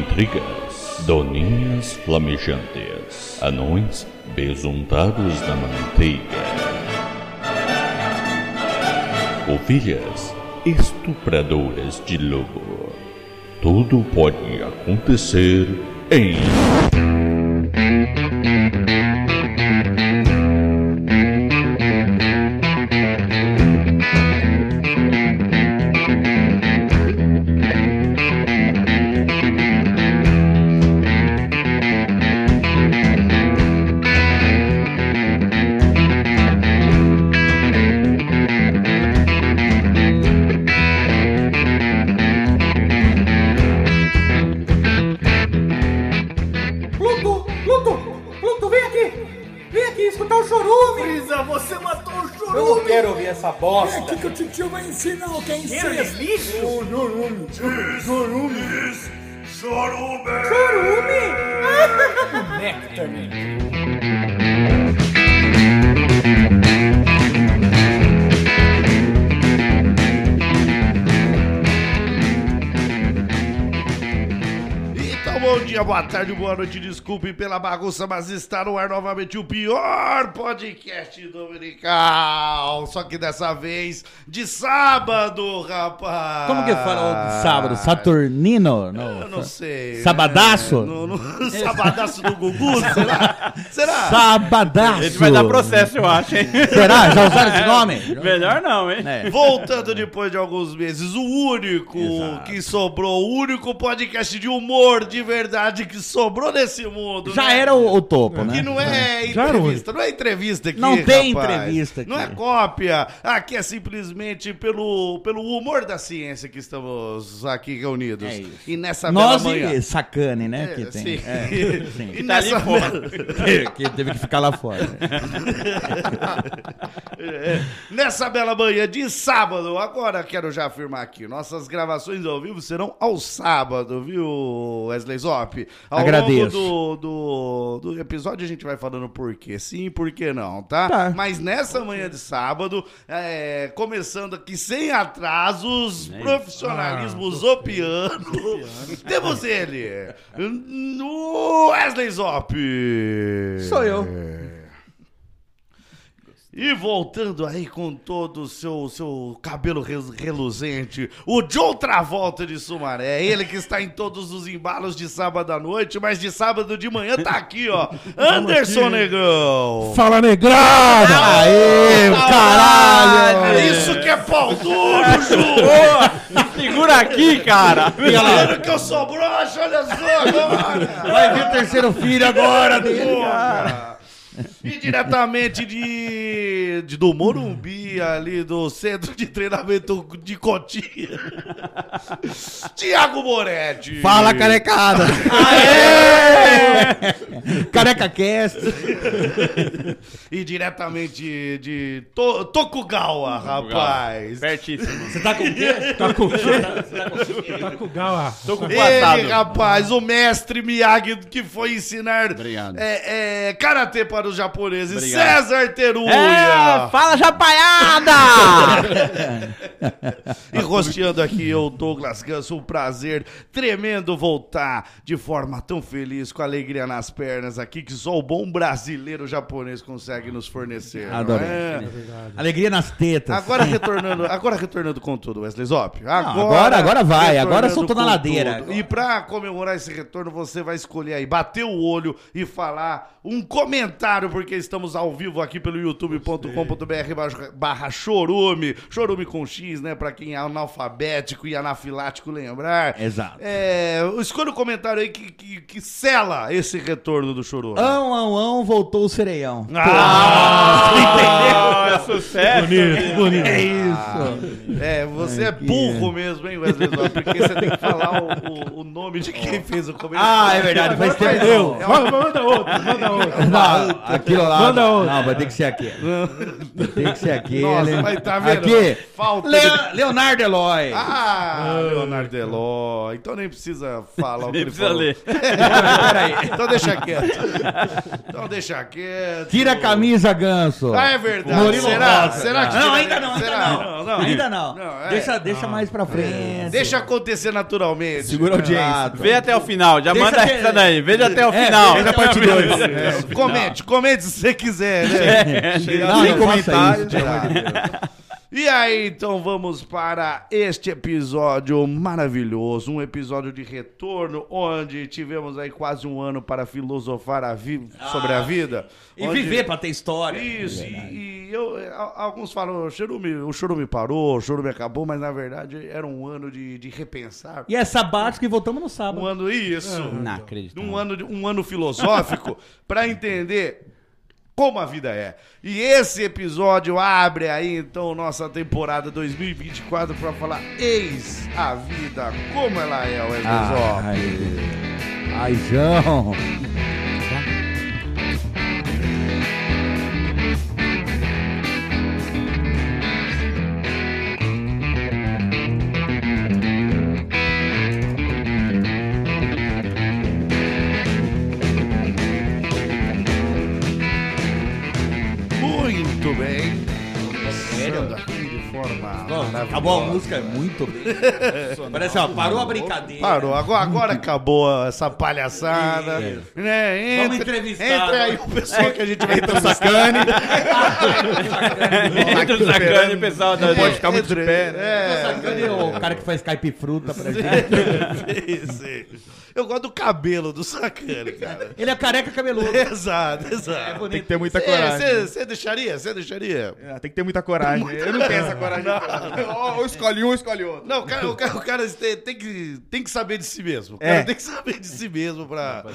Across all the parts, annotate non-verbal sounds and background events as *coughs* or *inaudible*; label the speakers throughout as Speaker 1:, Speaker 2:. Speaker 1: Raparigas, doninhas flamejantes, anões besuntados na manteiga, ovelhas estupradoras de lobo. Tudo pode acontecer em.
Speaker 2: Pluto, Pluto, Pluto, vem aqui! Vem aqui escutar o chorume!
Speaker 3: Brisa, você matou o chorume!
Speaker 4: Eu não quero ouvir essa bosta.
Speaker 5: que o tio vai ensinar o que é incesto.
Speaker 2: lixo?
Speaker 3: O chorume! Chorume! Chorume!
Speaker 6: *laughs*
Speaker 2: Chorume?
Speaker 5: Nectar, né?
Speaker 3: Então, bom dia, boa tarde, boa noite. Desculpe pela bagunça, mas está no ar novamente o pior podcast dominical. Só que dessa vez de sábado, rapaz.
Speaker 7: Como que fala o sábado? Saturnino? Não.
Speaker 3: Ah. Eu não sei. né?
Speaker 7: Sabadaço?
Speaker 3: No, no- *laughs* sabadaço do Gugu?
Speaker 7: *laughs*
Speaker 3: Será? Será?
Speaker 7: Sabadaço!
Speaker 8: Ele vai dar processo, eu acho, hein?
Speaker 7: Será? Já usaram esse nome?
Speaker 8: Melhor não, hein?
Speaker 7: É.
Speaker 3: Voltando depois de alguns meses, o único
Speaker 7: Exato.
Speaker 3: que sobrou, o único podcast de humor de verdade que sobrou nesse mundo.
Speaker 7: Já
Speaker 3: né?
Speaker 7: era o, o topo, né?
Speaker 3: Que não é
Speaker 7: Já era o-
Speaker 3: entrevista, não é entrevista aqui,
Speaker 7: Não tem
Speaker 3: rapaz.
Speaker 7: entrevista aqui.
Speaker 3: Não é cópia. Aqui é simplesmente pelo, pelo humor da ciência que estamos aqui reunidos.
Speaker 7: É isso.
Speaker 3: E nessa
Speaker 7: Nós
Speaker 3: bela manhã...
Speaker 7: e Sacane, né?
Speaker 3: É,
Speaker 7: que tem.
Speaker 3: sim.
Speaker 7: É,
Speaker 3: *laughs*
Speaker 7: sim.
Speaker 3: E
Speaker 8: Tá ali
Speaker 3: nessa
Speaker 8: fora.
Speaker 3: bela-
Speaker 7: que teve que ficar
Speaker 3: *laughs*
Speaker 7: lá fora.
Speaker 3: É, *laughs* Nessa bela manhã de sábado, agora quero já afirmar aqui, nossas gravações ao vivo serão ao sábado, viu, Wesley Zop? Ao
Speaker 7: Agradeço.
Speaker 3: longo do, do, do episódio a gente vai falando por que sim e por que não, tá?
Speaker 7: Tá.
Speaker 3: Mas nessa manhã de sábado, é, começando aqui sem atrasos, profissionalismo
Speaker 7: Ah,
Speaker 3: zopiano, temos ele, o Wesley Zop.
Speaker 7: Sou eu.
Speaker 3: E voltando aí com todo o seu, seu cabelo res- reluzente, o John Travolta de Sumaré, É ele que está em todos os embalos de sábado à noite, mas de sábado de manhã tá aqui,
Speaker 7: *laughs*
Speaker 3: ó, Anderson Negão.
Speaker 5: Fala, negrada!
Speaker 7: Aê, caralho!
Speaker 3: Isso que é pau duro, Ju!
Speaker 8: Boa! Segura aqui, cara!
Speaker 3: Falando que eu sou broxa, olha só agora!
Speaker 7: Vai vir o terceiro filho agora dele.
Speaker 3: Porra! E diretamente de, de- do Morumbi, ali do centro de treinamento de Cotia. Tiago Moretti.
Speaker 7: Fala, carecada! Aê! *laughs* Careca Cast!
Speaker 3: E diretamente de to, Tokugawa, rapaz.
Speaker 8: Pertíssimo.
Speaker 7: Você *laughs* tá com o quê? tá
Speaker 5: Takugawa.
Speaker 8: Tô com
Speaker 3: Ele,
Speaker 8: passado.
Speaker 3: rapaz, o mestre Miyagi que foi ensinar é, é, karatê para os japoneses, César Teruya.
Speaker 8: É, fala japaiada!
Speaker 3: E rosteando aqui eu, Douglas Ganso, um prazer tremendo voltar de forma tão feliz, com alegria nas pernas aqui, que só o bom brasileiro japonês consegue nos fornecer. não
Speaker 7: *laughs* Adorei.
Speaker 3: é?
Speaker 7: Alegria nas tetas.
Speaker 3: Agora retornando, agora retornando com tudo, Wesley Zop.
Speaker 7: agora- agora vai, agora
Speaker 3: retornando
Speaker 7: soltou na
Speaker 3: com
Speaker 7: ladeira.
Speaker 3: tudo. E pra comemorar esse retorno, você vai escolher aí, bater o olho e falar um comentário, porque estamos ao vivo aqui pelo youtube.com.br barra- barra chorume, chorume com X, né, pra quem é analfabético e anafilático lembrar.
Speaker 7: Exato.
Speaker 3: É, escolha o comentário aí que, que, que sela esse retorno do chorume.
Speaker 7: Ão, ão, ão, voltou o sereião.
Speaker 8: Ah, é sucesso!
Speaker 5: Bonito, bonito.
Speaker 7: É isso.
Speaker 3: É, você é burro mesmo, hein, Wesley Zop? Porque você tem que falar o, o- o nome de quem fez o comentário.
Speaker 7: Ah, é verdade, faz tempo.
Speaker 3: Eu.
Speaker 5: Manda outro, manda outro.
Speaker 7: Não, Aquilo lá.
Speaker 5: Manda outro.
Speaker 7: Não, vai ter que ser aqui. Tem que ser aqui.
Speaker 3: Nossa,
Speaker 7: ele-
Speaker 3: mas tá vendo?
Speaker 7: Aqui.
Speaker 3: Falta
Speaker 7: Leo- Leonardo Eloy.
Speaker 3: Ah, Leonardo Deló. Então nem precisa falar o que
Speaker 8: Nem
Speaker 3: ele
Speaker 8: precisa
Speaker 3: falou.
Speaker 8: ler. *laughs*
Speaker 3: Então deixa quieto. Então deixa quieto.
Speaker 7: Tira a camisa, ganso.
Speaker 3: Ah, é verdade.
Speaker 7: Murilo
Speaker 3: será?
Speaker 7: Rosa.
Speaker 3: Será que
Speaker 7: Não,
Speaker 3: tira-
Speaker 7: ainda não, ainda
Speaker 3: será?
Speaker 7: não. Ainda não.
Speaker 3: Não, é.
Speaker 7: Deixa, deixa mais pra frente.
Speaker 3: Deixa acontecer naturalmente.
Speaker 7: Segura a audiência.
Speaker 8: Vê até o final, já
Speaker 7: Deixa
Speaker 8: manda
Speaker 7: até-
Speaker 8: essa daí, veja até o
Speaker 7: É,
Speaker 8: final.
Speaker 7: veja a parte dois.
Speaker 3: *laughs* É, comente, comente se você quiser,
Speaker 7: *laughs*
Speaker 3: né?
Speaker 7: Não, não faça isso.
Speaker 3: Pelo amor de Deus. E aí, então vamos para este episódio maravilhoso, um episódio de retorno, onde tivemos aí quase um ano para filosofar a vi- sobre a vida.
Speaker 7: Ah, E
Speaker 3: onde-
Speaker 7: viver pra ter história.
Speaker 3: Isso, e, e eu, a- alguns falam, o Chorume, o Chorume parou, o Chorume acabou, mas na verdade era um ano de, de repensar.
Speaker 7: E é sabático e voltamos no
Speaker 3: Um
Speaker 7: sábado.
Speaker 3: ano, isso.
Speaker 8: Não acredito.
Speaker 3: Um ano, de- um ano
Speaker 8: *laughs*
Speaker 3: filosófico para entender como a vida é. E esse episódio abre aí então nossa temporada 2024 para falar eis a vida como ela é, o
Speaker 8: Ah,
Speaker 3: episódio.
Speaker 7: Ah, Ai, João.
Speaker 3: Muito bem. Começando aqui de forma
Speaker 7: Acabou a
Speaker 3: maravilhosa.
Speaker 7: música, é muito bem. Parece, ó, parou a brincadeira.
Speaker 3: Parou, agora, agora acabou essa palhaçada. Né?
Speaker 7: Vamos
Speaker 3: Entra-
Speaker 7: entrevistar.
Speaker 3: Entra aí o pessoal que a gente vai entrevistar.
Speaker 7: Sacane.
Speaker 3: tá
Speaker 8: Entra o sacane, pessoal. tá Não pode ficar muito de pé. né?
Speaker 7: Sacane é o cara que faz caipifruta pra gente.
Speaker 3: *laughs* Eu gosto do cabelo do sacane, cara.
Speaker 7: Ele é careca cabeludo.
Speaker 3: Exato,
Speaker 7: É
Speaker 3: exato.
Speaker 5: Tem que ter muita coragem.
Speaker 3: Você deixaria? Você deixaria?
Speaker 5: Ah, Tem que ter muita coragem. Eu não tenho essa coragem. toda. Ou ou escolhe um ou escolhe outro.
Speaker 3: Não, o cara, o cara, o cara tem, tem que, tem que saber de si mesmo. O cara
Speaker 5: É.
Speaker 3: tem que saber de si mesmo pra, pra,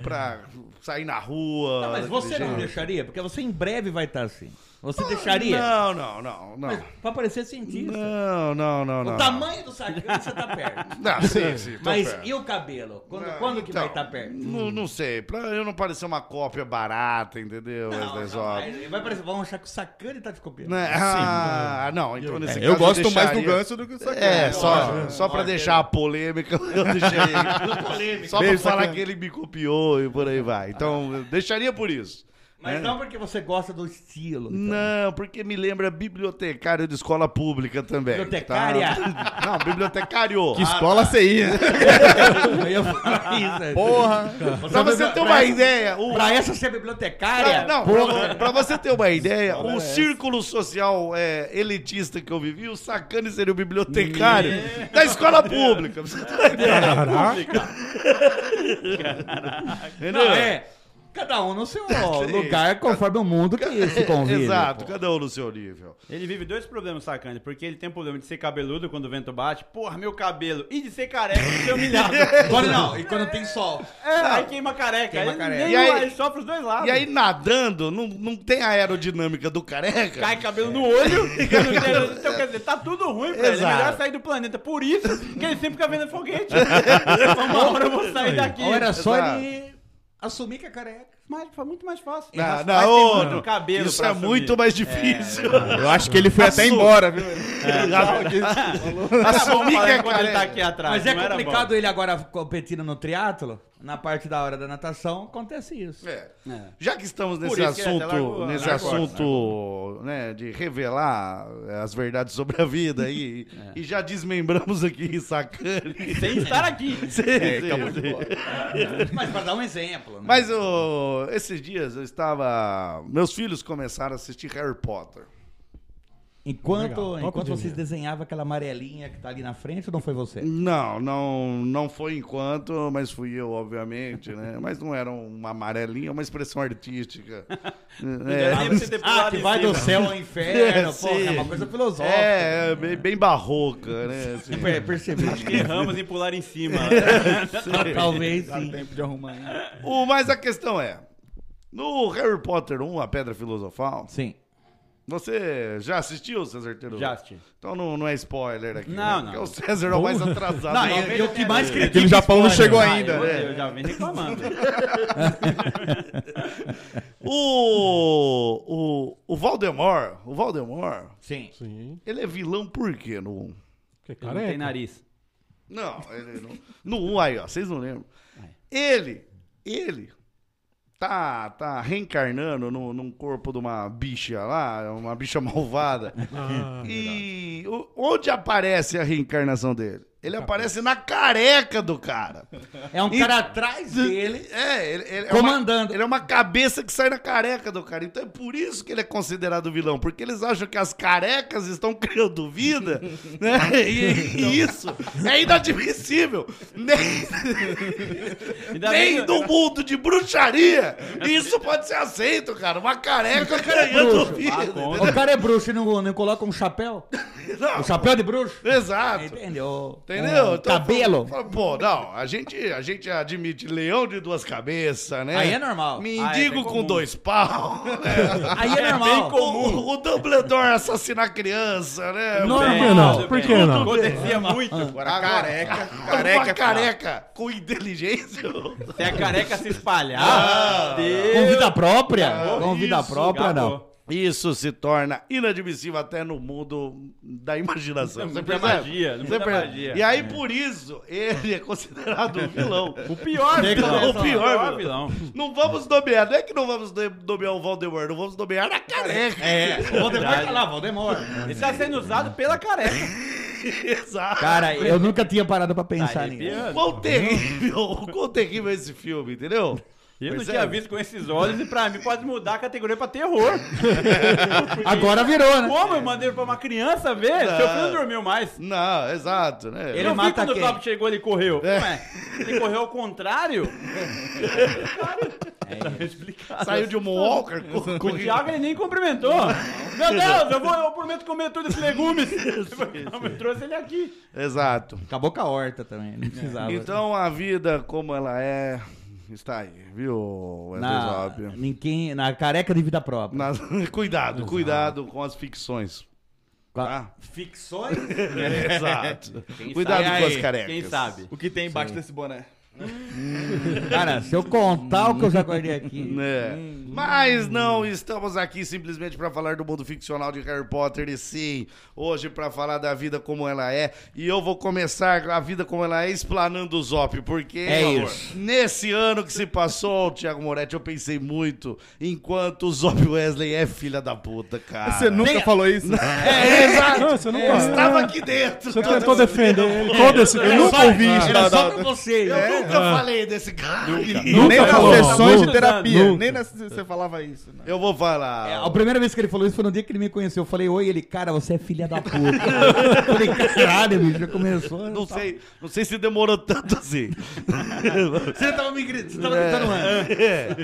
Speaker 3: pra sair na rua.
Speaker 7: Não, mas você não deixaria? Porque você em breve vai estar assim. Você deixaria?
Speaker 3: Ah, Não, não, não, não.
Speaker 7: Mas pra parecer cientista.
Speaker 3: Não, não, não, não.
Speaker 7: O tamanho do sacane você tá perto.
Speaker 3: Não, sim, sim. tô
Speaker 7: Mas
Speaker 3: perto.
Speaker 7: e o cabelo? Quando,
Speaker 3: Não,
Speaker 7: quando que
Speaker 3: então,
Speaker 7: vai estar perto?
Speaker 3: Não, não sei, pra eu não parecer uma cópia barata, entendeu?
Speaker 7: Não,
Speaker 3: Wesley
Speaker 7: não,
Speaker 3: Zop?
Speaker 7: mas vai parecer, vão achar que o sacane tá de copiando.
Speaker 3: é Né? Ah, não, então nesse caso
Speaker 5: Eu gosto mais do
Speaker 3: deixaria-
Speaker 5: ganso do que do sacana.
Speaker 3: É, só, só pra deixar a polêmica,
Speaker 5: *laughs*
Speaker 3: eu deixaria. só pra
Speaker 5: Beijo,
Speaker 3: falar
Speaker 5: sacana.
Speaker 3: que ele me copiou e por aí vai. Então, eu deixaria por isso.
Speaker 7: Mas não porque você gosta do estilo. então.
Speaker 3: né? Não, porque me lembra bibliotecário de escola pública também. tá?
Speaker 7: Bibliotecária?
Speaker 3: Não, bibliotecário.
Speaker 5: Que escola você ia?
Speaker 7: *laughs* Eu ia falar isso. né?
Speaker 5: Porra.
Speaker 3: Pra você ter uma ideia, o
Speaker 7: Pra essa ser bibliotecária?
Speaker 3: Pra, não, pra, pra você ter uma ideia,
Speaker 5: é
Speaker 3: o círculo social é, elitista que eu vivi, o sacane seria o bibliotecário da escola pública. Pra você ter uma ideia, entendeu?
Speaker 7: Não, é. Cada um
Speaker 3: *laughs*
Speaker 7: no seu lugar, conforme o mundo que se convive.
Speaker 3: Exato,
Speaker 7: pô.
Speaker 3: cada um no seu nível.
Speaker 8: Ele vive dois problemas, sacane. Porque ele tem um problema de ser cabeludo quando o vento bate. Porra, meu cabelo. E de ser careca e
Speaker 3: *laughs*
Speaker 8: ser humilhado.
Speaker 3: É.
Speaker 7: Quando não, e quando tem sol.
Speaker 8: É, aí queima a careca.
Speaker 7: Queima
Speaker 8: ele,
Speaker 7: a careca.
Speaker 8: nem-
Speaker 3: E aí-
Speaker 8: ele sofre os dois
Speaker 5: Tá
Speaker 8: lados.
Speaker 3: E aí, nadando, não, não tem a aerodinâmica do careca.
Speaker 8: Cai cabelo no olho,
Speaker 3: *laughs*
Speaker 8: fica no dedo. então quer dizer, tá tudo ruim pra ele. É
Speaker 3: Exato.
Speaker 8: melhor sair do planeta. Por isso que ele sempre fica vendo foguete.
Speaker 3: *laughs*
Speaker 8: Uma hora eu vou sair daqui.
Speaker 7: Ou era só
Speaker 3: Exato.
Speaker 7: ele assumir que é careca.
Speaker 8: Mas foi muito mais fácil.
Speaker 3: Não,
Speaker 8: Mas
Speaker 3: não,
Speaker 8: tem
Speaker 3: ô,
Speaker 8: muito
Speaker 3: não.
Speaker 8: cabelo
Speaker 3: Isso
Speaker 8: pra
Speaker 3: é
Speaker 8: assumir.
Speaker 3: muito mais difícil.
Speaker 5: É,
Speaker 3: Tá
Speaker 5: Eu acho que ele
Speaker 3: *laughs*
Speaker 5: foi até embora, viu?
Speaker 8: É,
Speaker 3: *laughs*
Speaker 8: tá
Speaker 3: Assumir que é
Speaker 8: quando ele tá
Speaker 3: careca.
Speaker 8: aqui atrás.
Speaker 7: Mas é
Speaker 8: não era
Speaker 7: complicado
Speaker 8: bom.
Speaker 7: ele agora competindo no triatlo. Na parte da hora da natação, acontece isso.
Speaker 3: É. Já que estamos nesse
Speaker 8: isso que ele
Speaker 3: assunto,
Speaker 8: até largou-
Speaker 3: nesse
Speaker 8: largou,
Speaker 3: assunto, né, de revelar as verdades sobre a vida e, e já desmembramos aqui sacane.
Speaker 8: Sem estar aqui.
Speaker 3: *laughs* Sim, sim.
Speaker 7: Mas pra dar um exemplo. Né?
Speaker 3: Mas ô, esses dias eu estava, meus filhos começaram a assistir Harry Potter.
Speaker 7: Enquanto,
Speaker 5: Legal.
Speaker 7: enquanto
Speaker 5: Top
Speaker 7: vocês desenhavam aquela amarelinha que tá ali na frente, ou não foi você?
Speaker 3: Não, não, não foi enquanto, mas fui eu, obviamente, né? Mas não era uma amarelinha, uma expressão artística.
Speaker 8: Eu
Speaker 3: é,
Speaker 8: lembro de você ter
Speaker 7: Ah,
Speaker 8: pulado
Speaker 7: que
Speaker 8: em
Speaker 7: vai do
Speaker 8: cima.
Speaker 7: céu ao inferno,
Speaker 3: É,
Speaker 7: porra, é uma
Speaker 3: sim.
Speaker 7: coisa filosófica.
Speaker 3: é, é, bem, bem barroca, né? assim.
Speaker 7: Per- percebi.
Speaker 8: Acho que erramos em pular em cima.
Speaker 6: É.
Speaker 7: *laughs* Talvez sim.
Speaker 5: Tempo de arrumar. né?
Speaker 3: O, mas a questão é: no Harry Potter 1, A Pedra um, Filosofal,
Speaker 7: Sim.
Speaker 3: Você já assistiu, César Arteiro?
Speaker 8: Já assisti.
Speaker 3: Então não, não é spoiler aqui.
Speaker 8: Não,
Speaker 3: né?
Speaker 8: não.
Speaker 3: Porque o César é o mais atrasado.
Speaker 7: Ah,
Speaker 8: Não,
Speaker 3: Não,
Speaker 8: e, e o que mais critico.
Speaker 5: Aquele Japão não chegou
Speaker 8: Ah,
Speaker 5: ainda,
Speaker 8: eu
Speaker 5: né?
Speaker 8: odeio, Eu já venho reclamando.
Speaker 6: é
Speaker 3: O, o, o Valdemar, o Valdemar,
Speaker 8: Sim.
Speaker 6: Sim.
Speaker 3: ele é vilão por quê no 1?
Speaker 6: Que
Speaker 8: Ele não tem
Speaker 6: careca.
Speaker 8: nariz.
Speaker 3: Não, ele não. No 1 aí, ó, vocês não lembram. Ele, ele tá, tá reencarnando no, num corpo de uma bicha lá, uma bicha *laughs* malvada.
Speaker 6: Ah,
Speaker 3: e o- onde aparece a reencarnação dele? Ele aparece na careca do cara.
Speaker 7: É um cara atrás dele.
Speaker 3: É, ele, ele é
Speaker 7: Comandando.
Speaker 3: Uma, ele é uma cabeça que sai na careca do cara. Então é por isso que ele é considerado vilão. Porque eles acham que as carecas estão criando vida, né? E, e isso é inadmissível. Nem,
Speaker 8: Ainda bem
Speaker 3: nem
Speaker 8: que-
Speaker 3: do mundo de bruxaria isso pode ser aceito, cara. Uma careca criando vida. entendeu?
Speaker 7: O cara é bruxo e não, não coloca um chapéu?
Speaker 3: Não,
Speaker 7: O chapéu de bruxo?
Speaker 3: Exato.
Speaker 7: Entendeu?
Speaker 3: Entendeu?
Speaker 7: Um
Speaker 3: Então,
Speaker 7: cabelo.
Speaker 3: fala, Pô, não, a gente, a gente admite leão de duas cabeças, né?
Speaker 7: Aí é normal.
Speaker 8: Ah, é
Speaker 3: Mendigo
Speaker 8: bem
Speaker 3: com
Speaker 8: comum.
Speaker 3: dois pau.
Speaker 8: *laughs*
Speaker 3: Né?
Speaker 7: Aí é normal.
Speaker 3: O, o Dumbledore assassinar criança, né?
Speaker 7: Não,
Speaker 6: Por que não? Por que não?
Speaker 8: Acontecia muito.
Speaker 5: Agora, careca, é
Speaker 3: Careca,
Speaker 5: careca.
Speaker 3: uma careca com inteligência.
Speaker 8: Se a careca se espalhar,
Speaker 7: Com
Speaker 8: Deus.
Speaker 7: vida própria? Com vida
Speaker 3: isso,
Speaker 7: própria, não.
Speaker 8: acabou.
Speaker 3: Isso se torna inadmissível até no mundo da imaginação.
Speaker 8: Não
Speaker 3: Você
Speaker 8: muda
Speaker 3: percebe?
Speaker 8: magia, não
Speaker 3: Você
Speaker 8: muda
Speaker 3: percebe?
Speaker 8: magia.
Speaker 3: E aí, por isso, ele é considerado um vilão.
Speaker 8: O pior
Speaker 7: Tem que
Speaker 8: vilão.
Speaker 7: falar,
Speaker 8: O pior
Speaker 3: falar.
Speaker 8: vilão.
Speaker 3: Não vamos nomear, não é que não vamos no- nomear o Voldemort, não vamos nomear a careca.
Speaker 7: É, Valdemar tá lá, Valdemort.
Speaker 8: Ele está sendo usado pela careca.
Speaker 3: *laughs* Exato.
Speaker 7: Cara, eu nunca tinha parado pra pensar
Speaker 8: Tá, Ele
Speaker 7: nisso.
Speaker 8: piando.
Speaker 3: Quão terrível, o quão terrível é esse filme, entendeu?
Speaker 8: Eu não
Speaker 3: Pois
Speaker 8: tinha
Speaker 3: é.
Speaker 8: visto com esses olhos e pra mim pode mudar a categoria pra terror.
Speaker 7: Agora virou, né?
Speaker 8: Como eu mandei pra uma criança ver? Seu filho não dormiu mais.
Speaker 3: Não, exato, né?
Speaker 8: Ele eu vi
Speaker 7: mata
Speaker 8: quando
Speaker 7: quem?
Speaker 8: o Top chegou, ele correu.
Speaker 3: É.
Speaker 8: Ué, ele correu ao contrário?
Speaker 3: Saiu de um walker com,
Speaker 8: O Thiago ele nem cumprimentou. Meu Deus, eu, vou, eu prometo comer todos esses legumes. Não, eu trouxe ele aqui.
Speaker 3: Exato.
Speaker 7: Acabou com a horta também, não precisava.
Speaker 3: Então a vida como ela é está aí, viu? Wesley
Speaker 7: na,
Speaker 3: Zop?
Speaker 7: ninguém, na careca de vida própria.
Speaker 3: Na- *laughs* Cuidado, cuidado com as ficções. Tá?
Speaker 5: Ficções?
Speaker 3: Exato. Cuidado
Speaker 5: sabe?
Speaker 3: com
Speaker 5: Aí,
Speaker 3: as carecas.
Speaker 8: Quem sabe?
Speaker 5: O que tem embaixo desse boné?
Speaker 7: Cara, se eu contar o que eu já guardei aqui.
Speaker 3: Né?
Speaker 7: Hum.
Speaker 3: Mas não estamos aqui simplesmente para falar do mundo ficcional de Harry Potter, e sim, hoje para falar da vida como ela é. E eu vou começar a vida como ela é explanando o Zop, porque
Speaker 7: É
Speaker 3: meu amor,
Speaker 7: isso.
Speaker 3: nesse ano que se passou, *laughs* Thiago Moretti, eu pensei muito enquanto o Zop Wesley é filha da puta, cara.
Speaker 5: Você nunca falou isso?
Speaker 3: É, exato.
Speaker 6: Não, você não
Speaker 3: Eu
Speaker 6: pode.
Speaker 3: estava aqui dentro.
Speaker 6: Você
Speaker 3: cara.
Speaker 6: tentou defender ele todo esse... Eu
Speaker 5: nunca
Speaker 6: nunca ouvi
Speaker 5: ouvi
Speaker 6: isso.
Speaker 5: isso. Era só pra
Speaker 7: você.
Speaker 3: Eu nunca falei desse cara.
Speaker 5: nem nas
Speaker 6: É. falou.
Speaker 5: sessões de
Speaker 8: Nunca.
Speaker 5: terapia.
Speaker 6: Nunca.
Speaker 5: Nem nas, você falava isso. né?
Speaker 3: Eu vou falar.
Speaker 7: A primeira vez que ele falou isso foi no dia que ele me conheceu. Eu falei, oi, ele, cara, você é filha da puta. Eu falei, caralho, bicho, já começou.
Speaker 3: Não sei, não sei se demorou tanto assim. É.
Speaker 7: Você tava me gritando, você tava gritando antes.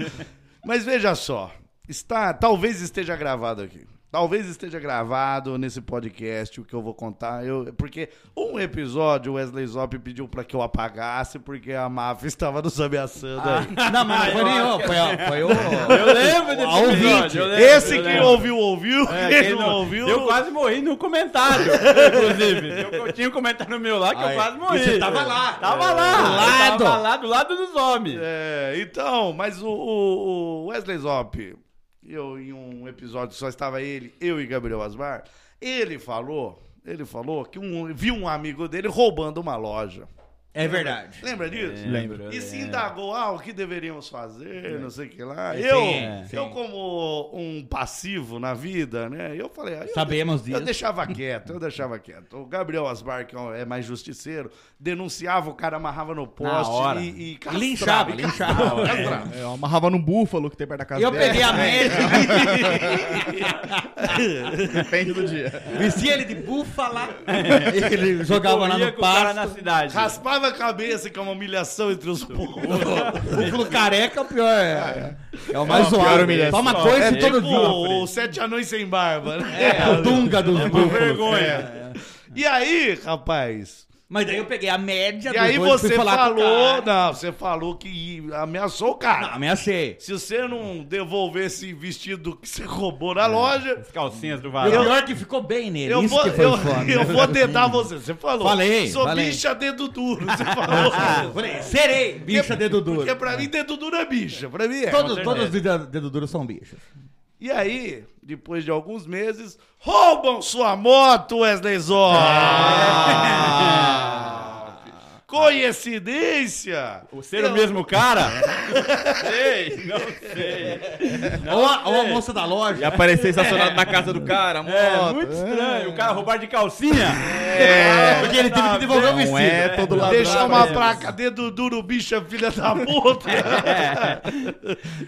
Speaker 3: Mas veja só, está, talvez esteja gravado aqui. Talvez esteja gravado nesse podcast o que eu vou contar. Eu, porque um episódio o Wesley Zop pediu pra que eu apagasse porque a máfia estava nos ameaçando aí.
Speaker 7: Não, mas não foi nem eu, foi, a- foi o...
Speaker 8: Eu lembro desse
Speaker 7: Ao
Speaker 8: episódio,
Speaker 7: ouvinte.
Speaker 8: eu lembro,
Speaker 3: Esse
Speaker 8: eu
Speaker 3: que
Speaker 8: lembro.
Speaker 3: ouviu, ouviu.
Speaker 8: É,
Speaker 3: quem,
Speaker 8: quem
Speaker 3: não, ouviu.
Speaker 8: Eu quase morri no *laughs* comentário, inclusive. Eu, eu tinha um comentário meu lá que
Speaker 7: Ah, é.
Speaker 8: eu quase morri.
Speaker 7: E você tava lá.
Speaker 8: Tava lá.
Speaker 7: Do lado.
Speaker 8: Eu Tava lá do lado dos homens.
Speaker 3: É, então, mas o, o- o Wesley Zop, eu em um episódio só estava ele, eu e Gabriel Asmar, ele falou, ele falou que um, viu um amigo dele roubando uma loja.
Speaker 7: É verdade.
Speaker 3: Lembra disso?
Speaker 5: É.
Speaker 8: Lembro.
Speaker 3: E se indagou, ah, o que deveríamos fazer, não sei o que lá.
Speaker 7: É. Sim, é,
Speaker 3: Eu,
Speaker 7: sim.
Speaker 3: eu como um passivo na vida, né? Eu falei, ah, eu,
Speaker 7: Sabemos
Speaker 3: eu
Speaker 7: disso.
Speaker 3: deixava quieto, eu deixava quieto. O Gabriel Asmar, que é um- é mais justiceiro, denunciava, o cara amarrava no poste
Speaker 7: hora.
Speaker 3: e, e
Speaker 7: Linchava, linchava. É.
Speaker 3: castrava.
Speaker 7: *laughs*
Speaker 5: É, Eu amarrava num búfalo que tem perto da casa
Speaker 7: Eu
Speaker 5: dela.
Speaker 7: peguei a média,
Speaker 5: *laughs* Depende do dia.
Speaker 7: vestia ele de búfala, ele jogava lá
Speaker 8: Corria
Speaker 7: no
Speaker 8: com o cara
Speaker 7: pasto.
Speaker 8: na cidade.
Speaker 3: Raspava a cabeça, que é uma humilhação
Speaker 5: *laughs*
Speaker 3: entre os povos.
Speaker 7: Búfalo careca é o pior.
Speaker 3: Ah,
Speaker 7: É, é o mais zoado.
Speaker 5: humilhação.
Speaker 7: Toma coisa
Speaker 8: É,
Speaker 7: todo dia.
Speaker 3: tipo, os sete anões sem *laughs* barba, né?
Speaker 7: É, o Dunga dos
Speaker 8: Uma
Speaker 7: búfalos.
Speaker 8: vergonha.
Speaker 3: E aí, rapaz,
Speaker 7: Mas daí eu peguei a média
Speaker 3: E aí
Speaker 7: dois fui
Speaker 3: você
Speaker 7: falar com o
Speaker 3: falou.
Speaker 7: cara.
Speaker 3: Não, você falou que ameaçou o cara.
Speaker 7: Não, ameacei.
Speaker 3: Se você não devolver esse vestido que você roubou na loja,
Speaker 8: As calcinhas do
Speaker 7: E o
Speaker 8: varão.
Speaker 7: pior é que ficou bem nele.
Speaker 3: eu
Speaker 7: É. isso
Speaker 3: vou,
Speaker 7: que foi
Speaker 3: eu,
Speaker 7: foda.
Speaker 3: eu vou dedar você. Você falou.
Speaker 7: Falei,
Speaker 3: Sou
Speaker 7: falei.
Speaker 3: bicha dedo duro. Você falou.
Speaker 7: *laughs* Ah, falei, serei, bicha dedo duro.
Speaker 3: Porque pra mim dedo duro é bicha. Pra mim é.
Speaker 7: Todos, todos os dedo, dedo duro são bichos.
Speaker 3: E aí, depois de alguns meses, roubam sua moto, Wesley Zó. *laughs* Coincidência?
Speaker 8: O ser o mesmo *laughs* cara? sei, não sei.
Speaker 7: Ou
Speaker 3: é.
Speaker 7: a, ou a moça da loja. É.
Speaker 5: Aparecer estacionado na casa do cara, mano.
Speaker 8: É muito estranho. O cara roubar de calcinha?
Speaker 7: *laughs* Porque ele teve que devolver o vestido.
Speaker 5: é todo ladrão.
Speaker 3: Deixar uma
Speaker 5: mas-
Speaker 3: placa dedo duro, bicha, filha da puta.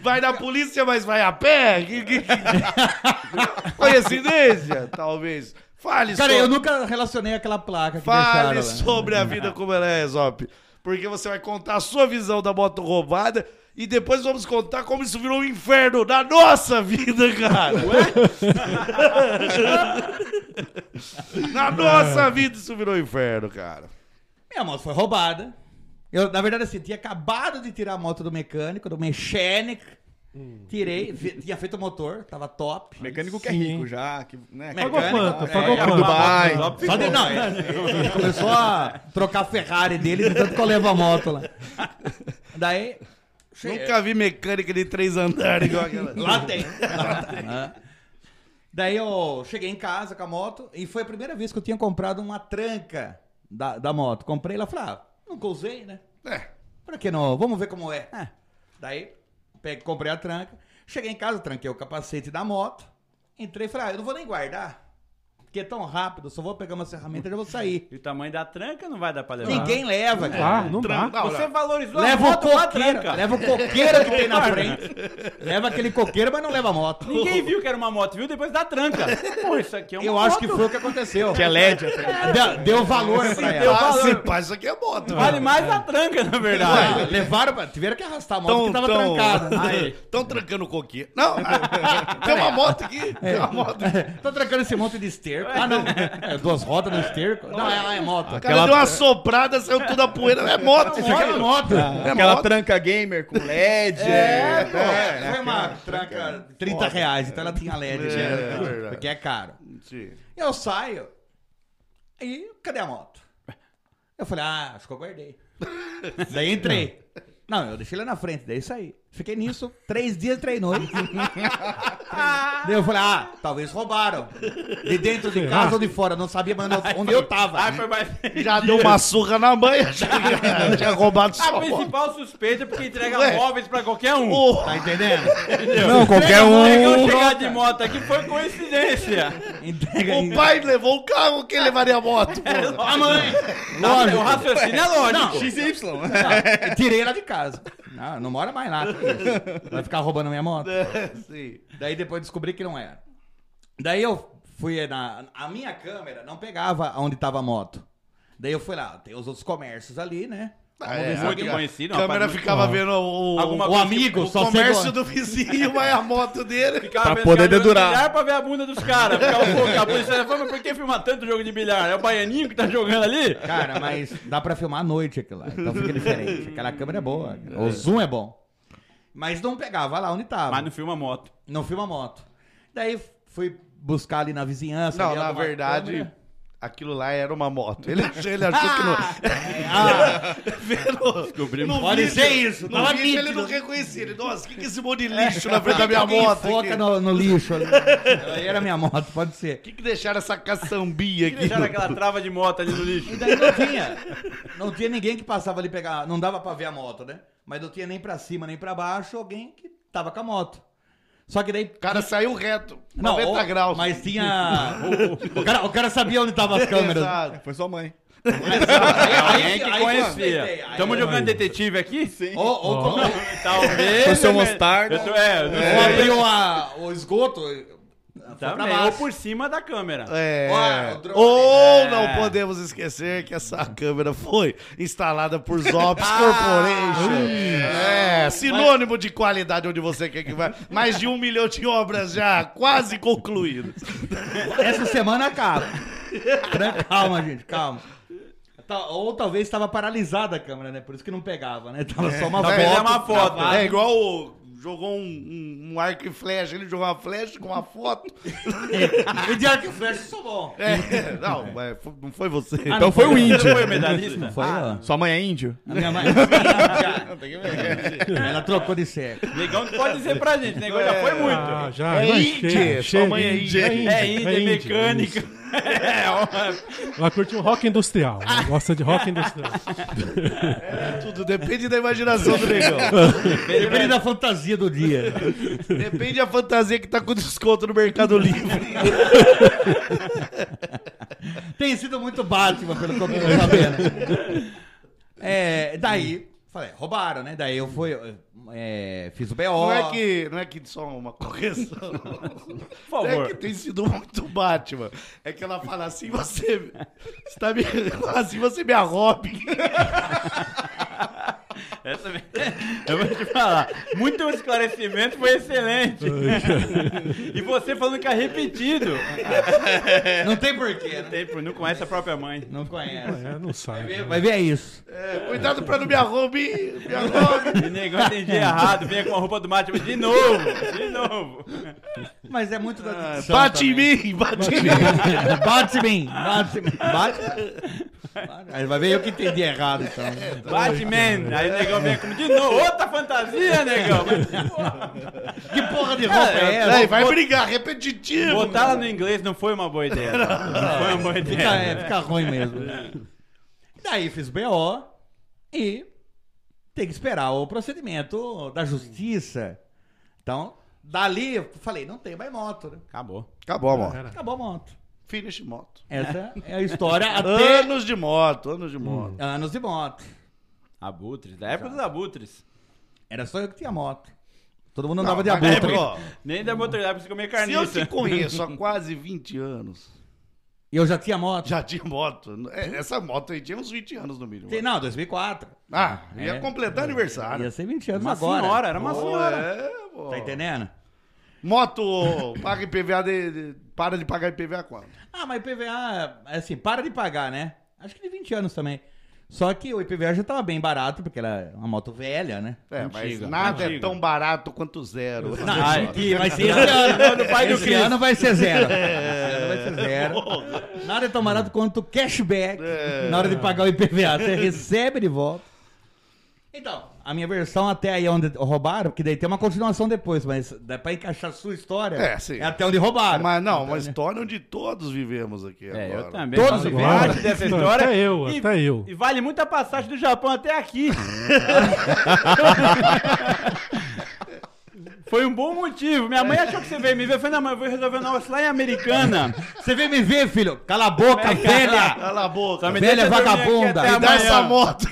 Speaker 3: Vai na polícia, mas vai a pé? Que- que- que- Coincidência? Talvez. Fale
Speaker 7: Cara,
Speaker 3: sobre,
Speaker 7: eu nunca relacionei aquela placa que
Speaker 3: fale
Speaker 7: deixaram. né? lá.
Speaker 3: sobre a vida como ela é, Zop. Porque você vai contar a sua visão da moto roubada e depois vamos contar como isso virou um inferno na nossa vida, cara. *laughs* na nossa vida isso virou um inferno, cara.
Speaker 7: Minha moto foi roubada. Eu, na verdade, assim, tinha acabado de tirar a moto do mecânico, do mecânico.
Speaker 6: Hum.
Speaker 7: Tirei, fe- tinha feito o motor, tava top.
Speaker 5: Mecânico que é
Speaker 6: Sim.
Speaker 5: rico já. Que, né,
Speaker 7: Mecânico.
Speaker 6: Pagou quanto? Pagou
Speaker 5: É,
Speaker 6: quanto?
Speaker 5: Dubai.
Speaker 7: Só de, não, ele, ele começou a trocar a Ferrari dele, de tanto que eu levo a moto lá. Daí,
Speaker 3: Nunca vi mecânica de três andares igual aquela.
Speaker 7: Lá tem. Lá tem. Ah. Daí eu cheguei em casa com a moto e foi a primeira vez que eu tinha comprado uma tranca da, da moto. Comprei lá, falei, ah, nunca usei, né?
Speaker 3: É.
Speaker 7: Pra que não? Vamos ver como é. Ah, Daí pe- comprei a tranca, cheguei em casa, tranquei o capacete da moto, entrei e falei, ah, eu não vou nem guardar. Porque é tão rápido, só vou pegar uma ferramenta e já vou sair.
Speaker 8: E o tamanho da tranca não vai dar pra levar.
Speaker 7: Ninguém leva,
Speaker 6: Ah,
Speaker 7: cara.
Speaker 6: não dá.
Speaker 8: Você valorizou
Speaker 7: Leva
Speaker 8: a
Speaker 7: o
Speaker 8: moto pra
Speaker 7: coqueiro,
Speaker 8: tranca.
Speaker 7: leva o coqueiro que tem na frente. Leva aquele coqueiro, mas não leva a moto.
Speaker 8: Ninguém viu que era uma moto, viu? Depois da tranca. Pô, isso aqui é uma
Speaker 7: Eu
Speaker 8: moto.
Speaker 7: acho que foi o que aconteceu.
Speaker 5: Que é LED. até.
Speaker 7: Deu, deu valor pra
Speaker 8: deu
Speaker 7: ela.
Speaker 3: Ah,
Speaker 8: valor.
Speaker 3: se pá, isso aqui é moto.
Speaker 8: Vale mais a tranca, na verdade.
Speaker 7: Ué, levaram pra, tiveram que arrastar a moto
Speaker 3: Tão,
Speaker 7: que tava
Speaker 3: tão- *laughs*
Speaker 7: trancada.
Speaker 3: Estão trancando o coquinho.
Speaker 7: *laughs*
Speaker 3: Não, *laughs* tem uma moto
Speaker 7: É.
Speaker 3: aqui. Tem uma moto aqui.
Speaker 7: Tô trancando esse monte de esterco. Ah, não. É, duas rodas no esterco. Não, é, ah, é moto.
Speaker 3: O cara deu uma soprada, saiu toda a poeira. É moto,
Speaker 7: Isso aqui é
Speaker 3: moto.
Speaker 7: moto.
Speaker 3: É
Speaker 5: Aquela
Speaker 3: moto.
Speaker 5: tranca gamer com LED.
Speaker 7: É,
Speaker 5: É,
Speaker 7: pô.
Speaker 5: é,
Speaker 7: Foi uma tranca 30 reais, então ela tinha LED. já,
Speaker 3: É, verdade.
Speaker 7: porque é caro.
Speaker 3: Sim.
Speaker 7: Eu saio. Aí, cadê a moto? Eu falei, ah, acho que eu guardei. daí entrei. Não, eu deixei lá na frente, daí saí. Fiquei nisso três dias e três noites. daí eu falei, ah, talvez roubaram. De dentro de casa ou de fora, não sabia mas onde eu- onde eu tava. né?
Speaker 8: Ai, foi mais...
Speaker 3: Já deu uma surra na mãe, já
Speaker 7: *laughs*
Speaker 3: já tinha roubado
Speaker 8: *laughs* A
Speaker 7: Ah,
Speaker 3: sua moto.
Speaker 8: principal suspeita é porque entrega
Speaker 3: Ué.
Speaker 8: móveis pra qualquer um.
Speaker 3: Ô,
Speaker 7: Tá entendendo?
Speaker 6: Não, qualquer
Speaker 8: O
Speaker 6: um.
Speaker 8: negão chegar de moto aqui foi coincidência.
Speaker 7: Entrega aí. É,
Speaker 3: o pai levou o carro, quem levaria a moto? Pô?
Speaker 8: A mãe.
Speaker 7: Lógico.
Speaker 8: O raciocínio é lógico.
Speaker 7: né?
Speaker 5: XY.
Speaker 7: Não, tirei ela de casa. Não, não mora mais lá. que isso. Vai ficar roubando minha moto.
Speaker 3: *laughs* Sim.
Speaker 7: Daí depois descobri que não era. Daí eu fui na. A minha câmera não pegava onde tava a moto. Daí eu fui lá, tem os outros comércios ali, né?
Speaker 3: Ah, é,
Speaker 8: muito
Speaker 3: a
Speaker 8: conhecido,
Speaker 3: câmera
Speaker 8: rapaz,
Speaker 3: ficava vendo o,
Speaker 8: Alguma
Speaker 3: o,
Speaker 8: coisa
Speaker 3: amigo, o
Speaker 7: que- só
Speaker 3: comércio do
Speaker 7: pegou.
Speaker 3: vizinho, *laughs* mas a moto dele.
Speaker 8: Ficava
Speaker 5: Pra
Speaker 8: vendo
Speaker 5: poder
Speaker 8: cara jogando
Speaker 5: dedurar.
Speaker 8: Bilhar é pra ver a bunda dos caras. Ficava um pouco a bunda. Você fala, mas por que filma tanto jogo de bilhar? É o baianinho que tá jogando ali?
Speaker 3: *laughs*
Speaker 7: Cara, mas dá pra filmar à noite aquilo lá. Então fica diferente. Aquela câmera é boa. O zoom é bom. Mas não pegava lá onde tava.
Speaker 8: Mas
Speaker 7: não...
Speaker 8: não filma moto.
Speaker 7: filma a moto. Daí fui buscar ali na vizinhança.
Speaker 3: Não,
Speaker 7: ali
Speaker 3: na
Speaker 7: alguma
Speaker 3: verdade, *laughs*
Speaker 7: câmera.
Speaker 3: aquilo lá era uma moto. Ele achou, ele achou que
Speaker 7: *laughs*
Speaker 3: não. Vendo- no
Speaker 7: Pode
Speaker 3: vídeo-
Speaker 7: ser isso,
Speaker 3: No
Speaker 7: tava
Speaker 3: vídeo ele
Speaker 7: nítido.
Speaker 3: não reconhecia. Ele, nossa, o que, que é esse monte de lixo na frente da
Speaker 7: *laughs*
Speaker 3: minha
Speaker 7: Ah, Alguém
Speaker 3: moto?
Speaker 7: Foca
Speaker 3: aqui? O
Speaker 7: no, no lixo ali. Aí era minha moto, pode ser.
Speaker 3: que, que deixaram essa caçambia aqui?
Speaker 8: Deixaram aquela trava de moto ali no lixo.
Speaker 7: E daí não tinha. Não tinha ninguém que passava ali pegar. Não dava pra ver a moto, né? Mas não tinha nem pra cima, nem pra baixo, alguém que tava com a moto. Só que daí.
Speaker 3: O cara saiu reto,
Speaker 7: Não,
Speaker 3: 90
Speaker 7: o-
Speaker 3: graus.
Speaker 7: Mas tinha. O, o cara, o cara sabia onde tava as câmeras.
Speaker 3: Exato.
Speaker 5: É, Foi sua mãe.
Speaker 7: Aí,
Speaker 8: Quem é que conhecia? Estamos jogando detetive aqui? Sim.
Speaker 7: Ou, ou como-
Speaker 8: Talvez.
Speaker 5: Foi seu
Speaker 8: né?
Speaker 5: mostarda.
Speaker 8: Eu tô- é, eu não
Speaker 7: ou
Speaker 8: sei.
Speaker 7: abriu a- o esgoto. foi pra
Speaker 8: Também, ou
Speaker 7: baixo.
Speaker 8: por cima da câmera.
Speaker 3: É.
Speaker 7: Ó, o drone.
Speaker 3: Ou
Speaker 8: É.
Speaker 3: não podemos esquecer que essa câmera foi instalada por Zops
Speaker 7: Ah,
Speaker 3: Corporation. É, sinônimo de qualidade onde você quer que vá. Mais de um milhão de obras já quase concluídas.
Speaker 7: Essa semana acaba. Tran- Calma, gente, calma. ta- ou talvez estava paralisada a câmera, né? Por isso que não pegava, né? Tava só
Speaker 6: Tá
Speaker 7: uma
Speaker 8: Talvez é
Speaker 7: foto.
Speaker 8: uma foto.
Speaker 7: gravada.
Speaker 3: É igual o- jogou um, um- um arco e flecha, ele jogou uma flecha com uma
Speaker 6: *laughs*
Speaker 3: foto.
Speaker 7: E de arco e flecha, eu sou bom.
Speaker 3: É, não, mas fo- não foi você.
Speaker 7: Ah,
Speaker 6: Então
Speaker 7: não
Speaker 6: foi o
Speaker 7: eu.
Speaker 6: índio.
Speaker 8: Foi o medalhista.
Speaker 7: Foi eu.
Speaker 6: Sua mãe é índio?
Speaker 7: A minha *laughs* mãe. Ela trocou de século.
Speaker 8: Negão que pode dizer pra gente, negão já foi
Speaker 6: Ah,
Speaker 8: muito.
Speaker 6: já.
Speaker 3: É
Speaker 6: vai,
Speaker 3: índia,
Speaker 6: chega,
Speaker 3: sua
Speaker 6: chega,
Speaker 3: mãe é
Speaker 6: índia,
Speaker 3: índia.
Speaker 8: É índia, é mecânica.
Speaker 6: isso.
Speaker 8: É, ó,
Speaker 6: Ela curte um rock industrial. Ela gosta de rock industrial.
Speaker 3: É Tudo depende da imaginação do negão.
Speaker 7: Depende da fantasia do dia.
Speaker 3: Depende da fantasia que tá com desconto no Mercado Livre.
Speaker 7: Tem sido muito Batman, pelo que eu tô sabendo. É, daí, falei, roubaram, né? Daí eu fui, é, fiz o BO.
Speaker 3: Não é, que, não é que só uma correção.
Speaker 8: por
Speaker 3: Não é que
Speaker 8: favor.
Speaker 3: tem sido muito Batman. É que ela fala assim, você. você tá me, *laughs* assim você me arrobe.
Speaker 8: Essa me- *laughs* Eu vou te falar. Muito esclarecimento foi excelente. *laughs* E você falando que é repetido.
Speaker 7: Não tem porquê, né?
Speaker 8: Tem, pô, Não conhece a própria mãe.
Speaker 7: Não conhece.
Speaker 6: É, não sabe.
Speaker 7: Vai ver, é isso.
Speaker 3: É, cuidado pra não me arrobe. Me arrobe.
Speaker 8: E negão entendi errado, vem com a roupa do Batman de novo. De novo.
Speaker 7: Mas é muito da dicção
Speaker 3: Bate em
Speaker 7: também. *laughs*
Speaker 3: mim, bate em mim.
Speaker 7: bate em mim. Bate em mim. Bate. Aí vai ver eu que entendi errado, então.
Speaker 8: Batman. Aí o negão vem com de novo. Outra fantasia, negão. Mas, porra.
Speaker 7: Que porra de roupa é, essa?
Speaker 3: Aí, vai brigar, repetitivo.
Speaker 8: Botar ela no inglês não foi uma boa ideia. Não foi uma boa
Speaker 7: Fica, é,
Speaker 8: ideia.
Speaker 7: fica ruim mesmo. Daí fiz BO e tem que esperar o procedimento da justiça. Então, dali eu falei, não tem mais moto, né?
Speaker 8: Acabou.
Speaker 3: Acabou, amor.
Speaker 7: Acabou a moto.
Speaker 3: Finish moto.
Speaker 7: Essa é a história até
Speaker 3: Anos de moto, anos de moto.
Speaker 7: anos de moto.
Speaker 8: Abutres. Da época dos abutres.
Speaker 7: Era só eu que tinha moto. Todo mundo andava de
Speaker 3: mas-
Speaker 7: abutre.
Speaker 3: é, ó,
Speaker 8: Nem da motorizada pra você comer
Speaker 3: se eu te
Speaker 8: carniça.
Speaker 3: conheço há quase 20 anos,
Speaker 7: E eu já tinha moto.
Speaker 3: já tinha moto. É, Essa moto aí tinha uns 20 anos no mínimo.
Speaker 7: Não, 2004.
Speaker 3: Ah, ia né?
Speaker 7: É.
Speaker 3: completar aniversário.
Speaker 7: Ia ser 20 anos
Speaker 8: Uma
Speaker 7: agora.
Speaker 8: senhora, era uma
Speaker 3: Pô,
Speaker 8: senhora.
Speaker 3: é, pô.
Speaker 7: Tá entendendo?
Speaker 3: Moto paga IPVA de, de- para de pagar IPVA quando?
Speaker 7: Ah, mas IPVA, assim, para de pagar, né? Acho que de 20 anos também. Só que o IPVA já tava bem barato, porque era uma moto velha, né?
Speaker 3: É,
Speaker 8: Antiga,
Speaker 3: mas nada é
Speaker 8: antiga.
Speaker 3: tão barato quanto zero.
Speaker 7: Não, é
Speaker 8: Ai.
Speaker 7: que vai ser esse ano.
Speaker 8: Do pai do
Speaker 7: esse
Speaker 8: Cris.
Speaker 7: ano vai ser zero. *laughs* Esse ano vai ser zero. Nada é tão barato quanto o cashback
Speaker 3: É.
Speaker 7: na hora de pagar o IPVA. *laughs* Você recebe de volta. Então, a minha versão até aí onde roubaram, porque daí tem uma continuação depois, mas dá pra encaixar a sua história.
Speaker 3: É, sim.
Speaker 7: até onde roubaram.
Speaker 3: Mas não, uma história onde todos vivemos aqui
Speaker 8: É,
Speaker 3: agora.
Speaker 8: eu também.
Speaker 7: Todos
Speaker 8: Falo
Speaker 6: iguais.
Speaker 8: parte dessa história.
Speaker 6: Até eu,
Speaker 8: e,
Speaker 6: até eu.
Speaker 8: E vale muito a passagem do Japão até aqui. Foi um bom motivo. Minha mãe achou que você veio me ver. Eu falei, não, mãe, eu vou resolver um negócio lá em Americana.
Speaker 7: Você vem me ver, filho. Cala a boca, velha.
Speaker 3: Cala a boca.
Speaker 8: Só me
Speaker 7: Velha
Speaker 8: deixa dormir aqui
Speaker 7: vagabunda.
Speaker 8: até
Speaker 7: Me
Speaker 3: Dá essa
Speaker 8: amanhã.
Speaker 3: moto.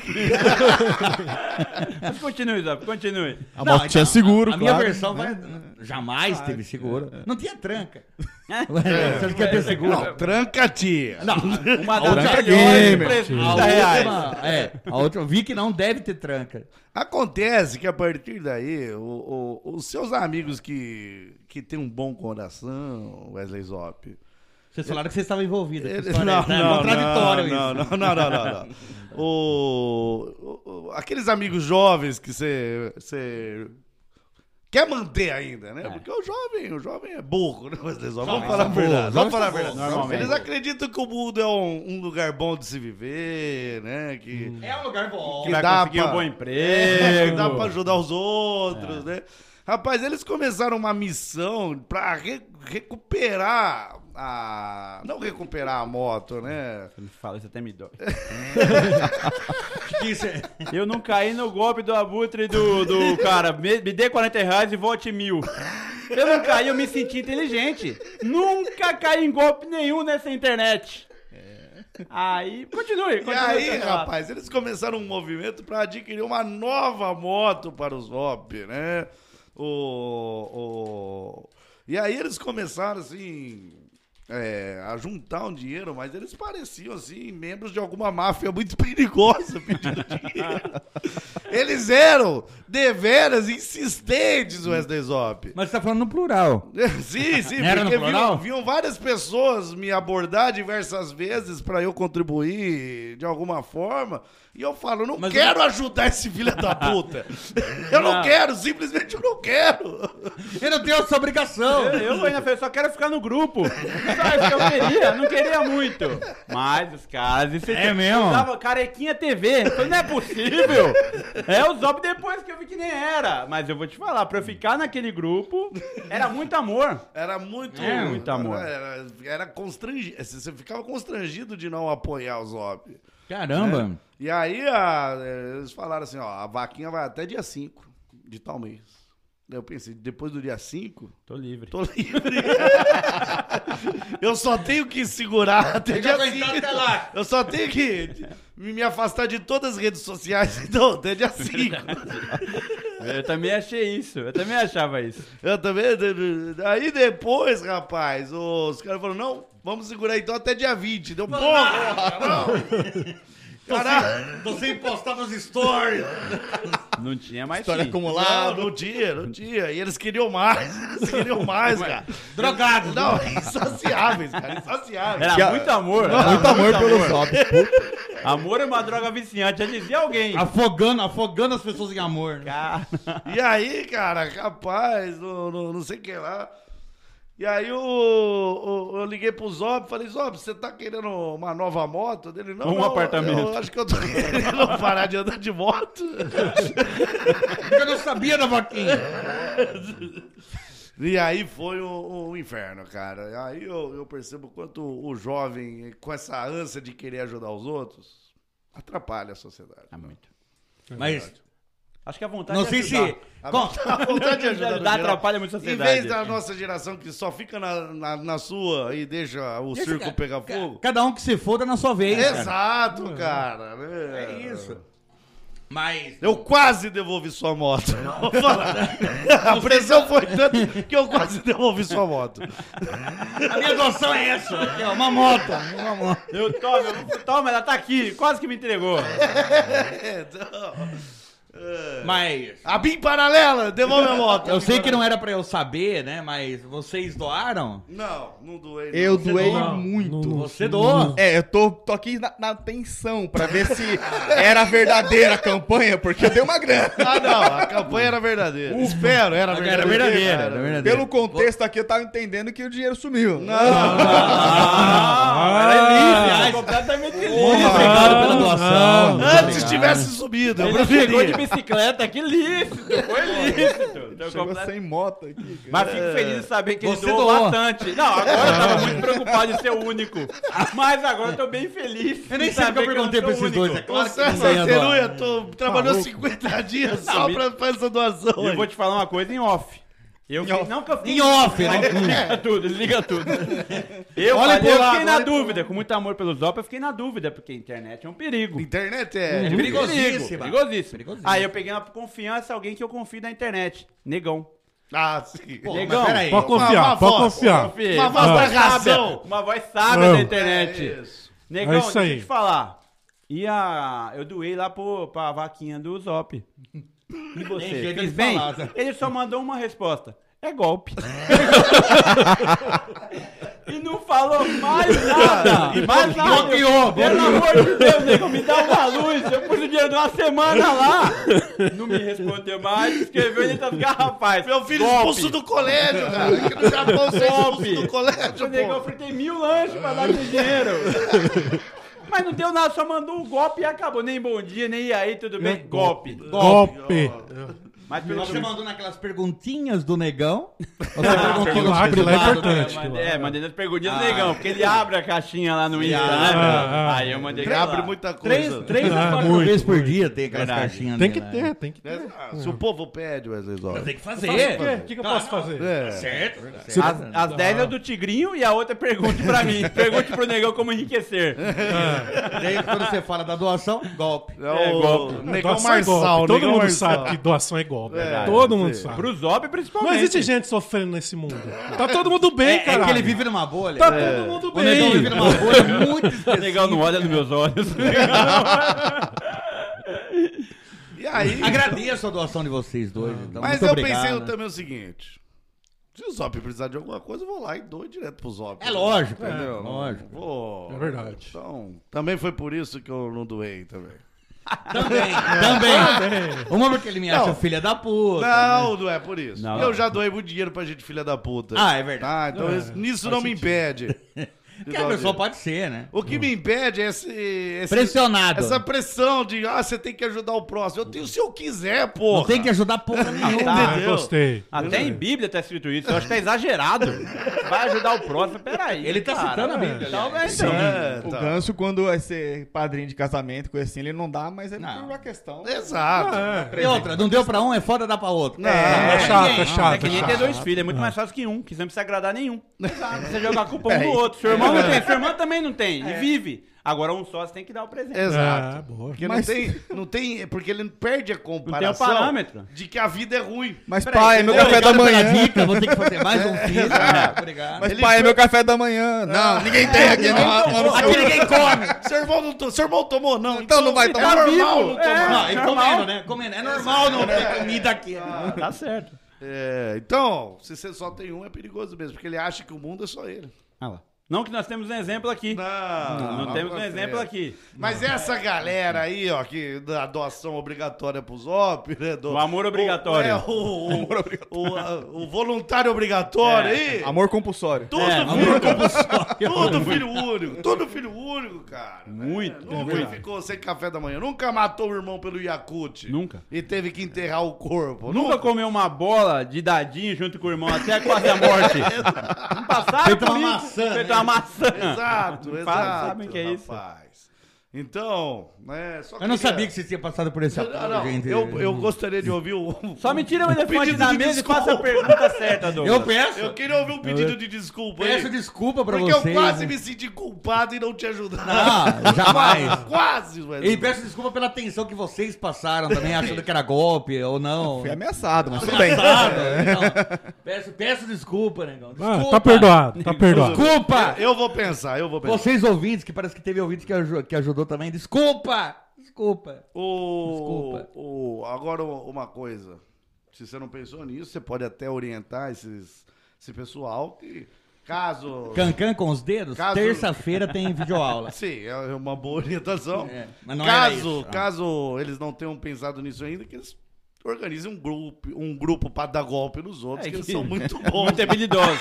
Speaker 8: Mas continue, Zé, continue.
Speaker 6: A moto tinha seguro,
Speaker 7: então, A minha
Speaker 6: claro.
Speaker 7: versão vai- jamais teve seguro. Não tinha tranca. Você não quer ter seguro?
Speaker 3: Não, tranca tia.
Speaker 7: Não,
Speaker 8: Uma
Speaker 7: a outra-
Speaker 8: das melhores
Speaker 6: gamer,
Speaker 8: empresas
Speaker 6: tio.
Speaker 7: a
Speaker 8: da reais.
Speaker 7: última, é, a última, vi que não deve ter tranca.
Speaker 3: Acontece que a partir daí, o- o- os seus amigos que, que têm um bom coração, Wesley Zop.
Speaker 7: Vocês falaram que vocês estavam envolvidos.
Speaker 3: Eles- *laughs*
Speaker 7: Essa história,
Speaker 3: não,
Speaker 7: né? É
Speaker 3: não,
Speaker 7: contraditório
Speaker 3: não, Não,
Speaker 7: isso.
Speaker 3: não, não, não, não. O- o- o- aqueles amigos jovens que você. você Quer manter ainda, né? Porque o jovem, o jovem é burro, né? Mas eles- vamos falar a verdade. Vamos falar a verdade.
Speaker 8: normalmente.
Speaker 3: Eles acreditam que o mundo é um, um lugar bom de se viver, né? Que,
Speaker 7: É um lugar bom.
Speaker 3: que
Speaker 8: Vai
Speaker 3: dá
Speaker 8: conseguir
Speaker 3: pra...
Speaker 8: um bom
Speaker 3: É, que
Speaker 8: emprego.
Speaker 3: dá pra ajudar os outros, né? Rapaz, eles começaram uma missão pra re- recuperar a. Não recuperar a moto, né?
Speaker 8: Você me fala, isso até me dói.
Speaker 7: Que isso é-
Speaker 8: Eu não caí no golpe do abutre do, do cara. Me, me dê 40 reais e volte mil. Eu não caí, eu me senti inteligente. Nunca caí em golpe nenhum nessa internet. Aí, continue.
Speaker 3: E
Speaker 8: continue
Speaker 3: aí,
Speaker 8: seu relato.
Speaker 3: rapaz, eles começaram um movimento pra adquirir uma nova moto para os hobby, né? O, o... E aí eles começaram, assim, é, a juntar um dinheiro, mas eles *laughs* pareciam, assim, membros de alguma máfia muito perigosa pedindo dinheiro. Eles eram deveras insistentes, Wesley Zop.
Speaker 7: Mas você tá falando no plural.
Speaker 3: *laughs* Sim, sim,
Speaker 7: Era no
Speaker 3: porque vinham,
Speaker 7: plural?
Speaker 3: vinham várias pessoas me abordar diversas vezes pra eu contribuir de alguma forma. E eu falo, eu não quero ajudar esse filho da puta. eu não quero, simplesmente eu não quero. *laughs*
Speaker 7: Eu não tenho essa obrigação.
Speaker 8: Eu, eu ainda falei, só quero ficar no grupo. Só isso que eu queria, não queria muito. Mas os caras... Isso
Speaker 7: É mesmo?
Speaker 8: Usava carequinha TV. Eu Falei, não é possível. É o Zop depois que eu vi que nem era. Mas eu vou te falar, pra eu ficar naquele grupo, era muito amor.
Speaker 3: Era muito.
Speaker 8: É, muito amor.
Speaker 3: Era, era constrangido. Você ficava constrangido de não apoiar os Zop.
Speaker 7: Caramba.
Speaker 3: E aí a- eles falaram assim, ó, a vaquinha vai até dia 5 de tal mês. Daí Eu pensei, depois do dia 5,
Speaker 8: Tô livre.
Speaker 3: tô livre. *laughs* eu só tenho que segurar até dia 5. Eu só tenho que me me afastar de todas as redes sociais, *laughs* então, até dia 5.
Speaker 8: Eu também achei isso. Eu também achava isso.
Speaker 3: Eu também. Aí depois, rapaz, os caras falaram, não, vamos segurar então até dia 20. Deu pouco. Não. Caralho,
Speaker 5: Você postar nos stories.
Speaker 8: Não tinha mais
Speaker 5: História
Speaker 8: fim.
Speaker 5: acumulada.
Speaker 3: não tinha, não tinha. E eles queriam mais, eles queriam mais, cara.
Speaker 5: Drogados.
Speaker 3: Não, *laughs* insaciáveis, cara, insaciáveis.
Speaker 8: Era muito amor.
Speaker 5: Muito amor pelo Zop.
Speaker 8: Amor é uma droga viciante. Já dizia alguém. Ah,
Speaker 7: Afogando, afogando as pessoas em amor. né?
Speaker 8: Cara,
Speaker 3: E aí, cara, rapaz, não, não, não sei o que lá. E aí o, o- eu liguei pro Zob, falei, Zob, você tá querendo uma nova moto? Dele, não,
Speaker 8: Um
Speaker 3: não,
Speaker 8: apartamento.
Speaker 3: Eu, acho que eu tô *laughs* querendo parar de andar de moto.
Speaker 7: Eu não sabia da vaquinha.
Speaker 3: E aí foi um, um inferno, cara. Aí eu, eu percebo quanto o jovem, com essa ânsia de querer ajudar os outros, atrapalha a sociedade.
Speaker 7: Mas
Speaker 8: acho que a vontade
Speaker 7: não
Speaker 8: Tá de
Speaker 7: sei se...
Speaker 8: ajudar.
Speaker 3: A
Speaker 7: Bom,
Speaker 3: vontade- a *laughs* vontade de
Speaker 8: *laughs*
Speaker 3: ajudar, no
Speaker 8: Ajudar
Speaker 3: geral.
Speaker 8: atrapalha muito a
Speaker 3: Em
Speaker 8: sociedade.
Speaker 3: vez da nossa geração que só fica na, na, na sua e deixa o
Speaker 7: Deixa,
Speaker 3: circo
Speaker 7: cara,
Speaker 3: pegar
Speaker 7: ca-
Speaker 3: fogo.
Speaker 7: Cada um que se foda na sua vez, cara.
Speaker 3: Exato, cara. né?
Speaker 7: É isso. Mas...
Speaker 3: Eu quase devolvi sua moto. *laughs* Vou falar. A pressão foi tanto que eu quase devolvi sua moto.
Speaker 7: A minha adoção é essa. Aqui, ó, uma moto. Uma moto.
Speaker 8: Eu tomo, eu tomo, ela tá aqui, quase que me entregou.
Speaker 3: Então,
Speaker 7: Mas...
Speaker 3: a BIM paralela, devolve a moto.
Speaker 7: Ah, Eu sei que não era pra eu saber, né? Mas vocês doaram?
Speaker 3: Não, não doei. não.
Speaker 5: Eu doei
Speaker 6: não-
Speaker 5: muito.
Speaker 6: não- não-
Speaker 7: Você doa?
Speaker 5: É, eu tô, tô aqui na, na tensão pra ver se era verdadeira a campanha, porque eu dei uma grana.
Speaker 3: Ah, não, a campanha era verdadeira. Espero, era verdadeira. cara.
Speaker 5: Pelo contexto aqui, eu tava entendendo que o dinheiro sumiu.
Speaker 8: Ah, é completamente livre.
Speaker 7: Obrigado pela doação.
Speaker 3: Antes tivesse subido, eu
Speaker 8: Ele chegou de
Speaker 3: preferia.
Speaker 8: bicicleta, que lícito, foi lícito. Então,
Speaker 5: Chegou
Speaker 8: completo-
Speaker 5: sem moto aqui, cara.
Speaker 8: Mas fico feliz de saber que ele
Speaker 7: É. Você
Speaker 8: doou
Speaker 7: doou.
Speaker 8: bastante. Não, agora eu
Speaker 7: *laughs*
Speaker 8: tava muito preocupado de ser o único. Mas agora eu tô bem feliz.
Speaker 7: Eu nem
Speaker 8: de
Speaker 7: sei
Speaker 8: saber
Speaker 7: porque eu perguntei
Speaker 8: não sou
Speaker 7: pra esses
Speaker 8: o
Speaker 7: dois. É
Speaker 8: único.
Speaker 7: claro que
Speaker 3: Nossa,
Speaker 7: não ganha
Speaker 3: essa
Speaker 7: doação.
Speaker 3: ceruia tô,
Speaker 5: Tá
Speaker 3: trabalhou 50 dias só
Speaker 8: me-
Speaker 3: pra, pra essa doação.
Speaker 8: E eu
Speaker 3: aí.
Speaker 8: vou te falar uma coisa em off. Eu fiquei, não que eu fiquei
Speaker 7: Em
Speaker 8: *laughs*
Speaker 7: off, né?
Speaker 8: Desliga tudo,
Speaker 7: *laughs*
Speaker 8: desliga tudo. Eu,
Speaker 7: Olha pro
Speaker 8: falei, eu
Speaker 7: lado,
Speaker 8: fiquei na
Speaker 7: olha pro
Speaker 8: dúvida, com muito amor pelo Zop, eu fiquei na dúvida, porque a internet é um perigo.
Speaker 3: Internet é.
Speaker 7: É perigosíssima.
Speaker 8: Perigosíssimo.
Speaker 7: Perigosíssimo.
Speaker 8: Aí eu peguei uma confiança, alguém que eu confio na internet. Negão.
Speaker 3: Ah, sim. Pô,
Speaker 7: mas
Speaker 8: Negão.
Speaker 7: peraí.
Speaker 6: Pode
Speaker 3: Uma- uma
Speaker 6: confiar, pode
Speaker 3: voz,
Speaker 6: confiar.
Speaker 8: Confie.
Speaker 3: Uma voz da razão.
Speaker 8: Uma voz sábia
Speaker 6: Não.
Speaker 8: da internet.
Speaker 3: É isso.
Speaker 8: Negão,
Speaker 6: É isso
Speaker 8: deixa eu
Speaker 6: aí.
Speaker 8: te falar. E a... Eu doei lá pro, pra vaquinha do Zop. E
Speaker 7: Nem
Speaker 8: você?
Speaker 7: jeito
Speaker 8: Fez
Speaker 7: de
Speaker 8: bem?
Speaker 7: falar, tá?
Speaker 8: Ele só mandou uma resposta. É golpe. e não falou mais nada. mais nada.
Speaker 7: bloqueou,
Speaker 8: Pelo amor de Deus, nego, me dá uma luz. Eu pus o dinheiro de uma semana lá. Não me respondeu mais. Escreveu ele das garrafais.
Speaker 3: Meu filho
Speaker 8: Golpe.
Speaker 3: expulso do colégio, cara. Aqui no Japão você é
Speaker 8: Golpe.
Speaker 3: expulso do
Speaker 8: Eu falei, eu
Speaker 3: colégio, pô.
Speaker 8: fritei mil lanches pra dar esse dinheiro. Mas não deu nada, só mandou o golpe e acabou. Nem bom dia, nem e aí, tudo bem? Golpe.
Speaker 6: Golpe.
Speaker 8: Mas pelo
Speaker 7: Você
Speaker 8: menos.
Speaker 7: mandou naquelas perguntinhas do *laughs* negão. Você perguntou
Speaker 6: lá,
Speaker 7: no
Speaker 6: aquilo lá é
Speaker 7: privado.
Speaker 6: importante.
Speaker 8: Mandei- É, mandei as perguntinhas do negão, porque ele abre a caixinha lá no Insta, né?
Speaker 6: Ah, ah.
Speaker 8: aí eu mandei
Speaker 3: Ele
Speaker 8: lá.
Speaker 3: abre muita coisa.
Speaker 7: Três, três
Speaker 6: Ah,
Speaker 7: a quatro
Speaker 6: muito,
Speaker 7: vezes por dia tem aquelas
Speaker 8: Verdade.
Speaker 7: caixinhas
Speaker 6: Tem que
Speaker 7: dele, né?
Speaker 6: ter, tem que ter.
Speaker 3: Ah, Se o povo pede, Wesley Zop.
Speaker 7: Tem que fazer.
Speaker 6: O que, que eu posso fazer?
Speaker 3: É.
Speaker 6: Se-
Speaker 8: As 10 é do Tigrinho e a outra pergunte pra mim. Pergunte pro negão como enriquecer.
Speaker 7: Daí quando você fala da doação, golpe.
Speaker 3: É
Speaker 8: É, golpe.
Speaker 3: o Negão
Speaker 6: Doação é
Speaker 3: Marçal.
Speaker 6: golpe. Todo
Speaker 3: Negão
Speaker 6: mundo
Speaker 3: Marçal.
Speaker 6: sabe que doação é golpe.
Speaker 3: É,
Speaker 6: Todo mundo
Speaker 3: sim.
Speaker 6: sabe.
Speaker 8: Pro Zop, principalmente.
Speaker 6: Não existe gente sofrendo nesse mundo. Tá todo mundo
Speaker 7: É,
Speaker 6: bem,
Speaker 7: é
Speaker 6: cara.
Speaker 7: que ele vive numa bolha.
Speaker 6: Tá todo mundo
Speaker 7: O negão vive
Speaker 6: bem.
Speaker 7: numa bolha muito
Speaker 8: O negão não olha nos meus olhos.
Speaker 3: E aí.
Speaker 7: Agradeço a doação de vocês dois. então,
Speaker 3: Mas
Speaker 7: muito
Speaker 3: eu
Speaker 7: obrigado,
Speaker 3: pensei
Speaker 7: né?
Speaker 3: também o seguinte: se o Zop precisar de alguma coisa, eu vou lá e dou direto pro Zop.
Speaker 7: É lógico, entendeu?
Speaker 3: Eu
Speaker 7: Lógico.
Speaker 3: Vou.
Speaker 6: É verdade.
Speaker 3: Então, também foi por isso que eu não doei também.
Speaker 6: *laughs*
Speaker 7: Também, também. Uma porque ele me acha
Speaker 3: Não.
Speaker 7: filha da puta. né?
Speaker 3: Não, não é por isso.
Speaker 8: Não.
Speaker 3: Eu já doei muito dinheiro pra gente, filha da puta.
Speaker 7: Ah, é verdade.
Speaker 3: Ah, então isso- nisso não me impede. Então,
Speaker 7: Porque a pessoa pode ser, né?
Speaker 3: O que me impede é esse, esse-
Speaker 7: Pressionado.
Speaker 3: essa pressão de, ah, você tem que ajudar o próximo. Eu tenho se eu quiser, porra.
Speaker 7: Não tem que ajudar porra nenhuma.
Speaker 6: Ah,
Speaker 3: Entendeu?
Speaker 6: gostei.
Speaker 8: Até em Bíblia tá escrito isso. Eu acho que tá exagerado. Vai ajudar o próximo. Peraí.
Speaker 7: Ele tá
Speaker 8: cara.
Speaker 7: citando a Bíblia,
Speaker 8: Então, é,
Speaker 3: Sim.
Speaker 8: então.
Speaker 3: É,
Speaker 5: O
Speaker 3: tá.
Speaker 5: Ganso, quando vai ser padrinho de casamento, coisa assim, ele não dá, mas é
Speaker 7: Não.
Speaker 5: por uma questão.
Speaker 3: Exato.
Speaker 6: É.
Speaker 7: E outra, não deu pra um, é foda dar pra outro.
Speaker 3: Não,
Speaker 6: É chato, é
Speaker 8: É
Speaker 6: chato,
Speaker 8: que
Speaker 6: é
Speaker 8: nem
Speaker 7: tá
Speaker 6: chato.
Speaker 8: ter dois filhos, é
Speaker 7: Ah.
Speaker 8: muito mais fácil que um, que você não precisa agradar nenhum. Você joga a
Speaker 7: É
Speaker 8: culpa um do outro. Seu irmão não tem, sua irmã também não tem. E vive. Agora um só você tem que dar o presente.
Speaker 3: Exato.
Speaker 6: Ah, boa.
Speaker 3: Porque
Speaker 5: Mas-
Speaker 3: não tem, não tem, porque ele perde a
Speaker 8: tem o
Speaker 3: comparação
Speaker 8: parâmetro.
Speaker 3: de que a vida é ruim.
Speaker 5: Mas, pai, é meu
Speaker 6: Ah,
Speaker 5: café da
Speaker 7: Obrigado pela
Speaker 5: manhã. É.
Speaker 7: dica, vou ter que fazer
Speaker 5: *laughs*
Speaker 7: mais um filho. né? Obrigado.
Speaker 5: Mas, pai, é meu café da
Speaker 3: Ah.
Speaker 5: manhã. Não, ninguém tem aqui, não.
Speaker 7: Aqui ninguém come.
Speaker 5: *laughs*
Speaker 3: Seu irmão não, to- seu irmão tomou, não.
Speaker 5: Então não vai tomar.
Speaker 3: É normal não tomar.
Speaker 7: Não, e comendo, né? Comendo. É normal não ter comida aqui.
Speaker 8: Tá certo.
Speaker 3: É, então, se você só tem um, é perigoso mesmo, porque ele acha que o mundo é só ele.
Speaker 8: Não que nós temos um exemplo aqui. Não, temos um
Speaker 7: é
Speaker 3: acontece.
Speaker 8: exemplo
Speaker 7: assim,
Speaker 8: aqui.
Speaker 3: é. Mas essa galera aí, ó, que da doação obrigatória pros OP, né? do-
Speaker 8: O amor obrigatório.
Speaker 3: O, é, *laughs* o, o- o- a- o voluntário obrigatório aí.
Speaker 5: Amor compulsório.
Speaker 3: Tudo,
Speaker 8: É,
Speaker 3: filho, tudo filho único, tudo filho único, cara.
Speaker 8: Muito, é
Speaker 3: Nunca
Speaker 8: muito.
Speaker 3: ficou sem café da manhã, nunca matou o irmão pelo Yakut.
Speaker 8: Nunca.
Speaker 3: E teve que enterrar o corpo.
Speaker 8: Nunca comeu uma bola de dadinho junto com o irmão até quase
Speaker 7: *laughs*
Speaker 8: a morte. Não passaram
Speaker 7: Feito uma
Speaker 8: por isso.
Speaker 7: maçã,
Speaker 8: Feito
Speaker 7: né?
Speaker 8: uma maçã.
Speaker 3: *laughs* Exato,
Speaker 8: Não
Speaker 3: exato.
Speaker 8: fala, sabem que é isso.
Speaker 3: Rapaz. Então, né, só
Speaker 7: Eu
Speaker 3: queria-
Speaker 7: não sabia que você tinha passado por esse
Speaker 3: Não,
Speaker 7: apoio,
Speaker 3: não,
Speaker 7: gente.
Speaker 3: eu, eu gostaria de ouvir um.
Speaker 8: Só me tira o elefante
Speaker 3: pedido
Speaker 8: da
Speaker 3: de
Speaker 8: mesa e
Speaker 3: desculpa.
Speaker 8: faça a pergunta certa,
Speaker 7: Eu
Speaker 8: Douglas.
Speaker 7: peço,
Speaker 3: Eu queria ouvir um pedido de desculpa aí.
Speaker 7: peço desculpa pra
Speaker 3: Porque
Speaker 7: vocês.
Speaker 3: eu quase
Speaker 7: né?
Speaker 3: me senti culpado em não te ajudar. *laughs*
Speaker 7: Ah, jamais.
Speaker 3: quase, mas.
Speaker 7: E peço desculpa pela tensão que vocês passaram
Speaker 3: *laughs*
Speaker 7: também, achando que era golpe ou não. É
Speaker 5: Fui ameaçado, mas tudo bem. É.
Speaker 7: Sabe? Então, peço, peço desculpa, negão.
Speaker 6: Ah,
Speaker 7: Desculpa.
Speaker 6: tá perdoado, tá perdoado.
Speaker 7: Desculpa!
Speaker 3: Eu vou pensar, eu vou pensar.
Speaker 7: Vocês ouvintes, que parece que teve ouvintes que, aju- que ajudou também. Desculpa! Desculpa.
Speaker 3: O,
Speaker 7: Desculpa.
Speaker 3: o- agora u- uma coisa. Se você não pensou nisso, você pode até orientar esses, esse pessoal que caso.
Speaker 7: Cancan com os dedos,
Speaker 3: Caso-
Speaker 7: terça-feira tem videoaula.
Speaker 3: Sim, é uma boa orientação.
Speaker 7: É, mas não era
Speaker 3: caso,
Speaker 7: isso. Ah.
Speaker 3: caso eles não tenham pensado nisso ainda, que eles organizem um grupo, um grupo para dar golpe nos outros,
Speaker 8: É
Speaker 3: que eles
Speaker 8: que-
Speaker 3: são muito bons.
Speaker 8: Muito habilidoso.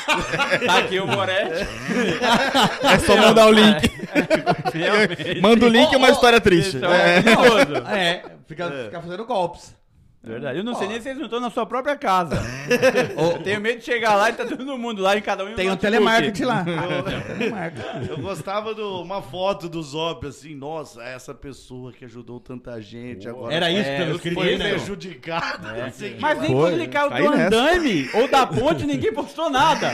Speaker 8: tá aqui o Moretti.
Speaker 5: É só mandar o link.
Speaker 8: Realmente.
Speaker 5: Manda o link é uma história triste.
Speaker 8: Então,
Speaker 5: É.
Speaker 8: é habilidoso.
Speaker 7: É, fica, fica fazendo golpes.
Speaker 8: Verdade. Eu não sei nem se eles não estão na sua própria casa. Eu tenho medo de chegar lá e tá todo mundo lá em cada um. em
Speaker 7: Tem um
Speaker 8: notebook.
Speaker 7: telemarketing lá. telemarketing.
Speaker 3: Eu gostava de uma foto do Zop assim, nossa, essa pessoa que ajudou tanta gente agora
Speaker 7: Era isso que eu
Speaker 3: foi
Speaker 7: escrevi, né?
Speaker 3: prejudicada. assim,
Speaker 8: Mas então- nem
Speaker 5: Foi.
Speaker 8: quando ele caiu
Speaker 5: Aí
Speaker 8: do
Speaker 5: nessa.
Speaker 8: andaime ou da ponte, ninguém postou nada.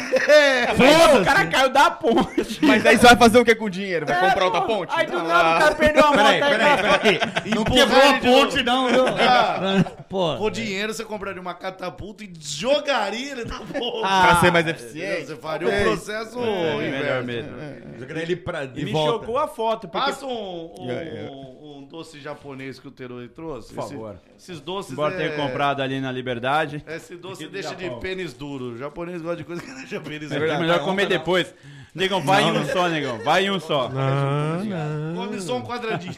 Speaker 8: Foda-se. O cara caiu da ponte.
Speaker 5: É.
Speaker 8: É,
Speaker 5: Mas aí você vai fazer o que com o dinheiro? Vai comprar outra ponte? Ah.
Speaker 8: Aí do nada o cara perdeu a moto.
Speaker 7: Peraí,
Speaker 8: aí,
Speaker 7: peraí,
Speaker 8: cara.
Speaker 7: peraí. Não
Speaker 3: Empurrar
Speaker 7: quebrou
Speaker 3: ele
Speaker 7: a
Speaker 3: de novo.
Speaker 7: ponte, não, viu?
Speaker 3: Com
Speaker 7: *laughs* Pô.
Speaker 3: dinheiro você compraria uma catapulta e jogaria ele na boca.
Speaker 5: Pra ser mais
Speaker 3: Entendeu?
Speaker 5: eficiente.
Speaker 3: você faria um
Speaker 5: Talvez.
Speaker 3: processo
Speaker 8: É,
Speaker 3: inverso.
Speaker 8: melhor mesmo.
Speaker 7: Jogar ele pra, de
Speaker 8: E me
Speaker 7: volta.
Speaker 8: chocou a foto. Porque... É,
Speaker 3: Passa um, um,
Speaker 5: Yeah, yeah.
Speaker 3: um doce japonês que o Teroi trouxe.
Speaker 8: Por
Speaker 3: Esse-
Speaker 8: favor.
Speaker 3: esses doces. é-
Speaker 8: Embora
Speaker 7: é.
Speaker 8: tenha comprado ali na Liberdade.
Speaker 3: Esse doce
Speaker 8: Aqui do
Speaker 3: deixa de
Speaker 8: Japão.
Speaker 3: pênis duro. O japonês gosta de coisa que deixa pênis
Speaker 8: É
Speaker 3: duro.
Speaker 8: melhor
Speaker 7: tá
Speaker 8: comer depois. Negão, vai em um só, negão. Vai em um só.
Speaker 6: Ah, não.
Speaker 3: Come só um
Speaker 8: *laughs*
Speaker 3: quadradinho.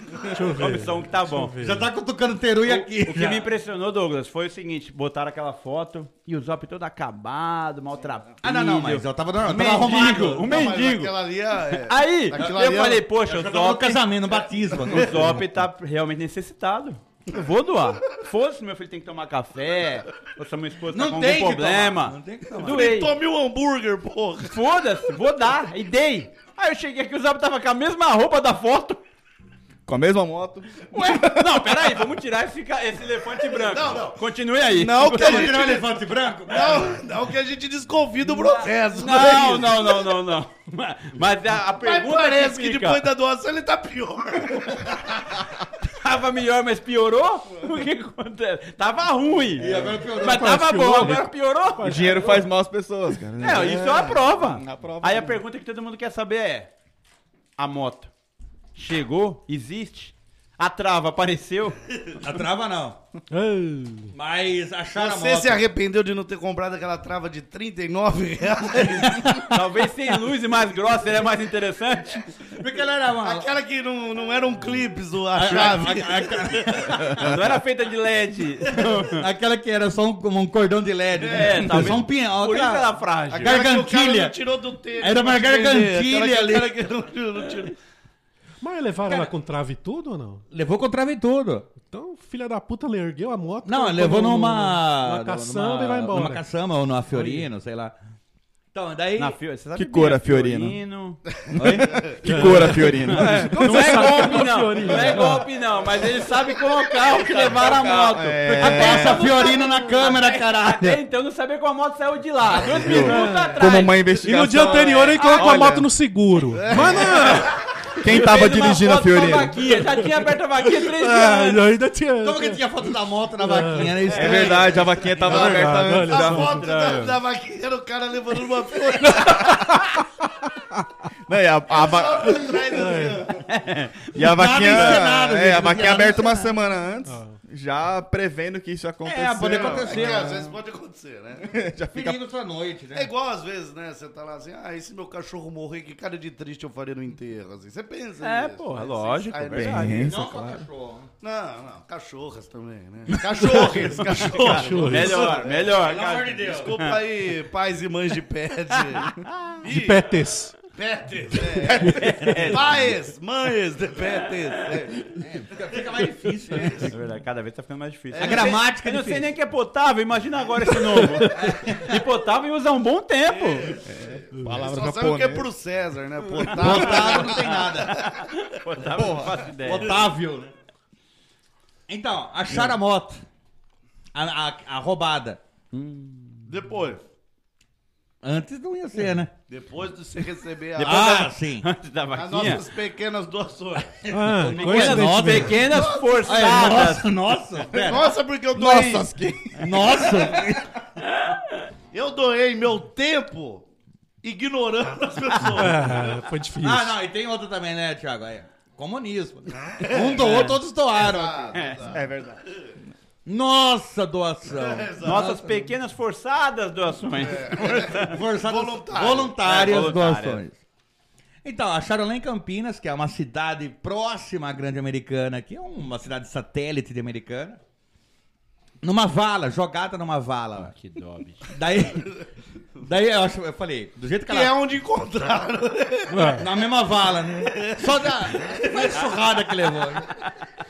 Speaker 8: Come só um que tá bom.
Speaker 6: ver.
Speaker 7: Já tá cutucando terui aqui.
Speaker 8: O que me impressionou, Douglas, foi o seguinte: botaram aquela foto e o Zop todo acabado, maltrapilho.
Speaker 7: Ah, não, não, mas eu tava,
Speaker 8: Um
Speaker 7: eu tava
Speaker 8: mendigo,
Speaker 7: arrumado.
Speaker 8: um
Speaker 3: Não, mas
Speaker 8: mendigo. Ah,
Speaker 3: Aquela ali é.
Speaker 8: Aí,
Speaker 3: Aquilo
Speaker 8: eu
Speaker 3: ali é-
Speaker 8: falei, poxa,
Speaker 7: um- Eu
Speaker 8: o
Speaker 7: tava no
Speaker 8: Zop,
Speaker 7: casamento, no batismo.
Speaker 8: o Zop tá realmente necessitado. Eu vou doar. Fosse, meu filho tem que tomar café, ou se a minha esposa tá
Speaker 7: Não
Speaker 8: com
Speaker 7: tem
Speaker 8: algum
Speaker 7: que
Speaker 8: problema.
Speaker 7: tomar, não tem que
Speaker 8: Eu
Speaker 7: tomar.
Speaker 8: Doei.
Speaker 3: Tome um hambúrguer, porra.
Speaker 8: Foda-se, vou dar. E dei. Aí eu cheguei aqui, o Zop tava com a mesma roupa da foto.
Speaker 5: Com a mesma moto.
Speaker 8: Ué, não, peraí, vamos tirar esse, ca- esse elefante branco.
Speaker 3: Não, não.
Speaker 8: Continue aí.
Speaker 3: Não que a gente,
Speaker 7: um elefante branco?
Speaker 3: não, não que a gente desconfie do processo.
Speaker 8: *laughs*
Speaker 3: É
Speaker 8: Não, não, não, não, não. Mas a, a
Speaker 3: Mas
Speaker 8: pergunta
Speaker 3: É, parece que
Speaker 8: fica,
Speaker 3: depois da doação ele tá pior.
Speaker 8: tava melhor, mas piorou? O que acontece? Tava ruim.
Speaker 7: agora piorou.
Speaker 8: Mas tava bom, agora piorou?
Speaker 5: O dinheiro faz mal às pessoas, cara.
Speaker 8: É, isso é uma prova.
Speaker 5: Na prova.
Speaker 8: Aí a pergunta que todo mundo quer saber é: a moto chegou? Existe? A trava apareceu.
Speaker 7: A trava não.
Speaker 6: Ai.
Speaker 7: Mas acharam a
Speaker 3: Você
Speaker 7: moto.
Speaker 3: se arrependeu de não ter comprado aquela trava de 39 reais?
Speaker 8: Talvez sem luz e mais grossa seria mais interessante.
Speaker 7: Porque ela era uma... Ah,
Speaker 3: Aquela que não, não era um clipe, a
Speaker 8: É,
Speaker 3: chave.
Speaker 8: Não era feita de LED.
Speaker 7: Aquela que era só um, um cordão de LED, né?
Speaker 8: É, tá
Speaker 7: Só um pinhão.
Speaker 8: Por isso
Speaker 7: outra-
Speaker 8: ela é frágil.
Speaker 7: a
Speaker 3: Aquela que o cara
Speaker 7: gargantilha.
Speaker 3: não tirou do tênis.
Speaker 7: Era uma
Speaker 3: pra te vender.
Speaker 7: gargantilha
Speaker 3: Aquela que- aquela que não- não tirou.
Speaker 6: Mas levaram ela com trave e tudo ou não?
Speaker 7: Levou com trave e tudo.
Speaker 6: Então, filha da puta, ele ergueu a moto.
Speaker 7: Não,
Speaker 6: colocou
Speaker 7: levou
Speaker 6: no- no-
Speaker 7: numa...
Speaker 6: Numa caçamba e vai embora.
Speaker 7: Numa caçamba ou numa Fiorino, sei lá. Então, daí...
Speaker 8: Na Fio- você sabe
Speaker 5: Que
Speaker 8: bem,
Speaker 5: cor a
Speaker 8: é
Speaker 5: Fiorino?
Speaker 7: Oi?
Speaker 5: Que cor a Fiorino?
Speaker 8: Não é golpe, não.
Speaker 6: Fiorino?
Speaker 8: Não é golpe, não. Mas ele sabe qual é o carro que levaram a moto.
Speaker 5: é.
Speaker 7: Ah, Passa a Fiorino na câmera, caralho.
Speaker 8: Até então não sabia como a moto saiu de
Speaker 5: Ah,
Speaker 8: lá. Dois minutos atrás.
Speaker 5: Como uma
Speaker 6: E
Speaker 5: investigação.
Speaker 6: no dia anterior
Speaker 7: é.
Speaker 6: ele colocou a
Speaker 5: Olha.
Speaker 6: moto no seguro.
Speaker 5: Quem tava
Speaker 8: Fez uma
Speaker 5: dirigindo a
Speaker 8: foto pra
Speaker 5: Fiorino?
Speaker 8: vaquinha, Já tinha aberto a vaquinha três
Speaker 6: Ah,
Speaker 8: anos.
Speaker 6: ainda tinha.
Speaker 7: Como que é tinha foto da moto na vaquinha? né? Era
Speaker 5: É
Speaker 7: estranho.
Speaker 5: verdade, a vaquinha tava
Speaker 6: É
Speaker 5: aberta
Speaker 6: verdade,
Speaker 5: antes
Speaker 6: olha.
Speaker 5: da
Speaker 3: A foto da, da vaquinha era o cara levando uma
Speaker 7: *laughs*
Speaker 3: folha
Speaker 5: Não, e a, a
Speaker 3: É
Speaker 5: va-
Speaker 3: atrás assim, ó.
Speaker 5: e a vaquinha.
Speaker 7: encenado,
Speaker 5: é,
Speaker 7: gente,
Speaker 5: a
Speaker 7: nada
Speaker 5: vaquinha aberta uma semana antes, já prevendo que isso ia acontecer.
Speaker 7: É, pode acontecer.
Speaker 3: É que às vezes pode acontecer, né?
Speaker 5: Já fica
Speaker 7: Perigo sua noite,
Speaker 3: É
Speaker 7: né?
Speaker 3: igual às vezes, né? Você tá lá assim, ah, e se meu cachorro morrer, que cara de triste eu faria no enterro, assim. Você pensa
Speaker 8: É,
Speaker 3: nisso,
Speaker 8: porra,
Speaker 3: né?
Speaker 8: lógico,
Speaker 3: Você sai
Speaker 8: verdade.
Speaker 3: daí.
Speaker 5: Pensa,
Speaker 7: Não,
Speaker 5: claro.
Speaker 7: cachorro.
Speaker 3: Não, não, cachorras também, né?
Speaker 7: *laughs*
Speaker 3: Cachorros, cachorros.
Speaker 6: Cachorro.
Speaker 8: Melhor, melhor.
Speaker 7: Pelo amor de Deus.
Speaker 3: Desculpa aí, pais e mães de
Speaker 7: *laughs*
Speaker 3: pet.
Speaker 6: De petes.
Speaker 3: Petes, *laughs* é. Pais, mães de petes. é.
Speaker 7: Fica mais difícil, né?
Speaker 8: É verdade, cada vez tá ficando mais difícil.
Speaker 7: A gramática
Speaker 8: Eu
Speaker 7: é
Speaker 8: não sei
Speaker 7: difícil.
Speaker 8: nem que é potável, imagina agora esse novo. e potável usa um bom tempo.
Speaker 5: Palavra
Speaker 3: Só sabe o que é
Speaker 5: japonesa.
Speaker 3: pro César, né? Potável.
Speaker 7: Otávio não tem nada.
Speaker 8: Potável, não faço ideia.
Speaker 7: Otávio, né? Então, acharam a moto. A, a- a roubada.
Speaker 3: Depois.
Speaker 7: Antes não ia ser, né?
Speaker 3: Depois de você receber a,
Speaker 7: Ah, sim.
Speaker 8: Antes da
Speaker 3: as
Speaker 8: vaquinha.
Speaker 3: nossas pequenas doações.
Speaker 6: Ah,
Speaker 8: Pequenas,
Speaker 6: coincidentemente.
Speaker 8: pequenas
Speaker 7: Olha,
Speaker 8: forçadas.
Speaker 7: É, Ah, nossa, É. nossa. pera.
Speaker 3: Nossa, porque eu doei.
Speaker 5: Nossa, que...
Speaker 7: Nossa.
Speaker 3: Eu doei meu tempo ignorando as pessoas.
Speaker 6: Ah, foi difícil.
Speaker 7: é? Ah, não, e tem outra também, né, Thiago? Aí, *laughs* comunismo. Um doou, todos doaram.
Speaker 5: É verdade.
Speaker 7: Nossa doação.
Speaker 8: Nossas pequenas forçadas doações.
Speaker 7: Forçadas-
Speaker 3: Voluntário.
Speaker 7: voluntárias
Speaker 8: É, voluntárias.
Speaker 7: doações. Então, acharam lá em Campinas, que é uma cidade próxima à Grande Americana, que é uma cidade satélite de Americana, numa vala, jogada numa vala.
Speaker 8: Ah, Que dó, bicho.
Speaker 7: Daí, daí eu, acho, eu falei, do jeito que,
Speaker 3: Que
Speaker 7: ela...
Speaker 3: é onde encontraram.
Speaker 8: um- É.
Speaker 7: Na mesma vala, né? Só da foi a churrada que
Speaker 8: *laughs*
Speaker 7: levou.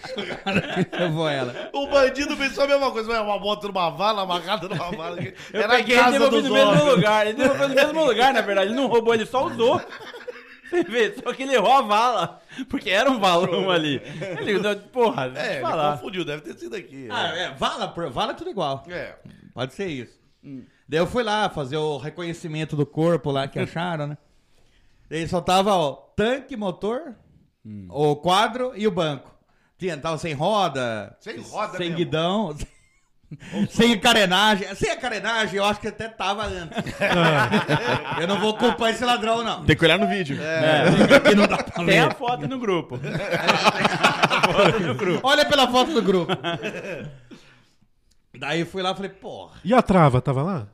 Speaker 7: Churrada que levou ela.
Speaker 3: O bandido pensou a mesma coisa. Ué, Uma moto numa vala, amarrada numa vala.
Speaker 8: Eu
Speaker 3: Era a
Speaker 8: peguei ele
Speaker 3: casa
Speaker 8: devolvi
Speaker 3: dos
Speaker 8: no mesmo
Speaker 3: homens.
Speaker 8: lugar. Ele devolveu no mesmo lugar, na verdade. Ele não roubou, ele só usou. Você vê, só que ele errou a vala. Porque era um valão ali. Ele, porra, deixa
Speaker 3: É,
Speaker 8: eu te
Speaker 3: ele
Speaker 8: falar.
Speaker 3: confundiu, deve ter sido aqui.
Speaker 7: Ah,
Speaker 3: é.
Speaker 7: é, vala, por- vala é tudo igual.
Speaker 3: É.
Speaker 7: Pode ser isso.
Speaker 3: Hum.
Speaker 7: Daí eu fui lá fazer o reconhecimento do corpo
Speaker 3: *laughs*
Speaker 7: lá que acharam, né? Daí só tava, ó, tanque, motor,
Speaker 3: Hum.
Speaker 7: o quadro e o banco. Tinha, tava sem roda,
Speaker 3: Sem roda
Speaker 7: sem
Speaker 3: mesmo.
Speaker 7: guidão, *laughs* sem encarenagem. Sem encarenagem eu acho que até tava
Speaker 3: *laughs*
Speaker 7: antes. eu não vou culpar esse ladrão, não.
Speaker 5: Tem que olhar no vídeo.
Speaker 7: Aqui não dá pra
Speaker 8: É. Tem
Speaker 7: ver.
Speaker 8: a foto no grupo. foto no grupo.
Speaker 7: Olha pela foto
Speaker 3: *laughs*
Speaker 7: do grupo. Daí eu fui lá e falei, porra,
Speaker 6: E a trava tava lá?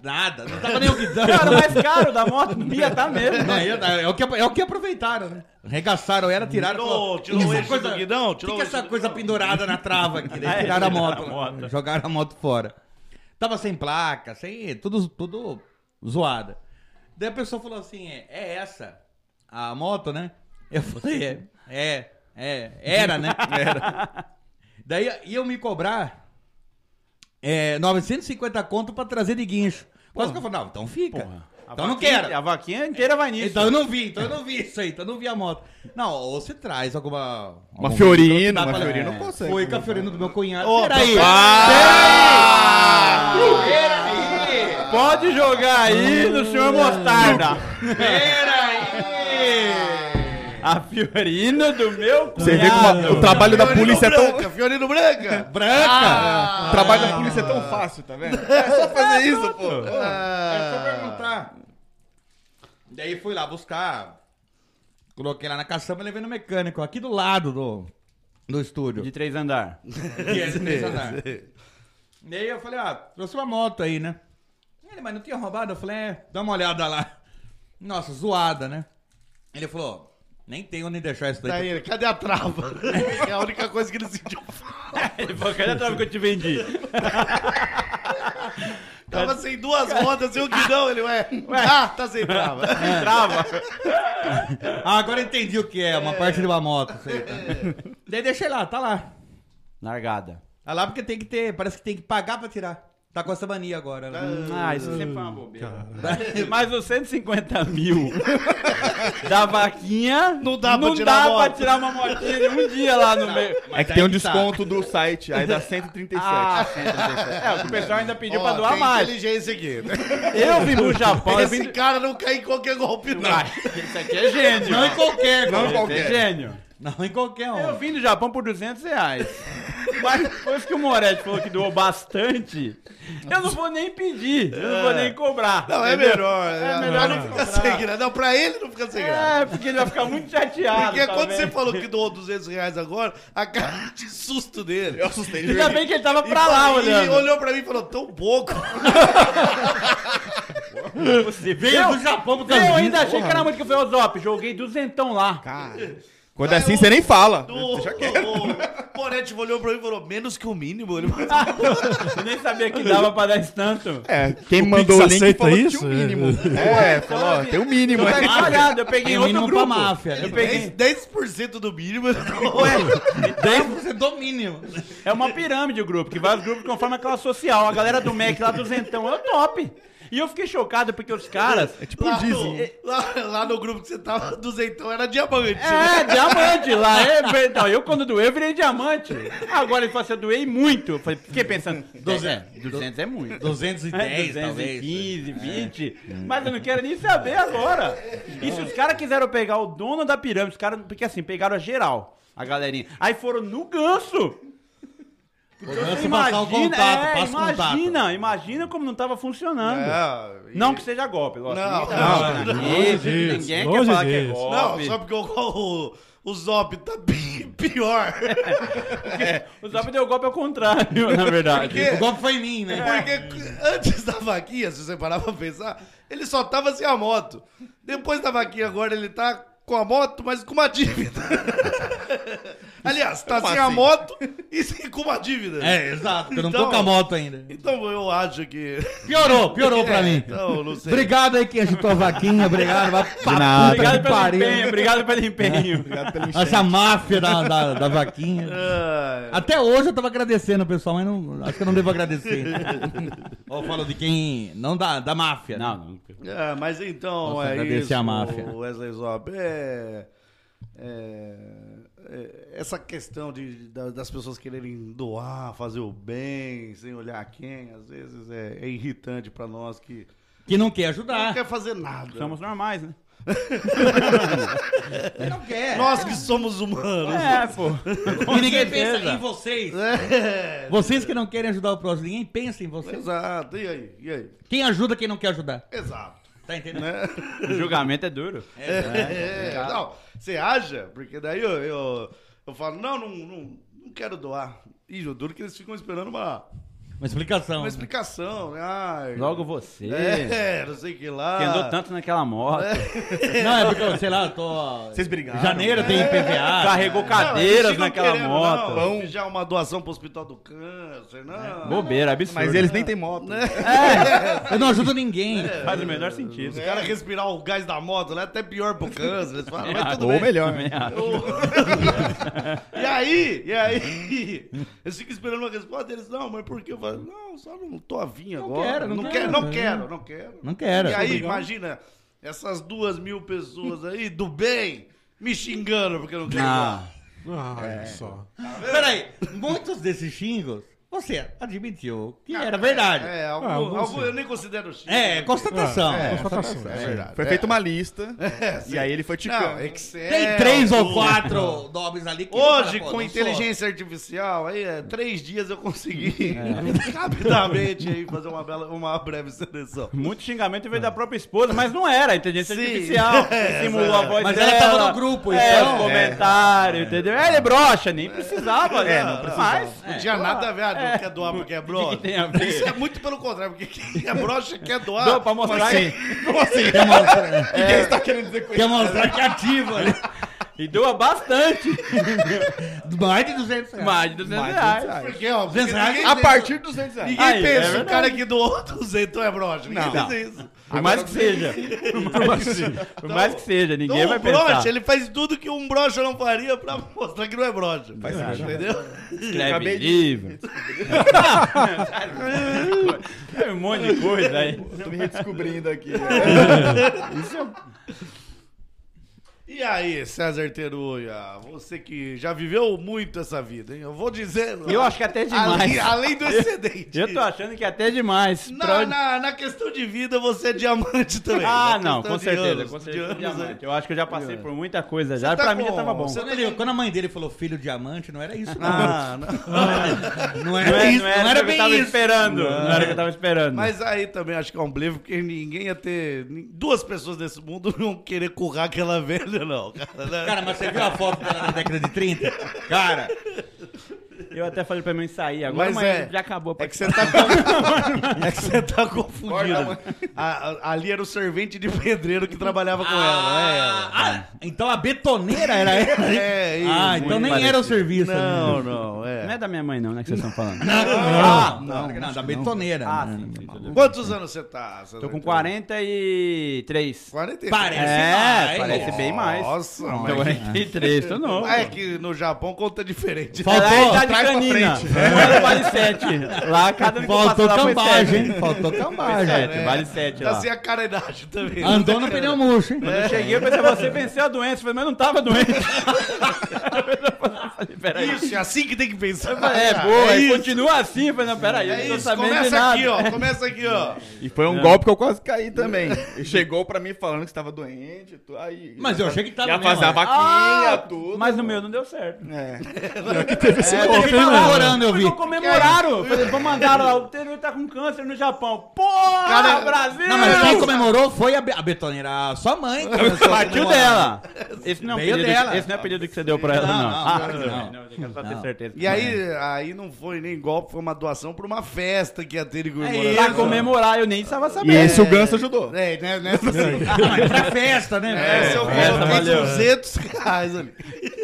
Speaker 7: nada,
Speaker 3: *laughs*
Speaker 7: não tava nem o guidão.
Speaker 8: Cara, o mais caro da moto não ia tá mesmo.
Speaker 7: Não, ia- é, o que, é o que aproveitaram, né? Regaçaram ela, tiraram.
Speaker 3: Tirou-
Speaker 7: falou,
Speaker 3: tirou
Speaker 7: "Que
Speaker 3: o
Speaker 7: essa
Speaker 3: eixo do guidão? Tirou
Speaker 7: que que
Speaker 3: o eixo
Speaker 7: essa
Speaker 3: do
Speaker 7: coisa
Speaker 3: guidão?"
Speaker 7: pendurada na trava aqui?
Speaker 3: *laughs*
Speaker 7: Daí
Speaker 8: Ah, é,
Speaker 7: tiraram a moto,
Speaker 8: tiraram a moto.
Speaker 7: Jogaram a moto fora. Tava sem placa, sem. Tudo, tudo zoada. Daí a pessoa falou assim: é, é essa a moto, né? Eu falei: é, é, é,
Speaker 3: *laughs*
Speaker 7: era, né? Era. Daí iam me cobrar é, 950 conto pra trazer de guincho. Quase que eu falei: não, então fica.
Speaker 8: A
Speaker 7: Então não
Speaker 8: vaquinha-
Speaker 7: quero.
Speaker 8: A vaquinha inteira vai nisso.
Speaker 7: Então eu não vi, então eu não vi isso aí, então eu não vi a moto. Não, ou você traz alguma.
Speaker 5: Uma Fiorino,
Speaker 7: Dá
Speaker 5: uma
Speaker 7: pra-
Speaker 5: Fiorino
Speaker 7: é.
Speaker 5: eu consigo.
Speaker 7: Foi com a Fiorino do meu cunhado.
Speaker 3: Ô,
Speaker 7: Peraí!
Speaker 8: tá
Speaker 7: Peraí!
Speaker 8: Pode jogar aí no senhor Mostarda.
Speaker 7: Peraí!
Speaker 8: A Fiorino do meu cu.
Speaker 5: Você vê como a- o trabalho da polícia é tão...
Speaker 3: Branca, Fiorino Branca.
Speaker 7: Branca! Ah.
Speaker 5: O trabalho da polícia é tão fácil, tá vendo? É só fazer isso, pô.
Speaker 7: Era só perguntar. Daí fui lá buscar. Coloquei lá na caçamba e levei no mecânico, aqui do lado do, do estúdio.
Speaker 8: De três andar.
Speaker 7: *laughs* E ele fez andar. E aí eu falei, ah, trouxe uma moto aí, né? Ele, mas não tinha roubado? Eu falei, é, dá uma olhada lá. Nossa, zoada, né? Ele falou, nem tem onde deixar isso daí.
Speaker 3: Daí ele, cadê a trava? é a única coisa que ele sentiu.
Speaker 8: Ele falou, cadê a trava que eu te vendi?
Speaker 3: Tava sem duas rodas e o guidão. Ele, ué, ah, tá sem trava.
Speaker 8: Trava.
Speaker 7: Ah, agora eu entendi o que é, uma parte de uma moto. Sei, tá? Daí deixei lá, tá lá.
Speaker 8: Largada.
Speaker 7: Tá lá porque tem que ter, parece que tem que pagar pra tirar. Tá com essa mania agora. né?
Speaker 8: Ah, isso sempre é uma bobeira.
Speaker 7: É.
Speaker 8: *laughs* Mas os 150 mil
Speaker 5: *laughs*
Speaker 8: da vaquinha
Speaker 3: Não dá pra tirar
Speaker 8: dá
Speaker 3: a moto.
Speaker 8: pra tirar uma motinha de um dia lá no meio.
Speaker 5: É que tem um
Speaker 3: tá.
Speaker 5: desconto do site,
Speaker 8: *laughs*
Speaker 5: aí dá 137.
Speaker 8: Ah, é, o que o pessoal ainda pediu pra
Speaker 3: Ó,
Speaker 8: doar
Speaker 3: tem
Speaker 8: mais.
Speaker 3: inteligência aqui. Então,
Speaker 8: Eu
Speaker 3: *laughs*
Speaker 8: vim pro Japão, eu vim
Speaker 3: Esse cara não cai em qualquer golpe, não.
Speaker 8: Isso aqui é gênio.
Speaker 7: *laughs* Não em qualquer,
Speaker 8: Não
Speaker 7: não,
Speaker 8: É gênio.
Speaker 7: não em qualquer um.
Speaker 8: Eu vim do Japão por 200 reais. Mas depois que o Moretti falou que doou bastante, eu não vou nem pedir, eu não vou nem cobrar.
Speaker 3: Não, é
Speaker 8: entendeu?
Speaker 3: melhor. É melhor não ficar sem graça. Não, pra ele não fica sem graça.
Speaker 8: É, tá porque ele vai ficar muito chateado.
Speaker 3: Porque quando
Speaker 8: talvez.
Speaker 3: você falou que doou 200 reais agora, a cara de susto dele.
Speaker 5: Eu assustei de
Speaker 8: Ainda
Speaker 5: verdade.
Speaker 8: bem que ele tava
Speaker 3: E
Speaker 8: pra
Speaker 3: fa-
Speaker 8: lá
Speaker 3: e
Speaker 8: olhando.
Speaker 3: olhou pra mim e falou, tão pouco.
Speaker 8: Você veio do Japão por causa Eu ainda achei que era muito que foi o Zop. Joguei duzentão lá.
Speaker 5: Quando é assim, você nem fala.
Speaker 3: O, o, o Moretti olhou pra mim e falou, menos que o mínimo. Ele falou,
Speaker 8: Eu nem sabia que dava pra dar esse tanto.
Speaker 5: É, quem
Speaker 6: Pix
Speaker 5: mandou o link
Speaker 6: aceita
Speaker 5: falou que
Speaker 6: isso?
Speaker 5: tinha um mínimo. É, falou, ó, tem um mínimo.
Speaker 8: Eu tava
Speaker 5: aí.
Speaker 8: espalhado, eu peguei
Speaker 7: Tem o
Speaker 8: outro
Speaker 7: mínimo
Speaker 8: grupo.
Speaker 7: pra máfia.
Speaker 8: Eu
Speaker 7: Né?
Speaker 8: peguei
Speaker 3: 10% do mínimo.
Speaker 7: Você domínio.
Speaker 8: É uma pirâmide o grupo, que vai os grupos conforme a classe social. A galera do Mac lá do Zentão é o top. E eu fiquei chocado porque os caras. É tipo
Speaker 3: lá, no, lá, lá no grupo que você tava, duzentão era diamante. né?
Speaker 8: É, diamante lá. É, então, eu quando doei, eu virei diamante. Agora ele fala assim, eu doei muito. Eu falei, fiquei pensando, 200, 200 é muito.
Speaker 7: 210, talvez. É.
Speaker 8: 215, 20. Mas eu não quero nem saber agora. E se os caras quiseram pegar o dono da pirâmide, os caras. Porque assim, pegaram a geral, a galerinha. Aí foram no ganso.
Speaker 7: Você passar o contato,
Speaker 8: é,
Speaker 7: passa o contato.
Speaker 8: imagina, imagina como não tava funcionando.
Speaker 3: É, e-
Speaker 8: Não que seja golpe, lógico.
Speaker 3: Não,
Speaker 8: Ninguém- tá
Speaker 3: não,
Speaker 8: não,
Speaker 3: não.
Speaker 8: ninguém-
Speaker 6: disso,
Speaker 8: ninguém quer
Speaker 6: longe
Speaker 8: falar que é
Speaker 3: Não,
Speaker 6: disso.
Speaker 8: golpe.
Speaker 3: só porque o, o, o Zop tá pi- pior.
Speaker 8: O Zop deu golpe ao
Speaker 7: *laughs*
Speaker 8: contrário, na verdade.
Speaker 3: Porque-
Speaker 7: O golpe foi em mim, né?
Speaker 3: Porque antes da vaquinha, se você parar pra pensar, ele só tava sem a moto. Depois da vaquinha agora ele tá com a moto, mas com uma
Speaker 7: *laughs*
Speaker 3: dívida. Aliás, tá sem a moto e sem- com uma dívida.
Speaker 7: assim? É, exato, porque eu não
Speaker 3: Então-
Speaker 7: tô com a moto ainda.
Speaker 3: Então eu acho que.
Speaker 7: Piorou, piorou
Speaker 3: *laughs*
Speaker 7: pra mim.
Speaker 3: Então, não sei.
Speaker 7: Obrigado aí quem agitou a vaquinha, obrigado. Vai pra
Speaker 5: nada.
Speaker 7: puta
Speaker 8: Obrigado
Speaker 7: que
Speaker 8: pelo
Speaker 7: pariu. É.
Speaker 8: empenho, obrigado
Speaker 7: *laughs*
Speaker 8: pelo empenho.
Speaker 7: Essa máfia da, da, da vaquinha.
Speaker 3: Ah,
Speaker 7: Até hoje eu tava agradecendo o pessoal, mas não, acho que eu não devo agradecer. Ó, eu falo de quem. Não da, da máfia. né?
Speaker 8: Não, não.
Speaker 3: ah, mas então
Speaker 7: Nossa,
Speaker 3: é
Speaker 7: agradecer
Speaker 3: isso.
Speaker 7: a máfia.
Speaker 3: Wesley Zop. É. é, é, essa questão de, da- das pessoas quererem doar, fazer o bem, sem olhar quem, às vezes é, é irritante pra nós que
Speaker 7: Que não quer
Speaker 3: não
Speaker 7: ajudar.
Speaker 3: quer fazer nada.
Speaker 8: Somos
Speaker 7: *laughs*
Speaker 8: normais, né?
Speaker 7: Que não quer.
Speaker 3: Nós que somos humanos.
Speaker 8: É, pô.
Speaker 7: É. E ninguém
Speaker 8: certeza.
Speaker 7: pensa em vocês.
Speaker 3: É.
Speaker 7: Vocês que não querem ajudar o próximo, ninguém pensa em vocês.
Speaker 3: Exato. E aí? E aí?
Speaker 7: Quem ajuda quem não quer ajudar.
Speaker 3: Exato.
Speaker 7: Tá entendendo?
Speaker 3: Né?
Speaker 8: O julgamento é duro.
Speaker 3: *laughs* É, Não, você aja, porque daí eu, eu, eu falo, não, não, não, não quero doar. E eu duro que eles ficam esperando uma,
Speaker 7: Uma explicação.
Speaker 3: uma explicação. né? Ai,
Speaker 8: Logo você,
Speaker 3: É, não sei o que lá.
Speaker 8: que andou tanto naquela moto,
Speaker 7: Não, é porque, sei lá, eu tô.
Speaker 5: Vocês brigaram.
Speaker 7: Janeiro tem IPVA.
Speaker 8: É. carregou
Speaker 3: Não, eles
Speaker 8: cadeiras
Speaker 3: ficam
Speaker 8: naquela
Speaker 3: querendo,
Speaker 8: moto. É,
Speaker 3: Não, já uma doação pro hospital do câncer, não.
Speaker 8: Bobeira, absurdo.
Speaker 5: Mas eles nem têm moto.
Speaker 7: Né?
Speaker 3: É.
Speaker 7: Eu não ajudo ninguém.
Speaker 8: Faz o menor sentido.
Speaker 3: Os caras respirar o gás da moto, né? Até pior pro câncer. Eles
Speaker 8: *laughs* É.
Speaker 3: falam, mas tudo
Speaker 5: Ou
Speaker 3: bem.
Speaker 5: melhor.
Speaker 3: E aí, e aí? Eles ficam esperando uma resposta, eles, não, mas por que? Eu falo, não, só não tô afim agora.
Speaker 7: quero, não
Speaker 3: quero,
Speaker 7: quero.
Speaker 3: não quero, não quero.
Speaker 7: Não quero.
Speaker 3: E aí, imagina, essas duas mil pessoas aí do bem me xingando porque eu não quero.
Speaker 6: É.
Speaker 8: Ah,
Speaker 6: Ah, olha só.
Speaker 7: Peraí, muitos desses xingos Você admitiu que era verdade. É,
Speaker 3: É, algo,
Speaker 6: Ah, algum
Speaker 3: algo
Speaker 6: sim.
Speaker 3: eu nem considero X.
Speaker 7: constatação.
Speaker 3: É,
Speaker 6: Constatação.
Speaker 3: é verdade.
Speaker 5: Foi feita uma lista
Speaker 3: É, sim.
Speaker 5: e aí ele foi ticando.
Speaker 3: Não, é
Speaker 8: é
Speaker 3: Excel.
Speaker 7: Tem três ou
Speaker 3: tudo.
Speaker 7: quatro nobres ali que
Speaker 3: Hoje,
Speaker 7: ele fala, pô,
Speaker 3: com
Speaker 7: não
Speaker 3: inteligência artificial, aí é, três dias eu consegui *laughs* rapidamente aí fazer uma, bela, uma breve seleção.
Speaker 8: Muito xingamento veio da própria esposa, mas não era, inteligência
Speaker 3: Sim.
Speaker 8: artificial.
Speaker 3: É,
Speaker 8: simulou a
Speaker 3: é.
Speaker 8: voz
Speaker 7: Mas
Speaker 8: dela.
Speaker 7: ela tava no grupo,
Speaker 8: é,
Speaker 7: então.
Speaker 8: os comentários, entendeu? É, ele brocha, nem precisava. né?
Speaker 5: É, não precisava.
Speaker 8: Mas,
Speaker 3: Não tinha nada a ver, ah, não quer doar porque é
Speaker 8: o que, que
Speaker 3: brocha.
Speaker 8: tem a ver?
Speaker 3: Isso é muito pelo contrário, porque quem é brocha quer doar.
Speaker 8: Dou pra mostrar
Speaker 3: mas- É.
Speaker 8: que-
Speaker 3: *laughs*
Speaker 5: E quem está querendo dizer com
Speaker 7: Quer
Speaker 5: isso?
Speaker 7: mostrar
Speaker 8: é
Speaker 7: que ativa
Speaker 8: né?
Speaker 7: ali.
Speaker 8: *laughs* E doa bastante.
Speaker 7: Mais de 200 reais.
Speaker 8: Mais de 200 reais.
Speaker 3: Porque, ó, porque ninguém,
Speaker 5: A partir dos 200 reais.
Speaker 3: ninguém
Speaker 8: Aí, é
Speaker 3: pensa, o
Speaker 8: verdade.
Speaker 3: cara que doou *laughs* 200 é brocha. Ninguém
Speaker 5: Não.
Speaker 3: pensa isso.
Speaker 8: Por mais que seja. Por mais que seja. Por mais que seja, ninguém
Speaker 3: Então,
Speaker 8: vai
Speaker 3: o brocha,
Speaker 8: pensar.
Speaker 3: ele faz tudo que um brocha não faria pra mostrar que não é brocha. Entendeu?
Speaker 8: Escreve
Speaker 5: Acabei de-
Speaker 8: livro. Tem um monte de coisa aí.
Speaker 5: Tô me redescobrindo aqui.
Speaker 3: *laughs*
Speaker 5: é um
Speaker 3: E aí, César Teruia, você que já viveu muito essa vida, hein? Eu vou dizer.
Speaker 8: Eu acho que até
Speaker 3: *laughs*
Speaker 8: demais.
Speaker 3: Além, além do excedente.
Speaker 8: Eu tô achando que até demais. Pra
Speaker 3: Na,
Speaker 8: onde-
Speaker 3: na, na questão de vida, você é diamante também.
Speaker 8: Ah,
Speaker 3: Na
Speaker 8: não,
Speaker 3: questão
Speaker 8: com
Speaker 3: de
Speaker 8: certeza,
Speaker 3: anos,
Speaker 8: com
Speaker 3: de
Speaker 8: certeza.
Speaker 3: anos,
Speaker 8: diamante.
Speaker 3: né?
Speaker 8: Eu acho que eu já passei por muita coisa já.
Speaker 3: tá
Speaker 8: pra mim já
Speaker 3: com-
Speaker 8: tava bom.
Speaker 3: você
Speaker 7: Quando, ele- quando a mãe dele falou filho diamante, não era isso, não.
Speaker 3: Ah, não.
Speaker 7: não
Speaker 8: Não,
Speaker 7: era
Speaker 8: é,
Speaker 7: isso,
Speaker 8: não era,
Speaker 7: não era
Speaker 8: o que eu tava
Speaker 7: bem isso.
Speaker 8: esperando. Não. era o que eu tava esperando.
Speaker 3: Mas aí também acho que é um blefe, porque ninguém ia ter. nin- Duas pessoas nesse mundo *laughs* não iam querer currar aquela velha, não, cara. né?
Speaker 7: Cara, mas você viu a foto dela na década de 30? Cara,
Speaker 8: Eu até falei pra mim sair agora, mas, já acabou.
Speaker 3: É
Speaker 8: pra
Speaker 3: que você tá,
Speaker 7: *laughs*
Speaker 3: com- é que você tá confundido.
Speaker 5: Corta,
Speaker 3: A- a- ali era o servente de pedreiro que trabalhava com ela.
Speaker 7: ah, então a betoneira era
Speaker 3: *laughs*
Speaker 7: ela.
Speaker 3: É,
Speaker 7: hein?
Speaker 3: é, isso.
Speaker 7: ah, então nem
Speaker 8: parecido.
Speaker 7: era o serviço. né?
Speaker 3: Não, não, é.
Speaker 8: Não é da minha mãe, não, né? Que vocês estão falando.
Speaker 7: Não, não, não, da betoneira.
Speaker 8: Ah,
Speaker 7: né?
Speaker 8: sim, sim, tudo bem.
Speaker 3: Quantos anos você tá?
Speaker 8: Tô com 43.
Speaker 3: 40
Speaker 7: Parece
Speaker 8: É,
Speaker 7: mais. Então,
Speaker 8: parece bem mais.
Speaker 3: Nossa,
Speaker 8: Tô
Speaker 3: mas...
Speaker 8: 43, tô novo.
Speaker 3: Ah, é que no Japão conta diferente. né?
Speaker 8: Ela é a idade
Speaker 7: traz pra
Speaker 8: canina. Ela é vale 7. Lá, cada vez que eu passo
Speaker 7: Faltou
Speaker 8: lá, foi
Speaker 7: cambagem,
Speaker 8: sete.
Speaker 7: hein? Faltou
Speaker 8: Foi
Speaker 7: cambagem.
Speaker 8: sete, Vale 7
Speaker 3: É, Tá
Speaker 8: lá.
Speaker 3: sem a cara idade também. *laughs*
Speaker 7: Andou no pneu murcho, hein?
Speaker 8: Eu cheguei e pensei, você venceu a doença. Eu falei, mas não tava doente. Eu falei, peraí.
Speaker 3: Isso, é assim que tem que pensar.
Speaker 8: É, boa, aí continua assim. Eu falei, não, peraí,
Speaker 3: É
Speaker 8: eu não tô
Speaker 3: isso,
Speaker 8: sabendo de
Speaker 3: começa
Speaker 8: nada.
Speaker 3: aqui, ó. Começa aqui, ó.
Speaker 5: E foi um golpe que eu quase caí também. E chegou pra mim falando que estava doente. tu- Aí,
Speaker 7: Mas eu achei que tava
Speaker 5: ia
Speaker 7: mesmo,
Speaker 5: fazer a
Speaker 7: ó. Ah,
Speaker 5: vaquinha, tudo.
Speaker 8: Mas no meu não deu certo.
Speaker 7: *laughs*
Speaker 5: É.
Speaker 8: É,
Speaker 6: golpe,
Speaker 8: teve
Speaker 6: hein,
Speaker 8: lá
Speaker 6: mano?
Speaker 8: orando, eu
Speaker 7: Mas
Speaker 8: vi.
Speaker 7: não
Speaker 8: comemoraram. Vou mandar lá, o Teru tá com câncer no Japão. Porra,
Speaker 3: Cara,
Speaker 8: Brasil!
Speaker 7: Não, mas quem comemorou foi a, be- a betoneira, a sua mãe. que começou a
Speaker 8: Partiu
Speaker 7: comemorar.
Speaker 8: dela. Esse não, é um
Speaker 7: Veio
Speaker 8: pedido,
Speaker 7: dela.
Speaker 8: esse não é pedido que você deu pra ela,
Speaker 7: Não,
Speaker 8: não.
Speaker 7: não,
Speaker 8: Ah,
Speaker 7: claro que
Speaker 8: tudo
Speaker 7: não.
Speaker 8: bem, eu quero só ter
Speaker 7: Não.
Speaker 8: certeza.
Speaker 3: E
Speaker 8: É.
Speaker 3: aí, aí não foi nem golpe, foi uma doação pra uma festa que ia ter de
Speaker 8: É. Pra comemorar, eu nem estava sabendo.
Speaker 5: Esse o Ganso ajudou.
Speaker 3: É, né, nessa sim.
Speaker 7: Ah, mas pra festa, né?
Speaker 3: Essa eu
Speaker 8: essa
Speaker 3: coloquei
Speaker 8: É, valeu.
Speaker 3: 200 reais ali.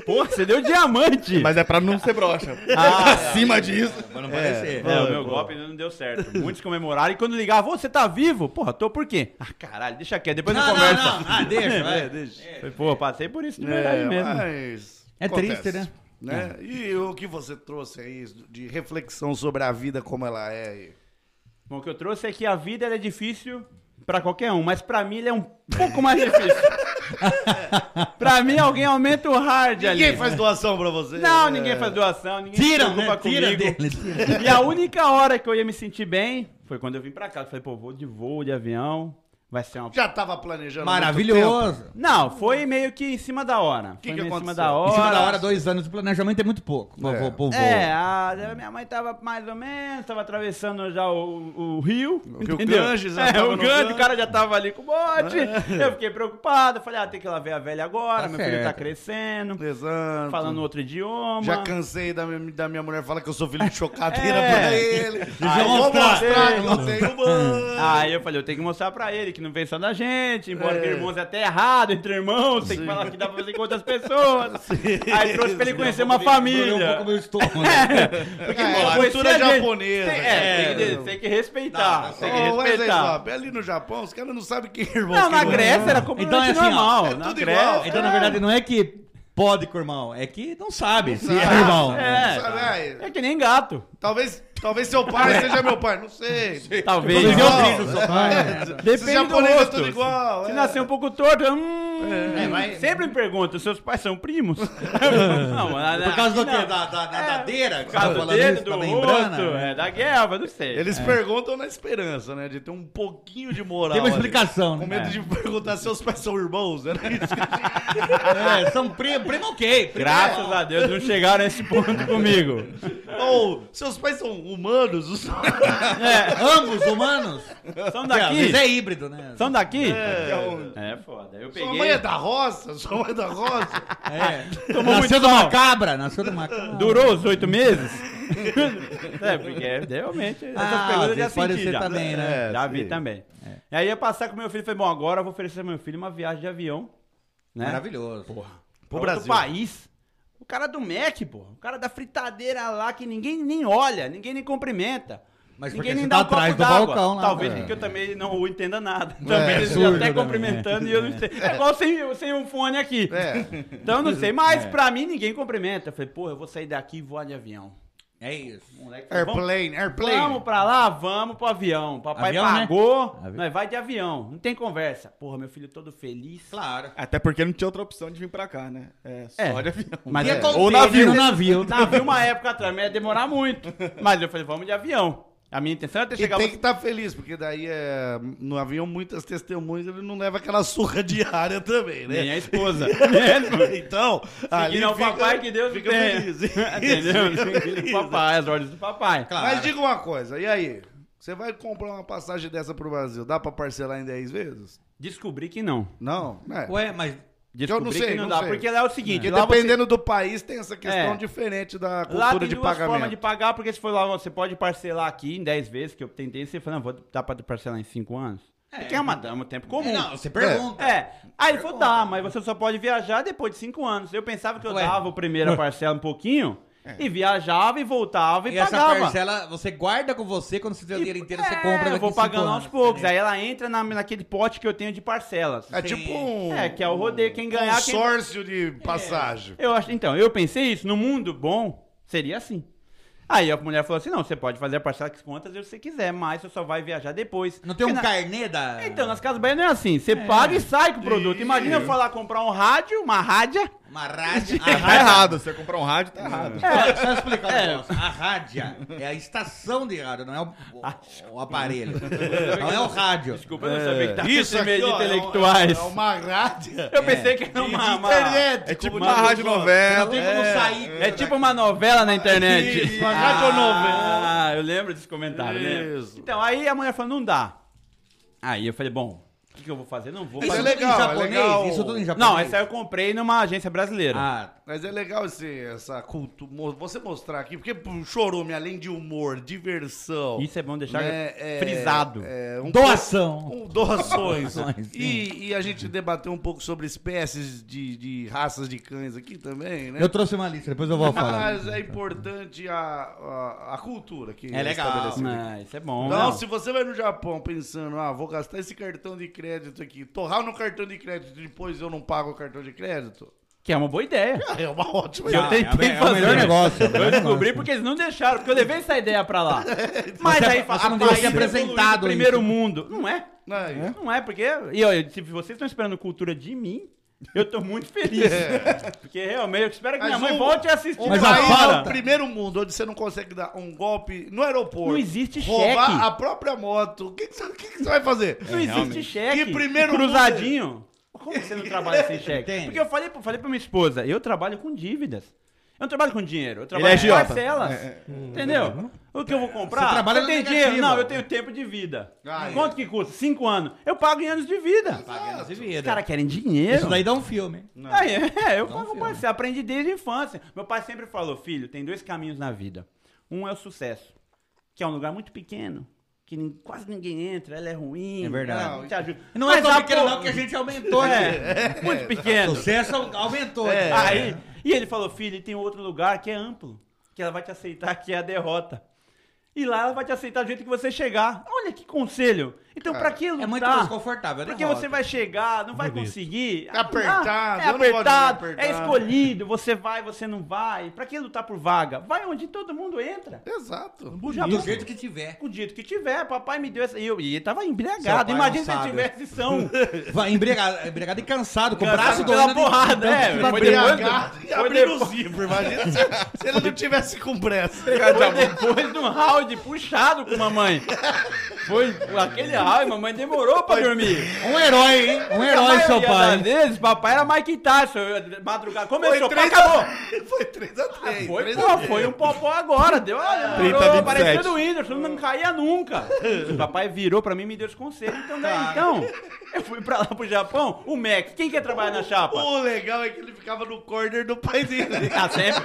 Speaker 8: Pô, você deu diamante.
Speaker 5: Mas é pra não ser broxa.
Speaker 8: Ah,
Speaker 5: *laughs* Acima disso.
Speaker 7: Pra não parecer.
Speaker 8: É, o meu golpe ainda não deu certo. Muitos comemoraram e quando ligavam, "Ô, você tá vivo? Porra, tô por quê? Ah, caralho, deixa quieto, depois eu
Speaker 7: Não, não,
Speaker 8: converso.
Speaker 7: não. Ah, deixa, vai.
Speaker 8: Falei, Pô, passei por isso de verdade
Speaker 3: É,
Speaker 8: mesmo.
Speaker 3: mas
Speaker 7: É
Speaker 3: acontece,
Speaker 7: triste, né?
Speaker 3: né?
Speaker 8: É.
Speaker 3: E o que você trouxe aí de reflexão sobre a vida como ela é? aí?
Speaker 8: Bom, o que eu trouxe é que a vida ela é difícil pra qualquer um, mas pra mim ela é um pouco mais difícil. *laughs* pra mim, alguém aumenta o hard ali.
Speaker 3: Ninguém faz doação pra você?
Speaker 8: Não,
Speaker 3: É.
Speaker 8: ninguém faz doação, ninguém
Speaker 7: Tiram,
Speaker 8: se
Speaker 7: né?
Speaker 8: preocupa
Speaker 7: Tira
Speaker 8: comigo.
Speaker 7: dele. tira.
Speaker 8: E a única hora que eu ia me sentir bem foi quando eu vim pra casa. Falei, pô, vou de voo, de avião, vai ser uma...
Speaker 3: Já tava planejando. há muito
Speaker 7: Maravilhoso.
Speaker 8: Não, foi meio que em cima da hora.
Speaker 3: Que
Speaker 8: foi
Speaker 3: que
Speaker 8: meio em
Speaker 3: aconteceu?
Speaker 8: cima da hora.
Speaker 7: Em cima da hora, dois anos de planejamento é muito pouco. Vou, vou, vou, vou.
Speaker 8: É, a, a minha mãe tava mais ou menos, tava atravessando já o, o rio.
Speaker 3: Rio
Speaker 8: entendeu?
Speaker 3: Ganges, já
Speaker 8: é,
Speaker 3: tava
Speaker 8: o
Speaker 3: no
Speaker 8: Ganges,
Speaker 3: Ganges. É.
Speaker 8: o cara já tava ali com o bote. Eu fiquei preocupado, falei, ah, tem que ir lá ver a velha agora,
Speaker 7: Tá
Speaker 8: meu filho tá
Speaker 7: certo.
Speaker 8: crescendo,
Speaker 3: tempo. Exato.
Speaker 8: falando outro idioma.
Speaker 3: Já cansei da minha, da minha mulher falar que eu sou filho de chocadeira
Speaker 8: É.
Speaker 3: pra ele.
Speaker 8: Aí Ah,
Speaker 3: Aí vou
Speaker 8: mostrar.
Speaker 3: mostrar que eu tenho mãe.
Speaker 8: Aí eu falei, eu tenho que mostrar pra ele que não vem só da gente, embora que irmãos é até errado entre irmãos, tem que falar que dá pra fazer com outras
Speaker 3: *laughs*
Speaker 8: pessoas. Aí trouxe pra ele conhecer uma
Speaker 7: Doeu um
Speaker 8: família.
Speaker 7: pouco meu estômago. né?
Speaker 8: Porque
Speaker 3: É, né?
Speaker 8: pô,
Speaker 3: a
Speaker 8: conhecer
Speaker 3: cultura
Speaker 8: a gente-
Speaker 3: japonesa,
Speaker 8: Tem-
Speaker 3: cara.
Speaker 8: É, tem que- tem que respeitar. Tem que
Speaker 3: Ô, Wesley
Speaker 8: respeitar.
Speaker 3: Zop, ali no Japão, os caras não sabem quem é irmão.
Speaker 8: Não,
Speaker 3: que
Speaker 8: na
Speaker 3: não é.
Speaker 8: Grécia era completamente
Speaker 7: Então é assim, ó,
Speaker 8: normal.
Speaker 3: é
Speaker 8: na
Speaker 3: tudo
Speaker 8: Grécia.
Speaker 3: igual.
Speaker 7: Então, na verdade, não é que pode com o irmão, é que não sabe se
Speaker 3: sabe.
Speaker 7: é irmão.
Speaker 8: É.
Speaker 3: Sabe, aí,
Speaker 8: É que nem gato.
Speaker 3: talvez, talvez seu pai seja meu pai, não sei.
Speaker 8: Talvez.
Speaker 7: Talvez
Speaker 3: Não, *laughs*
Speaker 7: eu brinco, só.
Speaker 3: Esses
Speaker 8: Depende do
Speaker 3: japoneses é
Speaker 8: rosto.
Speaker 3: tudo igual.
Speaker 8: Se
Speaker 3: é.
Speaker 8: nascer um pouco torto, hum,
Speaker 5: É, vai.
Speaker 8: Sempre me pergunta, seus pais
Speaker 7: *laughs*
Speaker 8: são primos? não,
Speaker 7: É
Speaker 8: na,
Speaker 5: Por causa do quê? Da, da, da nadadeira?
Speaker 8: Por
Speaker 5: Por
Speaker 8: causa do dedo, do rosto,
Speaker 7: né?
Speaker 8: é, da guerra, não sei.
Speaker 3: Eles perguntam na esperança, né? De ter um pouquinho de moral.
Speaker 7: Tem uma
Speaker 3: ali.
Speaker 7: explicação, né?
Speaker 3: Com
Speaker 8: É.
Speaker 3: medo de perguntar se os pais são irmãos, né?
Speaker 7: É, são primo, primo ok. primo
Speaker 8: Graças a Deus não chegaram nesse ponto comigo.
Speaker 3: Ou Então, seus pais são humanos? Os...
Speaker 7: é. Ambos humanos?
Speaker 8: São
Speaker 7: Às vezes
Speaker 8: daqui?
Speaker 7: é híbrido, né?
Speaker 8: São daqui?
Speaker 3: É.
Speaker 8: *laughs* É foda. Eu
Speaker 3: Sua mãe é
Speaker 8: peguei.
Speaker 3: da roça? Sua mãe é da
Speaker 8: *laughs*
Speaker 3: roça?
Speaker 7: É.
Speaker 8: Ah, Tomou
Speaker 7: nasceu
Speaker 8: muito
Speaker 7: de uma
Speaker 8: mal.
Speaker 7: cabra, nasceu de uma cabra.
Speaker 8: Durou os oito meses? é, porque é, realmente. essas
Speaker 7: Ah,
Speaker 8: perguntas
Speaker 7: às
Speaker 8: eu já
Speaker 7: vezes pode
Speaker 8: senti
Speaker 7: ser
Speaker 8: já.
Speaker 7: também, né?
Speaker 8: É, já vi
Speaker 3: sim.
Speaker 8: também. E aí ia passar com meu filho e falei, bom, agora eu vou oferecer ao meu filho uma viagem de avião. Né?
Speaker 7: Maravilhoso.
Speaker 3: Pro
Speaker 8: Pra outro
Speaker 3: Brasil.
Speaker 8: país. O cara do Mac, pô. O cara da fritadeira lá que ninguém nem olha, ninguém nem cumprimenta.
Speaker 7: Mas
Speaker 8: ninguém
Speaker 7: porque
Speaker 8: nem
Speaker 7: você
Speaker 8: dá
Speaker 7: tá
Speaker 8: um copo
Speaker 7: atrás do
Speaker 8: d'água.
Speaker 7: balcão lá,
Speaker 8: Talvez
Speaker 7: né?
Speaker 8: porque eu também não entenda nada. Talvez eles
Speaker 7: surdo
Speaker 8: estejam até
Speaker 7: também.
Speaker 8: cumprimentando e eu não sei. É igual sem, sem um fone aqui.
Speaker 3: É.
Speaker 8: Então eu não sei, mas pra mim ninguém cumprimenta. Eu falei, pô, eu vou sair daqui e voar de avião.
Speaker 7: É isso.
Speaker 3: tá
Speaker 8: Moleque, falou, vamos,
Speaker 3: Airplane, airplane.
Speaker 8: vamos pra lá, vamos pro avião. Papai
Speaker 7: Avião, né?
Speaker 8: pagou,
Speaker 7: Avião.
Speaker 8: nós vai de avião. Não tem conversa. Porra, meu filho todo feliz.
Speaker 7: Claro.
Speaker 5: Até porque não tinha outra opção de vir pra cá, né? É, só
Speaker 8: É.
Speaker 5: de avião.
Speaker 8: Mas
Speaker 7: E
Speaker 8: é.
Speaker 7: acontece
Speaker 5: Ou navio.
Speaker 3: né?
Speaker 7: No navio.
Speaker 8: Navio uma época atrás, mas ia demorar muito. Mas eu falei, vamos de avião. A minha intenção era ter
Speaker 3: E
Speaker 8: chegado.
Speaker 3: tem que estar feliz, porque daí é, no avião muitas testemunhas, ele não leva aquela surra diária também, né? *laughs*
Speaker 8: Minha esposa. *laughs*
Speaker 3: Então, ali
Speaker 8: Seguindo ao
Speaker 3: fica-
Speaker 8: papai que Deus
Speaker 3: fica
Speaker 8: tem.
Speaker 3: feliz.
Speaker 8: *laughs* Entendeu?
Speaker 3: *laughs*
Speaker 8: Seguindo o papai, as ordens do papai.
Speaker 3: Mas diga uma coisa, e aí? Você vai comprar uma passagem dessa pro Brasil, dá pra parcelar em 10 vezes?
Speaker 8: Descobri que não.
Speaker 3: Não, né?
Speaker 7: Ué, mas.
Speaker 8: Descobri
Speaker 3: não sei,
Speaker 8: que não,
Speaker 3: não
Speaker 8: dá.
Speaker 3: sei.
Speaker 8: Porque lá é o seguinte,
Speaker 3: Porque
Speaker 8: lá você-
Speaker 3: dependendo do país tem essa questão
Speaker 8: É.
Speaker 3: diferente da
Speaker 8: Lá
Speaker 3: cultura
Speaker 8: tem
Speaker 3: de
Speaker 8: duas formas de
Speaker 3: pagamento.
Speaker 8: pagar, porque se for lá, você pode parcelar aqui em 10 vezes, que eu tentei, você falou, não, vou dar pra parcelar em 5 anos. É, que é uma dama, tempo comum.
Speaker 7: Não, você pergunta.
Speaker 8: É. Aí ele falou, dá, mas você só pode viajar depois de cinco anos. Eu pensava que eu
Speaker 7: Ué. É.
Speaker 8: dava o
Speaker 7: *laughs*
Speaker 8: primeiro parcela um pouquinho e viajava e voltava e,
Speaker 7: E essa
Speaker 8: pagava.
Speaker 7: parcela você guarda com você quando você tem o dinheiro inteiro, você
Speaker 8: É,
Speaker 7: compra daqui
Speaker 8: eu vou
Speaker 7: cinco
Speaker 8: pagando
Speaker 7: anos, É. né?
Speaker 8: aos poucos.
Speaker 7: entendeu?
Speaker 8: Aí ela entra na, naquele pote que eu tenho de parcelas.
Speaker 3: É
Speaker 8: É,
Speaker 3: tipo
Speaker 7: Sim.
Speaker 3: um
Speaker 8: que é o rodeio, quem ganhar, quem... É.
Speaker 3: consórcio de passagem.
Speaker 8: Eu acho, então, eu pensei isso, no mundo bom, seria assim. Aí a mulher falou assim, não, você pode fazer a parcela que quantas vezes você quiser, mas você só vai viajar depois.
Speaker 7: Não tem um
Speaker 8: Porque na-
Speaker 7: carnê da.
Speaker 8: Então, nas casas Bahia não é assim. Você paga e sai com o produto. Imagina eu falar comprar um rádio, uma rádia.
Speaker 7: Uma
Speaker 8: *laughs*
Speaker 7: rádia.
Speaker 8: É.
Speaker 5: Ah, tá errado. Você comprar um rádio, tá errado.
Speaker 7: É, só explicar um negócio. A rádio é a estação de rádio, não é o,
Speaker 8: Ah,
Speaker 7: o- o aparelho. Não é o rádio.
Speaker 8: Desculpa, eu não sabia que tá
Speaker 3: Isso aqui,
Speaker 8: meio de
Speaker 3: ó, é um-
Speaker 8: intelectuais.
Speaker 3: É uma
Speaker 7: É.
Speaker 3: rádio.
Speaker 8: Eu pensei que era uma... uma-
Speaker 5: É tipo
Speaker 8: Como
Speaker 5: uma
Speaker 8: diz o
Speaker 5: rádio
Speaker 8: outro.
Speaker 7: Não
Speaker 5: novela.
Speaker 7: tem como sair.
Speaker 8: É tipo uma novela na internet.
Speaker 3: um- Uma radionovela.
Speaker 8: Ah, eu lembro desse comentário, né?
Speaker 3: Isso.
Speaker 8: Então, aí a mulher falou, não dá. Aí eu falei, bom, o que, que eu vou fazer? Não vou
Speaker 3: Isso
Speaker 8: fazer.
Speaker 3: é legal,
Speaker 7: em
Speaker 3: é
Speaker 7: japonês?
Speaker 3: legal.
Speaker 7: Isso tudo em japonês?
Speaker 8: Não, essa é eu comprei numa agência brasileira.
Speaker 7: Ah,
Speaker 3: Mas é legal esse, essa cultura. Você mostrar aqui, porque pô, chorume, além de humor, diversão.
Speaker 8: Isso é bom deixar
Speaker 3: né, é,
Speaker 8: frisado.
Speaker 3: é, um
Speaker 7: doação.
Speaker 3: pouco- um-
Speaker 8: *laughs*
Speaker 3: doações.
Speaker 7: Doações,
Speaker 3: e, e a gente debateu um pouco sobre espécies de, de raças de cães aqui também, né?
Speaker 7: Eu trouxe uma lista, depois eu
Speaker 8: Ah,
Speaker 7: vou falar.
Speaker 3: Mas é importante a, a, a cultura que
Speaker 7: É legal.
Speaker 3: estabelecida.
Speaker 8: Não, isso é bom.
Speaker 3: Então,
Speaker 8: não.
Speaker 3: se você vai no Japão pensando, ah, vou gastar esse cartão de crédito aqui, torrar no cartão de crédito e depois eu não pago o cartão de crédito,
Speaker 8: Que é uma boa ideia.
Speaker 3: é uma ótima
Speaker 8: Eu tentei
Speaker 7: é o
Speaker 8: fazer.
Speaker 7: melhor negócio, é o
Speaker 8: Eu
Speaker 7: melhor
Speaker 8: descobri
Speaker 7: negócio.
Speaker 8: porque eles não deixaram, porque eu levei essa ideia pra lá. Mas aí
Speaker 7: você não
Speaker 8: a
Speaker 7: devia
Speaker 8: parte
Speaker 7: ter apresentado
Speaker 8: evoluída, primeiro
Speaker 7: isso.
Speaker 8: mundo. Não é?
Speaker 3: Aí.
Speaker 8: Não é porque e olha, se vocês estão esperando cultura de mim, eu tô muito feliz. Porque realmente eu espero que
Speaker 3: Mas
Speaker 8: minha mãe
Speaker 3: o-
Speaker 8: volte a assistir.
Speaker 3: O
Speaker 7: Mas a
Speaker 3: país é o
Speaker 7: pauta-
Speaker 3: primeiro mundo onde você não consegue dar um golpe no aeroporto.
Speaker 8: Não existe
Speaker 3: Roubar
Speaker 8: cheque.
Speaker 3: a própria moto. O que, que, você, o que que você vai fazer?
Speaker 8: Não existe cheque.
Speaker 3: Que primeiro
Speaker 8: cruzadinho. Como você não trabalha sem cheque?
Speaker 7: é- *laughs* Entende?
Speaker 8: Porque eu falei, pra- falei pra minha esposa, eu trabalho com dívidas. Eu não trabalho com dinheiro, eu
Speaker 5: é
Speaker 8: trabalho com
Speaker 5: agiota.
Speaker 8: parcelas. Entendeu? O que eu vou comprar?
Speaker 7: Hum, uhum. Você trabalha
Speaker 8: eu tenho
Speaker 7: na
Speaker 8: dinheiro.
Speaker 7: negativa.
Speaker 8: Não, eu tenho tempo de vida.
Speaker 3: Ah, é.
Speaker 8: Quanto que custa? Cinco anos. Eu pago em anos de vida.
Speaker 7: Pagando de
Speaker 8: Os
Speaker 7: vida.
Speaker 8: caras querem dinheiro.
Speaker 7: Isso daí dá um filme.
Speaker 8: Aí, é, eu pago
Speaker 7: filho.
Speaker 8: o parceiro. Aprendi desde a infância. Meu pai sempre falou, filho, tem dois caminhos na vida. Um é o sucesso, que é um lugar muito pequeno, que nin- quase ninguém entra, ela é ruim.
Speaker 7: É verdade.
Speaker 8: ela não te ajuda.
Speaker 7: E Não é
Speaker 8: Mas
Speaker 7: tão
Speaker 8: a
Speaker 7: pequeno
Speaker 8: po-
Speaker 7: não que a gente aumentou, né?
Speaker 8: É, muito pequeno. É.
Speaker 7: O sucesso aumentou. né?
Speaker 8: Aí, e ele falou, filho, e tem outro lugar que é amplo, que ela vai te aceitar, que é a derrota. E lá ela vai te aceitar do jeito que você chegar. Olha que conselho. Então, pra que lutar?
Speaker 7: É muito desconfortável.
Speaker 8: Porque você vai chegar, não vai
Speaker 6: Bonito.
Speaker 8: conseguir.
Speaker 3: É apertado,
Speaker 8: Ah, é
Speaker 3: eu não gosto de
Speaker 8: apertado,
Speaker 3: lugar
Speaker 8: é
Speaker 3: apertado.
Speaker 8: escolhido, você vai, você não vai. Pra que lutar por vaga? Vai onde todo mundo entra.
Speaker 3: Exato.
Speaker 8: Já
Speaker 6: Bonito.
Speaker 8: do jeito que
Speaker 7: tiver.
Speaker 8: com o dito que tiver, papai me deu essa. E eu, e ele tava
Speaker 7: Seu
Speaker 8: embriagado.
Speaker 7: pai
Speaker 8: Imagina
Speaker 7: não
Speaker 8: se ele
Speaker 7: sabe.
Speaker 8: tivesse
Speaker 7: *laughs*
Speaker 8: são.
Speaker 7: Vai embriagado, embriagado e cansado, com o braço
Speaker 8: Cansado pela
Speaker 7: doendo. né? Então, tipo,
Speaker 8: porrada, é,
Speaker 7: que
Speaker 8: foi
Speaker 7: vai-
Speaker 8: depois-
Speaker 3: Embriagado e
Speaker 8: Foi
Speaker 3: abrindo o
Speaker 8: depois-
Speaker 3: zíper. Imagina se, se ele não tivesse com pressa.
Speaker 8: *laughs* Foi depois de um round puxado com mamãe. Foi aquele round, mamãe demorou pra dormir.
Speaker 7: Um herói, hein? Um herói,
Speaker 8: A
Speaker 7: seu
Speaker 8: maioria
Speaker 7: pai.
Speaker 8: das vezes, papai era Mike Tyson. eu- Madrugada começou, pá,
Speaker 3: três
Speaker 8: acabou.
Speaker 3: Foi 3x3.
Speaker 8: Ah, Foi, pô, foi um popó agora, deu olha,
Speaker 9: 30,
Speaker 8: demorou,
Speaker 9: 27.
Speaker 8: parecendo o Whindersson, não caía nunca. O papai virou pra mim e me deu esse conselho. Então, né, então, eu fui pra lá pro Japão, o Max, quem quer trabalhar na chapa?
Speaker 3: O legal é que ele ficava no corner do pai dele.
Speaker 8: Ah, sempre,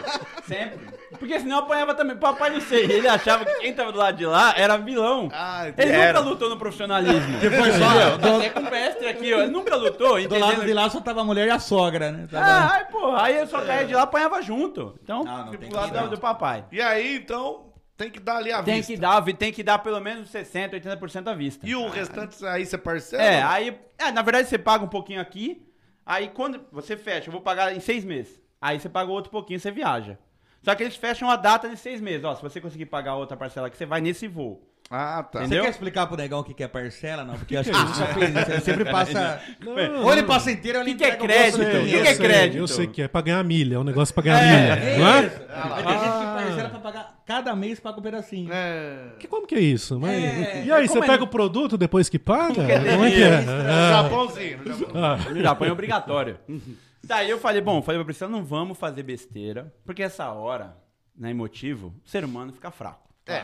Speaker 8: sempre. Porque senão eu apanhava também. Papai, não sei, ele achava que quem tava do lado de lá era vilão.
Speaker 3: Ah,
Speaker 8: ele
Speaker 9: era.
Speaker 8: nunca lutou no profissionalismo.
Speaker 7: Depois só, do,
Speaker 8: Até com o mestre aqui, ó. Ele nunca lutou,
Speaker 7: do lado
Speaker 8: entendendo?
Speaker 7: de lá só tava a mulher e a sogra, né? Tava-
Speaker 8: Ah, aí, pô, aí eu só caía de lá e apanhava junto. Então,
Speaker 7: Não, não tem
Speaker 8: pro lado
Speaker 7: condição.
Speaker 8: do, do papai.
Speaker 3: E aí, então, tem que dar ali a
Speaker 8: Tem
Speaker 3: vista.
Speaker 8: que, dar, tem que dar pelo menos 60%, 80% à vista.
Speaker 3: E o restante aí você parcela?
Speaker 8: É, aí. é, na verdade, você paga um pouquinho aqui. Aí quando você fecha, eu vou pagar em seis meses. Aí você paga outro pouquinho, você viaja. Só que eles fecham a data de seis meses. Ó, se você conseguir pagar outra parcela aqui, você vai nesse voo.
Speaker 3: Ah, tá.
Speaker 7: Você
Speaker 8: Entendeu?
Speaker 7: quer explicar pro negão o que que é parcela? Não, porque eu acho que é ele só fez isso. Ele
Speaker 8: *laughs*
Speaker 7: sempre passa.
Speaker 6: Não,
Speaker 7: Ou ele passa inteiro, ou ele
Speaker 8: O que que é
Speaker 7: entrega o bolso
Speaker 8: crédito?
Speaker 7: do
Speaker 8: O
Speaker 6: eu
Speaker 8: que
Speaker 7: cliente.
Speaker 8: que é
Speaker 6: sei,
Speaker 8: crédito?
Speaker 6: Eu sei que é pra ganhar milha, é um negócio pra ganhar milha, não é?
Speaker 7: Isso.
Speaker 8: Ah
Speaker 7: Mas tem gente que parcela pra pagar. Cada mês paga um pedacinho.
Speaker 3: É.
Speaker 6: Que, como que é isso? Mas-
Speaker 7: É,
Speaker 6: e aí,
Speaker 7: é
Speaker 6: você
Speaker 7: como é-
Speaker 6: pega o produto depois que paga? Como é que é? Ah,
Speaker 3: Japãozinho. Japão.
Speaker 6: ah.
Speaker 8: No Japão
Speaker 3: *laughs*
Speaker 8: é obrigatório. Daí eu falei, bom, falei pra Priscila, não vamos fazer besteira, porque essa hora, na emotivo, o ser humano fica fraco.
Speaker 3: É,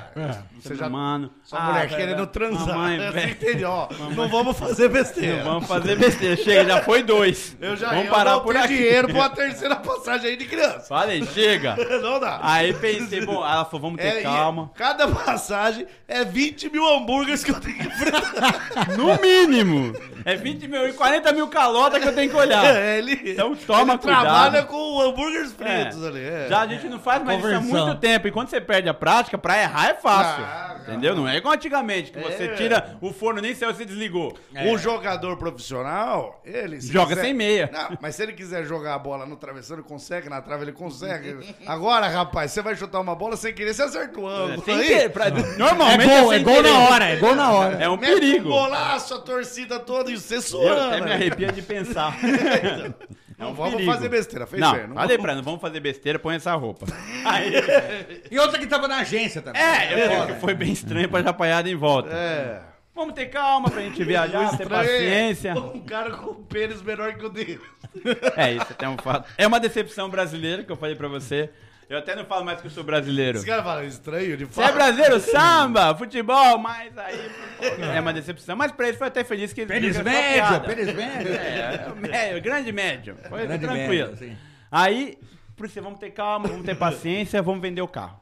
Speaker 8: O
Speaker 3: você
Speaker 8: ser
Speaker 3: já...
Speaker 8: humano.
Speaker 3: Sua mulher
Speaker 8: velho,
Speaker 3: querendo
Speaker 8: Ah, velho,
Speaker 3: transar. é assim
Speaker 8: mamãe,
Speaker 3: Você
Speaker 8: velho,
Speaker 3: entendeu? Ó, não vamos fazer besteira.
Speaker 8: Vamos fazer besteira. Chega, já foi dois.
Speaker 3: Eu já
Speaker 8: vamos
Speaker 3: eu
Speaker 8: parar
Speaker 3: não
Speaker 8: por
Speaker 3: tenho
Speaker 8: aqui.
Speaker 3: dinheiro pra uma terceira passagem aí de criança. *laughs*
Speaker 8: Falei, chega.
Speaker 3: Não dá.
Speaker 8: Aí pensei, bom, ela falou, vamos ter
Speaker 3: É, e-
Speaker 8: calma.
Speaker 3: cada passagem é 20 mil hambúrgueres que eu
Speaker 8: *laughs*
Speaker 3: tenho que
Speaker 8: Então,
Speaker 3: enfrentar.
Speaker 8: No mínimo. É 20 mil e 40 mil calota que eu tenho que olhar.
Speaker 3: *laughs* É, ele,
Speaker 8: Então toma
Speaker 3: ele
Speaker 8: cuidado.
Speaker 3: trabalha com hambúrgueres
Speaker 8: É.
Speaker 3: fritos ali. É.
Speaker 8: Já a gente não faz mais isso há
Speaker 7: Conversão.
Speaker 8: muito tempo. E quando você perde a prática, pra errar é fácil.
Speaker 3: Ah, É.
Speaker 8: entendeu? Não é igual antigamente, que você tira o forno, nem saiu, você desligou.
Speaker 3: O jogador profissional, ele... se
Speaker 8: É. Joga
Speaker 3: quiser-
Speaker 8: sem meia.
Speaker 3: Não, mas se ele quiser jogar a bola no travesseiro, consegue, na trave ele consegue. Agora, rapaz, você vai chutar uma bola sem querer, você acerta o ângulo.
Speaker 8: Sem
Speaker 3: Aí,
Speaker 8: querer, pra- normalmente
Speaker 7: É gol, é
Speaker 8: sem
Speaker 7: gol
Speaker 8: querer.
Speaker 7: na hora, é gol na hora.
Speaker 8: É um
Speaker 3: mete um
Speaker 8: perigo.
Speaker 3: golaço, a torcida toda e você
Speaker 8: Eu
Speaker 3: suando. né?
Speaker 8: até me arrepia
Speaker 3: *laughs*
Speaker 8: de pensar. É
Speaker 3: Não
Speaker 8: um
Speaker 3: vamos
Speaker 8: perigo.
Speaker 3: fazer besteira, fez
Speaker 8: Não,
Speaker 3: certo, não
Speaker 8: falei pra ela, não vamos fazer besteira, põe essa roupa. Aí,
Speaker 7: E outra que tava na agência também.
Speaker 8: é, eu- que foi bem estranho pra já apanhada em volta.
Speaker 3: É.
Speaker 8: Vamos ter calma pra gente viajar, ter paciência.
Speaker 3: Um cara com o pênis menor que o dele.
Speaker 8: É isso, até um fato. É uma decepção brasileira que eu falei pra você. Eu até não falo mais que eu sou brasileiro.
Speaker 3: Os caras falam, estranho, ele
Speaker 8: Você é
Speaker 3: fala.
Speaker 8: brasileiro, samba, futebol, mas aí. É uma decepção. Mas pra eles foi até feliz que eles.
Speaker 7: Pênis
Speaker 8: viram que era só
Speaker 7: médio,
Speaker 8: piada.
Speaker 7: pênis médio.
Speaker 8: É, médio, grande médio. Foi
Speaker 7: Grande assim.
Speaker 8: tranquilo.
Speaker 7: médio, sim.
Speaker 8: Aí, por isso, vamos ter calma, vamos ter paciência, vamos vender o carro.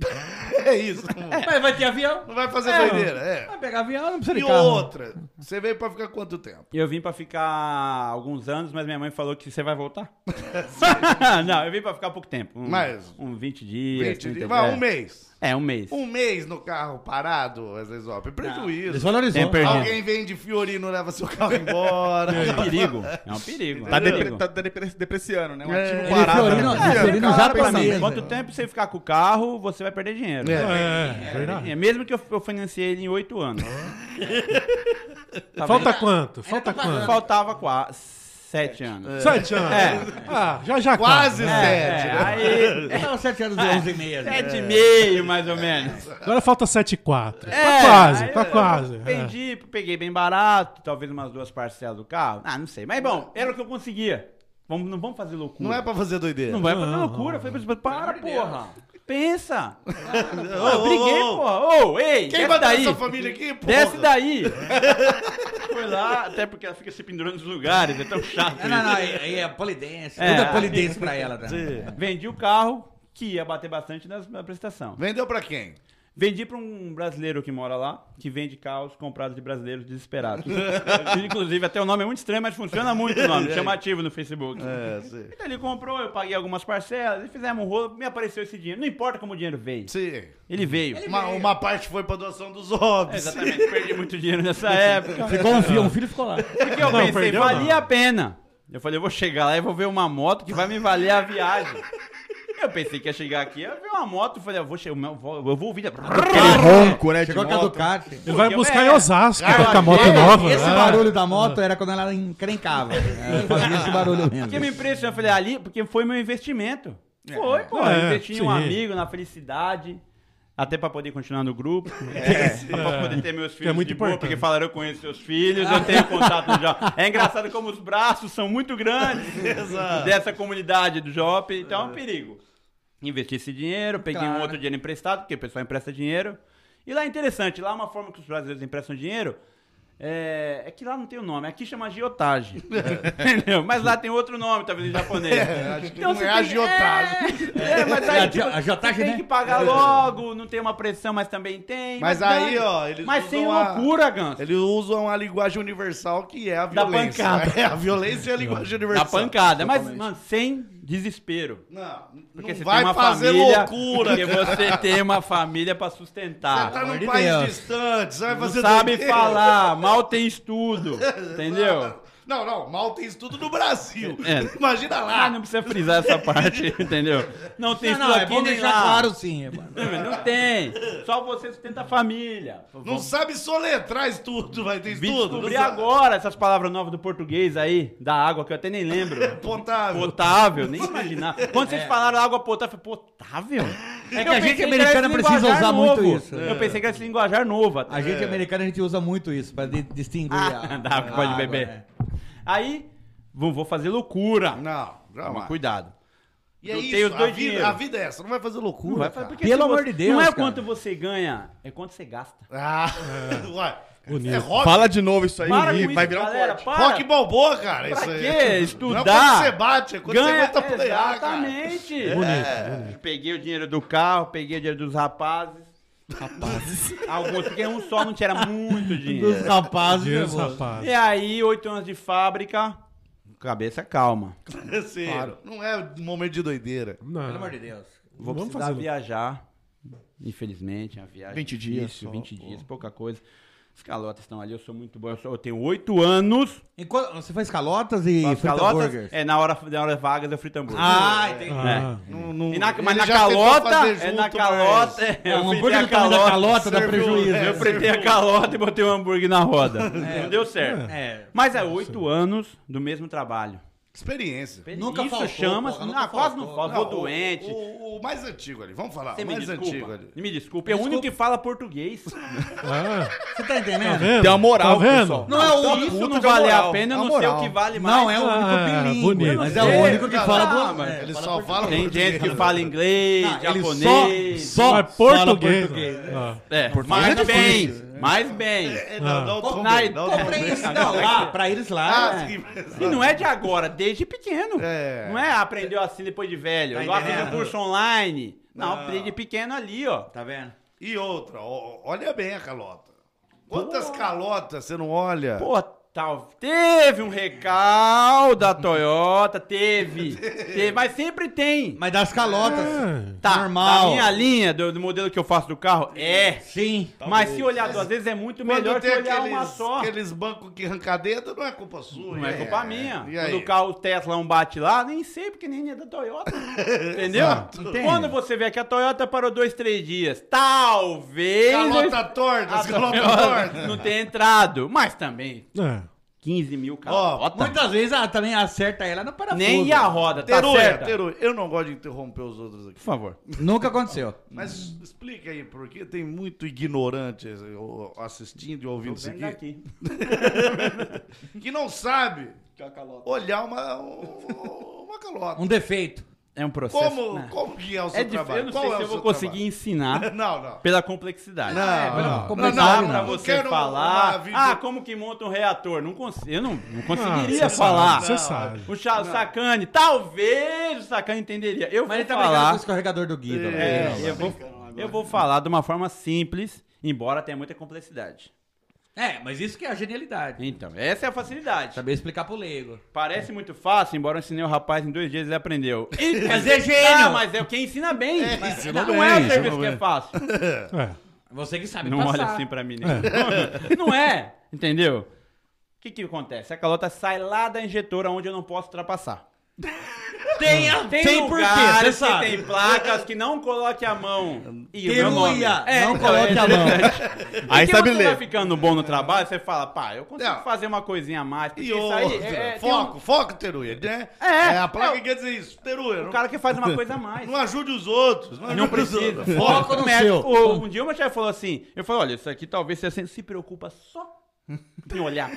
Speaker 3: *laughs* É isso. Não
Speaker 7: Mas vai ter avião?
Speaker 3: vai fazer
Speaker 7: É,
Speaker 3: doideira, é.
Speaker 7: Vai pegar avião, não precisa de
Speaker 3: E
Speaker 7: carro.
Speaker 3: outra, você veio pra ficar quanto tempo?
Speaker 8: Eu vim pra ficar alguns anos, mas minha mãe falou que você vai voltar. *laughs* não, eu vim pra ficar pouco tempo. Um,
Speaker 3: Mas-
Speaker 8: Um 20 dias.
Speaker 3: 20 dias,
Speaker 8: 30 dias.
Speaker 3: vai,
Speaker 8: é.
Speaker 3: um mês.
Speaker 8: É, um mês.
Speaker 3: Um mês no carro parado, às vezes, ó, é prejuízo.
Speaker 7: Desvalorizou.
Speaker 8: Tem perdido.
Speaker 3: Alguém vende Fiorino, leva seu carro embora.
Speaker 8: É um perigo. É um perigo.
Speaker 9: Tá,
Speaker 8: é um
Speaker 9: depre-
Speaker 8: perigo.
Speaker 9: tá depre- depreciando, né? Um
Speaker 3: É.
Speaker 9: ativo
Speaker 3: Ele
Speaker 9: parado.
Speaker 7: foi-
Speaker 9: né?
Speaker 7: não,
Speaker 8: É,
Speaker 7: Isso, ele não
Speaker 8: fala
Speaker 7: já
Speaker 8: pra
Speaker 7: pensa
Speaker 8: mim,
Speaker 7: nisso.
Speaker 8: Quanto tempo você ficar com o carro, você vai perder dinheiro.
Speaker 3: É.
Speaker 6: É, verdade.
Speaker 8: É, mesmo que eu, eu financiei ele em oito anos. Tá
Speaker 6: Falta
Speaker 8: vendo?
Speaker 6: quanto? Falta quanto?
Speaker 8: Faltava quase sete anos.
Speaker 6: Sete anos. Ah, já já
Speaker 3: Quase
Speaker 6: acaba.
Speaker 3: sete,
Speaker 8: É,
Speaker 3: né?
Speaker 8: aí,
Speaker 7: Eu tava 7 anos e 11 e meia. né?
Speaker 8: sete e meio, mais ou menos.
Speaker 6: Agora falta sete e quatro.
Speaker 8: É,
Speaker 6: tá quase,
Speaker 8: aí
Speaker 6: tá
Speaker 8: eu
Speaker 6: quase. é.
Speaker 8: Vendi, peguei bem barato, talvez umas duas parcelas do carro. Ah, não sei. Mas bom, era o que eu conseguia. Vamos, não vamos fazer loucura.
Speaker 3: Não é pra fazer doideira.
Speaker 8: Não vai fazer loucura. Eu falei pra você, para, porra.
Speaker 3: *laughs*
Speaker 8: Pensa. Eu briguei,
Speaker 3: ô, ô.
Speaker 8: porra. Ô, ei,
Speaker 3: Quem
Speaker 8: desce
Speaker 3: vai dar
Speaker 8: daí.
Speaker 3: essa família aqui, pô? *laughs*
Speaker 8: Desce daí. Foi lá, até porque ela fica se pendurando nos lugares, é tão chato.
Speaker 7: Não, não, não, aí aí é polidência.
Speaker 8: É,
Speaker 7: Tudo é
Speaker 8: aí-
Speaker 7: polidência pra ela. Tá?
Speaker 3: é.
Speaker 8: Vendi o carro, que ia bater bastante nas- na prestação.
Speaker 3: Vendeu pra quem?
Speaker 8: Vendi pra um brasileiro que mora lá, que vende carros comprados de brasileiros desesperados. Inclusive, até o nome é muito estranho, mas funciona muito o nome, chamativo no Facebook.
Speaker 3: É, sim.
Speaker 8: Então ele comprou, eu paguei algumas parcelas, e fizemos um rolo, me apareceu esse dinheiro. Não importa como o dinheiro veio.
Speaker 3: Sim.
Speaker 8: Ele veio.
Speaker 3: Uma, uma parte foi pra doação dos hobbies.
Speaker 8: É, Exatamente, perdi muito dinheiro nessa época.
Speaker 7: Ficou um filho, um filho ficou lá.
Speaker 8: Porque eu
Speaker 6: Não,
Speaker 8: pensei,
Speaker 6: perdeu não.
Speaker 8: valia a pena. Eu falei, eu vou chegar lá e vou ver uma moto que vai me valer a viagem. Eu pensei que ia chegar aqui, ia ver uma moto, eu falei, eu vou, che- eu vou, eu vou ouvir.
Speaker 5: Aquele ronco, né? de
Speaker 7: Chegou com a
Speaker 5: moto.
Speaker 7: Ducati.
Speaker 6: Ele vai
Speaker 8: Porque
Speaker 6: buscar em
Speaker 8: eu-
Speaker 6: Osasco,
Speaker 8: Cara,
Speaker 6: tá com a moto
Speaker 8: é,
Speaker 6: nova.
Speaker 7: Esse
Speaker 6: né?
Speaker 7: barulho da moto era quando ela encrencava. Ela fazia esse barulho mesmo.
Speaker 8: O que me impressionou, eu falei, ali, porque foi meu investimento. Foi, pô,
Speaker 6: É,
Speaker 8: eu investi em um
Speaker 6: sim.
Speaker 8: amigo, na felicidade, até pra poder continuar no
Speaker 6: *laughs*
Speaker 8: grupo,
Speaker 6: É.
Speaker 8: pra poder ter meus filhos
Speaker 6: muito
Speaker 8: de boa,
Speaker 6: importante.
Speaker 8: porque falaram, eu conheço seus filhos, eu tenho contato já. É engraçado como os braços são muito grandes
Speaker 6: *laughs*
Speaker 8: dessa comunidade do Jop, então é um perigo. Investi esse dinheiro, peguei um
Speaker 7: Claro.
Speaker 8: outro dinheiro emprestado, porque o pessoal empresta dinheiro. E lá é interessante, lá é uma forma que os brasileiros emprestam dinheiro, é, é que lá não tem o nome, aqui chama agiotagem. *laughs* Entendeu? Mas lá tem outro nome, talvez
Speaker 3: *laughs*
Speaker 8: em japonês.
Speaker 3: Acho que
Speaker 8: Então
Speaker 3: não
Speaker 8: você
Speaker 3: é
Speaker 8: tem-
Speaker 3: agiotagem.
Speaker 8: É, mas aí
Speaker 7: A
Speaker 8: tipo,
Speaker 7: agio- agiotagem,
Speaker 8: você tem
Speaker 7: né?
Speaker 8: que pagar logo, não tem uma pressão, mas também tem.
Speaker 3: Mas
Speaker 8: dá-
Speaker 3: aí, ó, eles
Speaker 8: Mas sem
Speaker 3: usam a-
Speaker 8: loucura, Ganso.
Speaker 3: Eles usam a linguagem universal que é a violência.
Speaker 8: pancada.
Speaker 3: É, a violência é a linguagem
Speaker 8: Na
Speaker 3: universal.
Speaker 8: pancada, mas mano, sem desespero.
Speaker 3: Não,
Speaker 8: Porque
Speaker 3: não
Speaker 8: você
Speaker 3: vai
Speaker 8: tem uma
Speaker 3: fazer
Speaker 8: família,
Speaker 3: loucura.
Speaker 8: Porque você tem uma família pra sustentar.
Speaker 3: Você tá num
Speaker 7: de
Speaker 3: país
Speaker 7: Deus.
Speaker 3: distante, você vai
Speaker 8: Não
Speaker 3: fazer
Speaker 8: sabe
Speaker 3: doideira.
Speaker 8: falar, mal
Speaker 3: *laughs*
Speaker 8: tem estudo, entendeu?
Speaker 3: Não, não, mal tem isso tudo no Brasil.
Speaker 8: É.
Speaker 3: Imagina lá.
Speaker 8: Ah, não precisa frisar essa parte, *laughs* entendeu? Não tem
Speaker 7: Não,
Speaker 8: estudo
Speaker 7: não, é
Speaker 8: aqui
Speaker 7: bom
Speaker 8: nem
Speaker 7: deixar
Speaker 8: lá.
Speaker 7: claro sim.
Speaker 8: *laughs*
Speaker 7: é bom.
Speaker 8: Não, mas não tem. Só você sustenta a família.
Speaker 3: Não sabe soletrar isso tudo, vai ter isso
Speaker 8: Vim
Speaker 3: tudo.
Speaker 8: descobrir
Speaker 3: Não sabe-
Speaker 8: agora essas palavras novas do português aí, da água, que eu até nem lembro.
Speaker 3: Potável.
Speaker 8: Potável, nem imaginar. Quando vocês falaram água potável, eu falei, potável?
Speaker 7: É
Speaker 8: Eu
Speaker 7: que a
Speaker 8: pensei
Speaker 7: gente americana
Speaker 8: era esse
Speaker 7: precisa
Speaker 8: linguajar
Speaker 7: usar muito isso.
Speaker 8: Eu pensei que era esse linguajar novo. até.
Speaker 7: A gente americano, a gente usa muito isso pra di- distinguir a,
Speaker 8: *laughs* Da água que É. Ah, pode beber.
Speaker 7: né?
Speaker 8: Aí, vou vou fazer loucura.
Speaker 3: Não,
Speaker 8: Mas
Speaker 3: jamais.
Speaker 8: cuidado.
Speaker 3: E é
Speaker 8: eu
Speaker 3: isso,
Speaker 8: tenho os
Speaker 3: a,
Speaker 8: dois
Speaker 3: vida,
Speaker 8: dinheiro.
Speaker 3: a vida é essa, não vai fazer loucura.
Speaker 8: Não vai
Speaker 3: cara.
Speaker 8: fazer- porque
Speaker 7: Pelo
Speaker 8: se
Speaker 7: amor
Speaker 8: você-
Speaker 7: de Deus,
Speaker 8: Não é
Speaker 7: cara.
Speaker 8: quanto você ganha, é quanto você gasta.
Speaker 3: Ah, *laughs* ué.
Speaker 6: Bonito.
Speaker 3: É rock,
Speaker 5: Fala de novo isso aí,
Speaker 8: Para
Speaker 5: e
Speaker 8: com
Speaker 5: vai
Speaker 8: isso,
Speaker 5: virar um
Speaker 8: galera,
Speaker 5: corte.
Speaker 8: para.
Speaker 3: rock balboa, cara. isso aí.
Speaker 8: quê? Estudar.
Speaker 3: Não é quando você bate, é quando
Speaker 8: Ganha,
Speaker 3: você volta a playar, cara. É.
Speaker 8: exatamente. Peguei o dinheiro do carro, peguei o dinheiro dos rapazes. *laughs* Rapazes. Alguns, porque um só não tinha muito dinheiro.
Speaker 7: Dos rapazes, né, meu
Speaker 6: Deus,
Speaker 7: amor.
Speaker 6: rapaz.
Speaker 8: E aí, oito anos de fábrica, cabeça calma.
Speaker 3: Sim, Não é um momento de doideira.
Speaker 6: Não.
Speaker 7: Pelo amor de Deus.
Speaker 8: Vou
Speaker 6: Vamos
Speaker 8: precisar
Speaker 6: fazer.
Speaker 8: viajar, infelizmente, é uma viagem
Speaker 5: 20 dias
Speaker 8: difícil,
Speaker 5: só,
Speaker 8: 20
Speaker 5: pô.
Speaker 8: dias, pouca coisa. Os calotas estão ali, eu sou muito bom, eu, sou- eu tenho oito anos.
Speaker 7: Enquanto- você faz calotas e
Speaker 8: Os
Speaker 7: frita
Speaker 8: calotas,
Speaker 7: burgers?
Speaker 8: é, na hora, na hora vagas eu frito hambúrguer.
Speaker 7: Ah, entendi.
Speaker 6: Ah,
Speaker 3: Não- não-
Speaker 8: É. E na-
Speaker 3: ele
Speaker 8: mas na
Speaker 3: já tentou
Speaker 8: calota,
Speaker 3: fazer
Speaker 8: é na
Speaker 3: junto,
Speaker 8: calota, é,
Speaker 7: É, o
Speaker 8: fritei
Speaker 7: hambúrguer do tamanho da calota dá
Speaker 3: serviu,
Speaker 7: prejuízo.
Speaker 3: é,
Speaker 8: Eu apertei a calota e botei o hambúrguer na roda. Não deu certo.
Speaker 7: É.
Speaker 8: Mas é oito anos do mesmo trabalho.
Speaker 3: Experiência.
Speaker 7: Nunca
Speaker 8: Isso
Speaker 7: faltou,
Speaker 8: chama
Speaker 7: porra,
Speaker 8: ah,
Speaker 7: nunca
Speaker 8: quase
Speaker 7: faltou.
Speaker 8: não falta.
Speaker 3: Não,
Speaker 8: Vou doente.
Speaker 3: O, o- o mais antigo ali, vamos falar.
Speaker 8: Você
Speaker 3: o
Speaker 8: me
Speaker 3: mais antigo
Speaker 8: desculpa.
Speaker 3: ali.
Speaker 8: Me desculpa. É o único que fala português.
Speaker 6: ah,
Speaker 7: Você tá
Speaker 6: tá
Speaker 7: entendendo?
Speaker 6: vendo?
Speaker 5: Tem uma moral,
Speaker 6: tá vendo?
Speaker 5: pessoal.
Speaker 7: Não é o
Speaker 8: Então,
Speaker 7: único.
Speaker 8: isso não
Speaker 5: puta de
Speaker 8: vale a
Speaker 5: moral.
Speaker 8: pena,
Speaker 5: É
Speaker 8: eu não sei o
Speaker 5: moral.
Speaker 8: que vale mais.
Speaker 7: Não é o único
Speaker 6: Ah,
Speaker 7: bilíngue,
Speaker 6: bonito.
Speaker 7: mas é o
Speaker 8: Sei.
Speaker 7: único que
Speaker 3: tá,
Speaker 8: Não,
Speaker 7: fala
Speaker 8: não,
Speaker 7: do...
Speaker 8: mano,
Speaker 7: é,
Speaker 3: Ele
Speaker 7: fala
Speaker 3: só fala
Speaker 8: Tem
Speaker 3: português.
Speaker 8: gente que fala inglês,
Speaker 7: Não, ele
Speaker 8: japonês.
Speaker 7: só-
Speaker 6: Mas português. Ah,
Speaker 8: É,
Speaker 5: é
Speaker 8: mais bem,
Speaker 5: difícil.
Speaker 8: mais bem.
Speaker 3: É, Não,
Speaker 6: Ah.
Speaker 3: não, Tom
Speaker 8: Na
Speaker 3: Brady, não, Tom
Speaker 8: ideia-
Speaker 3: Brady.
Speaker 7: Pra eles não, lá, pra eles lá.
Speaker 3: Ah,
Speaker 7: é.
Speaker 3: sim,
Speaker 8: E não é de agora, desde pequeno.
Speaker 3: É.
Speaker 8: Não é aprendeu assim depois de velho.
Speaker 7: Tá
Speaker 8: Igual aprendeu
Speaker 7: entendendo?
Speaker 8: curso online. Não, aprendi pequeno ali, ó.
Speaker 7: Tá vendo?
Speaker 3: E outra, ó, olha bem a calota. Quantas calotas você não olha?
Speaker 8: Pô, tal, teve um recal da
Speaker 3: *laughs*
Speaker 8: Toyota, teve, teve, mas sempre tem.
Speaker 7: Mas das calotas.
Speaker 8: Tá,
Speaker 7: normal.
Speaker 8: da minha linha, do, do modelo que eu faço do carro, é.
Speaker 7: Sim.
Speaker 8: Mas se olhar duas vezes é
Speaker 3: Tá
Speaker 8: muito
Speaker 3: Quando
Speaker 8: melhor que
Speaker 3: tem
Speaker 8: olhar
Speaker 3: aqueles,
Speaker 8: uma só.
Speaker 3: aqueles bancos que arranca dedo, não é culpa sua.
Speaker 8: Não é culpa minha.
Speaker 3: E
Speaker 8: Quando
Speaker 3: aí?
Speaker 8: o carro Tesla um bate lá, nem sei, porque nem é da Toyota.
Speaker 3: *laughs*
Speaker 8: Entendeu?
Speaker 7: Entendo.
Speaker 8: Quando você vê que a Toyota parou dois, três dias, talvez.
Speaker 3: Calota torta,
Speaker 8: a
Speaker 3: as calota
Speaker 8: Toyota
Speaker 3: torta.
Speaker 8: Ah, não tenha entrado. Mas também,
Speaker 6: é.
Speaker 8: 15 mil
Speaker 3: Ó,
Speaker 8: calotas.
Speaker 7: Muitas vezes ela também acerta ela no parafuso.
Speaker 8: Nem a roda, tá
Speaker 3: Teruia,
Speaker 8: certa?
Speaker 3: Teruia, eu não gosto de interromper os outros aqui.
Speaker 8: Por favor.
Speaker 7: Nunca aconteceu.
Speaker 3: Mas explica aí, porque tem muito ignorante ó, assistindo e ouvindo isso aqui,
Speaker 8: Daqui.
Speaker 3: que não sabe olhar uma, um- uma calota.
Speaker 8: *laughs*
Speaker 7: Um defeito.
Speaker 8: É um processo.
Speaker 3: Como,
Speaker 8: né?
Speaker 3: como que é o seu
Speaker 8: É difícil,
Speaker 3: trabalho?
Speaker 8: eu não
Speaker 3: Qual
Speaker 8: sei
Speaker 3: é
Speaker 8: se
Speaker 3: o
Speaker 8: eu vou
Speaker 3: seu
Speaker 8: conseguir
Speaker 3: *laughs* trabalho?
Speaker 8: ensinar
Speaker 3: Não, não.
Speaker 8: pela complexidade.
Speaker 3: Não, não.
Speaker 7: não,
Speaker 8: Ah. Não
Speaker 7: complicado,
Speaker 8: dá
Speaker 7: não.
Speaker 8: pra
Speaker 3: Não
Speaker 8: você
Speaker 3: quero uma
Speaker 8: falar.
Speaker 3: vida-
Speaker 8: Ah, como que monta um reator? Não consigo, eu não, não conseguiria
Speaker 6: Ah, você
Speaker 8: falar.
Speaker 6: sabe, Você sabe.
Speaker 8: O, Cha- o Sacani, talvez o Sacani entenderia. Eu
Speaker 7: Mas
Speaker 8: vou
Speaker 7: ele tá brincando com o
Speaker 8: falar.
Speaker 7: escorregador do Guido. lá.
Speaker 8: É, eu vou- Eu vou falar de uma forma simples, embora tenha muita complexidade.
Speaker 7: É, mas isso que é a genialidade.
Speaker 8: Então, essa é a facilidade.
Speaker 7: Saber explicar pro leigo.
Speaker 8: Parece muito fácil, embora eu ensinei o rapaz em dois dias ele *laughs* aprendeu.
Speaker 7: Mas é gênio!
Speaker 8: Ah, mas é quem ensina bem. Mas
Speaker 3: ensinou
Speaker 8: não
Speaker 3: bem,
Speaker 8: é o
Speaker 3: ensinou
Speaker 8: serviço que é
Speaker 3: bem.
Speaker 8: fácil.
Speaker 6: É.
Speaker 7: Você que sabe
Speaker 8: Não
Speaker 7: passar.
Speaker 8: olha assim pra mim. Né? *laughs* não é, entendeu? O que que acontece? A calota sai lá da injetora onde eu não posso ultrapassar.
Speaker 7: Tem, a- tem,
Speaker 8: *laughs* Tem
Speaker 7: porquê,
Speaker 8: lugares
Speaker 7: você
Speaker 8: que
Speaker 7: sabe.
Speaker 8: tem placas que não coloque a mão. E
Speaker 7: Teruia,
Speaker 8: o meu nome.
Speaker 7: não coloque a mão.
Speaker 8: interessante.
Speaker 5: Aí
Speaker 8: Aí
Speaker 5: tá
Speaker 8: É, você
Speaker 5: beleza.
Speaker 8: vai ficando bom no trabalho, você fala, pá, eu consigo
Speaker 3: Não.
Speaker 8: fazer uma coisinha a mais. Porque
Speaker 3: E
Speaker 8: isso
Speaker 3: outra,
Speaker 8: aí é, é, tem
Speaker 3: foco, foco, Teruia, né?
Speaker 8: É,
Speaker 3: a placa
Speaker 8: é o-
Speaker 3: que quer dizer isso. Teruia,
Speaker 8: um,
Speaker 3: não,
Speaker 8: um cara que faz uma coisa a mais.
Speaker 3: não ajude os outros. Não,
Speaker 8: Não
Speaker 3: ajude os
Speaker 8: precisa.
Speaker 3: outros.
Speaker 8: Foco no médico.
Speaker 6: seu.
Speaker 8: O- Um dia o meu chefe falou assim, eu falei, olha, isso aqui talvez você se preocupa só em olhar.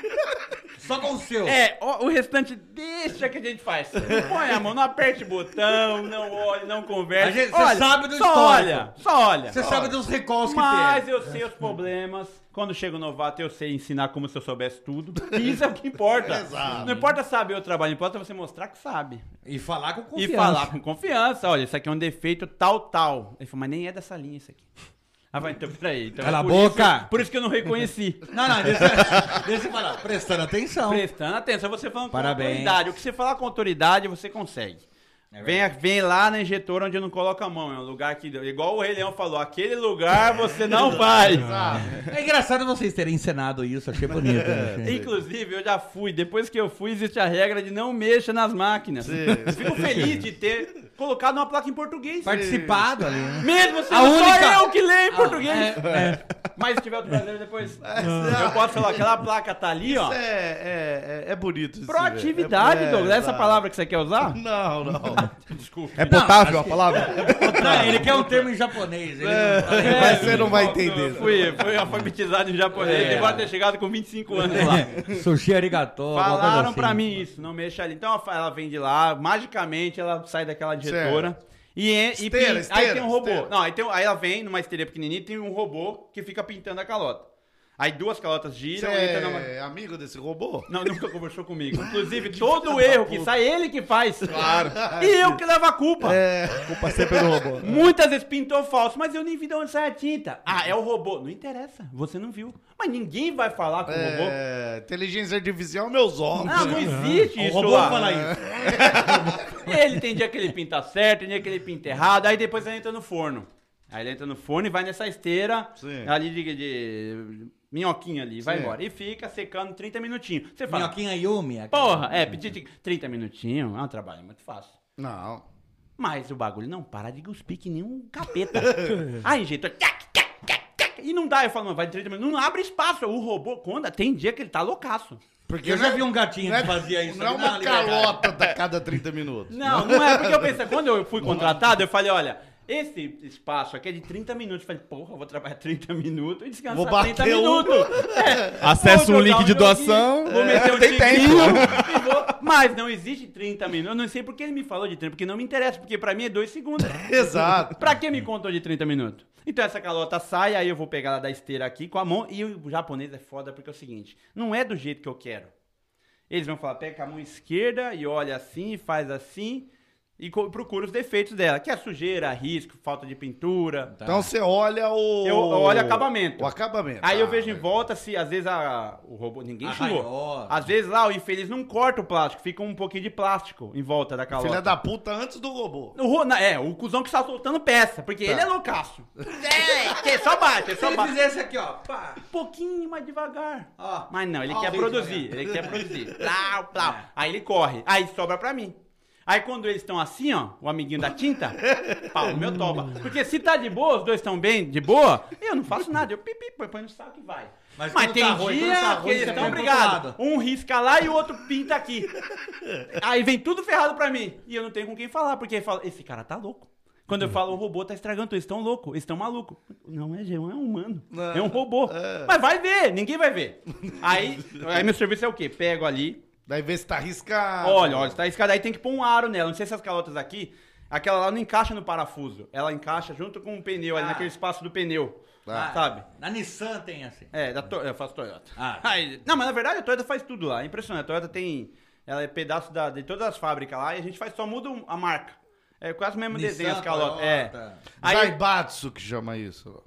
Speaker 7: Só com o seu.
Speaker 8: É, o, o restante deixa que a gente faz. Não põe a mão, não aperte botão, não olhe, não
Speaker 7: A
Speaker 8: converse.
Speaker 7: gente- você
Speaker 8: olha,
Speaker 7: sabe do
Speaker 8: só
Speaker 7: histórico.
Speaker 8: olha, só olha.
Speaker 7: Você sabe dos recalques
Speaker 8: Mas
Speaker 7: que
Speaker 8: eu sei os problemas. Quando chega o novato, eu sei ensinar como se eu soubesse tudo. E isso é o
Speaker 7: *laughs*
Speaker 8: que importa. Não importa saber o trabalho, importa você mostrar que sabe.
Speaker 7: tem. E falar com confiança.
Speaker 8: E falar com confiança. Olha, isso aqui é um defeito tal, tal. Ele falou, mas nem é dessa linha isso aqui. Ah, vai, então peraí. Então,
Speaker 7: Cala a
Speaker 8: por isso-
Speaker 7: boca!
Speaker 8: por isso que eu não reconheci.
Speaker 7: Não, não, deixa, *laughs* deixa eu falar. Prestando atenção.
Speaker 8: Prestando atenção, você falando
Speaker 7: Parabéns. É
Speaker 8: com autoridade. O que você falar com autoridade, você consegue. Vem, a- vem lá na injetora onde não coloca a mão. É um lugar que, igual o Rei Leão falou, aquele lugar
Speaker 7: *laughs*
Speaker 8: você não vai.
Speaker 7: É engraçado vocês terem encenado isso, achei bonito. né?
Speaker 8: É,
Speaker 7: achei.
Speaker 8: Inclusive, eu já fui. Depois que eu fui, existe a regra de não mexa nas máquinas. Eu Fico feliz de ter colocado uma placa em português.
Speaker 7: Participado ali, né?
Speaker 8: Mesmo sendo
Speaker 7: A única- Ah,
Speaker 8: só eu que leio em português.
Speaker 7: É, é.
Speaker 8: *laughs* Mas se tiver outro
Speaker 7: *laughs*
Speaker 8: brasileiro depois, eu posso falar, aquela placa tá ali, *laughs* ó.
Speaker 3: É, é, é, é bonito isso.
Speaker 8: Proatividade,
Speaker 3: velho. É,
Speaker 8: Douglas. Essa
Speaker 3: exato.
Speaker 8: palavra que você quer usar?
Speaker 3: Não, não.
Speaker 8: *laughs*
Speaker 5: É potável a palavra?
Speaker 8: é,
Speaker 7: Não, ele quer um termo em japonês. Ele não...
Speaker 3: Mas você não vai entender.
Speaker 8: Eu fui, fui alfabetizado em japonês, embora tenha chegado com 25 anos lá.
Speaker 7: *laughs* Sushi arigatô. alguma coisa
Speaker 8: Falaram
Speaker 7: assim.
Speaker 8: pra mim isso, não mexa ali. Então ela fa- ela vem de lá, magicamente ela sai daquela diretora. E, en- e
Speaker 3: Esteira,
Speaker 8: pin- aí
Speaker 3: esteira,
Speaker 8: tem um robô.
Speaker 3: esteira.
Speaker 8: Não, aí, tem um- aí ela vem numa esteira pequenininha e tem um robô que fica pintando a calota. Aí duas calotas
Speaker 3: Você
Speaker 8: giram, entra numa...
Speaker 3: é amigo desse robô?
Speaker 8: Não, nunca conversou comigo. Inclusive, todo erro que sai, é ele que faz. Claro. E eu que levo a culpa.
Speaker 5: É, Culpa sempre do robô.
Speaker 8: Muitas vezes pintou falso, mas eu nem vi de onde sai a tinta. Ah, é o robô. Não interessa, você não viu. Mas ninguém vai falar com o robô.
Speaker 3: É, inteligência artificial, meus olhos.
Speaker 8: Ah, não existe isso
Speaker 7: robô
Speaker 8: lá.
Speaker 7: fala isso.
Speaker 8: Ele tem dia que ele pinta certo, tem dia que ele pinta errado, aí depois ele entra no forno. Aí ele entra no forno e vai nessa esteira
Speaker 3: Sim.
Speaker 8: ali de, de minhoquinha ali, vai
Speaker 3: Sim.
Speaker 8: embora. E fica secando 30 minutinhos. Você fala,
Speaker 7: Minhoquinha Yumi. aqui.
Speaker 8: porra, é, pedir 30 minutinhos, é um trabalho muito fácil.
Speaker 3: Não.
Speaker 8: Mas o bagulho não para de cuspir que nem um capeta.
Speaker 3: *laughs*
Speaker 8: Aí, gente, eu- tac, tac, tac, tac, e não dá. Eu falo, não, vai de 30 minutos. Não abre espaço. O robô, quando tem dia que ele tá loucaço.
Speaker 3: Porque
Speaker 7: Eu já vi um gatinho
Speaker 3: não é-
Speaker 7: que fazia isso.
Speaker 3: Não é
Speaker 7: ali na
Speaker 3: uma
Speaker 7: liberdade.
Speaker 3: calota a cada 30 minutos.
Speaker 8: Não, não é porque eu pensei, quando eu fui contratado, eu falei, olha, esse espaço aqui é de 30 minutos. Eu falei, porra, eu vou trabalhar 30 minutos e descansar
Speaker 3: Vou bater
Speaker 8: 30
Speaker 3: um.
Speaker 8: minutos.
Speaker 5: Acessa
Speaker 8: Vou
Speaker 5: um
Speaker 8: jogar
Speaker 5: link de
Speaker 8: joguinho,
Speaker 5: doação. É,
Speaker 8: Vou meter um
Speaker 5: Tem
Speaker 8: tiquinho e vou- Mas não existe 30 minutos. Eu não sei por que ele me falou de 30, porque não me interessa, porque pra mim é
Speaker 5: *laughs*
Speaker 8: 2 segundos.
Speaker 3: Exato.
Speaker 8: Pra que me contou de 30 minutos? Então essa calota sai, aí eu vou pegar ela da esteira aqui com a mão. E o japonês é foda porque é o seguinte: não é do jeito que eu quero. Eles vão falar, pega a mão esquerda e olha assim, faz assim e co- procura os defeitos dela, que é sujeira, risco, falta de pintura.
Speaker 3: Então você olha o.
Speaker 8: Eu- eu olho o acabamento.
Speaker 3: O acabamento.
Speaker 8: Aí eu
Speaker 3: Ah,
Speaker 8: vejo em volta se às vezes a- o robô, ninguém
Speaker 7: A
Speaker 8: xingou.
Speaker 7: raiota.
Speaker 8: Às vezes lá o infeliz não corta o plástico, fica um pouquinho de plástico em volta da calota.
Speaker 3: Filha da puta antes do robô.
Speaker 8: O Ro- na- é, o cuzão que está soltando peça, porque
Speaker 3: Tá.
Speaker 8: ele é loucaço. É, que só bate,
Speaker 7: Se
Speaker 8: só
Speaker 7: ele
Speaker 8: bate.
Speaker 7: fizesse aqui, ó. Pá.
Speaker 8: Um pouquinho mais devagar.
Speaker 7: Ó.
Speaker 8: Mas não, ele
Speaker 7: Ó, né? É.
Speaker 8: quer
Speaker 7: o ritmo,
Speaker 8: produzir,
Speaker 7: cara.
Speaker 8: ele
Speaker 7: *laughs*
Speaker 8: quer produzir. Plau, plau. Aí ele corre, aí sobra pra mim. Aí quando eles estão assim, ó, o amiguinho da
Speaker 7: *laughs*
Speaker 8: tinta, pau, o meu toba. Porque se tá de boa, os dois estão bem, de boa, eu não faço nada. Eu pipi, põe põe no saco e vai.
Speaker 7: Mas
Speaker 8: Mas,
Speaker 7: quando
Speaker 8: tem
Speaker 7: tá
Speaker 8: dia
Speaker 7: ruim, quando tá ruim,
Speaker 8: que eles
Speaker 7: você
Speaker 8: estão
Speaker 7: põe pro
Speaker 8: brigados.
Speaker 7: outro
Speaker 8: Um risca lá e o outro pinta
Speaker 7: *laughs*
Speaker 8: aqui. Aí vem tudo ferrado pra mim. E eu não tenho com quem falar, porque ele fala, esse cara tá louco. Quando eu falo, o robô tá estragando, tudo, eles estão loucos, eles estão malucos. Não é, gente, não é humano, é um robô. Mas vai ver, ninguém vai ver. Aí,
Speaker 7: *laughs*
Speaker 8: aí meu serviço é o quê? Pego ali,
Speaker 3: Daí vê se tá arriscado.
Speaker 8: olha, olha, tá escada aí tem que pôr um aro nela. Não sei se as calotas aqui, aquela lá não encaixa no parafuso. Ela encaixa junto com o pneu, ali
Speaker 7: Ah.
Speaker 8: naquele espaço do pneu,
Speaker 7: Ah.
Speaker 8: sabe?
Speaker 7: Na Nissan tem assim.
Speaker 8: É, da To- eu faço Toyota.
Speaker 7: Ah.
Speaker 8: Aí- não, mas na verdade a Toyota faz tudo lá. É impressionante. A Toyota tem. Ela é pedaço da- de todas as fábricas lá e a gente faz só muda um- a marca. É quase o mesmo
Speaker 7: Nissan,
Speaker 8: desenho, as calotas.
Speaker 7: Toyota.
Speaker 8: É. Aí-
Speaker 3: Daibatsu que chama isso.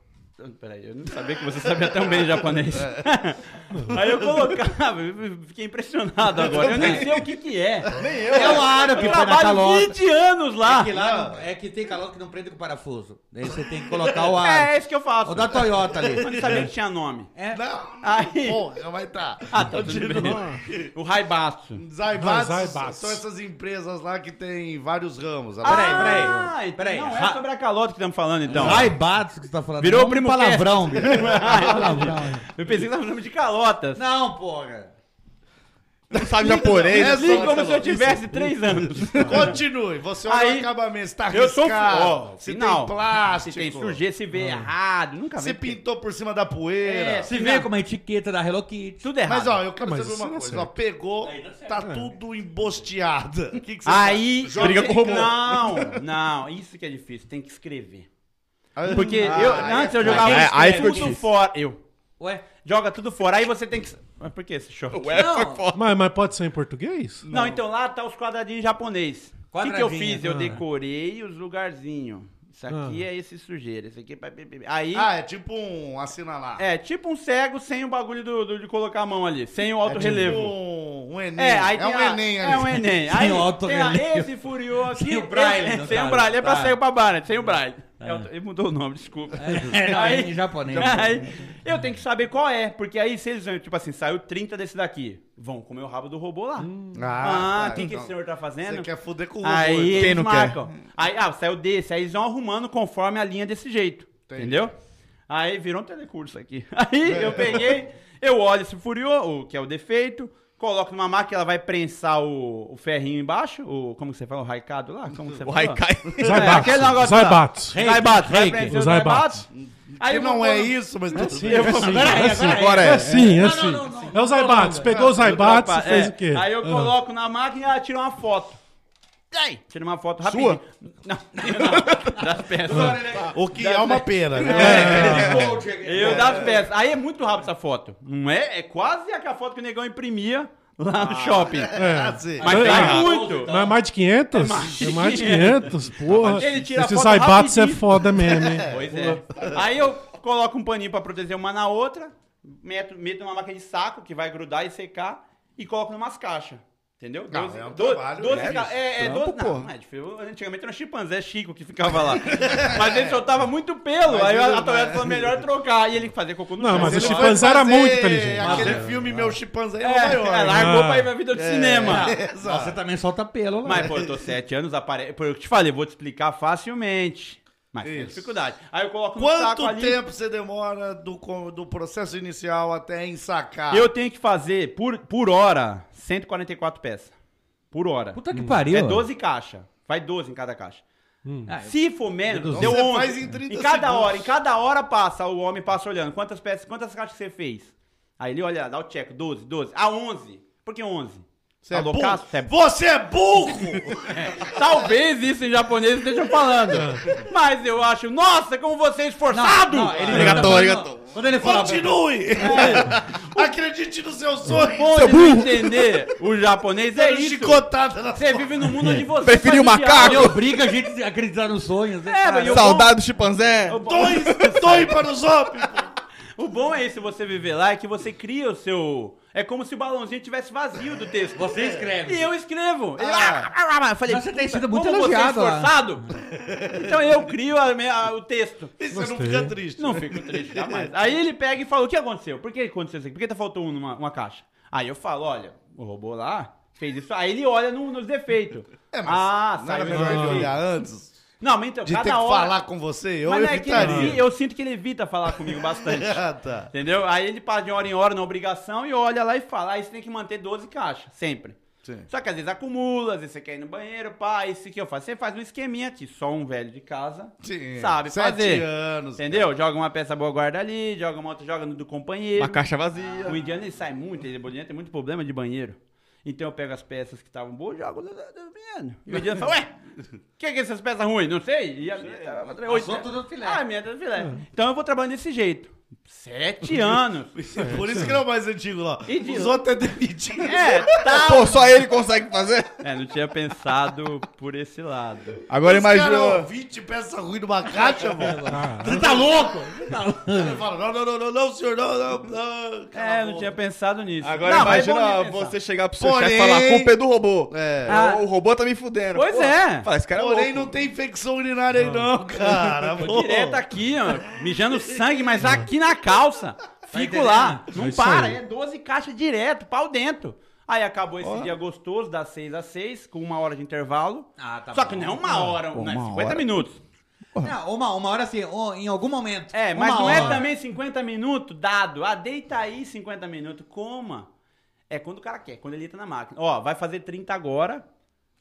Speaker 8: Peraí, eu não sabia que você sabia tão bem japonês. *laughs* Aí eu colocava, eu fiquei impressionado agora. Eu nem sei o que que é.
Speaker 5: Nem eu.
Speaker 7: É o árabe que
Speaker 8: Eu
Speaker 7: foi na
Speaker 8: trabalho
Speaker 7: calota.
Speaker 8: 20 anos lá.
Speaker 7: Que lá não- é que tem calota que não prende com parafuso. Daí você tem que colocar o
Speaker 8: *laughs* É, é
Speaker 7: árabe.
Speaker 8: isso que eu faço.
Speaker 7: O da Toyota
Speaker 8: Eu
Speaker 7: ali.
Speaker 8: não sabia que tinha nome.
Speaker 7: É.
Speaker 3: Não,
Speaker 8: Aí,
Speaker 3: porra, vai
Speaker 8: *laughs*
Speaker 3: tá.
Speaker 8: ah, tá tudo bem. O Raibatsu.
Speaker 3: Zaibatsu,
Speaker 6: Não, Zaibatsu.
Speaker 3: são essas empresas lá que tem vários ramos. A-
Speaker 7: peraí, peraí.
Speaker 8: Ah, então
Speaker 7: Peraí.
Speaker 8: Não,
Speaker 7: Ra-
Speaker 8: é sobre a calota que estamos falando, então.
Speaker 7: Raibatos que você tá falando.
Speaker 8: Virou
Speaker 7: Não
Speaker 8: o primo
Speaker 7: palavrão, bicho.
Speaker 8: Palavrão. *laughs* Eu pensei que tava falando de calotas.
Speaker 7: Não, porra.
Speaker 5: Não sabe japonês.
Speaker 3: Essa
Speaker 8: Assim como
Speaker 3: outra
Speaker 8: se eu tivesse 3 anos.
Speaker 3: Continue, você olha
Speaker 8: Aí-
Speaker 3: o acabamento, se tá
Speaker 8: Eu sou
Speaker 3: riscado,
Speaker 8: ó,
Speaker 3: se
Speaker 8: final.
Speaker 3: tem plástico,
Speaker 8: Se tem sujeira, se vê errado. Nunca
Speaker 3: se
Speaker 8: vi. porque
Speaker 3: pintou por cima da poeira.
Speaker 8: É,
Speaker 7: Se
Speaker 8: se
Speaker 7: vê
Speaker 8: vê
Speaker 7: com uma etiqueta da Hello Kitty.
Speaker 8: Tudo é errado.
Speaker 3: Mas ó, eu quero
Speaker 6: Mas
Speaker 3: saber
Speaker 6: isso
Speaker 3: uma
Speaker 6: não é
Speaker 3: coisa.
Speaker 6: certo.
Speaker 3: Ó, pegou, tá tudo embosteada. *laughs* O que, que você
Speaker 8: É. Aí.
Speaker 3: faz? Joga-
Speaker 5: Briga com o robô.
Speaker 8: Não, não, isso que é difícil, tem que escrever.
Speaker 3: Ah,
Speaker 8: Porque
Speaker 3: ah,
Speaker 8: eu,
Speaker 3: é
Speaker 8: antes eu jogava
Speaker 5: foda. É, aí ficou
Speaker 8: tudo
Speaker 5: difícil.
Speaker 8: fora. Eu.
Speaker 7: *laughs* Ué?
Speaker 8: Joga tudo fora. Aí você tem que. Mas por que esse show?
Speaker 5: Ué,
Speaker 7: Não.
Speaker 5: foi foda.
Speaker 6: Mas, mas pode ser em português?
Speaker 8: Não, então lá tá os quadradinhos em japonês. O que, que eu
Speaker 7: Quadradinho,
Speaker 8: fiz? Eu
Speaker 6: ah.
Speaker 8: decorei os lugarzinhos. Isso aqui é esse sujeira, esse aqui é. pra- Aí.
Speaker 3: Ah, é tipo um assinalar.
Speaker 8: É, tipo um cego sem o bagulho do, do- de colocar a mão ali, sem o
Speaker 3: É
Speaker 8: alto
Speaker 3: tipo
Speaker 8: relevo.
Speaker 3: um, um Enem.
Speaker 8: É, aí
Speaker 3: é
Speaker 8: tem
Speaker 3: um
Speaker 8: a-
Speaker 3: Enem ali.
Speaker 8: É
Speaker 3: *laughs*
Speaker 8: um Enem.
Speaker 7: Sem
Speaker 8: Aí
Speaker 7: o alto
Speaker 8: tem a-
Speaker 7: relevo.
Speaker 8: esse furiou
Speaker 7: *laughs*
Speaker 8: aqui.
Speaker 7: Sem o braille,
Speaker 8: esse-
Speaker 7: no
Speaker 8: sem
Speaker 7: caso.
Speaker 8: o braille. É pra
Speaker 7: Tá.
Speaker 8: sair o babá, né? Sem o braille. É o- Ele mudou o nome, desculpa.
Speaker 7: É, *laughs* não, é em japonês.
Speaker 8: *laughs* aí eu tenho que saber qual é, porque aí se eles, vão, tipo assim, saiu 30 desse daqui, vão comer o rabo do robô lá. Ah, o
Speaker 3: tá,
Speaker 8: que, que
Speaker 3: então.
Speaker 8: esse senhor tá fazendo?
Speaker 3: Você quer foder com o robô.
Speaker 8: Aí
Speaker 5: Quem
Speaker 8: eles
Speaker 5: não quer?
Speaker 8: marcam. Aí, ah, saiu desse. Aí eles vão arrumando conforme a linha desse jeito. Entendeu? Aí virou um telecurso aqui. *laughs* Aí eu peguei, eu olho esse furiô, o que é o defeito, coloco numa máquina, ela vai prensar o, o ferrinho embaixo, o, como que você fala, o raicado lá? Como que você
Speaker 5: O
Speaker 8: fala?
Speaker 5: Haikai.
Speaker 6: Zaibatsu.
Speaker 8: aquele negócio lá.
Speaker 6: Zaibatsu.
Speaker 8: Zaibatsu, vai
Speaker 7: Reiki.
Speaker 8: prensar o
Speaker 6: O Zaibatsu.
Speaker 8: Zaibatsu. Aí
Speaker 3: Que
Speaker 8: eu
Speaker 3: não
Speaker 8: vou-
Speaker 3: é isso, mas tudo bem.
Speaker 8: Eu vou-
Speaker 6: É assim, agora é. É assim, é assim. É o Zaibatsu. Pegou o Zaibatsu e
Speaker 8: Opa,
Speaker 6: fez
Speaker 8: é.
Speaker 6: o quê?
Speaker 8: Aí eu
Speaker 6: Ah.
Speaker 8: coloco na máquina e ela tira uma foto. Aí, tira uma foto rapidinho. Não, não, das peças.
Speaker 3: O que é uma pena, né?
Speaker 8: Eu das peças. Aí é muito rápido essa foto. Não é? É quase a foto que o negão imprimia lá
Speaker 3: Ah.
Speaker 8: no shopping.
Speaker 6: É.
Speaker 3: Assim,
Speaker 8: Mas
Speaker 6: Ah.
Speaker 8: tá
Speaker 6: Ah.
Speaker 8: muito.
Speaker 6: Mas é mais de 500?
Speaker 8: de
Speaker 6: É mais de 500, porra.
Speaker 8: Ele tira a
Speaker 6: Esse
Speaker 8: foto
Speaker 6: Zaibatsu é
Speaker 8: rapidinho.
Speaker 6: foda mesmo, hein?
Speaker 8: Pois é. Aí eu coloco um paninho pra proteger uma na outra, meto, meto numa máquina de saco que vai grudar e secar e coloco numas caixas. Entendeu?
Speaker 3: Não,
Speaker 8: Doze-
Speaker 3: é um
Speaker 8: do-
Speaker 3: trabalho,
Speaker 8: doze
Speaker 3: né,
Speaker 8: ca-
Speaker 3: bicho?
Speaker 8: é, é
Speaker 5: Trampo,
Speaker 8: doze-
Speaker 5: pô.
Speaker 8: Não, não é difícil. Antigamente era chimpanzé Chico que
Speaker 3: *laughs*
Speaker 8: ficava lá. mas ele soltava muito pelo. aí a, a
Speaker 3: é.
Speaker 8: Toyota falou melhor trocar. E ele fazia cocô no
Speaker 6: Não,
Speaker 8: chão.
Speaker 6: mas o
Speaker 3: ele
Speaker 8: Ele-
Speaker 3: vai
Speaker 6: chimpanzé era
Speaker 3: fazer
Speaker 6: muito inteligente.
Speaker 3: Aquele
Speaker 6: Ah,
Speaker 3: filme Meu Chimpanzé é,
Speaker 8: é,
Speaker 3: o
Speaker 8: é,
Speaker 3: maior.
Speaker 8: largou
Speaker 6: Ah.
Speaker 8: pra ir pra vida de
Speaker 3: É.
Speaker 8: cinema.
Speaker 7: Você
Speaker 8: tá
Speaker 7: também solta pelo lá.
Speaker 8: Mas, pô, eu tô sete anos, aparece. Pô, eu te falei, vou te explicar facilmente. Mas tem
Speaker 3: Isso.
Speaker 8: dificuldade. Aí eu coloco no um saco
Speaker 3: Quanto
Speaker 8: ali.
Speaker 3: tempo você demora do, co- do processo inicial até ensacar?
Speaker 8: Eu tenho que fazer, por, por hora, 144 peças. Por hora.
Speaker 7: Puta que pariu.
Speaker 8: É 12 caixas. Vai 12 em cada caixa.
Speaker 7: Ah, eu-
Speaker 8: Se for menos,
Speaker 3: Então
Speaker 8: deu
Speaker 3: você
Speaker 8: 11.
Speaker 3: faz em 30
Speaker 8: cada
Speaker 3: segundos.
Speaker 8: hora, em cada hora passa, o homem passa olhando. Quantas peças, quantas caixas você fez? Aí ele olha, dá o check, 12, 12. Ah, 11. Por que 11?
Speaker 3: Você é burro?
Speaker 8: Alocar- Você é burro.
Speaker 3: Você é
Speaker 8: *laughs*
Speaker 3: burro!
Speaker 8: Talvez isso em japonês esteja
Speaker 7: *laughs*
Speaker 8: falando. Mas eu acho, nossa, como você é esforçado!
Speaker 7: Não, ele-
Speaker 5: Arigatou,
Speaker 7: quando-
Speaker 5: arigatou.
Speaker 7: Quando ele fala... É.
Speaker 3: Continue!
Speaker 8: É.
Speaker 3: Acredite no seu sonho!
Speaker 8: Onde não entender o japonês é
Speaker 3: Dando
Speaker 8: isso.
Speaker 3: chicotada na
Speaker 8: Você
Speaker 3: sua-
Speaker 8: vive num mundo onde você
Speaker 5: Preferiu
Speaker 8: faz
Speaker 5: macaco?
Speaker 8: diálogo.
Speaker 7: Ele obriga a gente a acreditar nos sonhos. né,
Speaker 8: É,
Speaker 7: cara?
Speaker 8: mas eu-
Speaker 5: Saudade do chimpanzé.
Speaker 8: O bom, é
Speaker 3: Dois, dois para os homens!
Speaker 8: o bom é isso, você viver lá, é que você cria o seu. É como se o balãozinho tivesse vazio do texto.
Speaker 7: Você escreve.
Speaker 8: E eu escrevo. Eu, ah, ah, ah, eu falei,
Speaker 7: Mas você tem
Speaker 8: puta,
Speaker 7: sido muito
Speaker 8: como você é
Speaker 7: elogiado lá.
Speaker 8: esforçado. Então eu crio a minha- a- o texto.
Speaker 3: E você não
Speaker 6: Gostei.
Speaker 3: fica triste.
Speaker 8: Não fico *laughs* triste jamais. Aí ele pega e fala: o que aconteceu? Por que aconteceu isso aqui? Por que tá faltando uma, uma caixa? Aí eu falo: olha, o robô lá fez isso. Aí ele olha no- nos defeitos.
Speaker 3: *laughs* É, mas
Speaker 8: ah,
Speaker 3: não era
Speaker 8: saiu.
Speaker 3: melhor ele
Speaker 8: defeito.
Speaker 3: olhar antes?
Speaker 8: Não, mas então,
Speaker 3: De ter
Speaker 8: cada
Speaker 3: que
Speaker 8: hora.
Speaker 3: falar com você? Eu
Speaker 8: mas é que ele
Speaker 3: evitaria.
Speaker 8: vi- eu sinto que ele evita falar comigo bastante.
Speaker 3: *laughs* Ah, tá.
Speaker 8: Entendeu? Aí ele passa de hora em hora na obrigação e olha lá e fala. Aí você tem que manter 12 caixas, sempre.
Speaker 3: Sim.
Speaker 8: Só que às vezes acumula, às vezes você quer ir no banheiro, pá, isso que eu faço. Você faz um esqueminha aqui, só um velho de casa
Speaker 3: Sim,
Speaker 8: sabe
Speaker 3: sete
Speaker 8: fazer.
Speaker 3: anos,
Speaker 8: entendeu? Joga uma peça boa guarda ali, joga uma outra, joga no do companheiro.
Speaker 5: Uma caixa vazia.
Speaker 8: O indiano ele sai muito, ele é boliano, tem muito problema de banheiro. Então eu pego as peças que estavam boas e jogo no do, do indiano. E o indiano fala, ué, o que, que é essas peças ruins? Não sei. E a minha tava- né?
Speaker 7: Passou tudo no filé.
Speaker 8: Ah, a minha tá no filé. Então eu vou trabalhando desse jeito. Sete anos.
Speaker 3: Por isso que ele é o mais antigo lá.
Speaker 8: E de-
Speaker 3: Os outros é demitido. *laughs*
Speaker 8: É, tá.
Speaker 5: Pô, só ele consegue fazer?
Speaker 8: É, não tinha pensado por esse lado.
Speaker 5: Agora
Speaker 3: Cara,
Speaker 8: é
Speaker 3: ó,
Speaker 8: um
Speaker 5: imagina.
Speaker 3: 20 peças ruins numa caixa, velho. Você tá louco? Ele fala, não, não, não, não, não, senhor, não, não, não.
Speaker 7: Tá
Speaker 3: cala
Speaker 8: É,
Speaker 3: a
Speaker 8: não
Speaker 3: boca.
Speaker 8: tinha pensado nisso.
Speaker 5: Agora
Speaker 8: Não, mas é bom
Speaker 5: imagina
Speaker 8: de pensar.
Speaker 5: você chegar pro seu chefe
Speaker 3: Porém-
Speaker 5: e falar: a culpa é do robô.
Speaker 3: É.
Speaker 8: Ah.
Speaker 5: O robô tá me fudendo.
Speaker 8: Pois é.
Speaker 5: Fala, esse cara é
Speaker 3: Porém,
Speaker 5: louco.
Speaker 3: não tem infecção urinária aí, não, cara.
Speaker 8: Tô
Speaker 3: Pô.
Speaker 8: *laughs* direto aqui, ó, mijando sangue, mas aqui na calça. Fico lá, não
Speaker 6: É isso
Speaker 8: para,
Speaker 6: aí.
Speaker 8: é 12 caixas direto, pau dentro. Aí acabou esse dia gostoso, das 6 às 6, com uma hora de intervalo.
Speaker 7: Ah, tá
Speaker 8: Só que
Speaker 7: bom.
Speaker 8: não é uma hora, não é 50 minutos.
Speaker 7: Não, uma, uma hora assim, ou em algum momento.
Speaker 8: É, mas
Speaker 7: Uma
Speaker 8: não é
Speaker 7: hora.
Speaker 8: também 50 minutos dado. Ah, deita aí 50 minutos, coma. É quando o cara quer, quando ele entra na máquina. Ó, vai fazer 30 agora.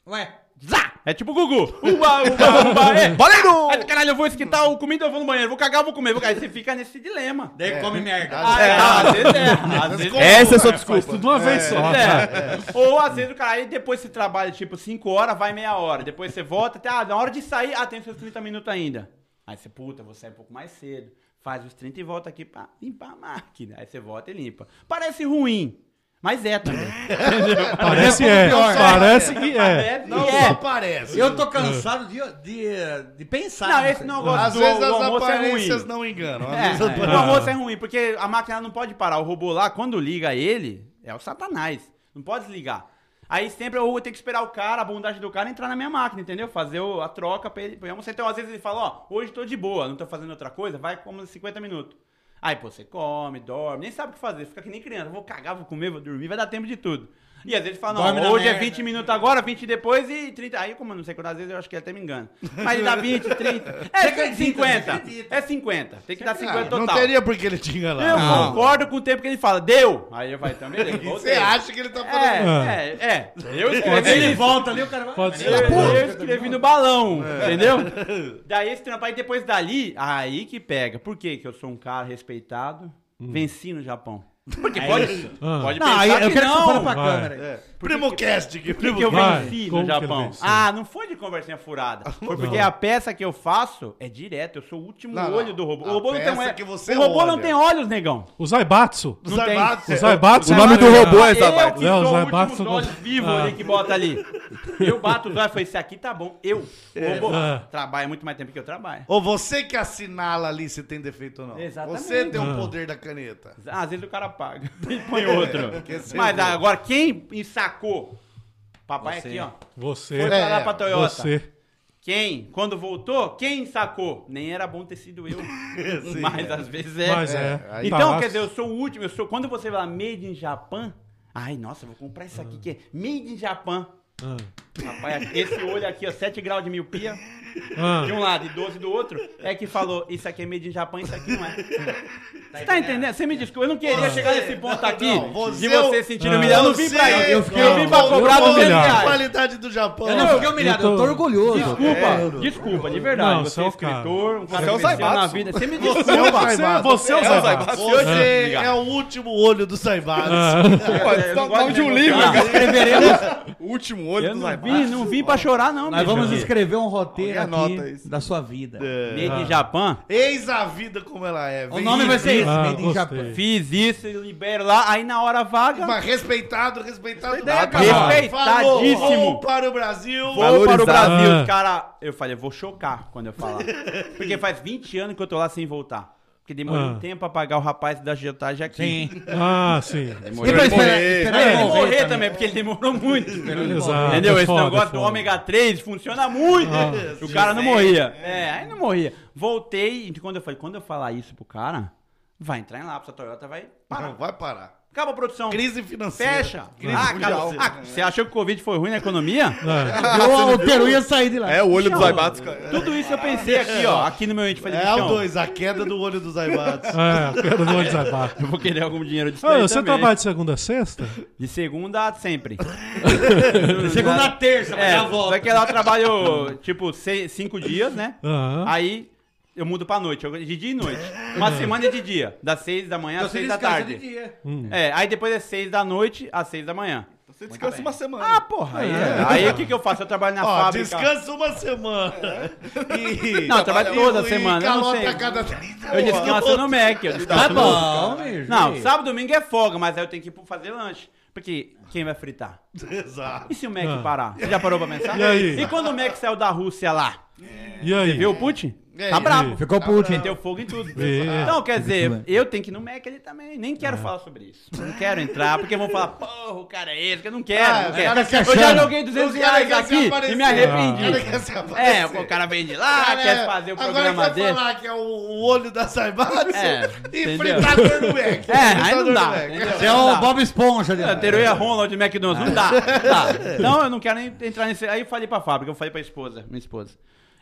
Speaker 7: Ué,
Speaker 8: Zá! É tipo o Gugu. Uba, uba, uba, é. Valeu! Aí, caralho, eu vou esquentar o comida, eu vou no banheiro, vou cagar, eu vou comer. Vou cagar. Aí você fica nesse dilema.
Speaker 7: daí come merda.
Speaker 3: Ah,
Speaker 8: É, às vezes é. *laughs* Às vezes é.
Speaker 5: Essa é a sua
Speaker 6: Faz
Speaker 5: desculpa.
Speaker 6: tudo uma vez só. tá?
Speaker 8: É. Ou às vezes o cara aí depois você trabalha tipo 5 horas, vai meia hora. Depois você volta, até, ah, na hora de sair, ah, tem seus 30 minutos ainda. Aí você, puta, vou sair um pouco mais cedo. Faz os 30 e volta aqui pra limpar a máquina. Aí você volta e limpa. Parece ruim, mas é *laughs* também.
Speaker 6: Parece é. Parece que é.
Speaker 8: Parece
Speaker 3: Não
Speaker 8: que *laughs* é.
Speaker 3: só parece.
Speaker 7: Eu tô cansado de, de, de pensar.
Speaker 8: Não, é
Speaker 7: nisso
Speaker 8: esse
Speaker 7: aí.
Speaker 8: negócio
Speaker 3: Às
Speaker 8: do,
Speaker 3: vezes
Speaker 8: do
Speaker 3: as
Speaker 8: almoço é ruim.
Speaker 3: aparências não enganam. Às vezes
Speaker 8: É, o almoço é ruim, porque a máquina não pode parar. O robô lá, quando liga ele, é o satanás. Não pode desligar. Aí sempre eu tenho que esperar o cara, a bondade do cara, entrar na minha máquina, entendeu? Fazer o- a troca pra ele. pra eu almoçar. Então, às vezes ele fala, ó, hoje tô de boa, não tô fazendo outra coisa, vai como 50 minutos. Aí, pô, você come, dorme, nem sabe o que fazer, fica que nem criança. Vou cagar, vou comer, vou dormir, vai dar tempo de tudo. E às vezes fala, não,
Speaker 7: Dorme na
Speaker 8: hoje é
Speaker 7: merda.
Speaker 8: 20 minutos agora, 20 depois e 30. Aí, como eu não sei quantas vezes, eu acho que até me engano. Mas ele dá 20, 30. É
Speaker 7: Você acredita, você
Speaker 8: 50.
Speaker 7: acredita.
Speaker 8: É 50. Tem que dar 50
Speaker 3: Ah, Não
Speaker 8: total.
Speaker 3: teria por que ele te enganar.
Speaker 8: Eu
Speaker 5: Não.
Speaker 8: concordo com o tempo que ele fala, deu! Aí eu falo, então beleza,
Speaker 3: Você
Speaker 8: voltei.
Speaker 3: acha que ele tá falando...
Speaker 8: É, é, é. Eu
Speaker 7: Quando
Speaker 8: escrevi,
Speaker 7: ele volta ali, o cara vai.
Speaker 8: *laughs*
Speaker 6: Pode
Speaker 8: eu,
Speaker 6: ser.
Speaker 8: eu escrevi no balão, entendeu? Daí esse trampo, aí depois dali, aí que pega. Por quê? Que eu sou um cara respeitado, venci no Japão. Porque pode,
Speaker 6: Ah.
Speaker 8: pode
Speaker 7: Não,
Speaker 8: pensar
Speaker 7: aí eu
Speaker 8: que
Speaker 7: quero que você
Speaker 8: não.
Speaker 7: fale pra
Speaker 6: Vai.
Speaker 7: câmera. aí.
Speaker 3: Primocast, que
Speaker 8: Por que, que eu
Speaker 6: Vai,
Speaker 8: venci
Speaker 6: como
Speaker 8: no
Speaker 6: que ele
Speaker 8: Japão?
Speaker 6: venceu?
Speaker 8: Ah, não foi de conversinha furada. Foi porque a peça que eu faço é direto. Eu sou o último
Speaker 3: Não, não.
Speaker 8: olho do robô.
Speaker 3: A
Speaker 8: O robô não tem
Speaker 3: peça
Speaker 8: olho.
Speaker 3: que você
Speaker 8: o robô não
Speaker 3: olha.
Speaker 8: tem olhos, negão.
Speaker 6: O Zaibatsu.
Speaker 3: Os
Speaker 8: tem.
Speaker 3: armados-
Speaker 6: O Zaibatsu.
Speaker 5: O nome do robô é
Speaker 8: Eu
Speaker 5: Zabat.
Speaker 8: que
Speaker 6: Não,
Speaker 8: sou
Speaker 6: vai,
Speaker 8: o
Speaker 6: bate
Speaker 8: último
Speaker 6: no-
Speaker 8: olho vivo
Speaker 6: Ah.
Speaker 8: ali que bota ali. Eu bato os olhos e falo, esse aqui tá bom. Eu, o robô,
Speaker 6: Ah.
Speaker 8: trabalha muito mais tempo que eu trabalho.
Speaker 3: Ou você que assinala ali se tem defeito ou não.
Speaker 8: Exatamente.
Speaker 3: Você tem o
Speaker 6: Ah.
Speaker 3: poder da
Speaker 8: *laughs*
Speaker 3: caneta.
Speaker 8: Às vezes o cara paga e põe outro.
Speaker 3: porque você
Speaker 8: Mas
Speaker 3: errou.
Speaker 8: agora, quem sacou? Papai aqui, ó.
Speaker 6: Você.
Speaker 8: Foi pra lá pra É, Toyota.
Speaker 6: Você.
Speaker 8: Quem? Quando voltou, quem sacou? Nem era bom ter sido eu.
Speaker 3: Sim,
Speaker 8: mas
Speaker 3: é.
Speaker 8: às vezes é.
Speaker 6: Mas é. Aí
Speaker 8: Então,
Speaker 6: tá
Speaker 8: quer
Speaker 6: lá.
Speaker 8: dizer, eu sou o último. Eu sou... Quando você vai lá, Made in Japan. Ai, nossa, eu vou comprar isso aqui que é Made in Japan.
Speaker 6: Ah.
Speaker 8: Rapaz, esse olho aqui, ó, 7 graus de miopia,
Speaker 6: Ah.
Speaker 8: de um lado e 12 do outro, é que falou, isso aqui é made in Japão, isso aqui não é. Você tá entendendo? Você me desculpa, eu não queria chegar nesse ponto aqui
Speaker 3: Não, você-
Speaker 8: de você se sentindo
Speaker 6: Ah.
Speaker 8: humilhado. Eu não vim pra
Speaker 3: Você é um
Speaker 8: isso, eu,
Speaker 6: fiquei-
Speaker 8: vim pra
Speaker 6: eu
Speaker 8: cobrar
Speaker 6: vou
Speaker 8: do É,
Speaker 6: humilhar.
Speaker 8: reais.
Speaker 3: Qualidade do Japão.
Speaker 7: Eu não fiquei humilhado, eu tô
Speaker 6: Eu tô-
Speaker 7: orgulhoso.
Speaker 8: Desculpa, desculpa, de verdade.
Speaker 6: Não,
Speaker 8: você
Speaker 6: você
Speaker 8: é
Speaker 6: é o cara.
Speaker 8: escritor, um cara
Speaker 5: Você é
Speaker 8: que
Speaker 5: o
Speaker 8: venceu na
Speaker 5: Zaibatsu.
Speaker 8: vida. Você me
Speaker 3: Você
Speaker 8: desculpa.
Speaker 3: é o
Speaker 6: Você,
Speaker 3: Zaibatsu.
Speaker 6: você é o
Speaker 5: É o
Speaker 6: Zaibatsu.
Speaker 5: Zaibatsu.
Speaker 3: Você é o último olho do Saibados.
Speaker 6: Ah.
Speaker 5: Pô, isso dá
Speaker 8: eu não
Speaker 5: o
Speaker 8: gosto
Speaker 5: nome de um
Speaker 8: de
Speaker 5: livro,
Speaker 8: negociar.
Speaker 5: cara.
Speaker 7: Escreveremos,
Speaker 5: O último olho
Speaker 8: Eu
Speaker 5: do
Speaker 8: não
Speaker 5: Zaibat.
Speaker 8: vim, não vim pra chorar não,
Speaker 7: nós
Speaker 8: bicho.
Speaker 7: vamos escrever um roteiro
Speaker 5: Alguém anota
Speaker 7: aqui
Speaker 5: isso.
Speaker 7: da sua vida.
Speaker 8: Made in Japan.
Speaker 3: Eis a vida como ela é.
Speaker 7: O nome vai ser esse,
Speaker 6: Ah,
Speaker 7: Made in Japan.
Speaker 6: gostei.
Speaker 8: Fiz isso, libero lá, aí na hora vaga...
Speaker 3: Mas respeitado, respeitado.
Speaker 8: cara. Respeitadíssimo.
Speaker 3: Falou, vou para o Brasil.
Speaker 8: Vou para o
Speaker 5: Valorizar.
Speaker 8: Brasil,
Speaker 6: Ah.
Speaker 8: os cara. Eu falei, eu vou chocar quando eu falar. Porque faz 20 anos que eu tô lá sem voltar. Porque demorou
Speaker 6: Ah.
Speaker 8: um tempo pra pagar o rapaz da agiotagem aqui. Sim.
Speaker 6: Ah, sim.
Speaker 7: E pra
Speaker 5: morrer.
Speaker 7: esperar, esperar
Speaker 8: Ele
Speaker 7: ele
Speaker 6: né?
Speaker 8: morrer,
Speaker 7: É, morrer
Speaker 8: também, porque ele demorou muito.
Speaker 6: Exato.
Speaker 8: Entendeu? Esse
Speaker 6: Ah, tá Foda,
Speaker 8: negócio do
Speaker 6: foda. Ah.
Speaker 8: ômega 3 funciona muito. o cara não morria. É, aí não morria. Voltei, e quando eu falei, quando eu falar isso pro cara, vai entrar em lápis, a Toyota vai parar.
Speaker 6: Uhum.
Speaker 3: Não, vai parar.
Speaker 8: Acaba a produção.
Speaker 3: Crise financeira.
Speaker 8: Fecha. Ah, acabou. Ah, você achou que o Covid foi ruim na economia?
Speaker 6: Ah.
Speaker 7: Eu, o Peru ia sair de lá.
Speaker 5: É o olho do Zaibat, cara. É.
Speaker 8: Tudo isso eu pensei aqui, ó. Aqui no meu ente. Falei,
Speaker 3: É o
Speaker 8: bichão,
Speaker 3: 2, a queda do olho do
Speaker 8: *laughs*
Speaker 3: Zaibados.
Speaker 6: É, eu quero não desabar.
Speaker 8: Eu vou querer algum dinheiro disso
Speaker 6: Ah,
Speaker 8: daí
Speaker 6: você
Speaker 8: É, também.
Speaker 6: trabalha de segunda a sexta?
Speaker 8: De segunda a *laughs* sempre.
Speaker 7: Segunda a terça, vai
Speaker 8: É,
Speaker 7: dar a volta.
Speaker 8: só que lá eu trabalho, tipo, seis, cinco dias, né?
Speaker 6: Aham.
Speaker 8: Aí eu mudo pra noite. Eu, de dia e noite. Uma semana é de dia. Das seis da manhã às
Speaker 7: Você
Speaker 8: seis da
Speaker 7: descansa de
Speaker 8: tarde.
Speaker 7: dia.
Speaker 8: É, aí depois é seis da noite às seis da manhã.
Speaker 5: Você descansa uma semana.
Speaker 8: Ah, porra. Aí, aí o que, que eu faço? Eu trabalho na
Speaker 3: Ó,
Speaker 8: fábrica.
Speaker 3: descansa uma
Speaker 8: *laughs*
Speaker 3: semana. E,
Speaker 8: Não, trabalha
Speaker 3: e-
Speaker 8: toda
Speaker 3: e
Speaker 8: semana, eu não
Speaker 3: calota
Speaker 8: sei.
Speaker 3: a cada 30
Speaker 8: Eu descanso
Speaker 3: horas.
Speaker 8: no Mac. Eu descanso
Speaker 3: Tá
Speaker 8: no-
Speaker 3: bom.
Speaker 7: bicho.
Speaker 8: Não, sábado e domingo é folga, mas aí eu tenho que ir pro- fazer lanche. Porque quem vai fritar?
Speaker 3: Exato.
Speaker 8: E se o Mac parar? Você já parou pra pensar?
Speaker 6: Ah. E aí?
Speaker 8: E quando o Mac saiu da Rússia lá?
Speaker 6: E aí?
Speaker 8: Viu o Putin?
Speaker 3: É,
Speaker 8: Tá
Speaker 3: e-
Speaker 8: bravo.
Speaker 7: Ficou puto, hein?
Speaker 8: Meteu fogo em tudo.
Speaker 6: É.
Speaker 8: Então, quer dizer, eu tenho que ir no Mac ali também. Nem
Speaker 3: Ah.
Speaker 8: quero falar sobre isso. Não quero entrar, porque vão falar, porra, o cara é esse, que eu não quero,
Speaker 3: Ah,
Speaker 8: não
Speaker 3: o
Speaker 8: quero.
Speaker 3: cara se
Speaker 8: Eu já
Speaker 3: achando.
Speaker 8: joguei 200
Speaker 3: O cara
Speaker 8: reais
Speaker 3: quer se
Speaker 8: aqui e
Speaker 3: aparecer.
Speaker 8: me arrependi.
Speaker 3: Cara, quer se
Speaker 8: É,
Speaker 3: aparecer.
Speaker 8: o cara vem de lá,
Speaker 3: Cara, é,
Speaker 8: quer fazer o programa
Speaker 3: Ah, Agora quer
Speaker 8: dele.
Speaker 3: falar que é o- o olho da Saibate
Speaker 8: É,
Speaker 3: *laughs* e
Speaker 8: entendeu?
Speaker 3: fritador no Mac. um
Speaker 8: É, aí não dá.
Speaker 7: Você é o Bob Esponja. né?
Speaker 8: Tá. É, Teruia Ronald McDonald's, não dá. Tá. Então eu não quero nem entrar nesse. Aí eu falei pra fábrica, eu falei pra esposa, minha esposa.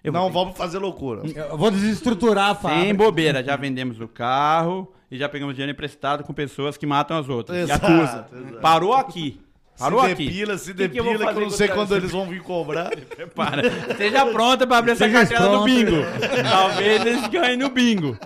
Speaker 8: Eu
Speaker 3: Não
Speaker 8: vou
Speaker 3: vamos fazer loucura.
Speaker 7: Eu vou desestruturar a
Speaker 8: Sem
Speaker 7: fábrica.
Speaker 8: bobeira, já vendemos o carro e já pegamos dinheiro emprestado com pessoas que matam as outras.
Speaker 3: Exato,
Speaker 8: e acusam.
Speaker 3: exato.
Speaker 8: Parou aqui. Parou
Speaker 3: se
Speaker 8: aqui.
Speaker 3: depila, se
Speaker 8: O que que eu vou
Speaker 3: depila, que, eu
Speaker 8: fazer
Speaker 3: não sei
Speaker 8: com
Speaker 3: quando
Speaker 8: essa-
Speaker 3: eles vão vir
Speaker 8: *laughs*
Speaker 3: cobrar.
Speaker 8: Para. Seja pronta pra abrir essa
Speaker 7: Seja
Speaker 8: cartela do
Speaker 7: pronta.
Speaker 8: bingo. Talvez eles ganhem no bingo.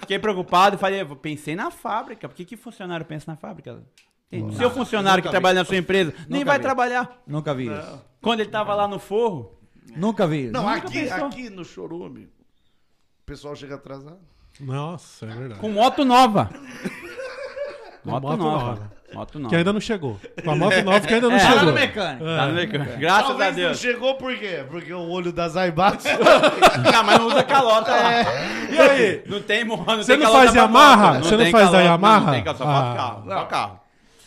Speaker 8: Fiquei preocupado, falei, eu pensei na fábrica. Por que, que funcionário pensa na fábrica? Tem- Seu funcionário que trabalha na sua empresa nem vai
Speaker 7: vi.
Speaker 8: trabalhar.
Speaker 7: Nunca vi isso.
Speaker 8: Quando ele tava lá no forro,
Speaker 7: Nunca vi isso.
Speaker 3: Não,
Speaker 8: Nunca
Speaker 3: aqui,
Speaker 8: pensou.
Speaker 3: aqui no Chorume, o pessoal chega atrasado.
Speaker 6: Nossa, é verdade.
Speaker 8: com moto *laughs* nova.
Speaker 6: Com
Speaker 8: moto,
Speaker 6: moto
Speaker 8: nova.
Speaker 6: nova.
Speaker 8: Moto nova.
Speaker 6: Que ainda não chegou. Com
Speaker 8: *laughs*
Speaker 6: a moto nova que ainda não
Speaker 8: É.
Speaker 6: chegou.
Speaker 7: Tá no mecânico.
Speaker 8: Tá no mecânico. Graças a
Speaker 3: Talvez não
Speaker 8: Deus.
Speaker 3: chegou por quê? Porque o olho da *laughs*
Speaker 8: *laughs*
Speaker 3: É, Zaibatsu.
Speaker 8: Ah, mas não usa calota lá. E aí? Não tem, mo- não
Speaker 6: Você
Speaker 8: tem
Speaker 6: não
Speaker 8: calota
Speaker 6: faz
Speaker 8: pra
Speaker 6: Yamaha?
Speaker 8: moto.
Speaker 6: Você não
Speaker 8: tem
Speaker 6: faz da
Speaker 8: calota, Não,
Speaker 6: Yamaha?
Speaker 8: não tem calota, só faz
Speaker 6: Ah.
Speaker 8: carro. Só carro.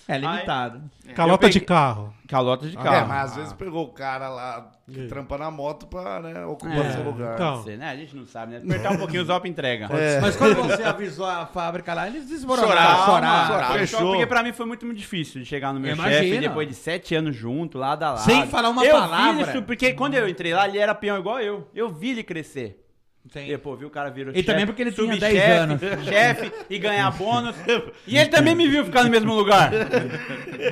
Speaker 7: É limitado.
Speaker 6: Calota
Speaker 8: Eu peguei-
Speaker 6: de carro.
Speaker 8: Calota de
Speaker 3: É,
Speaker 8: carro.
Speaker 3: mas às vezes pegou o cara lá que
Speaker 6: E aí?
Speaker 3: trampa na moto pra né, ocupar
Speaker 8: É,
Speaker 3: seu lugar.
Speaker 6: Então,
Speaker 8: Sei, né? A gente não sabe, né? Apertar um pouquinho, o Zop entrega.
Speaker 7: Mas quando você avisou a fábrica lá, eles desmoronaram.
Speaker 8: Chorar,
Speaker 7: Chorar.
Speaker 8: mano, chorar.
Speaker 3: fechou.
Speaker 8: Ah, tá. Porque pra mim foi muito, muito difícil de chegar no meu
Speaker 7: Imagina.
Speaker 8: chefe depois de sete anos junto, lado a lado.
Speaker 7: Sem falar uma
Speaker 8: eu
Speaker 7: palavra.
Speaker 8: Vi isso porque quando eu entrei lá, ele era peão igual eu. Eu vi ele crescer.
Speaker 7: Entendi.
Speaker 8: E, pô, vi o cara virou
Speaker 7: E também porque ele tinha
Speaker 8: subchefe,
Speaker 7: 10 anos.
Speaker 8: Chefe e ganhar bônus. E ele também me viu ficar no mesmo lugar.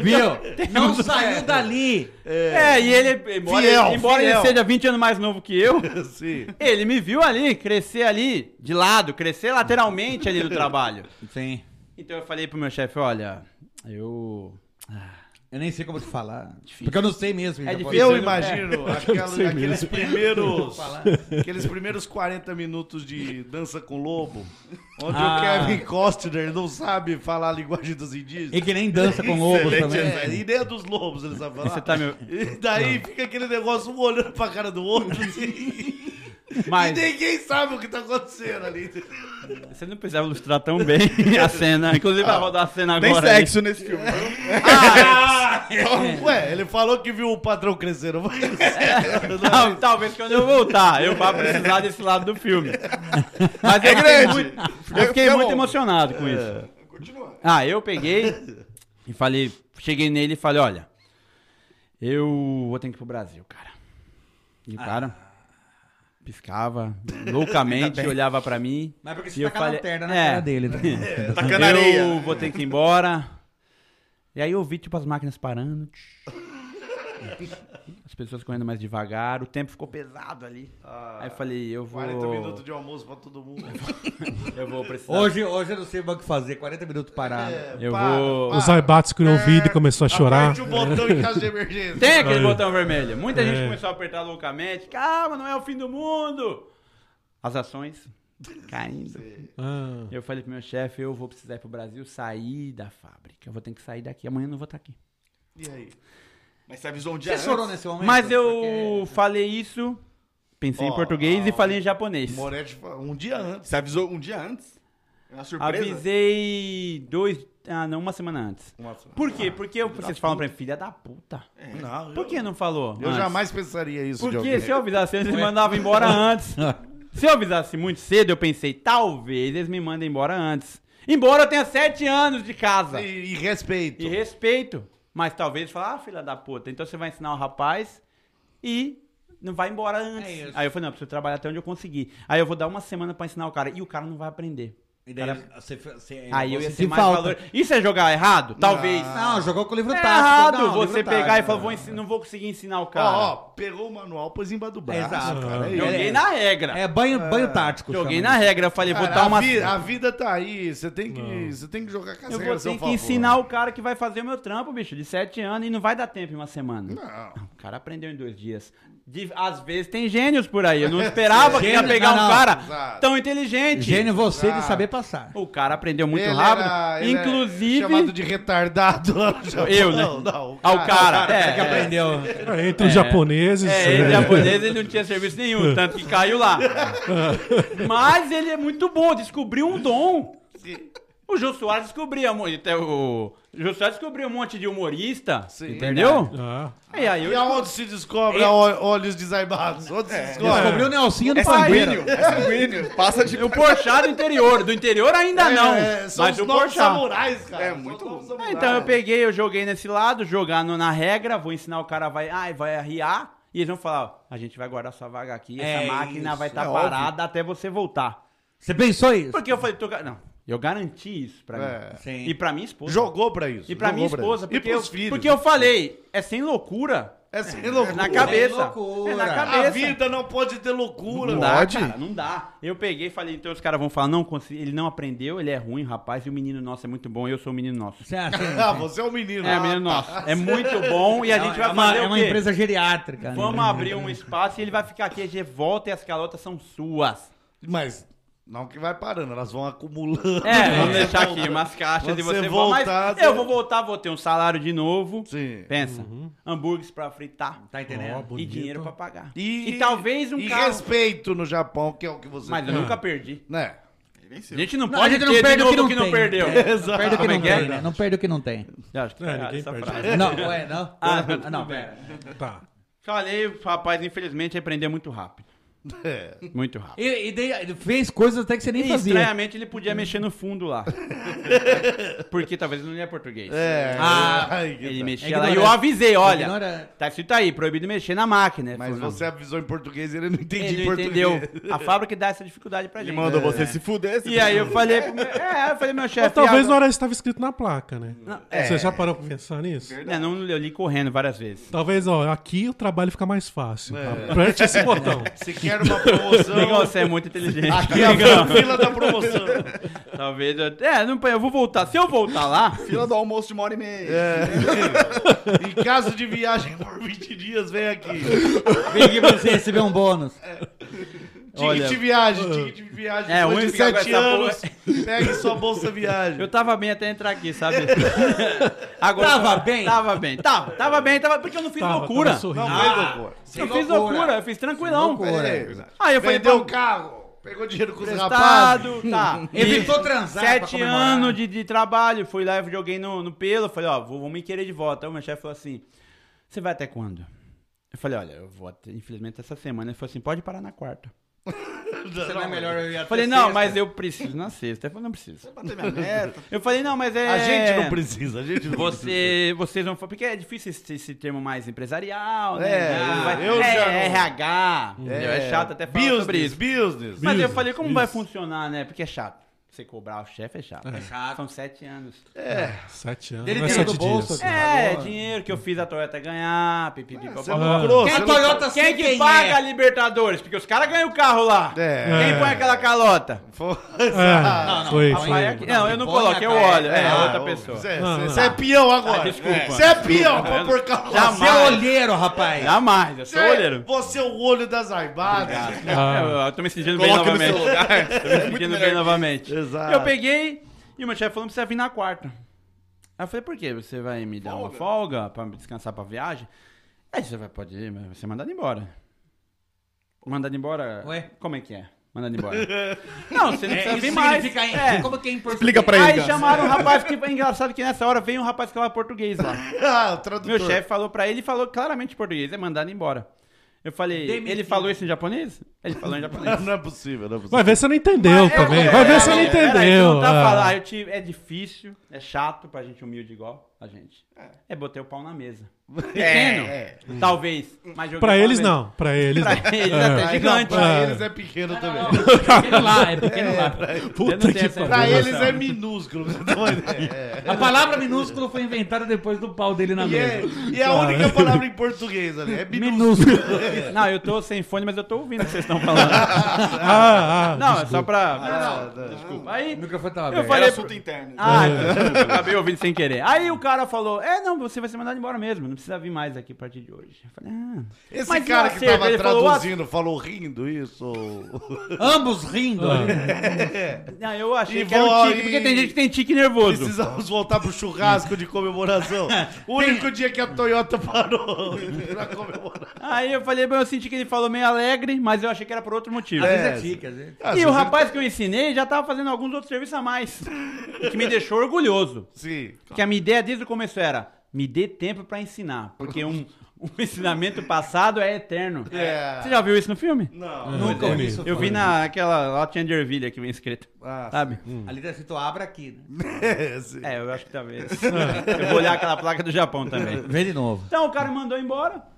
Speaker 7: Viu? Não saiu dali.
Speaker 8: É, e ele, embora,
Speaker 3: Fiel,
Speaker 8: embora
Speaker 3: fiel.
Speaker 8: ele seja 20 anos mais novo que eu,
Speaker 3: *laughs* Sim.
Speaker 8: ele me viu ali, crescer ali, de lado, crescer lateralmente ali do trabalho.
Speaker 7: Sim.
Speaker 8: Então eu falei pro meu chefe, olha, eu...
Speaker 7: Eu nem sei como te falar. Porque eu não sei mesmo.
Speaker 8: É
Speaker 7: já
Speaker 8: difícil.
Speaker 3: Eu
Speaker 8: Isso,
Speaker 3: imagino aquela- aqueles, primeiros, aqueles primeiros 40 minutos de Dança com Lobo, onde
Speaker 7: Ah.
Speaker 3: o Kevin Costner não sabe falar a linguagem dos indígenas.
Speaker 7: E que nem dança com lobos também.
Speaker 3: É, e nem a dos lobos, ele sabe falar.
Speaker 8: Você tá me-
Speaker 3: E daí fica aquele negócio um olhando pra cara do outro assim, e
Speaker 8: Mas
Speaker 3: ninguém sabe o que tá acontecendo ali.
Speaker 8: você não precisava ilustrar tão bem a cena. Inclusive vai rodar a cena
Speaker 5: Tem
Speaker 8: agora. aí.
Speaker 5: sexo nesse filme.
Speaker 3: Ah, é. Ué, ele falou que viu o patrão crescendo. Mas...
Speaker 8: Tal- talvez quando eu voltar, eu vá precisar desse lado do filme.
Speaker 3: É
Speaker 8: Mas eu fiquei
Speaker 5: grande.
Speaker 8: muito, eu fiquei
Speaker 5: Fica
Speaker 8: muito
Speaker 5: bom.
Speaker 8: emocionado com isso. Ah, eu peguei e falei, cheguei nele e falei, olha, eu vou ter que ir pro Brasil, cara. E
Speaker 7: Ah.
Speaker 8: o cara piscava
Speaker 7: *laughs*
Speaker 8: loucamente, olhava pra mim.
Speaker 7: Mas porque
Speaker 8: E
Speaker 7: você tá
Speaker 8: eu
Speaker 7: com a
Speaker 8: falei-
Speaker 7: lanterna na
Speaker 8: é.
Speaker 7: cara dele. Né?
Speaker 3: *laughs*
Speaker 5: Tacando areia.
Speaker 8: Eu vou ter que ir embora. E aí eu vi, tipo, as máquinas parando. As pessoas correndo mais devagar. O tempo ficou pesado ali. aí eu falei, eu vou...
Speaker 3: 40 minutos de almoço pra todo mundo.
Speaker 8: Eu vou precisar...
Speaker 7: Hoje, hoje eu não sei mais o que fazer. 40 minutos parado.
Speaker 8: Eu
Speaker 3: Para,
Speaker 8: vou...
Speaker 6: o Zaibatsu criou
Speaker 8: Ah.
Speaker 6: o vídeo e começou a chorar.
Speaker 3: Aperte o botão em caso de emergência.
Speaker 8: Tem aquele botão vermelho. Muita gente
Speaker 6: É.
Speaker 8: começou a apertar loucamente. Calma, não é o fim do mundo. As ações caindo.
Speaker 6: Ah,
Speaker 8: Eu falei pro meu chefe, eu vou precisar ir pro Brasil sair da fábrica. Eu vou ter que sair daqui. Amanhã eu não vou estar aqui.
Speaker 3: E aí?
Speaker 5: Mas você avisou um dia
Speaker 7: Você
Speaker 5: antes.
Speaker 7: chorou nesse momento?
Speaker 8: Mas eu
Speaker 7: Porque-
Speaker 8: falei isso, pensei em
Speaker 3: Ó,
Speaker 8: português e
Speaker 3: ó,
Speaker 8: falei em japonês.
Speaker 3: Moretti, fa- um dia antes.
Speaker 5: Você avisou um dia antes? É Uma surpresa?
Speaker 8: Avisei dois. Ah, não, uma semana antes. Por quê? Porque eu- vocês falam pra mim, filha da puta.
Speaker 3: Não,
Speaker 8: Por que não falou?
Speaker 3: Eu
Speaker 8: antes?
Speaker 3: jamais pensaria isso de
Speaker 8: Porque
Speaker 3: alguém.
Speaker 8: se eu avisasse, eles me mandavam embora antes. Se eu avisasse muito cedo, eu pensei, talvez eles me mandem embora antes. Embora eu tenha sete anos de casa.
Speaker 3: E, e respeito.
Speaker 8: E respeito. Mas talvez falar, ah, filha da puta, então você vai ensinar o rapaz e não vai embora antes.
Speaker 7: É isso.
Speaker 8: Aí eu falei, não, eu preciso trabalhar até onde eu conseguir. Aí eu vou dar uma semana pra ensinar o cara. E o cara não vai aprender. E daí você, você
Speaker 7: Aí eu ia
Speaker 8: você tem
Speaker 7: ser
Speaker 8: mais
Speaker 7: falta.
Speaker 8: Isso é jogar errado? Talvez.
Speaker 7: Não, jogou com o livro
Speaker 8: É
Speaker 7: tático.
Speaker 8: errado
Speaker 7: não, tá.
Speaker 8: você
Speaker 7: livro
Speaker 8: pegar e
Speaker 7: tático.
Speaker 8: falar, vou ensi- não vou conseguir ensinar o cara.
Speaker 3: Ó, ó, pegou o manual, pôs embaixo do braço.
Speaker 7: Exato.
Speaker 3: cara, é isso.
Speaker 8: Joguei na regra.
Speaker 7: É banho, banho tático.
Speaker 8: Joguei
Speaker 7: chama
Speaker 8: na
Speaker 7: isso.
Speaker 8: regra. Eu falei, vou
Speaker 3: Cara,
Speaker 8: dar uma.
Speaker 3: a, vi- a vida tá aí, você tem que, você tem que jogar com as
Speaker 8: Eu vou
Speaker 3: regras a
Speaker 8: ter
Speaker 3: seu
Speaker 8: que
Speaker 3: favor.
Speaker 8: ensinar o cara que vai fazer o meu trampo, bicho, de sete anos, e não vai dar tempo em uma semana.
Speaker 3: Não.
Speaker 8: O cara aprendeu em dois dias. De- às vezes tem gênios por aí. Eu
Speaker 3: *laughs*
Speaker 8: não esperava que ia pegar
Speaker 7: não,
Speaker 8: um
Speaker 7: não.
Speaker 8: cara
Speaker 3: Exato.
Speaker 8: tão inteligente.
Speaker 7: Gênio você de saber passar.
Speaker 8: O cara aprendeu muito
Speaker 3: Ele
Speaker 8: rápido.
Speaker 3: era- ele é
Speaker 8: inclusive.
Speaker 3: chamado de retardado. *laughs*
Speaker 8: Eu, né?
Speaker 3: Não, não. o
Speaker 8: Ao cara. é,
Speaker 7: que
Speaker 8: é.
Speaker 7: aprendeu.
Speaker 6: É, Entre os japoneses.
Speaker 8: É, ele
Speaker 6: é.
Speaker 8: japonês ele não tinha serviço nenhum, tanto que
Speaker 3: *laughs*
Speaker 8: caiu lá. Mas ele é muito bom, descobriu um dom. O Jô Soares descobriu, amor, até o o Jô Soares descobriu um monte de humorista, entendeu?
Speaker 6: Ah,
Speaker 8: E aí eu
Speaker 3: E aonde se descobre
Speaker 8: É.
Speaker 3: a ol- olhos desaibados? Onde se descobre?
Speaker 7: Descobriu o Nelsinho do
Speaker 5: É
Speaker 7: Palmeiras.
Speaker 5: sanguíneo, é sanguíneo. Passa de...
Speaker 8: o Porchat do interior, do interior ainda Ah, não,
Speaker 3: É, são
Speaker 8: mas
Speaker 3: os
Speaker 8: o
Speaker 3: novos é.
Speaker 8: Porchat.
Speaker 3: samurais, cara.
Speaker 5: É
Speaker 3: São os
Speaker 5: muito
Speaker 3: novos
Speaker 5: bom.
Speaker 3: samurais.
Speaker 8: Então eu peguei, eu joguei nesse lado, jogando na regra, vou ensinar o cara vai, ai, vai arriar e eles vão falar, ó, a gente vai guardar sua vaga aqui, essa
Speaker 7: É
Speaker 8: máquina
Speaker 7: isso,
Speaker 8: vai estar
Speaker 7: é óbvio.
Speaker 8: parada até você voltar.
Speaker 7: Você pensou isso?
Speaker 8: Porque eu falei, tô, ga- não, eu garanti isso pra
Speaker 3: É.
Speaker 8: mim.
Speaker 7: Sim.
Speaker 8: E pra minha esposa.
Speaker 3: Jogou pra isso.
Speaker 8: E pra minha
Speaker 3: jogou
Speaker 8: esposa,
Speaker 3: isso.
Speaker 8: porque,
Speaker 3: e pros
Speaker 8: eu,
Speaker 3: filhos.
Speaker 8: porque eu falei, é sem loucura
Speaker 3: É sem loucura.
Speaker 8: na cabeça.
Speaker 7: Sem loucura.
Speaker 8: É na
Speaker 3: A
Speaker 8: cabeça.
Speaker 3: vida não pode ter loucura.
Speaker 8: Não dá,
Speaker 5: Pode?
Speaker 8: cara, não dá. Eu peguei e falei, então os caras vão falar, não, consi- ele não aprendeu, ele é ruim, rapaz, e o menino nosso é muito bom, eu sou o menino nosso.
Speaker 7: Você acha?
Speaker 3: Ah, você é um menino.
Speaker 8: É, menino nosso. É muito bom e a gente vai
Speaker 7: é uma,
Speaker 8: fazer
Speaker 7: é
Speaker 8: o
Speaker 7: uma
Speaker 8: quê?
Speaker 7: empresa geriátrica. né?
Speaker 8: Vamos abrir um espaço e ele vai ficar aqui, a gente volta e as calotas são suas.
Speaker 3: Mas não que vai parando, elas vão acumulando.
Speaker 8: É, vamos deixar aqui umas caixas
Speaker 3: Quando
Speaker 8: e você
Speaker 3: você
Speaker 8: volta.
Speaker 3: voltar,
Speaker 8: Mas
Speaker 3: você-
Speaker 8: eu vou voltar, vou ter um salário de novo.
Speaker 3: Sim.
Speaker 8: Pensa, hambúrgueres pra fritar. Tá
Speaker 6: Ó,
Speaker 8: E
Speaker 6: bonito.
Speaker 8: dinheiro pra pagar. E, talvez um
Speaker 3: e
Speaker 8: carro.
Speaker 3: respeito no Japão, que é o que você
Speaker 8: Mas eu
Speaker 3: tem.
Speaker 8: nunca perdi.
Speaker 3: Né?
Speaker 8: A gente não
Speaker 7: Não,
Speaker 8: pode
Speaker 7: a gente não
Speaker 8: ter
Speaker 7: perde
Speaker 8: de
Speaker 7: o que
Speaker 8: novo
Speaker 7: não
Speaker 8: que não
Speaker 7: tem.
Speaker 8: perdeu.
Speaker 3: Exato.
Speaker 7: Perde o que
Speaker 8: Como é
Speaker 7: não
Speaker 8: que é?
Speaker 7: tem, né? Não perde o que não
Speaker 8: *laughs*
Speaker 7: tem.
Speaker 8: Eu Acho que
Speaker 6: É,
Speaker 8: caralho,
Speaker 6: ninguém
Speaker 8: essa
Speaker 6: perde.
Speaker 8: frase.
Speaker 7: Não, ué, não.
Speaker 8: Ah,
Speaker 7: Porra,
Speaker 8: tá
Speaker 7: não,
Speaker 8: tudo
Speaker 7: pera.
Speaker 6: tá.
Speaker 8: Falei, rapaz, infelizmente aprendeu muito rápido.
Speaker 3: É.
Speaker 7: *laughs*
Speaker 8: Muito rápido.
Speaker 7: E, e daí, ele fez coisas até que você nem
Speaker 8: E,
Speaker 7: fazia.
Speaker 8: estranhamente ele podia mexer no fundo lá. Porque talvez ele não ia português.
Speaker 3: É.
Speaker 7: Ah,
Speaker 3: Ai, que
Speaker 8: Ele
Speaker 3: tá.
Speaker 8: mexia
Speaker 7: É
Speaker 8: lá. E eu
Speaker 7: ignorante.
Speaker 8: avisei, olha.
Speaker 7: Ignorante.
Speaker 8: Tá escrito aí, proibido mexer na máquina.
Speaker 5: É
Speaker 8: Ele
Speaker 3: Mas
Speaker 8: falou, não.
Speaker 3: você avisou em português e ele não entendia
Speaker 8: Ele
Speaker 3: em
Speaker 8: não
Speaker 3: português.
Speaker 8: entendeu. A fábrica dá essa dificuldade pra gente.
Speaker 5: Mandou você se fuder.
Speaker 8: E aí eu falei pro meu, é, eu falei meu chefe,
Speaker 6: Mas talvez
Speaker 8: ah,
Speaker 6: na hora estava escrito na placa, né?
Speaker 8: é.
Speaker 6: Você já parou pra pensar nisso?
Speaker 8: não, É, não, eu li correndo várias vezes.
Speaker 6: Talvez, ó, aqui o trabalho fica mais fácil.
Speaker 8: É.
Speaker 6: Aperte
Speaker 8: *laughs*
Speaker 6: esse botão.
Speaker 3: Você quer uma promoção?
Speaker 8: Legal, você é muito inteligente.
Speaker 3: Aqui é a fila da promoção.
Speaker 8: *laughs* Talvez eu, é, não, eu vou voltar. Se eu voltar lá,
Speaker 5: Fila do almoço de uma hora e meia.
Speaker 3: É.
Speaker 5: *laughs*
Speaker 3: Em caso de viagem por 20 dias, vem aqui.
Speaker 7: Vem aqui pra você receber um bônus.
Speaker 3: Ticket de viagem, ticket de viagem.
Speaker 8: É,
Speaker 3: depois
Speaker 8: o
Speaker 3: de
Speaker 8: único que agora
Speaker 3: 7
Speaker 8: essa
Speaker 3: anos, pegue sua bolsa viagem.
Speaker 8: eu tava bem até entrar aqui,
Speaker 6: *laughs*
Speaker 8: sabe? Agora,
Speaker 7: Tava bem?
Speaker 8: Tava bem. Tava, tava bem, tava porque eu não fiz
Speaker 6: Tava-
Speaker 8: loucura.
Speaker 6: tava sorrindo.
Speaker 3: Não, ah, loucura.
Speaker 8: eu fiz loucura, eu fiz tranquilão.
Speaker 5: É,
Speaker 3: Loucura.
Speaker 8: Aí eu
Speaker 3: Vendeu
Speaker 8: falei, então,
Speaker 3: o carro, pegou dinheiro com os rapazes.
Speaker 8: Testado, tá.
Speaker 7: Evitou transar pra
Speaker 8: Sete
Speaker 7: comemorar.
Speaker 8: anos de, de trabalho, fui lá e joguei no, no pelo, falei, ó, vou, vou me querer de volta. Aí o meu chefe falou assim, você vai até quando? Eu falei, olha, eu vou até, infelizmente essa semana. Ele falou assim, pode parar na quarta.
Speaker 7: Você não é melhor eu ir até
Speaker 8: Eu falei, não,
Speaker 7: sexta?
Speaker 8: mas eu preciso na sexta. Ele falou, não precisa.
Speaker 5: Bater minha meta.
Speaker 8: Eu falei, não, mas é...
Speaker 3: A gente não precisa, a gente não *laughs*
Speaker 8: Você, vocês vão falar, porque é difícil esse, esse termo mais empresarial, né?
Speaker 3: É,
Speaker 8: Não vai-
Speaker 3: eu
Speaker 8: é,
Speaker 3: já não-
Speaker 8: RH,
Speaker 3: precisa.
Speaker 8: entendeu? É chato até falar
Speaker 3: business,
Speaker 8: sobre isso.
Speaker 3: Business,
Speaker 8: Mas eu
Speaker 6: Business,
Speaker 8: falei, como
Speaker 6: isso.
Speaker 8: vai funcionar, né? Porque é chato. Você cobrar o chefe é chato. É
Speaker 7: chato.
Speaker 8: São sete anos.
Speaker 6: Sete anos.
Speaker 7: Ele
Speaker 6: não é
Speaker 7: tem no
Speaker 6: sete
Speaker 7: bolso,
Speaker 6: dias.
Speaker 7: assim.
Speaker 8: É,
Speaker 7: Agora.
Speaker 8: dinheiro que eu fiz a Toyota ganhar, pipipi,
Speaker 3: Você
Speaker 8: papapá.
Speaker 3: é
Speaker 6: Ah.
Speaker 3: um grosso.
Speaker 7: Quem é
Speaker 3: você não-
Speaker 7: Toyota
Speaker 8: Quem
Speaker 7: sabe
Speaker 8: que
Speaker 7: quem
Speaker 8: paga a
Speaker 7: é.
Speaker 8: Libertadores? Porque os caras ganham o carro lá.
Speaker 3: É.
Speaker 8: Quem põe aquela calota?
Speaker 6: Ah, foi, foi.
Speaker 8: Rapaz, é aqui- Não, eu não
Speaker 7: Põe
Speaker 8: coloco,
Speaker 7: a
Speaker 8: eu
Speaker 7: cara.
Speaker 8: olho. É,
Speaker 7: É,
Speaker 8: outra
Speaker 3: ô,
Speaker 8: pessoa.
Speaker 3: Você
Speaker 6: Não,
Speaker 3: você-
Speaker 6: não.
Speaker 3: você Ah, é peão agora.
Speaker 8: Ah, desculpa. Tá
Speaker 3: Você é peão, pô, por causa
Speaker 7: Você é olheiro, rapaz.
Speaker 8: Jamais, eu sou olheiro.
Speaker 3: Você é o olho das aibadas.
Speaker 6: Ah,
Speaker 8: Eu, eu tô me sentindo bem
Speaker 5: Coloque no
Speaker 8: novamente.
Speaker 5: seu lugar.
Speaker 8: *laughs*
Speaker 5: É
Speaker 8: Tô me sentindo bem novamente.
Speaker 3: Exato.
Speaker 8: Eu peguei e o meu chefe falou que precisa vir na quarta. Aí eu falei, por quê? Você vai me dar uma folga pra descansar pra viagem? Aí você vai, pode ir, mas vai ser mandado embora. Mandado embora?
Speaker 7: Ué?
Speaker 8: Como é que é?
Speaker 7: *laughs*
Speaker 8: Mandado embora. Não, você não
Speaker 7: É,
Speaker 8: precisa
Speaker 7: isso
Speaker 8: vir mais.
Speaker 7: significa em-
Speaker 8: É.
Speaker 7: como que é em português?
Speaker 5: Explica pra ele.
Speaker 8: Aí
Speaker 5: Gans.
Speaker 8: chamaram um rapaz que é engraçado que nessa hora veio um rapaz que falava português lá.
Speaker 5: *laughs*
Speaker 3: Ah, o tradutor.
Speaker 8: Meu chefe né, falou pra ele e falou claramente em português, é mandado embora. Eu falei, ele falou isso em japonês? Ele falou em japonês.
Speaker 3: Não é possível, não é possível.
Speaker 6: Vai ver se você não entendeu também. Vai ver se você não
Speaker 8: É, Peraí, tá
Speaker 6: entendeu.
Speaker 8: tu não tá
Speaker 6: Ah.
Speaker 8: falando, ah, eu te- é difícil, é chato é pra gente humilde igual. a gente. É, botei o pau na mesa. Pequeno,
Speaker 3: É, é.
Speaker 8: talvez. Mas joguei o
Speaker 6: Pra
Speaker 8: pau
Speaker 6: eles
Speaker 8: na mesa.
Speaker 6: não, pra eles não.
Speaker 8: Pra eles até
Speaker 3: Aí, não,
Speaker 8: gigante.
Speaker 3: pra
Speaker 6: Ah.
Speaker 3: eles é pequeno
Speaker 8: *laughs*
Speaker 3: também.
Speaker 9: pequeno lá, é pequeno lá.
Speaker 8: Eu não
Speaker 6: Puta
Speaker 8: tenho
Speaker 6: que
Speaker 8: essa
Speaker 6: pariu.
Speaker 3: Pra
Speaker 8: informação.
Speaker 3: eles
Speaker 8: *laughs*
Speaker 3: é minúsculo. pra você ter uma ideia.
Speaker 8: É.
Speaker 3: É.
Speaker 9: A palavra minúsculo foi inventada depois do pau dele na
Speaker 3: E é,
Speaker 9: mesa.
Speaker 3: e é a única palavra em português ali. É minúsculo.
Speaker 9: Minúsculo.
Speaker 8: Não, eu tô sem fone, mas eu tô ouvindo o que vocês estão
Speaker 6: *laughs*
Speaker 8: falando.
Speaker 6: Ah, ah,
Speaker 8: Não, é
Speaker 6: desculpa.
Speaker 8: só pra.
Speaker 3: Tá,
Speaker 8: desculpa. Aí
Speaker 9: O microfone tava
Speaker 8: eu
Speaker 9: aberto.
Speaker 8: falei. pro-
Speaker 5: assunto interno.
Speaker 8: Ah, desculpa, eu acabei ouvindo sem querer. Aí o cara falou: É, não, você vai ser mandado embora mesmo, não precisa vir mais aqui a partir de hoje. Eu falei: Ah.
Speaker 3: Esse
Speaker 8: Mas e o
Speaker 3: cara que
Speaker 8: acerto?
Speaker 3: tava
Speaker 8: Ele falou,
Speaker 3: traduzindo falou rindo isso. ou-
Speaker 9: Ambos rindo.
Speaker 8: Não, eu achei
Speaker 3: E
Speaker 8: que era um
Speaker 3: vou-
Speaker 8: tique, porque
Speaker 3: e-
Speaker 8: tem gente que tem tique nervoso.
Speaker 3: Precisamos voltar pro churrasco de comemoração. O único dia que a Toyota parou *laughs* pra comemorar.
Speaker 8: Aí eu falei, bom, eu senti que ele falou meio alegre, mas eu achei que era por outro motivo.
Speaker 3: É. Ah,
Speaker 8: E
Speaker 3: se
Speaker 8: o
Speaker 3: você-
Speaker 8: rapaz que eu ensinei já tava fazendo alguns outros serviços a mais. O que me deixou orgulhoso.
Speaker 3: Sim.
Speaker 8: Porque a minha ideia desde o começo era, me dê tempo pra ensinar. Porque um, um *laughs* ensinamento passado é eterno.
Speaker 3: É.
Speaker 8: Você já viu isso no filme?
Speaker 3: Não.
Speaker 6: Nunca ouvi isso.
Speaker 8: Eu vi naquela latinha de ervilha que vem escrito.
Speaker 3: Ah,
Speaker 8: sabe?
Speaker 7: Ali tá escrito abra aqui, né?
Speaker 3: É, sim.
Speaker 8: É, eu acho que talvez. eu vou olhar aquela placa do Japão também.
Speaker 7: Vê de novo.
Speaker 8: Então o cara mandou embora.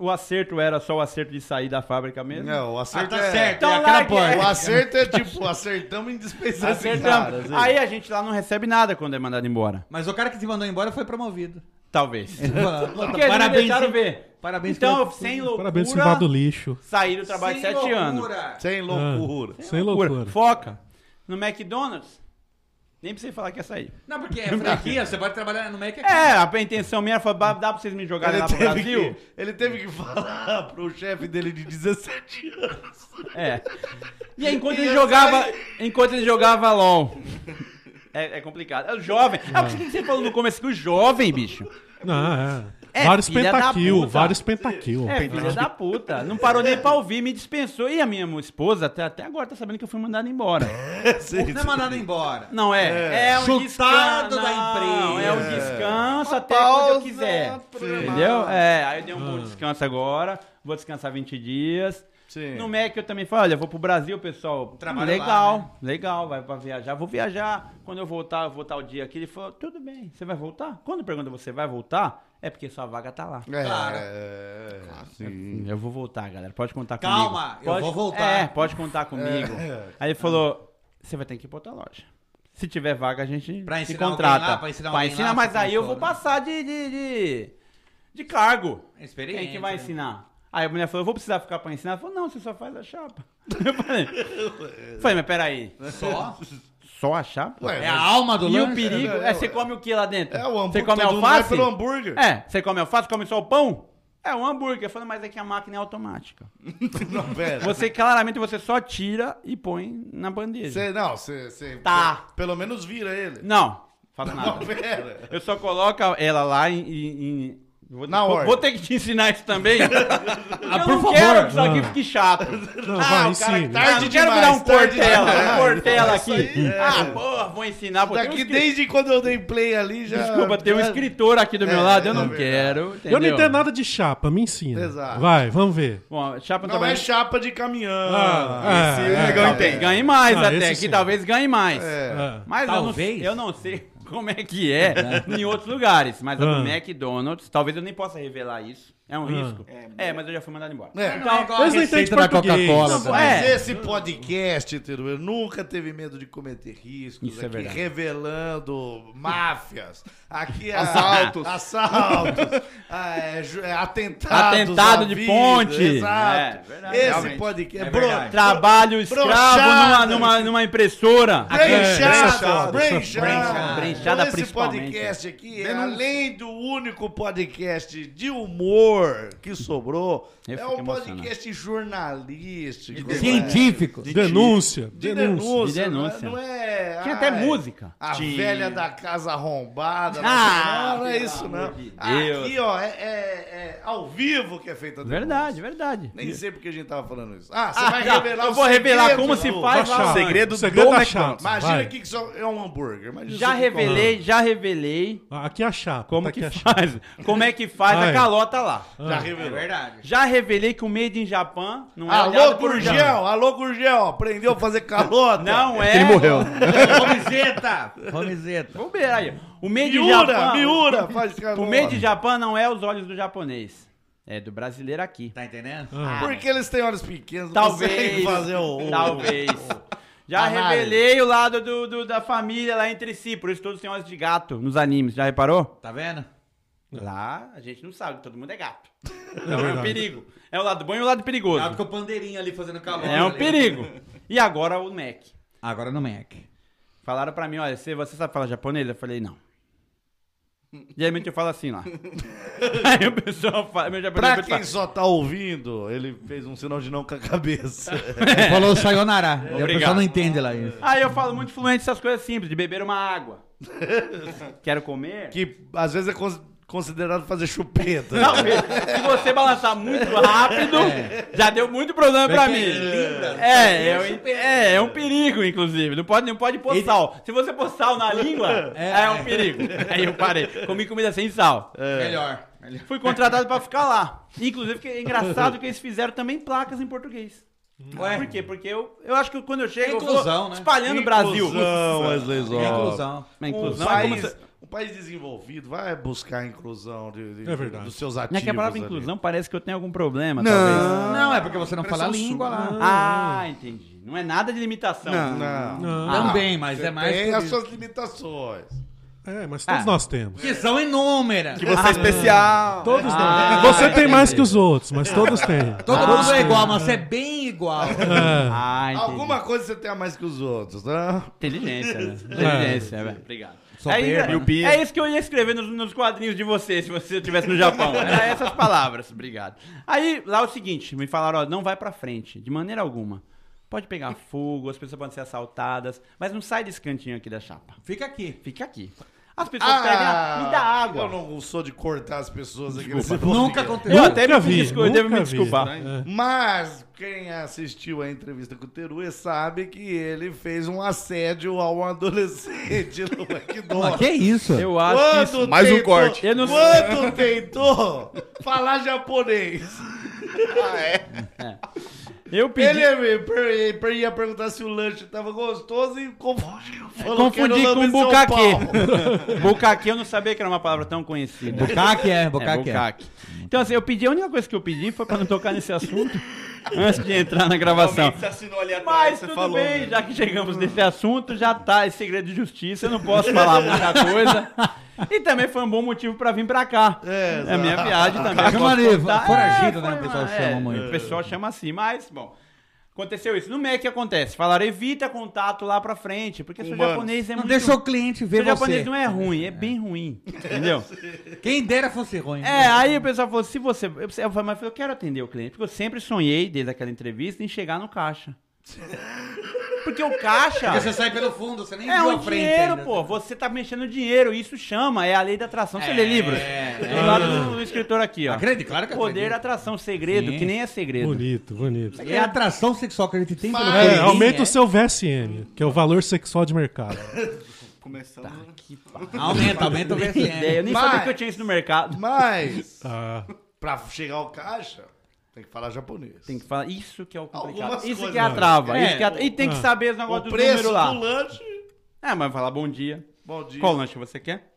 Speaker 8: O acerto era só o acerto de sair da fábrica mesmo.
Speaker 3: Não, o acerto
Speaker 7: Ah, tá
Speaker 3: é...
Speaker 7: certo.
Speaker 8: Então
Speaker 7: é
Speaker 8: lá
Speaker 7: aquela
Speaker 8: que
Speaker 7: porta.
Speaker 3: O acerto é tipo, acertamos em dispensar esse cara.
Speaker 8: Acertamos.
Speaker 3: assim.
Speaker 8: Aí a gente lá não recebe nada quando é mandado embora.
Speaker 7: Mas o cara que te mandou embora foi
Speaker 8: *laughs*
Speaker 7: promovido.
Speaker 8: Talvez. Porque eles não
Speaker 7: Parabéns,
Speaker 8: deixaram
Speaker 7: hein?
Speaker 8: ver.
Speaker 7: Parabéns
Speaker 8: Então,
Speaker 7: pela-
Speaker 8: sem loucura,
Speaker 6: Parabéns, Simba do lixo.
Speaker 8: saí do trabalho de
Speaker 7: Sem
Speaker 8: 7 anos.
Speaker 7: loucura.
Speaker 3: Sem loucura.
Speaker 8: É
Speaker 6: Ah, sem loucura.
Speaker 8: Foca. No McDonald's, nem precisei falar que ia sair.
Speaker 7: Não, porque é franquia, você pode trabalhar no Mac aqui.
Speaker 8: É, a intenção minha foi, "Bah, dá pra vocês me jogarem
Speaker 3: Ele
Speaker 8: lá pro
Speaker 3: teve,
Speaker 8: Brasil?
Speaker 3: que, ele teve que falar pro chefe dele de 17 anos.
Speaker 8: É. E aí, enquanto ele jogava. Enquanto ele jogava LOL. *laughs* É, é complicado. É o jovem. Ah, por que que você falou no começo que o jovem, bicho?
Speaker 6: Não, é.
Speaker 8: É,
Speaker 6: vários
Speaker 8: filha da
Speaker 6: pentakill,
Speaker 8: puta.
Speaker 6: vários pentakill.
Speaker 8: É, filha da puta. Não parou nem pra ouvir, me dispensou. E a minha esposa até, até agora tá sabendo que eu fui mandado embora.
Speaker 3: Sim,
Speaker 7: Não é mandado embora.
Speaker 8: Não é. É um
Speaker 7: Chutado
Speaker 8: descanso.
Speaker 7: da
Speaker 8: Não, É um
Speaker 7: empresa.
Speaker 8: descanso até quando eu quiser. Entendeu? É, aí eu dei um
Speaker 7: Ah.
Speaker 8: bom descanso agora. Vou descansar 20 dias.
Speaker 3: Sim.
Speaker 8: No Mac eu também falei, olha, eu vou pro Brasil, pessoal.
Speaker 7: Trabalho
Speaker 8: legal,
Speaker 7: lá,
Speaker 8: legal, vai pra viajar. Vou viajar. Quando eu voltar, eu vou estar o dia aqui. Ele falou, tudo bem, você vai voltar? Quando pergunta você vai voltar, é porque sua vaga tá lá.
Speaker 3: É,
Speaker 7: Claro.
Speaker 3: é, sim.
Speaker 8: Eu vou voltar, galera. Pode contar comigo.
Speaker 7: Calma, eu
Speaker 8: Pode-
Speaker 7: vou voltar. É.
Speaker 8: É, pode contar comigo. Aí ele falou: você vai ter que ir pra outra loja. Se tiver vaga, a gente
Speaker 7: Pra
Speaker 8: se
Speaker 7: ensinar alguém
Speaker 8: contrata.
Speaker 7: lá, pra ensinar alguém lá,
Speaker 8: mas
Speaker 7: você
Speaker 8: aí eu vou
Speaker 7: pensou, né?
Speaker 8: passar de, de, de, de cargo.
Speaker 7: Experiente.
Speaker 8: Quem que vai
Speaker 7: né?
Speaker 8: ensinar? Aí a mulher falou: eu vou precisar ficar pra ensinar. Ela falou: não, você só faz a chapa. *laughs* Eu
Speaker 7: *laughs*
Speaker 8: falei, falei mas peraí.
Speaker 7: Só?
Speaker 8: Só a chapa?
Speaker 3: Ué,
Speaker 9: É a
Speaker 3: mas
Speaker 9: alma do
Speaker 8: E o
Speaker 9: lanche.
Speaker 8: perigo é você come o que lá dentro?
Speaker 3: é o
Speaker 8: Você
Speaker 3: hambúrguer.
Speaker 8: come
Speaker 3: todo mundo vai
Speaker 8: alface?
Speaker 3: pelo hambúrguer.
Speaker 8: É, você come alface, come só o pão? É um hambúrguer. Eu falei, mas é que a máquina é automática.
Speaker 3: *laughs* Não, pera.
Speaker 8: Você claramente você só tira e põe na bandeja.
Speaker 3: Você, não, você, você-
Speaker 8: Tá.
Speaker 3: Pelo menos vira ele.
Speaker 8: Não, faço
Speaker 3: Não,
Speaker 8: nada.
Speaker 3: pera.
Speaker 8: Eu só coloco ela lá em. em- em- Vou,
Speaker 3: Na
Speaker 8: vou,
Speaker 3: ordem.
Speaker 8: vou ter que te ensinar isso
Speaker 3: *laughs*
Speaker 8: também. Ah, eu
Speaker 6: por
Speaker 8: não
Speaker 6: favor.
Speaker 8: quero que isso aqui
Speaker 6: Ah.
Speaker 8: fique chato.
Speaker 6: Não,
Speaker 8: o
Speaker 6: vai,
Speaker 8: cara
Speaker 6: sim.
Speaker 8: tá- ah,
Speaker 3: Tarde
Speaker 8: não quero
Speaker 3: demais,
Speaker 8: virar um
Speaker 3: tarde
Speaker 8: Cortella,
Speaker 3: demais.
Speaker 8: um Cortella aqui.
Speaker 3: é.
Speaker 8: Ah, porra, vou ensinar. Pô, tem um
Speaker 3: Daqui
Speaker 8: escri-
Speaker 3: desde quando eu dei play ali já.
Speaker 8: Desculpa, tem um escritor aqui do meu
Speaker 3: É,
Speaker 8: lado, eu
Speaker 3: é
Speaker 8: não
Speaker 3: verdade.
Speaker 8: quero.
Speaker 6: Eu não
Speaker 8: entendeu?
Speaker 6: entendo nada de chapa, me ensina.
Speaker 3: Exato.
Speaker 6: Vai, vamos ver.
Speaker 8: Bom, chapa tá
Speaker 3: Não
Speaker 8: também.
Speaker 3: é chapa de caminhão.
Speaker 6: Ah,
Speaker 3: Esse
Speaker 6: é, é,
Speaker 3: negão
Speaker 6: é.
Speaker 3: entende.
Speaker 8: Ganhe mais
Speaker 6: Ah,
Speaker 8: até,
Speaker 6: esse
Speaker 8: que
Speaker 6: sim.
Speaker 8: talvez ganhe mais.
Speaker 3: É.
Speaker 6: Ah,
Speaker 8: Mas
Speaker 9: Talvez.
Speaker 8: Eu, não, eu não sei *laughs* como é que é em outros lugares, mas a
Speaker 6: Ah.
Speaker 8: do McDonald's, talvez eu nem possa revelar isso. É um risco. É, mas eu já fui mandado embora.
Speaker 3: É.
Speaker 8: Então,
Speaker 6: Eles não entendem
Speaker 9: Receita da
Speaker 6: português.
Speaker 9: Coca-Cola.
Speaker 8: Não,
Speaker 3: Mas
Speaker 8: é.
Speaker 3: esse podcast, Teru, eu nunca teve medo de cometer riscos
Speaker 8: Isso é
Speaker 3: aqui,
Speaker 8: verdade.
Speaker 3: revelando máfias, aqui a-
Speaker 5: Assaltos.
Speaker 3: *laughs* assaltos,
Speaker 8: *laughs*
Speaker 3: ah, é, ju- é, atentados,
Speaker 8: Atentado
Speaker 3: à
Speaker 8: de
Speaker 3: vida,
Speaker 8: ponte. É,
Speaker 3: Exato.
Speaker 8: verdade.
Speaker 3: esse
Speaker 8: Realmente.
Speaker 3: podcast,
Speaker 7: É
Speaker 3: bro,
Speaker 7: verdade.
Speaker 8: trabalho escravo numa,
Speaker 3: Brochada.
Speaker 8: numa, numa impressora.
Speaker 3: Brenchada,
Speaker 7: Brenchada.
Speaker 3: Brenchada.
Speaker 8: Brenchada
Speaker 3: Então, Esse
Speaker 8: principalmente. né?
Speaker 3: podcast aqui, é, além do único podcast de humor que sobrou,
Speaker 8: Eu
Speaker 3: é
Speaker 8: fico
Speaker 3: um podcast jornalístico. né?
Speaker 9: Científico.
Speaker 6: denúncia.
Speaker 3: De
Speaker 6: denúncia.
Speaker 3: denúncia.
Speaker 8: De denúncia.
Speaker 3: Não é. não é-
Speaker 8: Tinha até
Speaker 3: ai,
Speaker 8: música.
Speaker 3: A velha da casa arrombada.
Speaker 8: Ah,
Speaker 3: não, não é
Speaker 8: pelo
Speaker 3: isso,
Speaker 8: amor
Speaker 3: não.
Speaker 8: de Deus.
Speaker 3: Aqui, ó, é, é- é ao vivo que é feita a denúncia.
Speaker 8: Verdade, verdade.
Speaker 3: Nem sei porque a gente tava falando isso. Ah, você
Speaker 8: Ah,
Speaker 3: vai
Speaker 8: tá.
Speaker 3: revelar
Speaker 8: Eu
Speaker 3: o
Speaker 8: vou revelar
Speaker 3: segredo
Speaker 8: como
Speaker 3: do-
Speaker 8: se
Speaker 6: Da
Speaker 8: faz lá.
Speaker 6: chapa.
Speaker 5: segredo
Speaker 6: O segredo
Speaker 5: do
Speaker 6: da
Speaker 5: McDonald's.
Speaker 6: chapa.
Speaker 3: Imagina
Speaker 6: vai.
Speaker 3: aqui que só é um hambúrguer. Imagina isso
Speaker 8: Já
Speaker 3: aqui
Speaker 8: revelei, já revelei
Speaker 6: Ah, Aqui é a chapa.
Speaker 8: como
Speaker 6: tá aqui
Speaker 8: que
Speaker 6: a chapa.
Speaker 8: faz. Como é que faz
Speaker 6: Vai.
Speaker 8: a calota lá.
Speaker 3: colando. Já revelou.
Speaker 7: É verdade.
Speaker 8: Já revelei que o Made in Japan não é
Speaker 3: Alô,
Speaker 8: olhado por
Speaker 3: Gurgel! Alô, Gurgel! *laughs* Aprendeu a fazer calota?
Speaker 8: Não é. *laughs*
Speaker 5: Ele morreu.
Speaker 7: Camiseta! Camiseta.
Speaker 8: Vamos ver aí. O meio de
Speaker 3: Miura,
Speaker 8: Japão.
Speaker 3: miura, faz
Speaker 8: O
Speaker 3: canoa.
Speaker 8: meio de Japão não é os olhos do japonês. É do brasileiro aqui.
Speaker 7: Tá entendendo?
Speaker 3: *laughs*
Speaker 8: Ah.
Speaker 3: Porque eles têm olhos pequenos, não
Speaker 8: Talvez.
Speaker 3: conseguem fazer o... o-
Speaker 8: Talvez. Já
Speaker 3: Análise.
Speaker 8: revelei o lado do, do- da família lá entre si, por isso todos têm olhos de gato nos animes, já reparou?
Speaker 7: Tá vendo?
Speaker 8: Lá a gente não sabe, todo mundo é gato.
Speaker 6: É
Speaker 8: Então é um
Speaker 6: verdade.
Speaker 8: perigo. É o lado bom e o lado perigoso.
Speaker 7: Tá com o pandeirinho ali fazendo calor.
Speaker 8: É um
Speaker 7: ali.
Speaker 8: perigo. E agora o Mac.
Speaker 7: Agora no
Speaker 8: *laughs*
Speaker 7: Mac.
Speaker 8: Falaram pra mim, olha, você, você sabe falar japonês? Eu
Speaker 3: *laughs*
Speaker 8: falei, não. Geralmente eu falo assim lá. *laughs* Aí o pessoal fala, meu japonês
Speaker 3: Pra
Speaker 8: é muito
Speaker 3: quem
Speaker 8: fácil.
Speaker 3: só tá ouvindo, ele fez um sinal de não com a *laughs* cabeça.
Speaker 7: Ele falou sayonara. Daí O
Speaker 8: Obrigado.
Speaker 7: pessoal não entende lá isso.
Speaker 8: Aí eu falo muito fluente essas coisas simples, de beber uma água. Quero comer.
Speaker 3: que às vezes é cons- considerado fazer chupeta.
Speaker 8: Não, se você balançar muito rápido, já deu muito problema pra mim. É, é, um- é, é um perigo, inclusive. Não pode, não pode pôr sal. Se você pôr sal na língua, é, um perigo. Aí eu parei. Comi comida sem sal.
Speaker 7: É. Melhor.
Speaker 8: Fui contratado pra ficar lá. Inclusive, que é engraçado que eles fizeram também placas em português. Por quê? Porque eu, eu acho que quando eu chego, eu
Speaker 7: Inclusão,
Speaker 8: vou
Speaker 7: né?
Speaker 8: espalhando o Brasil.
Speaker 3: Inclusão, Wesley
Speaker 7: É
Speaker 3: Zop.
Speaker 7: inclusão.
Speaker 8: Mas
Speaker 3: Um
Speaker 8: inclusão é como
Speaker 3: país,
Speaker 8: se-
Speaker 3: um país desenvolvido vai buscar a inclusão de- de-
Speaker 6: É verdade.
Speaker 3: dos seus ativos.
Speaker 8: Não é que a palavra
Speaker 3: ali.
Speaker 8: inclusão parece que eu tenho algum problema, talvez.
Speaker 7: Não, é porque você não fala a
Speaker 3: Impressão
Speaker 7: língua lá.
Speaker 8: Ah, entendi. Não é um- nada de limitação.
Speaker 3: Não.
Speaker 6: Não.
Speaker 7: Também, mas é mais.
Speaker 3: Tem
Speaker 7: por
Speaker 3: as
Speaker 7: isso.
Speaker 3: suas limitações.
Speaker 6: É, mas todos
Speaker 8: Ah.
Speaker 6: nós temos.
Speaker 7: Que são inúmeras.
Speaker 5: Que você é especial.
Speaker 6: Todos nós.
Speaker 8: Ah,
Speaker 6: Você tem mais
Speaker 8: entendi.
Speaker 6: que os outros, mas todos
Speaker 8: *laughs*
Speaker 6: têm.
Speaker 7: Todo mundo é igual, mas você é bem igual.
Speaker 6: É.
Speaker 8: Ah, entendi.
Speaker 3: Alguma coisa você tem a mais que os outros, né?
Speaker 8: Inteligência, né? Inteligência, velho. Obrigado.
Speaker 7: Soberba.
Speaker 8: É, isso- é isso que eu ia escrever nos, nos quadrinhos de você, se você estivesse no Japão. Era essas palavras, obrigado. Aí, lá é o seguinte, me falaram, ó, não vai pra frente, de maneira alguma. Pode pegar fogo, as pessoas podem ser assaltadas, mas não sai desse cantinho aqui da chapa.
Speaker 7: Fica aqui.
Speaker 8: Fica aqui. As pessoas pegam, ah, me dá água.
Speaker 3: Eu não sou de cortar as pessoas aqui. nesse
Speaker 7: Nunca
Speaker 3: podcast.
Speaker 7: aconteceu.
Speaker 6: Nunca
Speaker 8: me
Speaker 6: vi,
Speaker 8: desculpa, devo me
Speaker 6: nunca vi.
Speaker 8: desculpar.
Speaker 6: É.
Speaker 3: Mas quem assistiu a entrevista com o Teruê sabe que ele fez um assédio a um adolescente
Speaker 8: *laughs*
Speaker 3: no
Speaker 7: Pô,
Speaker 3: McDonald's.
Speaker 7: que isso?
Speaker 8: Eu acho que isso...
Speaker 3: Quando
Speaker 5: Mais um
Speaker 3: tentou-
Speaker 5: corte.
Speaker 8: Eu não-
Speaker 3: Quando tentou falar
Speaker 5: *laughs*
Speaker 3: japonês.
Speaker 5: Ah, é.
Speaker 8: Eu pedi...
Speaker 3: Ele me per- per- ia perguntar se o lanche tava gostoso e confundiu. Falou que era
Speaker 8: É, Confundi
Speaker 3: o
Speaker 8: com um
Speaker 3: nome de São Paulo.
Speaker 8: bucaque. *laughs* bucaque eu não sabia que era uma palavra tão conhecida.
Speaker 7: Bucaque é,
Speaker 8: É,
Speaker 7: bucaque é.
Speaker 8: bucaque. Então, assim, eu pedi, a única coisa que eu pedi foi pra não tocar nesse assunto *laughs* antes de entrar na gravação.
Speaker 5: Você assinou ali atrás,
Speaker 8: Mas
Speaker 5: você
Speaker 8: tudo
Speaker 5: falou.
Speaker 8: bem,
Speaker 5: né?
Speaker 8: já que chegamos nesse assunto, já tá esse segredo de justiça, eu não posso falar muita coisa. *laughs* E também foi um bom motivo pra vir pra cá.
Speaker 3: É,
Speaker 8: É a minha viagem também.
Speaker 7: Chama
Speaker 8: eu posso
Speaker 7: ali,
Speaker 8: contar.
Speaker 7: Ah,
Speaker 8: É,
Speaker 7: foragido,
Speaker 8: foi
Speaker 7: né, o pessoal
Speaker 8: uma-
Speaker 7: chama muito.
Speaker 8: O pessoal chama assim, mas, bom. Aconteceu isso. No MEC acontece. Falaram, evita contato lá pra frente, porque seu
Speaker 3: Humanos.
Speaker 8: japonês é
Speaker 7: Não
Speaker 8: muito...
Speaker 7: deixa o cliente ver
Speaker 8: Seu
Speaker 7: você.
Speaker 8: japonês não é ruim, é bem ruim, *laughs* entendeu?
Speaker 7: Quem dera fosse ruim.
Speaker 8: É, aí o pessoal falou, se você... Eu, eu falei, mas eu quero atender o cliente, porque eu sempre sonhei, desde aquela entrevista, em chegar
Speaker 3: *laughs*
Speaker 8: no caixa. Porque o caixa...
Speaker 7: Porque você sai pelo fundo, você nem
Speaker 8: É
Speaker 7: viu
Speaker 8: um
Speaker 7: a frente.
Speaker 8: dinheiro,
Speaker 7: ainda.
Speaker 3: né?
Speaker 8: pô. Você tá mexendo no dinheiro, isso chama, é a lei da atração. Você
Speaker 7: É,
Speaker 8: lê livros?
Speaker 7: é.
Speaker 8: Tem lá do, do escritor aqui, ó.
Speaker 7: Acredito, claro que
Speaker 8: Poder da
Speaker 7: acredito.
Speaker 8: atração, segredo,
Speaker 7: Sim.
Speaker 8: que nem é segredo.
Speaker 6: Bonito, bonito.
Speaker 7: É a atração sexual que a gente tem pelo
Speaker 6: É,
Speaker 7: cliente.
Speaker 6: aumenta o seu VSM, que é o valor sexual de mercado.
Speaker 5: Começando.
Speaker 7: Aumenta, aumenta o
Speaker 8: Ideia, Eu
Speaker 7: VSM.
Speaker 8: nem
Speaker 3: Mas-
Speaker 8: sabia que eu tinha isso no mercado.
Speaker 3: Mas,
Speaker 8: *laughs*
Speaker 6: Ah,
Speaker 3: pra chegar ao caixa, tem que falar japonês.
Speaker 8: Tem que falar, isso que é o complicado.
Speaker 3: Algumas
Speaker 8: isso
Speaker 3: coisas,
Speaker 8: que é a
Speaker 3: né?
Speaker 8: trava.
Speaker 7: É,
Speaker 8: isso que é a- E tem que
Speaker 6: ah.
Speaker 8: saber os
Speaker 3: o
Speaker 8: negócios do
Speaker 3: preço
Speaker 8: número lá.
Speaker 3: do lanche...
Speaker 8: É, mas falar bom dia.
Speaker 3: Bom dia.
Speaker 8: Qual lanche você quer?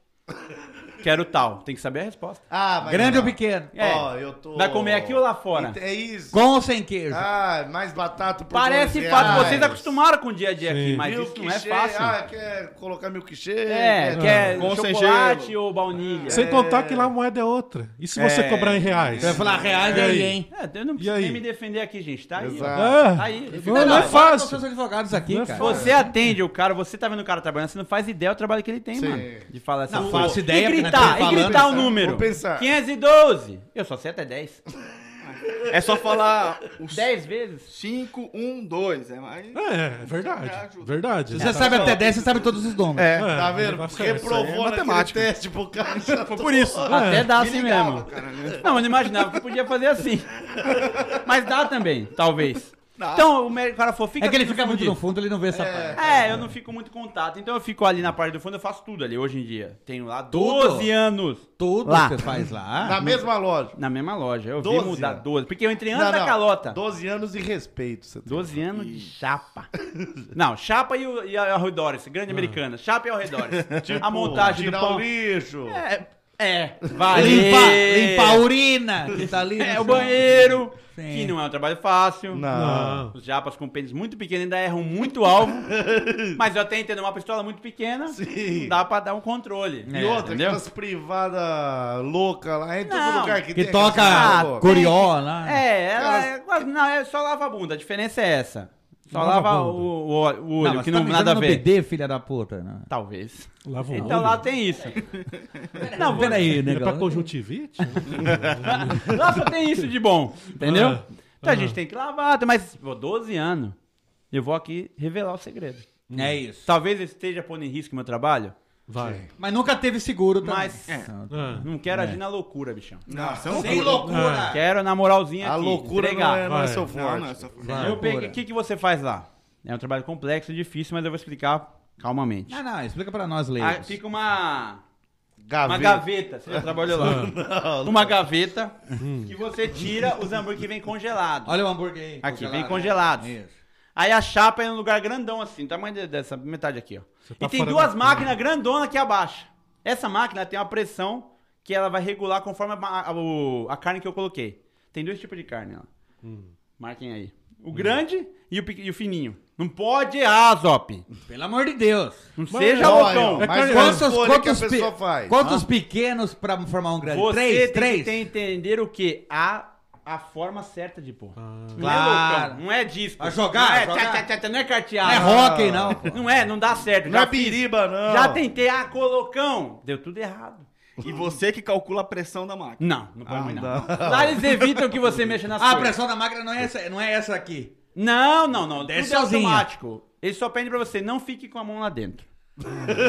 Speaker 8: Quero tal. Tem que saber a resposta.
Speaker 3: Ah, mas
Speaker 7: Grande
Speaker 3: não.
Speaker 7: ou pequeno?
Speaker 8: É.
Speaker 3: Ó, eu tô...
Speaker 8: Vai comer aqui ou lá fora?
Speaker 3: Ent- É isso.
Speaker 7: Com ou sem queijo?
Speaker 3: Ah, mais batata por
Speaker 8: Parece tá
Speaker 3: dois
Speaker 8: fácil,
Speaker 3: reais.
Speaker 8: vocês acostumaram com o dia a dia aqui,
Speaker 6: Sim.
Speaker 8: mas isso não é
Speaker 3: Milkshake,
Speaker 8: fácil.
Speaker 3: Ah, quer colocar milkshake? um
Speaker 8: É, quer
Speaker 5: com sem
Speaker 8: chocolate
Speaker 5: gelo.
Speaker 8: ou baunilha.
Speaker 6: Sem contar que lá a moeda é outra. E se você cobrar em reais?
Speaker 7: Você vai falar "Ah, reais
Speaker 6: E
Speaker 7: aí,
Speaker 6: aí?
Speaker 7: hein?
Speaker 8: É, eu não preciso
Speaker 6: aí?
Speaker 8: nem me defender aqui, gente. Tá aí. ó.
Speaker 3: Exato.
Speaker 6: Ah,
Speaker 8: Tá aí.
Speaker 6: Não, não é
Speaker 7: Fácil.
Speaker 6: fácil.
Speaker 7: seus advogados aqui,
Speaker 6: Não é
Speaker 7: cara.
Speaker 8: Você atende o cara, você tá vendo o cara trabalhando, você não faz ideia do trabalho que ele tem,
Speaker 3: Sim.
Speaker 8: mano. De falar assim,
Speaker 7: Não,
Speaker 8: pô,
Speaker 7: faço
Speaker 8: E
Speaker 7: ideia, né,
Speaker 8: gritar,
Speaker 7: tô
Speaker 8: e gritar o
Speaker 7: falando,
Speaker 8: número.
Speaker 3: vou pensar.
Speaker 8: 512. Eu só sei até 10.
Speaker 5: É só falar os
Speaker 8: 10 vezes.
Speaker 5: 5, 1, 2. É mais.
Speaker 6: É, é verdade. Verdade. Tá.
Speaker 8: tá
Speaker 7: Você sabe até 10, você sabe todos os nomes.
Speaker 5: É.
Speaker 3: Tá vendo?
Speaker 6: negócio é esse aí.
Speaker 3: Reprovou naquele
Speaker 5: matemática.
Speaker 3: teste pro caixa. Foi
Speaker 5: Por
Speaker 6: É,
Speaker 5: isso.
Speaker 8: Até dá assim
Speaker 5: ligava,
Speaker 8: mesmo.
Speaker 5: cara, né?
Speaker 8: Não, eu não imaginava que podia fazer assim. Mas dá também, talvez. Então o mé- o cara falou, fica
Speaker 9: É que ele
Speaker 8: aqui
Speaker 9: fica muito
Speaker 8: fundinho.
Speaker 9: no fundo, ele não vê essa parte.
Speaker 8: É, eu não fico muito em contato. Então eu fico ali na parte do fundo, eu faço tudo ali hoje em dia. Tenho lá 12 anos
Speaker 7: Tudo
Speaker 8: Lá.
Speaker 7: que você faz lá.
Speaker 5: Hum.
Speaker 3: Na mesma loja.
Speaker 8: na mesma loja. Eu vi
Speaker 3: 12
Speaker 8: mudar
Speaker 3: anos.
Speaker 8: 12. Porque eu entrei antes
Speaker 3: Não,
Speaker 8: da
Speaker 3: não.
Speaker 8: calota.
Speaker 3: 12 anos de respeito. Você tem.
Speaker 8: 12 anos de chapa. Não, chapa e, o- e a- arredores, grande americana. Chapa e arredores. a montagem
Speaker 3: Tipo,
Speaker 8: do
Speaker 3: Tirar
Speaker 8: pão.
Speaker 3: o lixo.
Speaker 8: É, é, vale.
Speaker 9: Limpar, limpar a urina que tá ali.
Speaker 8: É,
Speaker 9: no
Speaker 8: o
Speaker 9: chão.
Speaker 8: banheiro,
Speaker 9: Sim.
Speaker 8: que não é um trabalho fácil.
Speaker 6: Não.
Speaker 8: Os japas com pênis muito pequeno ainda erram
Speaker 3: *laughs*
Speaker 8: muito alvo. mas eu até entendo, uma pistola muito pequena,
Speaker 3: Sim.
Speaker 8: não dá pra dar um controle.
Speaker 3: E outra, aquelas privadas loucas lá em todo
Speaker 8: Não,
Speaker 3: lugar que,
Speaker 9: Que
Speaker 3: tem.
Speaker 9: toca
Speaker 3: aquelas coisas loucas.
Speaker 9: Corió lá.
Speaker 8: Ah, É, ela é quase- não, é só lava a bunda, a diferença é essa. Só
Speaker 6: Lava a
Speaker 8: lava, o, o,
Speaker 6: bunda.
Speaker 8: o olho,
Speaker 7: Não, mas
Speaker 8: que
Speaker 7: tá
Speaker 8: não
Speaker 7: mijando
Speaker 8: nada a
Speaker 7: no
Speaker 8: ver.
Speaker 7: BD, filha da puta. né?
Speaker 8: Talvez.
Speaker 6: Lava o
Speaker 8: Então
Speaker 6: olho.
Speaker 8: lá tem isso.
Speaker 9: Não, peraí,
Speaker 6: É pra
Speaker 9: negão.
Speaker 6: conjuntivite?
Speaker 8: Lá só tem isso de bom, entendeu?
Speaker 6: Ah,
Speaker 8: Então a gente tem que lavar, mas pô, 12 anos. Eu vou aqui revelar o segredo.
Speaker 7: É isso.
Speaker 8: Talvez eu esteja pondo em risco meu trabalho,
Speaker 6: Vai.
Speaker 9: Mas nunca teve seguro, tá?
Speaker 8: mas
Speaker 7: É.
Speaker 6: Ah,
Speaker 8: não quero agir na loucura, bichão.
Speaker 5: é
Speaker 4: Sem
Speaker 7: Ah,
Speaker 4: loucura.
Speaker 8: Quero na moralzinha
Speaker 3: é A
Speaker 8: aqui,
Speaker 3: loucura não
Speaker 8: entregar.
Speaker 3: é, não é
Speaker 6: Vai.
Speaker 3: seu forte.
Speaker 8: Eu peguei, o que, que você faz lá? É um trabalho complexo, difícil, mas eu vou explicar calmamente.
Speaker 7: Ah, não, explica pra nós,
Speaker 8: Ah,
Speaker 7: leigos.
Speaker 8: fica uma
Speaker 3: Gaveta.
Speaker 8: uma gaveta, você já trabalhou
Speaker 7: *laughs*
Speaker 8: lá. Uma gaveta que você tira os hambúrgueres que vem congelado.
Speaker 7: Hum. Olha o hambúrguer aí.
Speaker 8: Aqui, vem
Speaker 7: congelado,
Speaker 8: congelado.
Speaker 7: né? Isso.
Speaker 8: Aí a chapa é num lugar grandão assim, tamanho de- dessa metade aqui, ó.
Speaker 6: tá
Speaker 8: e tem
Speaker 6: fora
Speaker 8: duas
Speaker 6: da-
Speaker 8: máquinas grandonas que abaixa. Essa máquina tem uma pressão que ela vai regular conforme a, ma- a- o- a carne que eu coloquei. Tem dois tipos de carne lá. Marquem aí. O grande e, o, pe- e o fininho. Não pode errar, Zop.
Speaker 7: Pelo amor de Deus.
Speaker 8: Não seja
Speaker 3: Olha,
Speaker 8: loucão.
Speaker 3: ó, Mas quantas,
Speaker 7: Quantos,
Speaker 3: escolha
Speaker 7: quantos,
Speaker 3: que a
Speaker 7: pe-
Speaker 3: pessoa faz?
Speaker 7: quantos pequenos pra formar um grande?
Speaker 8: Ah.
Speaker 7: três,
Speaker 8: Você tem
Speaker 7: três.
Speaker 8: que ter- entender o que? A, a forma certa de pôr. Não é
Speaker 7: Claro.
Speaker 8: loucão, não é disco.
Speaker 7: Pra jogar,
Speaker 8: Não é,
Speaker 7: jogar.
Speaker 8: tchá, tchá, tchá, não é
Speaker 7: Não
Speaker 8: carteado.
Speaker 7: é hockey, não. pô.
Speaker 8: Não é, não dá certo.
Speaker 3: Não é
Speaker 8: Já,
Speaker 3: biriba, não.
Speaker 8: já tentei, ah, colocão. Deu tudo errado.
Speaker 5: E você que calcula a pressão da máquina.
Speaker 8: Não, não põe mais Ah, não. Lá eles evitam que você mexa nas
Speaker 7: Ah, a
Speaker 8: coisas.
Speaker 7: pressão da máquina não é essa, não é essa aqui.
Speaker 8: Não, não, não. Tudo
Speaker 7: Desce
Speaker 8: é
Speaker 7: sozinha.
Speaker 8: automático. Eles só pedem pra você, não fique com a mão lá dentro.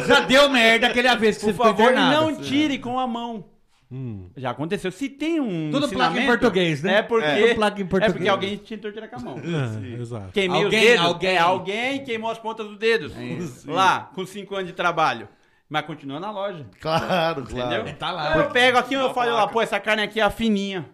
Speaker 7: Já deu merda aquela vez que
Speaker 8: Por
Speaker 7: você ficou
Speaker 8: favor,
Speaker 7: internado.
Speaker 8: não tire com a mão. Já aconteceu. Se tem um
Speaker 7: Tudo placa em
Speaker 8: ensinamento,
Speaker 7: português, né?
Speaker 8: É porque,
Speaker 7: É. Tudo placa em
Speaker 8: é
Speaker 7: português.
Speaker 8: porque alguém te tortura com a *laughs* mão.
Speaker 6: ah, exato.
Speaker 8: Queimei
Speaker 7: Alguém,
Speaker 8: os dedos.
Speaker 7: alguém.
Speaker 8: É, alguém queimou as pontas dos dedos. lá, com cinco anos de trabalho. Mas continua na loja.
Speaker 3: Claro, claro.
Speaker 8: Entendeu?
Speaker 7: Tá lá.
Speaker 8: Eu pego aqui e eu falo lá, pô, essa carne aqui é a fininha.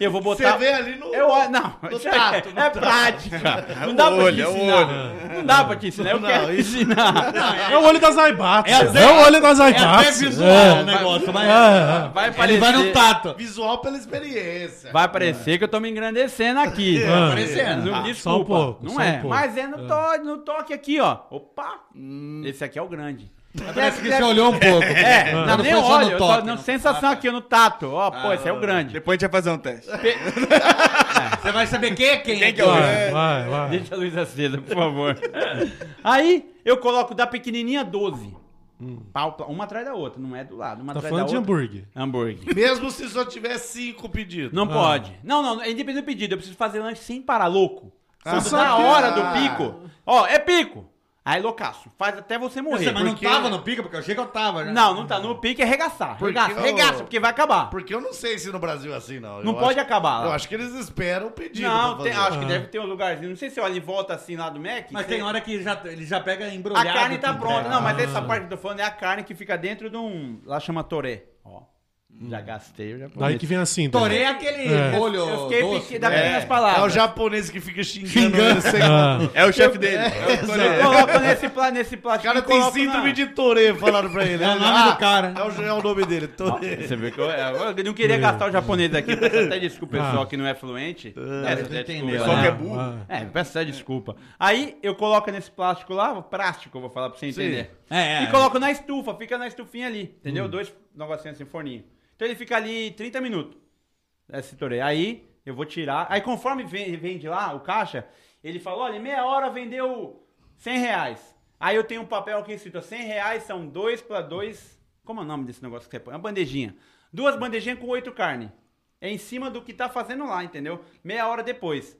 Speaker 8: Eu vou botar.
Speaker 3: Você vê ali no...
Speaker 8: Eu olho, não,
Speaker 3: No
Speaker 8: isso é-
Speaker 3: tato, no
Speaker 8: é,
Speaker 3: tato.
Speaker 8: prática. Não dá pra te ensinar. Não dá pra te ensinar, eu
Speaker 3: Não,
Speaker 8: quero te
Speaker 3: isso-
Speaker 8: ensinar.
Speaker 6: É o olho das aibatas. É, o olho das aibatas. É
Speaker 7: visual o negócio, mas
Speaker 8: Ah.
Speaker 6: É,
Speaker 8: Vai
Speaker 7: ele vai no
Speaker 8: parecer-
Speaker 7: tato.
Speaker 3: Visual pela experiência.
Speaker 8: Vai parecer que eu tô me engrandecendo aqui.
Speaker 6: Ah.
Speaker 8: Não,
Speaker 6: Ah,
Speaker 8: desculpa.
Speaker 6: só um pouco,
Speaker 8: Não
Speaker 6: só um
Speaker 8: é.
Speaker 6: pouco.
Speaker 8: Mas é no, to- no toque aqui, ó. Opa! Esse aqui é o grande.
Speaker 7: Parece que você olhou um pouco.
Speaker 8: É,
Speaker 7: Ah.
Speaker 8: não,
Speaker 7: Não
Speaker 8: nem
Speaker 7: foi só
Speaker 8: olho,
Speaker 7: no
Speaker 8: eu
Speaker 7: toque,
Speaker 8: só, não,
Speaker 7: não.
Speaker 8: sensação aqui no tato. Ó, pô, esse é o grande.
Speaker 5: Depois a gente vai fazer um teste.
Speaker 7: Você vai saber quem é quem.
Speaker 5: Quem que é o
Speaker 6: vai,
Speaker 5: grande?
Speaker 6: vai, vai.
Speaker 8: *laughs* Deixa a luz acesa, por favor. *laughs* Aí, eu coloco da pequenininha 12. Hum. Pau, pau, uma atrás da outra, não é do lado. Uma
Speaker 6: Tá
Speaker 8: atrás da
Speaker 6: falando de
Speaker 8: outra.
Speaker 6: hambúrguer.
Speaker 3: *laughs*
Speaker 8: Hambúrguer.
Speaker 3: Mesmo se só tiver cinco pedidos.
Speaker 8: Não pode. Não, não, é independente do pedido. Eu preciso fazer lanche sem parar, louco.
Speaker 3: Ah,
Speaker 8: Só
Speaker 3: só
Speaker 8: na
Speaker 3: que-
Speaker 8: hora
Speaker 3: Ah.
Speaker 8: do pico. Ó, é pico. Aí, loucaço. Faz até você morrer.
Speaker 7: Você, mas não
Speaker 3: Porque-
Speaker 7: tava no pico, porque eu achei que eu tava. né?
Speaker 8: Não, não tá. No pique é regaçar.
Speaker 3: Porque
Speaker 8: regaça,
Speaker 3: eu-
Speaker 8: regaça, porque vai acabar.
Speaker 3: Porque eu não sei se no Brasil é assim, não.
Speaker 8: Não
Speaker 3: Eu
Speaker 8: pode
Speaker 3: acho-
Speaker 8: acabar.
Speaker 3: Eu
Speaker 8: lá.
Speaker 3: acho que eles esperam o pedido.
Speaker 8: não,
Speaker 3: pra
Speaker 8: tem-
Speaker 3: fazer.
Speaker 8: acho que
Speaker 6: Ah.
Speaker 8: deve ter um lugarzinho. Não sei se olha em volta assim lá do Mac.
Speaker 7: Mas
Speaker 8: você-
Speaker 7: tem hora que já, ele já pega
Speaker 8: A
Speaker 7: embrulhado.
Speaker 8: carne tá
Speaker 7: tudo,
Speaker 8: pronta.
Speaker 7: né?
Speaker 8: Não, mas essa parte do fone é a carne que fica dentro de um. Lá chama toré. Ó. Já gastei, eu já
Speaker 6: Daí que vem assim.
Speaker 7: Torei é aquele
Speaker 6: É.
Speaker 7: molho
Speaker 8: Eu fiquei
Speaker 7: doce,
Speaker 8: pequeno, da
Speaker 7: né?
Speaker 8: pequenas
Speaker 3: É o
Speaker 8: palavras.
Speaker 3: japonês que fica xingando. xingando.
Speaker 6: Ah,
Speaker 5: É o chefe dele.
Speaker 8: Eu coloco nesse, pla... nesse
Speaker 3: O
Speaker 8: plástico.
Speaker 3: cara
Speaker 8: e
Speaker 3: tem
Speaker 8: coloco
Speaker 3: síndrome
Speaker 8: na-
Speaker 3: de Torê, falaram pra ele.
Speaker 7: É o nome do cara.
Speaker 3: É o, é o nome dele, Torê.
Speaker 8: Você vê que eu, é, eu não queria gastar o japonês aqui. Peço até desculpa,
Speaker 6: Ah.
Speaker 8: pessoal que não é fluente. É,
Speaker 7: mas
Speaker 8: até
Speaker 7: entendeu,
Speaker 8: desculpa.
Speaker 5: Só que é
Speaker 6: ah,
Speaker 5: burro.
Speaker 6: ah.
Speaker 8: É, peço até desculpa. Aí eu coloco nesse plástico lá, o plástico, eu vou falar pra você entender.
Speaker 7: É, é.
Speaker 8: E coloco na estufa, fica na estufinha ali, entendeu? Dois negocinhos assim, forninho. Então ele fica ali 30 minutos. Esse torei. Aí eu vou tirar. Aí conforme vem- vende lá o caixa, ele fala: olha, em meia hora vendeu 100 reais. Aí eu tenho um papel aqui escrito: 100 reais são dois para dois. Como é o nome desse negócio que você põe? Uma bandejinha. Duas bandejinhas com oito carne. É em cima do que tá fazendo lá, entendeu? Meia hora depois.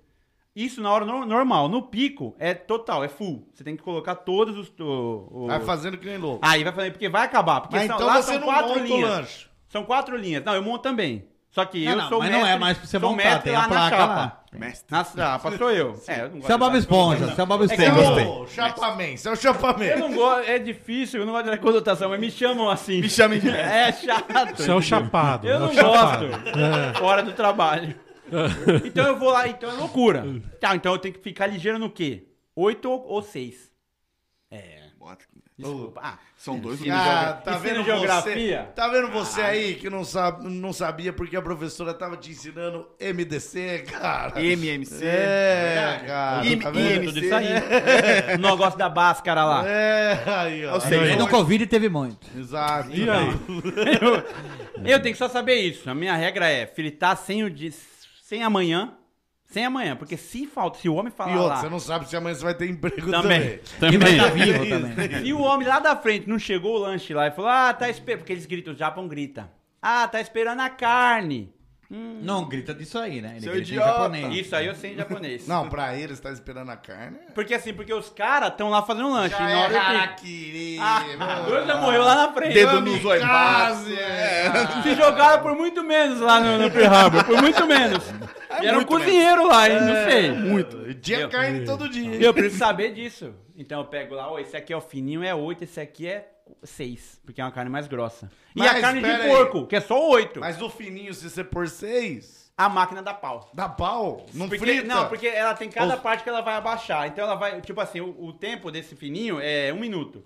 Speaker 8: Isso na hora no- normal. No pico é total, é full. Você tem que colocar todos os. o- o-
Speaker 3: Vai fazendo que nem louco.
Speaker 8: Aí vai fazer, porque vai acabar. Porque
Speaker 3: Mas
Speaker 8: são,
Speaker 3: então
Speaker 8: Ah, lá
Speaker 3: você
Speaker 8: são
Speaker 3: não
Speaker 8: quatro
Speaker 3: monta o
Speaker 8: linhas.
Speaker 3: lanche.
Speaker 8: São quatro linhas. Não, eu monto também. Só que
Speaker 9: Não,
Speaker 8: eu
Speaker 9: não,
Speaker 8: sou o
Speaker 9: mas
Speaker 8: mestre.
Speaker 9: não é mais pra você
Speaker 8: sou
Speaker 9: montar,
Speaker 8: mestre
Speaker 9: tem a
Speaker 8: lá
Speaker 9: placa
Speaker 8: na
Speaker 9: lá.
Speaker 8: chapa.
Speaker 5: Mestre.
Speaker 8: Na chapa sou eu.
Speaker 9: *laughs*
Speaker 8: É, eu não gosto
Speaker 9: Você é o Bob
Speaker 8: de-
Speaker 9: Esponja, você é o Bob
Speaker 3: É
Speaker 9: Esponja.
Speaker 3: o Chapaman, você é o Chapaman.
Speaker 8: Eu não gosto, é difícil, eu não gosto de conotação, mas me chamam assim.
Speaker 5: Me chamem de mestre.
Speaker 8: *laughs* É chato.
Speaker 6: Isso é o
Speaker 8: entendeu?
Speaker 6: chapado. é
Speaker 8: Eu
Speaker 6: o *laughs*
Speaker 8: não
Speaker 6: chapado.
Speaker 8: gosto.
Speaker 6: É.
Speaker 8: Fora do trabalho. Então eu vou lá, então é loucura. Tá, então eu tenho que ficar ligeiro no quê? Oito ou ou seis? É.
Speaker 5: Bota aqui.
Speaker 8: Desculpa. Ah,
Speaker 5: São dois
Speaker 3: Ah,
Speaker 5: lugares.
Speaker 3: tá
Speaker 8: Ensino
Speaker 3: vendo
Speaker 8: geografia?
Speaker 3: você? Tá vendo você aí que não, sabe, não sabia porque a professora tava te ensinando MDC,
Speaker 8: Ah,
Speaker 3: cara?
Speaker 5: MMC.
Speaker 3: É, cara.
Speaker 5: I-
Speaker 3: Tá vendo?
Speaker 5: IMC.
Speaker 8: tudo isso aí.
Speaker 9: É.
Speaker 8: O negócio da Báscara lá.
Speaker 3: É, aí, ó.
Speaker 5: Eu sei.
Speaker 9: Aí no
Speaker 5: Não,
Speaker 9: Covid teve muito.
Speaker 3: Exato.
Speaker 6: E aí?
Speaker 8: Eu tenho que só saber isso. A minha regra é fritar sem o de, sem amanhã. Sem amanhã, porque se falta, se o homem falar
Speaker 3: E outra,
Speaker 8: lá,
Speaker 3: você não sabe se amanhã você vai ter emprego
Speaker 8: Também.
Speaker 3: também.
Speaker 9: E vai
Speaker 7: tá
Speaker 9: estar vivo
Speaker 8: *laughs*
Speaker 9: também.
Speaker 8: se o homem lá da frente não chegou o lanche lá e falou: "Ah, tá esperando", porque eles gritam, o Japão grita. "Ah, tá esperando a carne".
Speaker 9: Não grita disso aí, né? Ele
Speaker 5: Seu
Speaker 9: grita em
Speaker 5: idiota.
Speaker 9: japonês.
Speaker 8: Isso aí eu sei em japonês.
Speaker 3: Então Não, pra eles tá esperando a carne.
Speaker 8: Porque assim, porque os caras estão lá fazendo um lanche. e na
Speaker 3: Já
Speaker 8: hora
Speaker 3: é
Speaker 8: eu grito.
Speaker 3: harakiri,
Speaker 8: Ah,
Speaker 3: mano.
Speaker 8: dois já morreu lá na frente.
Speaker 5: Dedo nos oibatos.
Speaker 3: Quase, é.
Speaker 8: Se jogaram por muito menos lá no, no Pearl Harbor, por muito menos.
Speaker 3: É
Speaker 8: E era um cozinheiro lá, hein? Não sei.
Speaker 3: Muito. Dia carne todo dia.
Speaker 8: Eu preciso saber disso. Então eu pego lá, ó, esse aqui é o fininho, é 8, esse aqui é 6, porque é uma carne mais grossa. E
Speaker 3: Mas,
Speaker 8: a carne de
Speaker 3: pera aí.
Speaker 8: porco, que é só 8.
Speaker 3: Mas o fininho, se você pôr seis,
Speaker 8: A máquina dá pau.
Speaker 3: dá pau. Não
Speaker 8: porque,
Speaker 3: frita.
Speaker 8: Não, porque ela tem cada parte que ela vai abaixar. Então ela vai, tipo assim, o, o tempo desse fininho é um minuto.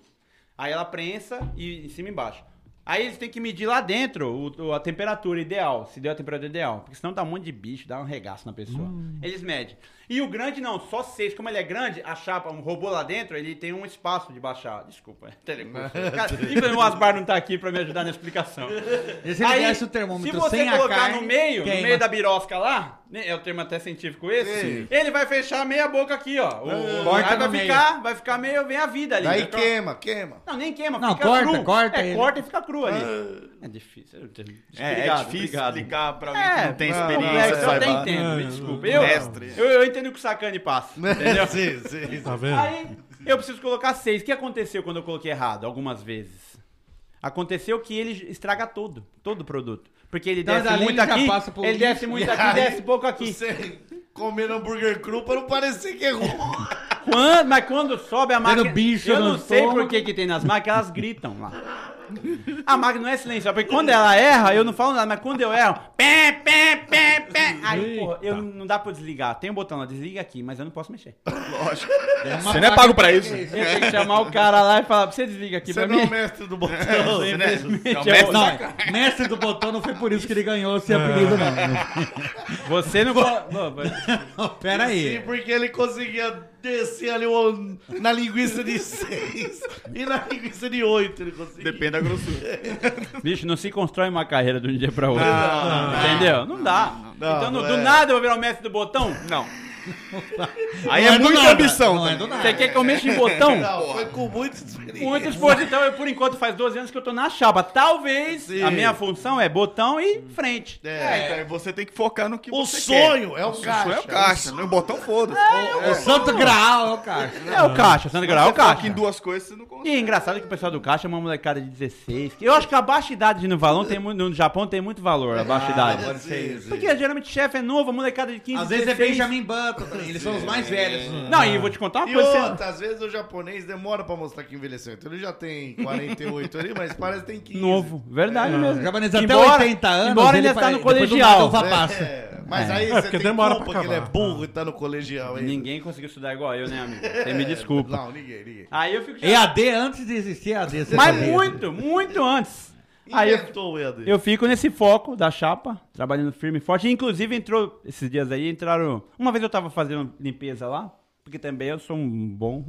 Speaker 8: Aí ela prensa e em cima e embaixo. Aí eles têm que medir lá dentro o- o- a temperatura ideal, se deu a temperatura ideal. Porque senão dá um monte de bicho, dá um regaço na pessoa.
Speaker 3: Hum.
Speaker 8: Eles medem. E o grande não, só seis. Como ele é grande, a chapa, um robô lá dentro, ele tem um espaço de baixar. Desculpa, *laughs* é
Speaker 3: *laughs*
Speaker 8: telecurso. Cara, e o Asbar não tá aqui pra me ajudar na explicação.
Speaker 9: E se ele desse o termômetro
Speaker 8: se você
Speaker 9: sem a
Speaker 8: colocar
Speaker 9: carne,
Speaker 8: no meio, no
Speaker 9: queima.
Speaker 8: meio da birosca lá, né, é o termo até científico esse,
Speaker 3: Sim.
Speaker 8: ele vai fechar meia boca aqui, ó.
Speaker 5: É.
Speaker 8: O,
Speaker 9: Corta
Speaker 8: aí vai
Speaker 9: no meio.
Speaker 8: ficar, vai ficar meio, vem a vida ali.
Speaker 3: Daí
Speaker 8: Vai ficar-
Speaker 3: queima, queima.
Speaker 8: Não, nem queima,
Speaker 9: Não,
Speaker 8: fica
Speaker 9: corta,
Speaker 8: cru.
Speaker 9: corta
Speaker 8: É,
Speaker 9: ele.
Speaker 8: corta e fica cru ali. É difícil. eu te-
Speaker 5: É, é
Speaker 8: Obrigado,
Speaker 5: difícil
Speaker 8: obrigado.
Speaker 5: explicar pra mim
Speaker 8: É,
Speaker 5: que não tem
Speaker 8: não,
Speaker 5: experiência. só
Speaker 8: não, eu até
Speaker 5: vai-
Speaker 8: entendo, me desculpe. Eu,
Speaker 5: Mestre.
Speaker 8: eu, eu entendo o que o
Speaker 5: *laughs*
Speaker 8: Sacani passa. Entendeu?
Speaker 3: sim, sim.
Speaker 6: Tá vendo?
Speaker 8: Aí eu preciso colocar seis. O que aconteceu quando eu coloquei errado algumas vezes? Aconteceu que ele estraga todo, todo o produto. Porque ele
Speaker 9: Então,
Speaker 8: desce
Speaker 9: dali
Speaker 8: muito
Speaker 9: ele já
Speaker 8: aqui,
Speaker 9: passa pro
Speaker 8: ele
Speaker 9: lixo. *laughs*
Speaker 8: desce muito aqui, desce pouco aqui.
Speaker 3: Você comendo hambúrguer cru pra não parecer que errou.
Speaker 8: Quando- mas quando sobe a máquina...
Speaker 9: Tendo bicho
Speaker 8: eu
Speaker 9: no
Speaker 8: não sei por
Speaker 9: estômago.
Speaker 8: que que tem nas máquinas, elas gritam lá. A máquina não é silenciosa, porque quando ela erra, eu não falo nada, mas quando eu erro... Pé, pé, pé, pé. Aí, porra, eu, não dá pra eu desligar. Tem um botão lá, desliga aqui, mas eu não posso mexer.
Speaker 5: Lógico.
Speaker 9: uma
Speaker 5: Você não é pago pra isso.
Speaker 8: Eu tenho que chamar o cara lá e falar, você desliga aqui
Speaker 3: Você
Speaker 8: pra
Speaker 3: não é
Speaker 8: mim.
Speaker 3: o mestre do botão.
Speaker 5: Você não é-
Speaker 8: Infelizmente,
Speaker 5: é o
Speaker 8: eu-
Speaker 5: mestre
Speaker 9: Não, é, mestre do botão não foi por isso que ele ganhou esse apelido, não.
Speaker 8: *laughs* Você não... Não, mas-
Speaker 9: Pera
Speaker 3: Sim,
Speaker 9: aí.
Speaker 3: porque ele conseguia descer ali o- na linguiça de seis e na linguiça de oito ele conseguia. É,
Speaker 5: Depende da
Speaker 3: *laughs*
Speaker 5: grossura.
Speaker 8: Bicho, não se constrói uma carreira de um dia pra outro.
Speaker 5: Não, não.
Speaker 8: entendeu? Não, dá.
Speaker 3: não.
Speaker 8: então, no-
Speaker 3: Não,
Speaker 8: do
Speaker 3: é.
Speaker 8: nada eu vou virar o mestre do botão?
Speaker 5: Não. Aí
Speaker 9: Não
Speaker 5: é
Speaker 9: do
Speaker 5: muita
Speaker 9: nada,
Speaker 5: ambição.
Speaker 9: Não é
Speaker 5: também.
Speaker 9: do nada.
Speaker 8: Você quer que eu mexa em botão?
Speaker 3: Não, foi com muita experiência.
Speaker 8: Muito esforço. Então, eu, por enquanto, faz 12 anos que eu tô na chapa. Talvez
Speaker 3: Sim.
Speaker 8: a minha função é botão e frente.
Speaker 5: É, então aí você tem que focar no que
Speaker 3: O
Speaker 5: você
Speaker 3: sonho é
Speaker 5: quer.
Speaker 3: o
Speaker 5: O
Speaker 3: caixa.
Speaker 5: sonho é o caixa. No botão, foda-se.
Speaker 9: O Santo Graal é o cara.
Speaker 8: É o caixa, Sandro Grau, é o
Speaker 5: Você foca
Speaker 8: caixa.
Speaker 5: em duas coisas, você não consegue.
Speaker 8: E é engraçado que o pessoal do caixa é uma molecada de 16. Eu acho que a baixa idade no, valão tem, mu- no Japão tem muito valor, a baixa idade.
Speaker 3: Pode ser isso.
Speaker 8: Porque geralmente chefe é novo, a molecada de 15,
Speaker 9: Às vezes é
Speaker 8: 16.
Speaker 9: Benjamin Button, eles são os mais velhos.
Speaker 8: Não, e eu vou te contar uma
Speaker 3: E
Speaker 8: coisa. você-
Speaker 3: outra, às vezes o japonês demora pra mostrar que envelheceu. Então ele já tem 48 ali, mas parece que tem 15.
Speaker 8: é Novo, verdade
Speaker 9: O
Speaker 8: mesmo.
Speaker 9: japonês até
Speaker 8: Embora-
Speaker 9: 80 anos.
Speaker 8: embora ele
Speaker 9: ele
Speaker 8: tá no
Speaker 9: depois do
Speaker 8: colegial.
Speaker 9: nada, uva passa.
Speaker 3: É, mas aí você
Speaker 6: porque
Speaker 3: tem
Speaker 6: demora
Speaker 3: culpa
Speaker 6: pra
Speaker 3: que ele é
Speaker 6: acabar.
Speaker 3: burro e tá no colegial ainda. É,
Speaker 8: Ninguém conseguiu estudar igual eu, né, amigo? Você me desculpa.
Speaker 3: Não, ninguém, ninguém.
Speaker 8: *laughs* Aí eu fico.
Speaker 9: EAD antes de existir EAD. você
Speaker 8: Mas
Speaker 9: sabia?
Speaker 8: muito, muito antes. Aí Ah, eu,
Speaker 3: Inventou o Eder.
Speaker 8: eu fico nesse foco da chapa, trabalhando firme e forte. Inclusive, entrou esses dias aí, entraram. Uma vez eu tava fazendo limpeza lá, porque também eu sou um bom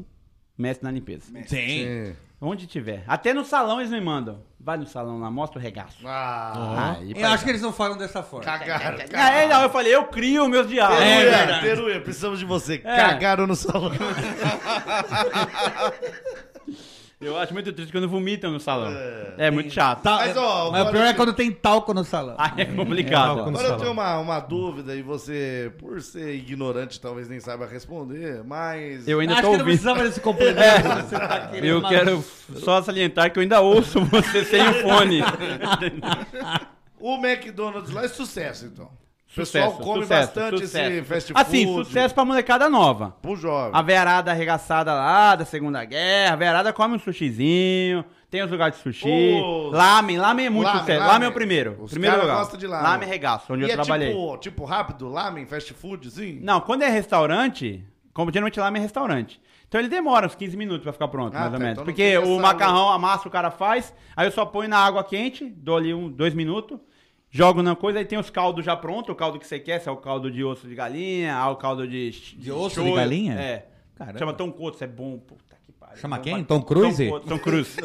Speaker 8: mestre na limpeza.
Speaker 9: Sim.
Speaker 8: Onde tiver. Até no salão eles me mandam. Vai no salão lá, mostra o regaço.
Speaker 3: Ah,
Speaker 8: Aí,
Speaker 9: Eu acho que eles não falam dessa forma.
Speaker 3: cagaram.
Speaker 8: Aí, É, não, eu falei, eu crio meus diários.
Speaker 9: É,
Speaker 3: Teruia,
Speaker 9: verdade.
Speaker 3: Teruia, precisamos de você. Cagaram no salão.
Speaker 8: Eu acho muito triste quando vomitam no salão. É, muito chato.
Speaker 9: Tal-
Speaker 3: Mas, ó,
Speaker 9: mas
Speaker 3: agora
Speaker 9: o pior é
Speaker 8: assim.
Speaker 3: eu-
Speaker 9: quando tem talco no salão.
Speaker 8: *laughs* Aí é complicado.
Speaker 6: É,
Speaker 8: ó.
Speaker 3: Agora eu
Speaker 6: Salão.
Speaker 3: tenho uma, uma dúvida e você, por ser ignorante, talvez nem saiba responder, mas.
Speaker 8: Eu ainda
Speaker 9: Acho
Speaker 8: tô
Speaker 9: que não
Speaker 8: ouvindo. É.
Speaker 9: precisava desse
Speaker 8: *laughs*
Speaker 9: complemento. você tá querendo
Speaker 8: Eu
Speaker 9: uma-
Speaker 3: *laughs*
Speaker 8: quero só salientar que eu ainda ouço você sem o fone.
Speaker 3: O McDonald's lá é sucesso, então. O
Speaker 8: Sucesso,
Speaker 3: pessoal come
Speaker 8: sucesso,
Speaker 3: bastante esse
Speaker 8: sucesso.
Speaker 3: fast food.
Speaker 8: Assim, sucesso pra molecada nova.
Speaker 3: Pro jovem.
Speaker 8: A verada arregaçada lá da Segunda Guerra. A verada come um sushizinho. Tem os lugares de sushi.
Speaker 3: Ô,
Speaker 8: Lamen, lamen é muito
Speaker 3: lamen,
Speaker 8: sucesso.
Speaker 3: lamen.
Speaker 8: Lamen é o primeiro.
Speaker 3: Os
Speaker 8: primeiro
Speaker 3: cara
Speaker 8: lugar.
Speaker 3: gosta de lamen.
Speaker 8: Lamen regaço, onde
Speaker 3: e
Speaker 8: eu
Speaker 3: é
Speaker 8: trabalhei.
Speaker 3: Tipo, tipo rápido, lamen, fast foodzinho?
Speaker 8: Não, quando é restaurante, como geralmente lá é restaurante. Então ele demora uns 15 minutos pra ficar pronto,
Speaker 3: Ah,
Speaker 8: mais
Speaker 3: tá,
Speaker 8: ou menos.
Speaker 3: então não
Speaker 8: Porque
Speaker 3: tem
Speaker 8: o
Speaker 3: essa-
Speaker 8: macarrão, a massa o cara faz, aí eu só ponho na água quente, dou ali um, dois minutos, jogo na coisa, aí tem os caldos já prontos, o caldo que você quer, se é o caldo de osso de galinha, ah, o caldo de... De
Speaker 7: osso de galinha?
Speaker 8: É.
Speaker 7: Caramba.
Speaker 8: Chama Tom Coto, é bom, puta que pariu.
Speaker 7: Chama
Speaker 8: Bom
Speaker 7: quem?
Speaker 8: pra-
Speaker 7: Tom Cruise?
Speaker 8: Coates, Tom
Speaker 7: *laughs*
Speaker 8: Cruise.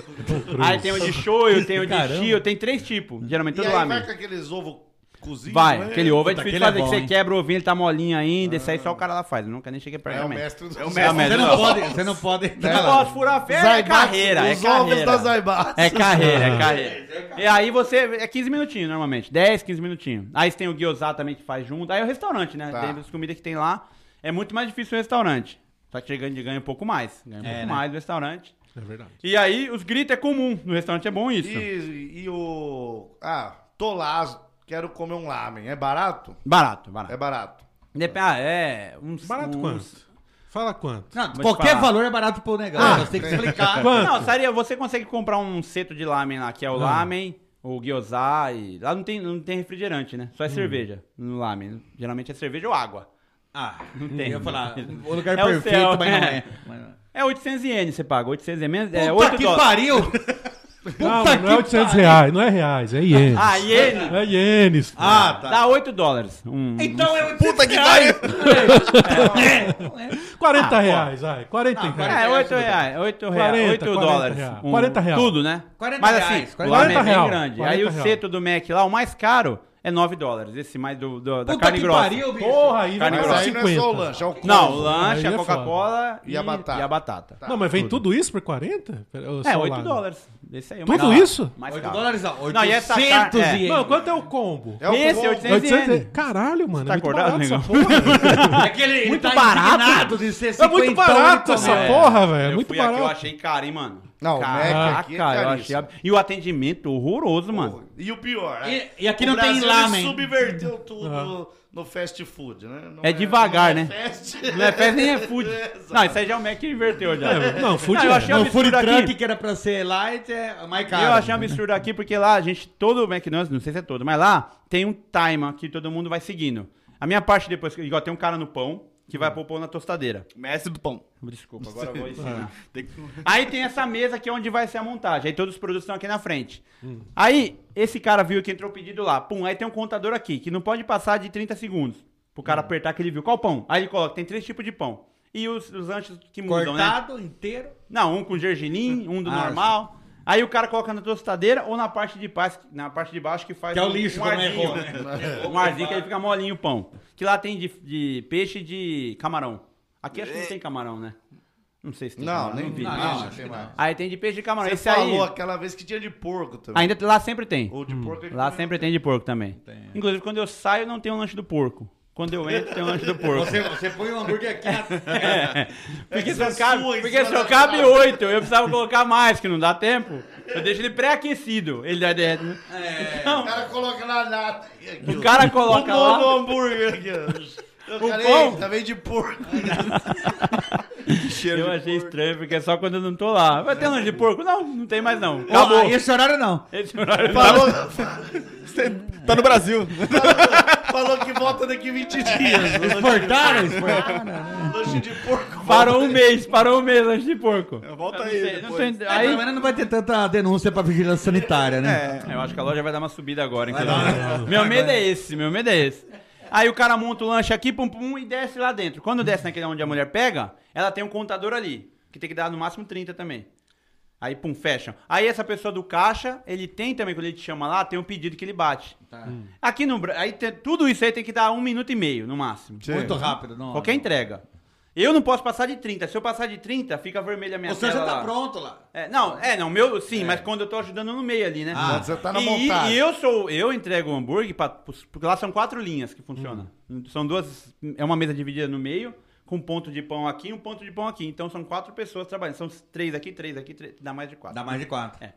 Speaker 8: Aí tem o de shoyu, tem o de chio, tem três tipos, geralmente
Speaker 3: E
Speaker 8: tudo
Speaker 3: aí
Speaker 8: lá
Speaker 3: vai
Speaker 8: mesmo.
Speaker 3: com aqueles ovos cozidos?
Speaker 8: Vai,
Speaker 3: né? Ah.
Speaker 8: aquele ovo é
Speaker 7: Puta, aquele
Speaker 8: difícil
Speaker 7: é
Speaker 8: fazer, que
Speaker 7: bom,
Speaker 8: você
Speaker 7: hein?
Speaker 8: quebra o ovinho, ele tá molinho ainda, isso aí só o cara lá faz, nunca nem cheguei perto
Speaker 3: É o
Speaker 8: também.
Speaker 3: mestre do...
Speaker 8: mestre.
Speaker 7: Você não pode. Você não pode.
Speaker 8: Eu posso furar a fé, é
Speaker 3: Zaibatsu,
Speaker 8: carreira, é
Speaker 3: Os ovos da
Speaker 8: carreira.
Speaker 3: Zaibatsu.
Speaker 8: É carreira,
Speaker 7: *laughs*
Speaker 8: é carreira. E aí você, é 15 minutinhos normalmente, 10, 15 minutinhos. Aí você tem o guiozá também que faz junto, aí é o restaurante, né?
Speaker 3: Tá.
Speaker 8: Tem as comidas que tem lá, é muito mais difícil o restaurante. Só que você ganha, ganha um pouco mais, ganha um
Speaker 7: É,
Speaker 8: pouco
Speaker 7: né?
Speaker 8: mais no restaurante.
Speaker 6: É verdade.
Speaker 8: E aí os gritos é comum, no restaurante é bom isso.
Speaker 3: E, e o... Ah, tolazo. Quero comer um lamen. É barato?
Speaker 8: Barato, barato.
Speaker 3: É barato.
Speaker 8: Dep- ah, é... Uns,
Speaker 6: Barato
Speaker 8: uns-
Speaker 6: quanto? Fala quanto.
Speaker 7: Não,
Speaker 8: te
Speaker 7: qualquer
Speaker 8: falar. Ah.
Speaker 7: valor é barato pro negócio. você tem que explicar.
Speaker 8: Não, Saria, você consegue comprar um seto de lamen lá, que é o
Speaker 6: Ah.
Speaker 8: lamen, o gyoza e... Lá não tem, não tem refrigerante, né?
Speaker 6: Hum.
Speaker 8: Só é cerveja no lamen. Geralmente é cerveja ou água.
Speaker 7: Ah,
Speaker 8: Não tem.
Speaker 7: eu ia falar. O lugar
Speaker 8: É o
Speaker 7: perfeito,
Speaker 8: céu,
Speaker 7: mas não
Speaker 8: é.
Speaker 7: é. Mas não é.
Speaker 8: É 800 iene você paga, 800 iene. menos- É
Speaker 7: Puta
Speaker 8: 8
Speaker 7: que
Speaker 8: dólares.
Speaker 7: pariu!
Speaker 6: Calma, não é 800 reais, não é reais, é ienes.
Speaker 8: Ah, iene?
Speaker 6: É ienes.
Speaker 7: Ah, tá.
Speaker 8: Dá 8 dólares. Um, É,
Speaker 7: Então é
Speaker 3: Puta que pariu!
Speaker 8: Ah,
Speaker 6: 40 reais, vai. 40
Speaker 7: Não,
Speaker 6: reais.
Speaker 8: É, 8 reais, 8 reais,
Speaker 6: 40,
Speaker 8: 8
Speaker 6: 40
Speaker 8: dólares.
Speaker 6: reais. 40 reais.
Speaker 8: Tudo, né?
Speaker 7: 40
Speaker 8: Mas assim,
Speaker 7: reais,
Speaker 8: o
Speaker 7: 40
Speaker 8: lamen é bem
Speaker 6: real.
Speaker 8: grande. Aí o
Speaker 6: 40 real.
Speaker 8: seto do Mac lá, o mais caro, é 9 dólares. Esse mais do, do- da
Speaker 7: Puta
Speaker 8: carne
Speaker 7: que
Speaker 8: grossa.
Speaker 7: pariu, bicho.
Speaker 6: Porra, aí vai
Speaker 8: Carne
Speaker 3: Mas
Speaker 6: pra
Speaker 8: grossa.
Speaker 3: aí não é só o
Speaker 6: 50.
Speaker 3: lanche, é o combo.
Speaker 8: Não, o lanche,
Speaker 6: Aí
Speaker 8: a
Speaker 6: é
Speaker 8: Coca-cola e,
Speaker 3: E a batata.
Speaker 8: E a batata.
Speaker 6: Não, mas vem tudo isso por 40? Pera, ou
Speaker 8: É,
Speaker 6: Tá. só
Speaker 8: 8
Speaker 6: lá? né?
Speaker 8: dólares. Esse aí, o
Speaker 6: Tudo
Speaker 8: mais caro.
Speaker 6: isso?
Speaker 8: Mais
Speaker 7: 8
Speaker 8: caro.
Speaker 7: dólares, ó.
Speaker 8: Não, e essa
Speaker 7: 800
Speaker 8: carne- é.
Speaker 7: ienes.
Speaker 6: Não, quanto é o combo?
Speaker 3: É o
Speaker 8: Esse é
Speaker 3: combo.
Speaker 8: 800
Speaker 6: 800.
Speaker 8: ienes.
Speaker 6: Caralho, mano.
Speaker 8: Tá
Speaker 6: é muito
Speaker 8: acordado,
Speaker 6: barato essa
Speaker 8: negão?
Speaker 6: porra.
Speaker 7: É que ele- ele
Speaker 8: Muito
Speaker 7: tá
Speaker 8: barato.
Speaker 7: indignado de ser
Speaker 6: É muito
Speaker 7: cinquentão e
Speaker 6: barato
Speaker 7: comer.
Speaker 6: essa porra, velho. É
Speaker 8: Eu
Speaker 6: muito
Speaker 8: fui
Speaker 6: barato.
Speaker 8: aqui, eu achei caro, hein, mano.
Speaker 3: Não, o Mac aqui é
Speaker 8: Caraca, eu achei...
Speaker 3: caríssimo.
Speaker 8: ab- E o atendimento horroroso, mano.
Speaker 3: E o pior, né?
Speaker 7: E- e aqui
Speaker 3: o
Speaker 7: não tem
Speaker 3: Brasil,
Speaker 7: lamen.
Speaker 3: ele subverteu tudo no fast food, né? Não
Speaker 8: É devagar,
Speaker 3: não é
Speaker 8: né?
Speaker 3: Fast.
Speaker 8: *laughs* Não é festa nem é food.
Speaker 3: É, exato.
Speaker 8: Não, isso aí já é o Mac que inverteu *laughs* já.
Speaker 6: É, não, food
Speaker 8: eu
Speaker 6: é.
Speaker 8: achei
Speaker 7: Não,
Speaker 8: uma
Speaker 7: o food
Speaker 8: mistura
Speaker 7: truck
Speaker 8: aqui.
Speaker 7: que era pra ser light é mais
Speaker 8: E
Speaker 7: caro.
Speaker 8: um Eu achei um absurdo aqui, porque lá a gente, todo o McDonald's, não sei se é todo, mas lá tem um timer que todo mundo vai seguindo. A minha parte depois, que- igual tem um cara no pão que vai pôr o pão na tostadeira.
Speaker 4: Mestre do pão.
Speaker 8: Desculpa, agora eu vou
Speaker 6: *laughs* É.
Speaker 8: ensinar.
Speaker 4: Tem que-
Speaker 8: Aí tem essa mesa aqui onde vai ser a montagem. Aí todos os produtos estão aqui na frente. Aí esse cara viu que entrou o pedido lá. Pum, aí tem um contador aqui, que não pode passar de 30 segundos. Pro
Speaker 7: Hum.
Speaker 8: cara apertar que ele viu. Qual pão? Aí ele coloca, tem três tipos de pão. E os, os lanches que mudam, né?
Speaker 7: Cortado inteiro.
Speaker 8: Não, um com gergelim, um do
Speaker 7: Ah,
Speaker 8: normal. Aí o cara coloca na tostadeira ou na parte de baixo, na parte de baixo que faz
Speaker 7: Que é o lixo,
Speaker 8: um
Speaker 7: como é
Speaker 8: arzinho,
Speaker 7: bom, *laughs*
Speaker 8: um arzinho que aí fica molinho o pão. Que lá tem de, de peixe e de camarão. Aqui acho que não tem camarão, né? Não sei se tem
Speaker 3: Não,
Speaker 8: camarão,
Speaker 3: nem
Speaker 8: vi.
Speaker 3: vi.
Speaker 7: não,
Speaker 3: Não,
Speaker 7: acho
Speaker 3: tem
Speaker 7: que
Speaker 3: mais.
Speaker 8: Aí tem de peixe e de camarão.
Speaker 3: Você
Speaker 8: Esse
Speaker 3: falou
Speaker 8: aí,
Speaker 3: aquela vez que tinha de porco também.
Speaker 8: ainda lá sempre tem.
Speaker 3: Ou de porco é que
Speaker 8: Lá
Speaker 3: também
Speaker 8: sempre tem de porco também. Inclusive, quando eu saio, não tem um lanche do porco. Quando eu entro, tem um lanche do porco.
Speaker 7: Você, você põe o hambúrguer aqui
Speaker 8: *laughs*
Speaker 7: na...
Speaker 8: É. Porque se eu
Speaker 3: você
Speaker 8: cabe,
Speaker 3: sua em
Speaker 8: porque
Speaker 3: cima
Speaker 8: se eu
Speaker 3: da
Speaker 8: cabe oito, eu precisava colocar mais, que não dá tempo. Eu deixo ele pré-aquecido. Ele já derrete. né? Então,
Speaker 3: O cara coloca na nata. aqui,
Speaker 8: o
Speaker 3: ó.
Speaker 8: cara
Speaker 3: O
Speaker 8: coloca
Speaker 3: pão do
Speaker 8: lá.
Speaker 3: hambúrguer aqui, ó. Eu
Speaker 8: O
Speaker 3: falei,
Speaker 8: pão?
Speaker 3: também de porco.
Speaker 8: Eu achei estranho, porque é só quando eu não tô lá. Vai ter lanche de porco? Não, não tem mais não.
Speaker 7: Acabou.
Speaker 8: Acabou.
Speaker 7: Esse horário não.
Speaker 8: Esse horário
Speaker 3: Falou,
Speaker 4: Você tá no Brasil.
Speaker 3: falou que volta daqui 20
Speaker 8: *laughs*
Speaker 3: dias.
Speaker 7: Exportaram, exportaram.
Speaker 3: Lanche de porco.
Speaker 8: parou um mês, parou um mês lanche de porco.
Speaker 4: Volta
Speaker 8: Eu não
Speaker 4: aí
Speaker 8: sei, não
Speaker 4: depois.
Speaker 8: sei,
Speaker 7: Aí,
Speaker 8: aí,
Speaker 7: pelo menos não vai ter tanta denúncia pra vigilância sanitária, né?
Speaker 8: É, Eu acho que a loja vai dar uma subida agora, inclusive. Meu medo é esse, meu medo é esse. Aí o cara monta o lanche aqui, pum pum, e desce lá dentro. Quando desce naquele onde a mulher pega, ela tem um contador ali, que tem que dar no máximo 30 também. Aí, pum, fecham. Aí essa pessoa do caixa, ele tem também, quando ele te chama lá, tem um pedido que ele bate.
Speaker 7: Tá.
Speaker 8: Hum. Aqui no Brasil, aí tem- tudo isso aí tem que dar um minuto e meio, no máximo.
Speaker 7: Muito rápido, não.
Speaker 8: Qualquer entrega. Eu não posso passar de 30. Se eu passar de 30, fica vermelha a minha
Speaker 7: Você já
Speaker 8: tela
Speaker 7: tá
Speaker 8: lá.
Speaker 7: pronto lá.
Speaker 8: É, não, é, não, meu, sim, mas quando eu tô ajudando no meio ali, né?
Speaker 7: Ah,
Speaker 3: Quando você tá na
Speaker 8: e,
Speaker 3: montagem.
Speaker 8: E eu sou, eu entrego o hambúrguer pra, pros- porque lá são quatro linhas que funcionam. São duas, é uma mesa dividida no meio, com um ponto de pão aqui e um ponto de pão aqui. Então são quatro pessoas trabalhando. São três aqui, três aqui, três, dá mais de quatro.
Speaker 7: Dá mais de quatro.
Speaker 8: É.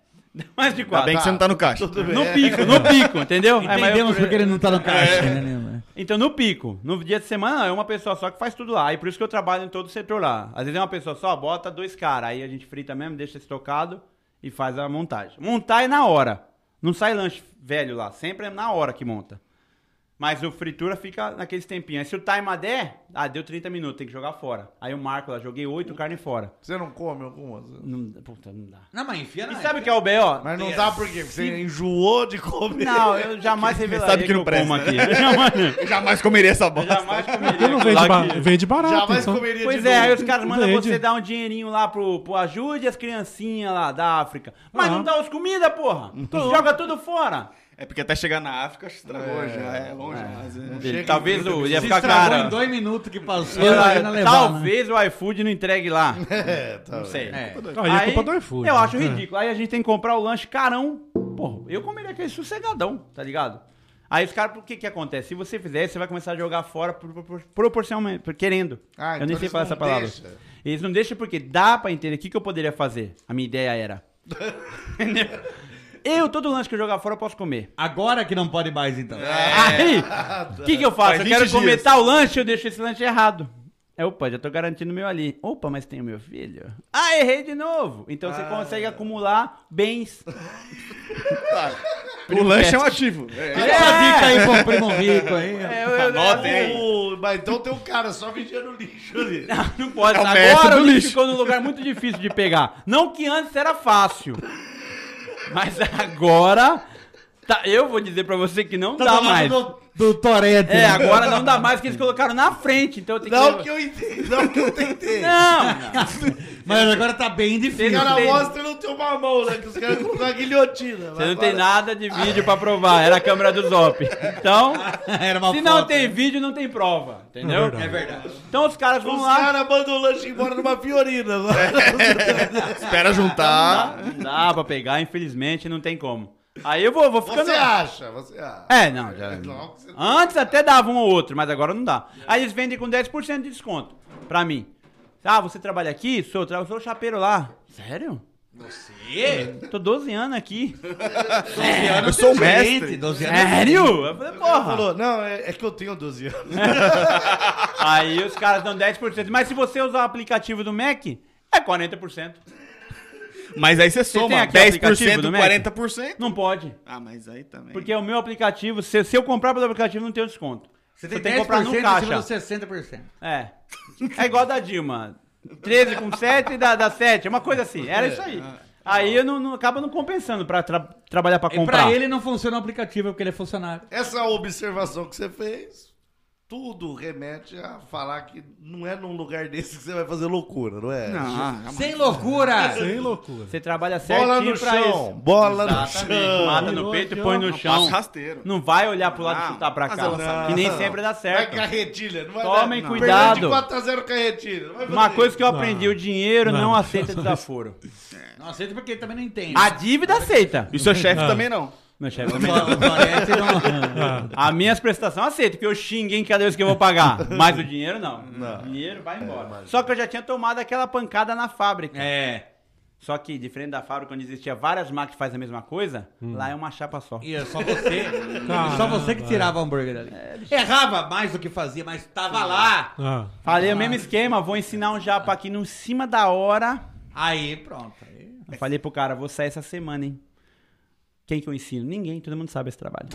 Speaker 8: Mais de
Speaker 4: Ainda
Speaker 8: quatro.
Speaker 4: bem que você não tá no caixa.
Speaker 3: Tudo bem. É.
Speaker 8: No pico, no pico, entendeu? É, mas eu-
Speaker 9: Entendemos porque ele não tá
Speaker 8: É.
Speaker 9: no caixa, né, Nilma?
Speaker 8: Então, no pico, no dia de semana, é uma pessoa só que faz tudo lá. E por isso que eu trabalho em todo o setor lá. Às vezes é uma pessoa só, bota dois caras. Aí a gente frita mesmo, deixa estocado e faz a montagem. Montar é na hora. Não sai lanche velho lá. Sempre é na hora que monta. Mas o fritura fica naqueles tempinhos. Aí se o timer der, ah, deu 30 minutos, tem que jogar fora. Aí eu marco lá, joguei 8 carne fora.
Speaker 3: Você não come algumas?
Speaker 8: Não, puta, não dá.
Speaker 7: Não, mas enfia na
Speaker 8: E sabe o que é o B.O.?
Speaker 3: Mas não dá por quê? Porque você enjoou de comer. *laughs*
Speaker 8: Não, eu jamais revelaria
Speaker 4: Sabe que não
Speaker 8: eu como
Speaker 4: presta,
Speaker 8: aqui. *laughs* Eu jamais,
Speaker 4: Eu jamais comeria essa
Speaker 8: eu
Speaker 4: bosta.
Speaker 8: jamais
Speaker 6: Porque
Speaker 8: comeria.
Speaker 6: não vende,
Speaker 8: lá
Speaker 6: ba
Speaker 8: que-
Speaker 6: vende barato.
Speaker 3: Jamais
Speaker 6: então.
Speaker 3: comeria
Speaker 8: Pois
Speaker 3: de
Speaker 8: é,
Speaker 3: novo.
Speaker 8: aí os caras mandam
Speaker 6: Vende.
Speaker 8: você dar um dinheirinho lá pro, pro ajude as criancinhas lá da África. Mas
Speaker 6: Ah.
Speaker 8: não dá os comida, porra.
Speaker 9: Então.
Speaker 8: Joga tudo fora.
Speaker 4: É porque até chegar na África, estragou já. É longe demais. né?
Speaker 3: Chega
Speaker 8: Talvez o, ia
Speaker 9: Se
Speaker 8: ficar
Speaker 9: estragou
Speaker 8: cara.
Speaker 9: em dois minutos que passou,
Speaker 8: Ela-
Speaker 9: imagina levar, né?
Speaker 8: talvez o iFood não entregue lá.
Speaker 3: É, tá
Speaker 8: Não sei.
Speaker 6: Aí é culpa do iFood,
Speaker 8: Eu
Speaker 6: né?
Speaker 8: acho
Speaker 6: É.
Speaker 8: ridículo. Aí a gente tem que comprar o lanche carão. Porra, eu comeria aquele sossegadão, tá ligado? Aí os caras, por que que acontece? Se você fizer, você vai começar a jogar fora por- por- por- proporcionalmente, por- querendo.
Speaker 3: Ah,
Speaker 8: eu
Speaker 3: então
Speaker 8: nem sei
Speaker 3: eles
Speaker 8: falar
Speaker 3: não
Speaker 8: essa palavra.
Speaker 3: deixam.
Speaker 8: Eles não deixam porque dá pra entender o que, que eu poderia fazer. A minha ideia
Speaker 3: *laughs*
Speaker 8: era. Entendeu? Eu, todo lanche que eu jogar fora, eu posso comer.
Speaker 9: Agora que não pode mais, então.
Speaker 8: É. Aí,
Speaker 4: É.
Speaker 8: o que, que eu faço? Eu quero comer tal lanche, eu deixo esse lanche errado. É, opa, já tô garantindo o meu ali. Opa, mas tem o meu filho. Ah, errei de novo. Então
Speaker 4: Ah.
Speaker 8: você consegue acumular
Speaker 4: *laughs*
Speaker 8: bens.
Speaker 4: O lanche é um ativo. É.
Speaker 9: Fica essa
Speaker 8: tá
Speaker 9: dica aí pro primo rico aí. ó.
Speaker 8: É, eu- eu-
Speaker 4: Anota, hein?
Speaker 3: O- Mas então tem um cara só vigiando o lixo ali.
Speaker 8: Não pode.
Speaker 4: É o mestre
Speaker 8: Agora
Speaker 4: do
Speaker 8: o lixo
Speaker 4: lixo.
Speaker 8: ficou num lugar muito difícil de pegar. Não que antes era fácil. Mas agora. tá- eu vou dizer pra você que
Speaker 4: Tá
Speaker 8: não dá
Speaker 9: do lado
Speaker 8: mais.
Speaker 9: Tá Do, do né? Torete.
Speaker 8: É, agora não dá mais que eles colocaram na frente. Então eu tenho
Speaker 3: Não
Speaker 8: que.
Speaker 3: que eu entendi, não que eu
Speaker 8: *laughs*
Speaker 3: tentei.
Speaker 8: Não!
Speaker 9: Mas agora tá bem difícil.
Speaker 3: Os caras
Speaker 8: tem-
Speaker 3: mostram e não tem uma mão, né? Que os caras colocam a guilhotina.
Speaker 8: Você não tem nada de vídeo pra provar. Era a câmera do Zop. Então,
Speaker 9: Era uma
Speaker 8: se não
Speaker 9: foto.
Speaker 8: tem vídeo, não tem prova. Entendeu?
Speaker 6: É
Speaker 8: verdade. Então os caras vão
Speaker 3: Os
Speaker 8: lá.
Speaker 3: caras mandam o lanche embora numa fiorina.
Speaker 4: *laughs* Espera juntar.
Speaker 8: tá? Não dá pra pegar, infelizmente, não tem como. Aí eu vou, vou ficando.
Speaker 3: Você acha, você acha.
Speaker 8: É, não, já.
Speaker 3: Logo você- tá- É.
Speaker 8: Antes até dava um ou outro, mas agora não dá. Aí eles vendem com 10% de desconto pra mim. Ah, você trabalha aqui? Sou, tra... sou chapeiro lá. Sério? Você? Tô 12
Speaker 3: *laughs*
Speaker 8: anos aqui.
Speaker 4: Eu sou o
Speaker 9: Mestre,
Speaker 4: mestre.
Speaker 9: 12 anos.
Speaker 8: Sério? Eu falei, porra.
Speaker 3: Falou, não, é, é que eu tenho 12 anos.
Speaker 8: Aí os caras dão 10%. Mas se você usar o aplicativo do Mac, é 40%.
Speaker 4: Mas aí você
Speaker 8: tem
Speaker 4: soma
Speaker 8: aqui o
Speaker 4: 10%,
Speaker 8: aplicativo do Mac?
Speaker 4: 40%.
Speaker 8: Não pode.
Speaker 4: Ah, mas aí também.
Speaker 8: Porque o meu aplicativo, se, se eu comprar pelo aplicativo, não tem desconto.
Speaker 7: Você tem,
Speaker 8: Você tem que
Speaker 7: 10%
Speaker 8: comprar no
Speaker 7: em
Speaker 8: caixa.
Speaker 7: cima dos 60%.
Speaker 8: É. É igual da Dilma. 13 com 7 e da, da 7. Uma coisa assim. Era isso aí. Aí eu não, não- acaba não compensando pra tra- trabalhar pra
Speaker 9: E
Speaker 8: comprar.
Speaker 9: pra ele não funciona o aplicativo, porque ele é funcionário.
Speaker 3: Essa observação que você fez, tudo remete a falar que não é num lugar desse que você vai fazer loucura, não é?
Speaker 4: Ah,
Speaker 7: Sem loucura!
Speaker 6: Sem loucura.
Speaker 8: Você trabalha
Speaker 3: Bola
Speaker 8: certinho
Speaker 3: no
Speaker 8: pra
Speaker 3: chão,
Speaker 8: isso.
Speaker 3: bola
Speaker 8: Exatamente.
Speaker 3: no chão.
Speaker 8: Mata no
Speaker 6: Virou
Speaker 8: peito e
Speaker 6: aqui,
Speaker 8: põe
Speaker 6: ó.
Speaker 8: no
Speaker 4: Passa
Speaker 8: chão.
Speaker 4: rasteiro.
Speaker 8: Não vai olhar pro lado e
Speaker 4: Ah,
Speaker 8: chutar pra
Speaker 4: mas
Speaker 8: cá.
Speaker 4: ela sabe.
Speaker 8: Que nem sempre dá certo.
Speaker 3: Vai carretilha, não vai
Speaker 8: Tomem
Speaker 3: dar.
Speaker 8: cuidado.
Speaker 3: Perdeu de 4x0 carretilha. Não vai
Speaker 8: Uma
Speaker 3: fazer
Speaker 8: coisa
Speaker 3: isso.
Speaker 8: que eu aprendi, o dinheiro não,
Speaker 6: Não.
Speaker 8: aceita desaforo.
Speaker 7: Não aceita porque ele também não entende.
Speaker 4: Ah,
Speaker 8: A dívida aceita.
Speaker 4: E seu chefe também não.
Speaker 8: Meu chefe também
Speaker 7: O Torete não...
Speaker 6: Ah,
Speaker 8: As minhas prestações eu aceito, que eu xinguei em cada vez que eu vou pagar. Mas o dinheiro não. O dinheiro vai embora. Só que eu já tinha tomado aquela pancada na fábrica.
Speaker 7: É.
Speaker 8: Só que, diferente da fábrica, onde existia várias máquinas que fazem a mesma coisa, lá é uma chapa só.
Speaker 7: E é só você.
Speaker 6: caramba.
Speaker 9: Só você que tirava o hambúrguer ali.
Speaker 7: Errava mais do que fazia, mas tava lá.
Speaker 6: Ah,
Speaker 8: Falei o mesmo esquema, vou ensinar um japa aqui no cima da hora.
Speaker 7: Aí, pronto. Aí.
Speaker 8: Eu falei pro cara, vou sair essa semana, hein? Quem que eu ensino? Ninguém, todo mundo sabe esse trabalho.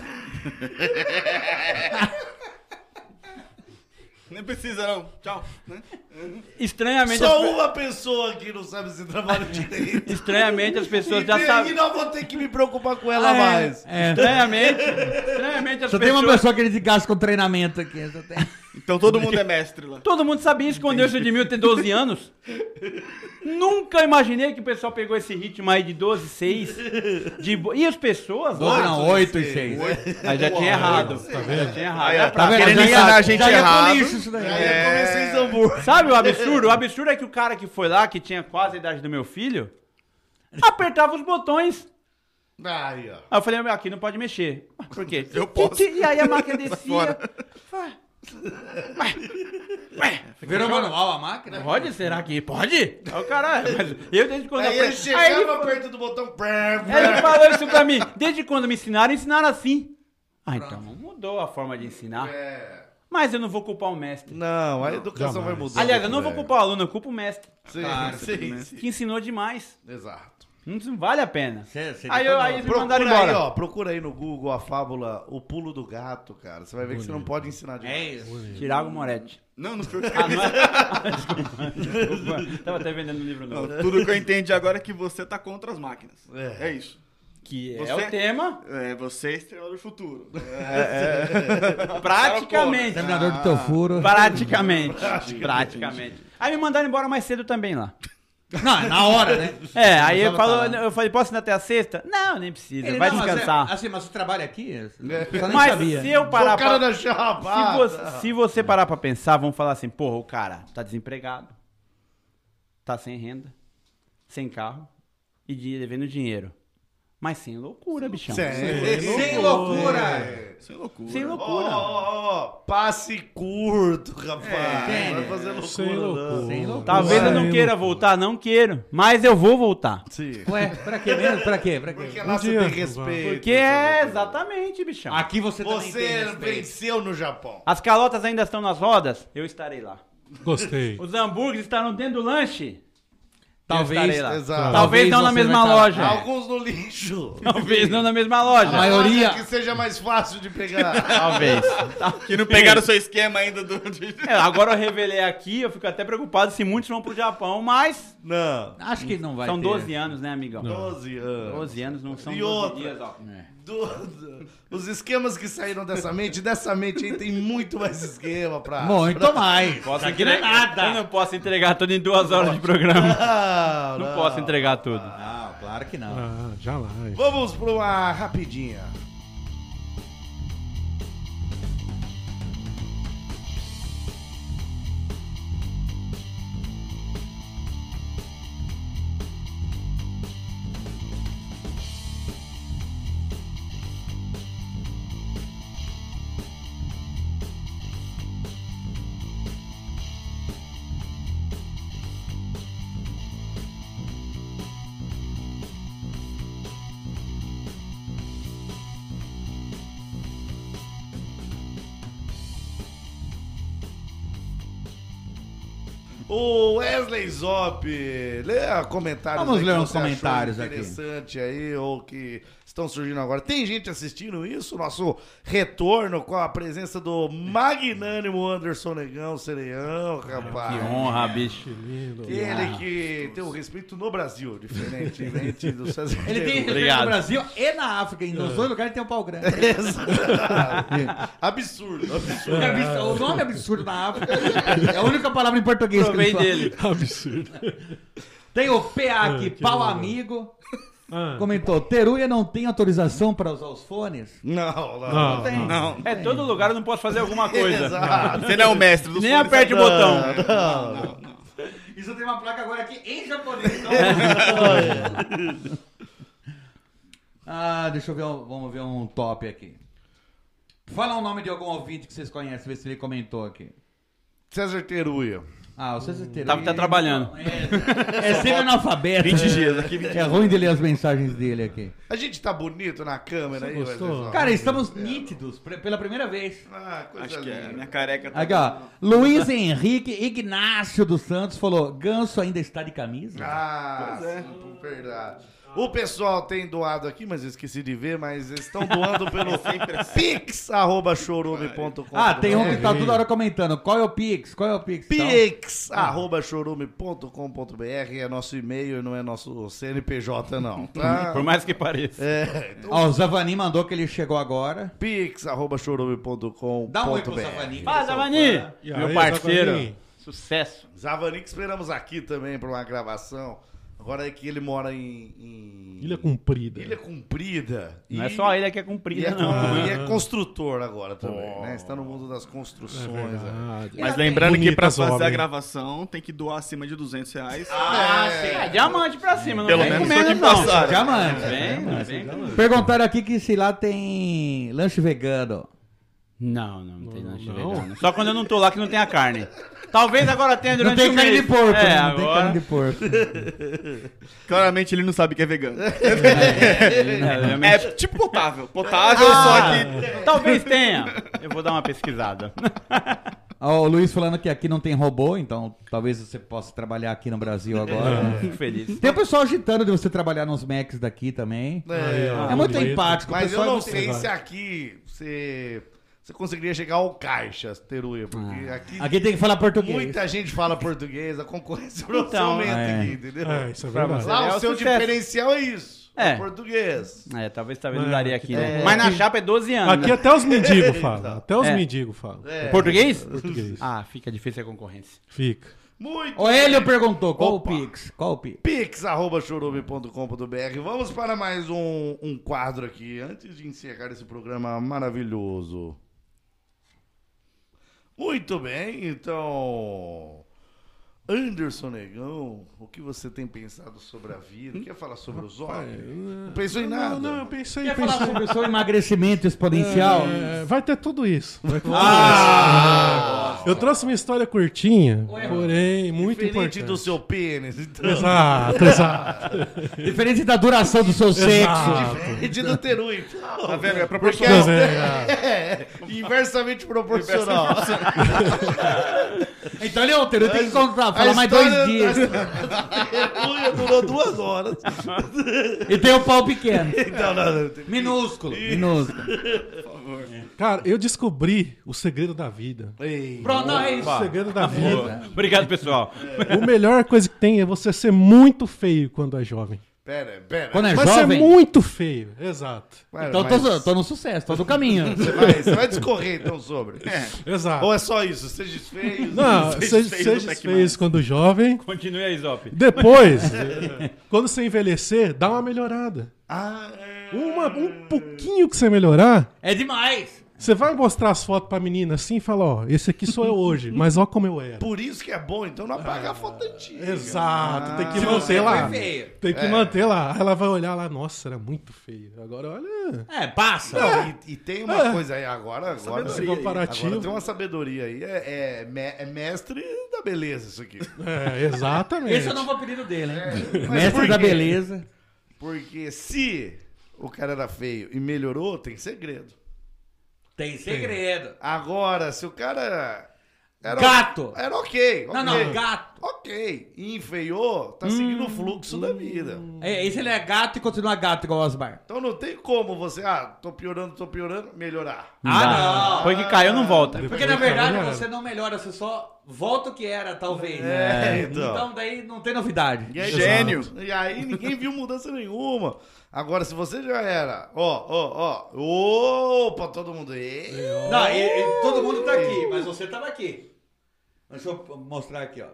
Speaker 4: Nem precisa não. Tchau.
Speaker 8: Estranhamente,
Speaker 3: Só
Speaker 8: as pe-
Speaker 3: uma pessoa aqui não sabe se trabalha direito.
Speaker 8: estranhamente as pessoas já
Speaker 3: e,
Speaker 8: sabem.
Speaker 3: e não vou ter que me preocupar com
Speaker 8: *laughs*
Speaker 3: ela mais.
Speaker 9: É. *laughs*
Speaker 8: Estranhamente, estranhamente as
Speaker 9: Só tem
Speaker 8: pessoas.
Speaker 9: uma pessoa que ele gasta com treinamento aqui. Só tem...
Speaker 4: Então todo mundo é mestre lá.
Speaker 8: Todo mundo sabia, escondeu isso de mim, eu ter 12 anos. Nunca imaginei que o pessoal pegou esse ritmo aí de 12, 6. De bo... E as pessoas?
Speaker 9: Doze
Speaker 8: lá,
Speaker 9: não, 8 e 6.
Speaker 8: Aí já tinha errado. Já tinha errado. Era pra-
Speaker 4: Tá querendo ensinar a gente
Speaker 9: já ia pro
Speaker 4: errado.
Speaker 9: lixo isso daí.
Speaker 3: Aí
Speaker 8: É.
Speaker 3: eu comecei um em Zamburgo.
Speaker 8: Sabe o absurdo? O absurdo é que o cara que foi lá, que tinha quase a idade do meu filho, apertava os botões.
Speaker 3: Aí, ó.
Speaker 8: Aí eu falei, aqui não pode mexer. Por quê?
Speaker 4: Eu posso.
Speaker 8: E aí a máquina descia.
Speaker 4: fora.
Speaker 8: Ué,
Speaker 7: Virou manual a máquina?
Speaker 8: Pode? Será que pode? Aí o cara, mas eu desde quando
Speaker 3: Aí
Speaker 8: eu
Speaker 3: ele
Speaker 8: aprendi- Aí ele-
Speaker 3: chegava perto do botão. pré, pré.
Speaker 8: Aí ele falou isso pra mim. Desde quando me ensinaram, ensinaram assim. Ah, então mudou a forma de ensinar. Mas eu não vou culpar o mestre.
Speaker 3: Não, a educação vai mudar.
Speaker 8: Aliás, eu não vou culpar o aluno, eu culpo o mestre.
Speaker 3: Sim, sim, sim.
Speaker 8: Que ensinou demais.
Speaker 3: Exato.
Speaker 8: Não não vale a pena.
Speaker 7: Cê- cê
Speaker 8: Aí, eu, aí eles me
Speaker 3: Procura
Speaker 8: mandaram
Speaker 3: aí,
Speaker 8: embora.
Speaker 3: ó. Procura aí no Google a fábula O Pulo do Gato, cara. Você vai ver que você não pode ensinar de
Speaker 7: É isso.
Speaker 8: Tirago Moretti.
Speaker 4: Não, não
Speaker 3: *laughs*
Speaker 4: foi.
Speaker 8: Ah, não é? *laughs* Desculpa. Desculpa. Tava até vendendo um livro novo.
Speaker 4: Não, Tudo que eu entendi agora é que você tá contra as máquinas.
Speaker 3: É.
Speaker 4: É, isso.
Speaker 8: Que é
Speaker 4: Você-
Speaker 8: o tema,
Speaker 4: É, você é estrela do futuro.
Speaker 3: É.
Speaker 8: praticamente. Ah.
Speaker 7: Terminador do teu furo.
Speaker 8: Praticamente. Praticamente. Aí me mandaram embora mais cedo também lá.
Speaker 7: Não, é na hora, né?
Speaker 8: É, aí eu,
Speaker 7: Precisava
Speaker 8: falou,
Speaker 7: falar.
Speaker 8: eu falei, posso ir até a sexta? Não, nem precisa.
Speaker 7: Ele,
Speaker 8: vai
Speaker 7: não, mas é-
Speaker 8: descansar.
Speaker 7: assim, mas você trabalha aqui? Eu só nem
Speaker 3: É.
Speaker 8: Mas
Speaker 7: sabia.
Speaker 8: se eu
Speaker 3: Sou
Speaker 8: parar
Speaker 3: o cara
Speaker 8: pra...
Speaker 3: da
Speaker 8: Se
Speaker 3: chapa.
Speaker 8: você, se você parar pra pensar, vão falar assim, porra, o cara tá desempregado, tá sem renda, sem carro e di- devendo dinheiro. Mas sem loucura, bichão.
Speaker 7: É. Sem loucura!
Speaker 4: Isso é loucura.
Speaker 8: Sem
Speaker 3: Ó, ó,
Speaker 8: loucura.
Speaker 3: ó, ó, passe curto, rapaz.
Speaker 7: É,
Speaker 3: vai fazer loucura. né?
Speaker 6: Sem loucura.
Speaker 3: não.
Speaker 7: Sem loucura.
Speaker 8: Talvez Tá eu não
Speaker 6: Sem
Speaker 8: queira voltar, não quero, mas eu vou voltar.
Speaker 3: Sim.
Speaker 7: Ué, pra quê mesmo? Pra quê? Pra
Speaker 3: Porque
Speaker 7: quê?
Speaker 3: lá você é tem
Speaker 6: adianta,
Speaker 3: respeito.
Speaker 8: Porque é exatamente, bichão.
Speaker 7: Aqui você, também tem
Speaker 3: Você é
Speaker 7: respeito.
Speaker 3: venceu no Japão.
Speaker 8: As calotas ainda estão nas rodas? Eu estarei lá.
Speaker 6: Gostei.
Speaker 8: Os hambúrgueres estarão dentro do lanche?
Speaker 7: Talvez,
Speaker 8: Eu estarei lá.
Speaker 3: exato.
Speaker 8: Talvez,
Speaker 7: Talvez
Speaker 8: não na
Speaker 7: você
Speaker 8: mesma
Speaker 7: vai estar-
Speaker 8: loja.
Speaker 3: É. Alguns no lixo.
Speaker 8: Talvez não na mesma loja.
Speaker 7: A maioria-
Speaker 3: Que seja mais fácil de pegar.
Speaker 8: Talvez.
Speaker 4: Que não pegaram o seu esquema ainda do. de-
Speaker 8: É, agora eu revelei aqui, eu fico até preocupado se muitos vão pro Japão, mas
Speaker 3: não.
Speaker 7: Acho que não vai
Speaker 8: são
Speaker 7: ter.
Speaker 8: 12 anos, né, amigão?
Speaker 3: 12 anos.
Speaker 8: 12 anos não são
Speaker 3: E
Speaker 8: 12
Speaker 3: outra?
Speaker 8: dias, ó.
Speaker 3: É. Do- Os esquemas que saíram dessa mente, dessa mente aí tem muito mais esquema pra.
Speaker 7: Muito mais.
Speaker 8: Posso
Speaker 4: Tá
Speaker 7: Isso aqui não é
Speaker 8: entregar- Eu
Speaker 7: nada.
Speaker 8: não posso entregar tudo em duas horas de programa.
Speaker 3: Não,
Speaker 8: Não
Speaker 3: não.
Speaker 8: posso entregar tudo.
Speaker 7: Não, claro que não.
Speaker 6: Ah, jamais.
Speaker 3: Vamos pra uma rapidinha. O Wesley Zop, lê comentários
Speaker 7: Vamos
Speaker 3: aí
Speaker 7: ler
Speaker 3: que
Speaker 7: uns
Speaker 3: você achou
Speaker 7: comentários aqui.
Speaker 3: interessante aí, ou que estão surgindo agora. Tem gente assistindo isso, nosso retorno com a presença do magnânimo Anderson Negão Sereião,
Speaker 7: Ah,
Speaker 3: rapaz.
Speaker 8: Que honra, bicho.
Speaker 3: Ele que tem o respeito no Brasil, diferentemente do César.
Speaker 7: Ele tem
Speaker 3: Diego.
Speaker 7: respeito
Speaker 8: Obrigado.
Speaker 7: no Brasil e na África. Em nos dois lugares tem um pau grande. *laughs*
Speaker 3: absurdo, absurdo.
Speaker 7: É absurdo. O nome é absurdo na África. É a única palavra em português que
Speaker 8: Provei
Speaker 7: eles falam.
Speaker 8: dele.
Speaker 6: Absurdo.
Speaker 7: Tem o PA aqui,
Speaker 6: que
Speaker 7: pau
Speaker 6: horror.
Speaker 7: amigo.
Speaker 6: Ah,
Speaker 7: Comentou, Teruia não tem autorização para usar os fones?
Speaker 3: Não, não.
Speaker 6: não,
Speaker 7: Tem.
Speaker 6: não.
Speaker 4: Não.
Speaker 8: É todo lugar eu não posso fazer alguma coisa.
Speaker 3: Exato.
Speaker 4: Você não é o mestre do
Speaker 8: Nem aperte o botão.
Speaker 3: Não, não.
Speaker 7: Isso tem uma placa agora aqui em japonês. então. *laughs* ah, deixa eu ver, um- vamos ver um top aqui. Fala o nome de algum ouvinte que vocês conhecem, ver se ele comentou aqui.
Speaker 3: César Teruia.
Speaker 7: Ah, o César Teruia.
Speaker 8: Tava tá trabalhando.
Speaker 7: *laughs* É, é sempre analfabeto.
Speaker 4: 20 dias aqui, 20
Speaker 7: É ruim de ler as mensagens dele aqui.
Speaker 3: A gente tá bonito na câmera aí,
Speaker 6: gostou?
Speaker 3: Wesley Zop?
Speaker 7: Cara, estamos nítidos pre- pela primeira vez.
Speaker 3: Ah, coisa
Speaker 4: Acho que é.
Speaker 8: né?
Speaker 3: linda.
Speaker 4: Minha careca tá.
Speaker 7: Aqui, ó. Luiz Henrique Ignácio dos Santos falou: Ganso ainda está de camisa?
Speaker 3: Ah, sim, verdade. O pessoal tem doado aqui, mas eu esqueci de ver, mas eles estão doando pelo pix.chorume.com.
Speaker 7: Ah, tem um que tá toda hora comentando. Qual é o Pix? Qual é o Pix? Então,
Speaker 3: pix.chorume.com.br é nosso e-mail, não é nosso CNPJ, não, tá?
Speaker 8: *laughs* Por mais que pareça.
Speaker 3: É, então,
Speaker 7: Ó, o Zavani mandou que ele chegou agora.
Speaker 3: pix.chorume.com.br
Speaker 7: Dá um oi pro Zavani. que
Speaker 8: Fala,
Speaker 7: ele é seu
Speaker 8: Zavani!
Speaker 7: fã.
Speaker 6: E
Speaker 8: Meu
Speaker 6: aí,
Speaker 8: parceiro.
Speaker 6: Zavani?
Speaker 8: Sucesso.
Speaker 3: Zavani que esperamos aqui também para uma gravação. Agora é que ele mora em... em-
Speaker 6: Ilha Comprida.
Speaker 3: Ilha Comprida.
Speaker 8: Não é
Speaker 3: E-
Speaker 8: só ele que é
Speaker 3: E
Speaker 8: cumprido,
Speaker 3: é,
Speaker 8: não.
Speaker 3: con-
Speaker 7: né?
Speaker 3: e é construtor agora também, né? Está no mundo das construções. né?
Speaker 6: É Verdade.
Speaker 4: Mas lembrando que pra
Speaker 6: Bonitas
Speaker 4: fazer a
Speaker 6: Ah, obras.
Speaker 4: gravação tem que doar acima de 200 reais.
Speaker 3: Ah,
Speaker 8: É, diamante pra cima, não
Speaker 4: Pelo
Speaker 8: vem
Speaker 4: menos
Speaker 8: com menos,
Speaker 4: só de
Speaker 8: não.
Speaker 4: passagem.
Speaker 7: Diamante.
Speaker 8: Vem, não vem com-
Speaker 7: Perguntaram aqui que se lá tem lanche vegano.
Speaker 8: Não, não, não tem lanche vegano. Só quando eu não tô lá que não tem a carne. Talvez agora tenha durante
Speaker 7: Não tem
Speaker 8: o
Speaker 7: carne
Speaker 8: mês.
Speaker 7: de porco, né?
Speaker 8: É,
Speaker 7: não tem
Speaker 8: agora...
Speaker 7: carne de
Speaker 8: *laughs*
Speaker 7: porco.
Speaker 10: Claramente ele não sabe que é vegano.
Speaker 8: É, realmente. Ah,
Speaker 11: É tipo potável. Potável, só que.
Speaker 8: Talvez tenha. Eu vou dar uma pesquisada.
Speaker 7: Ó, o Luiz falando que aqui não tem robô, então talvez você possa trabalhar aqui no Brasil agora.
Speaker 8: Fico *laughs* feliz.
Speaker 7: Tem o pessoal agitando de você trabalhar nos Macs daqui também.
Speaker 3: É,
Speaker 7: É muito empático. o
Speaker 3: Mas eu
Speaker 7: pessoal é
Speaker 3: não
Speaker 7: muito-
Speaker 3: sei se aqui você, você conseguiria chegar ao caixa, Teruê, porque aqui,
Speaker 7: Ah. Aqui tem que falar português.
Speaker 3: muita gente fala português, a concorrência
Speaker 8: Então,
Speaker 3: aumenta
Speaker 7: é.
Speaker 3: aqui, entendeu?
Speaker 6: É, isso é verdade.
Speaker 3: Lá
Speaker 8: É
Speaker 3: o
Speaker 8: o
Speaker 3: seu
Speaker 8: sucesso.
Speaker 3: diferencial é isso, é.
Speaker 8: É.
Speaker 3: português.
Speaker 8: É, talvez talvez
Speaker 6: Mas-
Speaker 8: não daria aqui, né? Mas na chapa é 12 anos.
Speaker 6: Aqui
Speaker 8: né?
Speaker 6: até
Speaker 3: *laughs*
Speaker 6: os mendigos falam. Até os
Speaker 8: É.
Speaker 6: mendigos falam.
Speaker 8: Português?
Speaker 6: Português.
Speaker 8: Ah, fica difícil a concorrência.
Speaker 6: Fica.
Speaker 3: Muito
Speaker 7: O Hélio perguntou, qual
Speaker 3: Opa.
Speaker 7: o Pix? Qual o Pix?
Speaker 3: pix.chorume.com.br Vamos para mais um, um quadro aqui, antes de encerrar esse programa maravilhoso. Muito bem, então... Anderson Negão, o que você tem pensado sobre a vida? Quer falar sobre os homens? é, Não pensou em nada?
Speaker 6: Não, não, eu pensei,
Speaker 7: Quer falar
Speaker 6: pensei.
Speaker 7: sobre o seu emagrecimento exponencial?
Speaker 6: É, vai ter tudo isso.
Speaker 3: Ah,
Speaker 6: Vai ter tudo isso. Eu trouxe uma história curtinha, porém muito
Speaker 3: Diferente
Speaker 6: importante. Ah,
Speaker 3: do seu pênis, então. *laughs*
Speaker 6: Exato, exato.
Speaker 7: Diferente da duração do seu sexo.
Speaker 6: Exato.
Speaker 3: Diferente do Teru, então. Tá
Speaker 10: vendo? É
Speaker 6: Tá
Speaker 10: proporcional.
Speaker 6: vendo? É.
Speaker 3: *laughs* É, inversamente proporcional.
Speaker 7: Então, Leon, eu tenho que contar,
Speaker 3: A
Speaker 7: falar mais dois
Speaker 3: história-
Speaker 7: dias.
Speaker 3: a história Durou duas horas.
Speaker 7: E tem o pau pequeno.
Speaker 3: Então, não, não, tem-
Speaker 7: Minúsculo. Minúsculo.
Speaker 6: Cara, eu descobri o segredo da vida.
Speaker 7: Pronto, não, é isso.
Speaker 3: Ah.
Speaker 6: O segredo da vida.
Speaker 8: Obrigado, pessoal.
Speaker 6: O melhor coisa que tem é você ser muito feio quando é jovem.
Speaker 3: Pera, pera.
Speaker 7: Quando é
Speaker 6: Mas ser
Speaker 7: jovem,
Speaker 6: muito feio, exato.
Speaker 3: Pera,
Speaker 7: então
Speaker 3: mas-
Speaker 7: tô, tô no sucesso, tô no caminho.
Speaker 3: Você vai, você vai discorrer então sobre.
Speaker 6: Exato.
Speaker 3: Ou é só isso? Seja feio.
Speaker 6: Não,
Speaker 3: *laughs* seja
Speaker 6: seja,
Speaker 3: feio,
Speaker 6: seja
Speaker 3: não tem que
Speaker 6: feio quando jovem.
Speaker 8: Continue aí, Zop.
Speaker 3: *laughs*
Speaker 6: Depois, quando você envelhecer, dá uma melhorada.
Speaker 3: Ah, é.
Speaker 6: Uma- um pouquinho que você melhorar,
Speaker 7: É demais.
Speaker 6: você vai mostrar as fotos pra menina assim e fala, ó, esse aqui sou eu hoje, mas ó como eu era.
Speaker 3: Por isso que é bom, então não apaga a foto antiga. Ah,
Speaker 6: Exato, tem que
Speaker 7: Se
Speaker 6: manter
Speaker 7: você
Speaker 6: lá.
Speaker 7: foi é feio.
Speaker 6: Tem que manter lá. Aí Ela vai olhar lá, nossa, era muito feio. Agora olha,
Speaker 7: É, passa.
Speaker 3: Não, e, e tem uma coisa aí, agora, agora,
Speaker 6: esse
Speaker 3: agora tem
Speaker 6: comparativo.
Speaker 3: uma sabedoria aí. É, é me- é mestre da beleza isso aqui.
Speaker 6: É, exatamente.
Speaker 7: Esse é o novo apelido dele, hein?
Speaker 3: Mas por
Speaker 7: Mestre da
Speaker 3: quê?
Speaker 7: beleza.
Speaker 3: Porque se o cara era feio e melhorou, tem segredo.
Speaker 7: Tem segredo.
Speaker 3: Agora, se o cara era,
Speaker 7: Gato.
Speaker 3: era ok,
Speaker 7: Não,
Speaker 3: ok.
Speaker 7: não, gato.
Speaker 3: Ok, e enfeiou, tá seguindo o fluxo da vida.
Speaker 7: É, esse ele é gato e continua gato igual o Osmar.
Speaker 3: Então não tem como você, ah, tô piorando, tô piorando, melhorar.
Speaker 7: Ah, não.
Speaker 8: Foi que caiu, não volta.
Speaker 7: Porque na verdade você não melhora, você só volta o que era, talvez.
Speaker 3: É,
Speaker 7: né?
Speaker 3: então.
Speaker 7: então. daí não tem novidade.
Speaker 3: E é aí,
Speaker 10: Gênio.
Speaker 3: E aí ninguém viu mudança nenhuma. Agora, se você já era, ó, ó, ó, opa, todo mundo, "Ê".
Speaker 7: Não, e- e todo mundo tá aqui, mas você tava aqui. Deixa eu mostrar aqui, ó.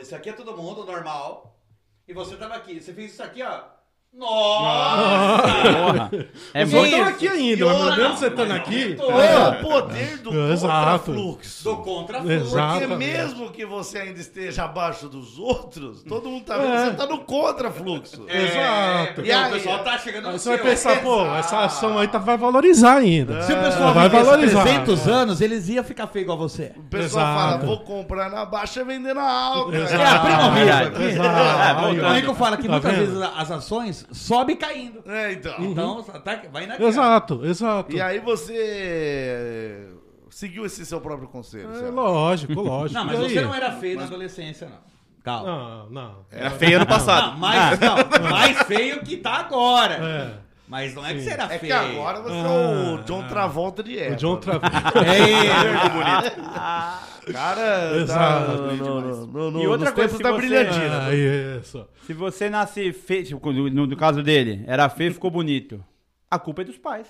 Speaker 7: Isso aqui é todo mundo, normal. E você tava aqui. Você fez isso aqui, ó. Nossa!
Speaker 8: Porra. É
Speaker 6: Você
Speaker 8: muito.
Speaker 6: tá aqui ainda, mas meu Deus, você tá aqui.
Speaker 3: É o poder do
Speaker 6: Exato.
Speaker 3: fluxo.
Speaker 7: Do contra
Speaker 6: Exato.
Speaker 3: Porque mesmo que você ainda esteja abaixo dos outros, todo mundo tá vendo,
Speaker 6: É.
Speaker 3: você tá no contra-fluxo.
Speaker 6: Exato.
Speaker 7: porque
Speaker 3: E aí?
Speaker 7: o pessoal tá chegando
Speaker 6: Aí
Speaker 7: no
Speaker 6: você vai
Speaker 7: seu.
Speaker 6: pensar, pô, essa ação aí tá, vai valorizar ainda.
Speaker 7: Se o pessoal
Speaker 6: Vai
Speaker 7: vivesse
Speaker 6: valorizar. É,
Speaker 7: 300 anos, eles iam ficar feio igual você.
Speaker 3: O pessoal
Speaker 6: Exato.
Speaker 3: fala, vou comprar na baixa e vender na alta.
Speaker 6: Exato.
Speaker 7: É a prima
Speaker 8: verdade.
Speaker 7: rica.
Speaker 8: É,
Speaker 6: Exato.
Speaker 7: O
Speaker 8: voltando.
Speaker 7: Rico fala que
Speaker 6: Tá
Speaker 7: muitas
Speaker 6: vendo? Uhum.
Speaker 7: vezes as ações sobem caindo.
Speaker 3: É, então.
Speaker 7: Então, tá, vai na
Speaker 6: Exato, exato.
Speaker 3: E aí você eh, seguiu esse seu próprio conselho.
Speaker 6: É
Speaker 3: Sérgio?
Speaker 6: lógico, lógico.
Speaker 7: Não, mas
Speaker 6: E
Speaker 7: você
Speaker 6: aí?
Speaker 7: não é era feio na adolescência, não. Calma.
Speaker 6: Não, não.
Speaker 3: É,
Speaker 10: Era feio ano
Speaker 7: Não,
Speaker 10: passado.
Speaker 7: mais, não, mais feio que tá agora.
Speaker 6: É.
Speaker 7: Mas não Ah. é que você era
Speaker 3: É que
Speaker 7: feio.
Speaker 3: agora você é o John Travolta de
Speaker 6: Ah. O
Speaker 3: época.
Speaker 6: John Travolta.
Speaker 7: É,
Speaker 3: *laughs* Cara,
Speaker 6: Exato.
Speaker 3: tá, no, no, no, no,
Speaker 8: E outra
Speaker 3: nos tempos
Speaker 8: coisa que
Speaker 3: da
Speaker 8: você- tá
Speaker 3: brilhantina.
Speaker 6: Ah, isso.
Speaker 8: Se você nasce feio, tipo, no, no caso dele, era feio e ficou bonito. A culpa é dos pais.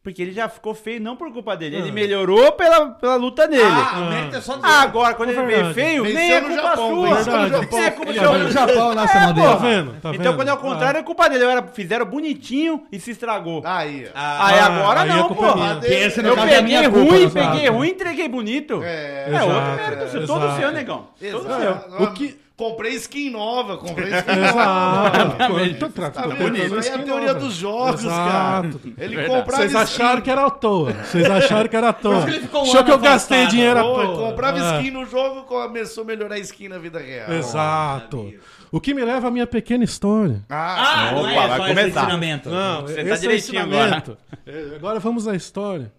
Speaker 8: Porque ele já ficou feio não por culpa dele. Ele melhorou pela, pela luta dele.
Speaker 7: ah, o mérito é só dele.
Speaker 8: Agora, quando ele veio
Speaker 6: verdade.
Speaker 8: feio,
Speaker 3: Venceu
Speaker 8: nem é
Speaker 3: no
Speaker 8: culpa
Speaker 3: Japão,
Speaker 8: sua.
Speaker 3: venceu no
Speaker 8: Não é culpa do Japão.
Speaker 7: no Japão, lá,
Speaker 8: É,
Speaker 7: essa
Speaker 8: pô.
Speaker 6: Tá
Speaker 7: modelo.
Speaker 6: vendo? Tá
Speaker 8: Então,
Speaker 6: vendo?
Speaker 8: quando é o contrário, é culpa dele. Eu era, fizeram bonitinho e se estragou.
Speaker 3: Aí, ó.
Speaker 7: Ah,
Speaker 8: aí agora
Speaker 6: aí a
Speaker 8: não,
Speaker 6: culpa
Speaker 8: pô.
Speaker 6: é minha.
Speaker 8: Eu
Speaker 7: Esse no caso é a
Speaker 8: peguei
Speaker 7: minha culpa,
Speaker 8: ruim,
Speaker 7: no caso.
Speaker 8: peguei ruim, entreguei bonito. É,
Speaker 3: É,
Speaker 8: outro
Speaker 6: Exato,
Speaker 8: mérito seu. Todo
Speaker 6: exato.
Speaker 8: seu, negão.
Speaker 3: exato.
Speaker 6: o que-
Speaker 3: Comprei skin nova, comprei skin
Speaker 6: Exato. Tô tra- tô
Speaker 3: Tá
Speaker 6: tentando
Speaker 3: bonito. Isso aí é a
Speaker 6: esquinar,
Speaker 3: teoria
Speaker 6: né?
Speaker 3: dos jogos,
Speaker 6: Exato.
Speaker 3: cara. Ele comprava
Speaker 6: Vocês acharam que era à toa. Vocês acharam que era à toa.
Speaker 7: que ele ficou um
Speaker 6: Achou
Speaker 7: ano
Speaker 6: que eu gastei
Speaker 7: afastado.
Speaker 6: dinheiro à
Speaker 3: Pô,
Speaker 6: toa.
Speaker 3: comprava
Speaker 6: É.
Speaker 3: skin no jogo, começou a melhorar a skin na vida real.
Speaker 6: Exato. O que me leva à minha pequena história.
Speaker 3: Ah,
Speaker 7: Ah, não é
Speaker 8: vai
Speaker 7: só esse
Speaker 8: começar.
Speaker 7: ensinamento.
Speaker 8: você
Speaker 6: esse
Speaker 8: tá
Speaker 6: é o
Speaker 8: direitinho
Speaker 6: ensinamento. É, Agora vamos à história.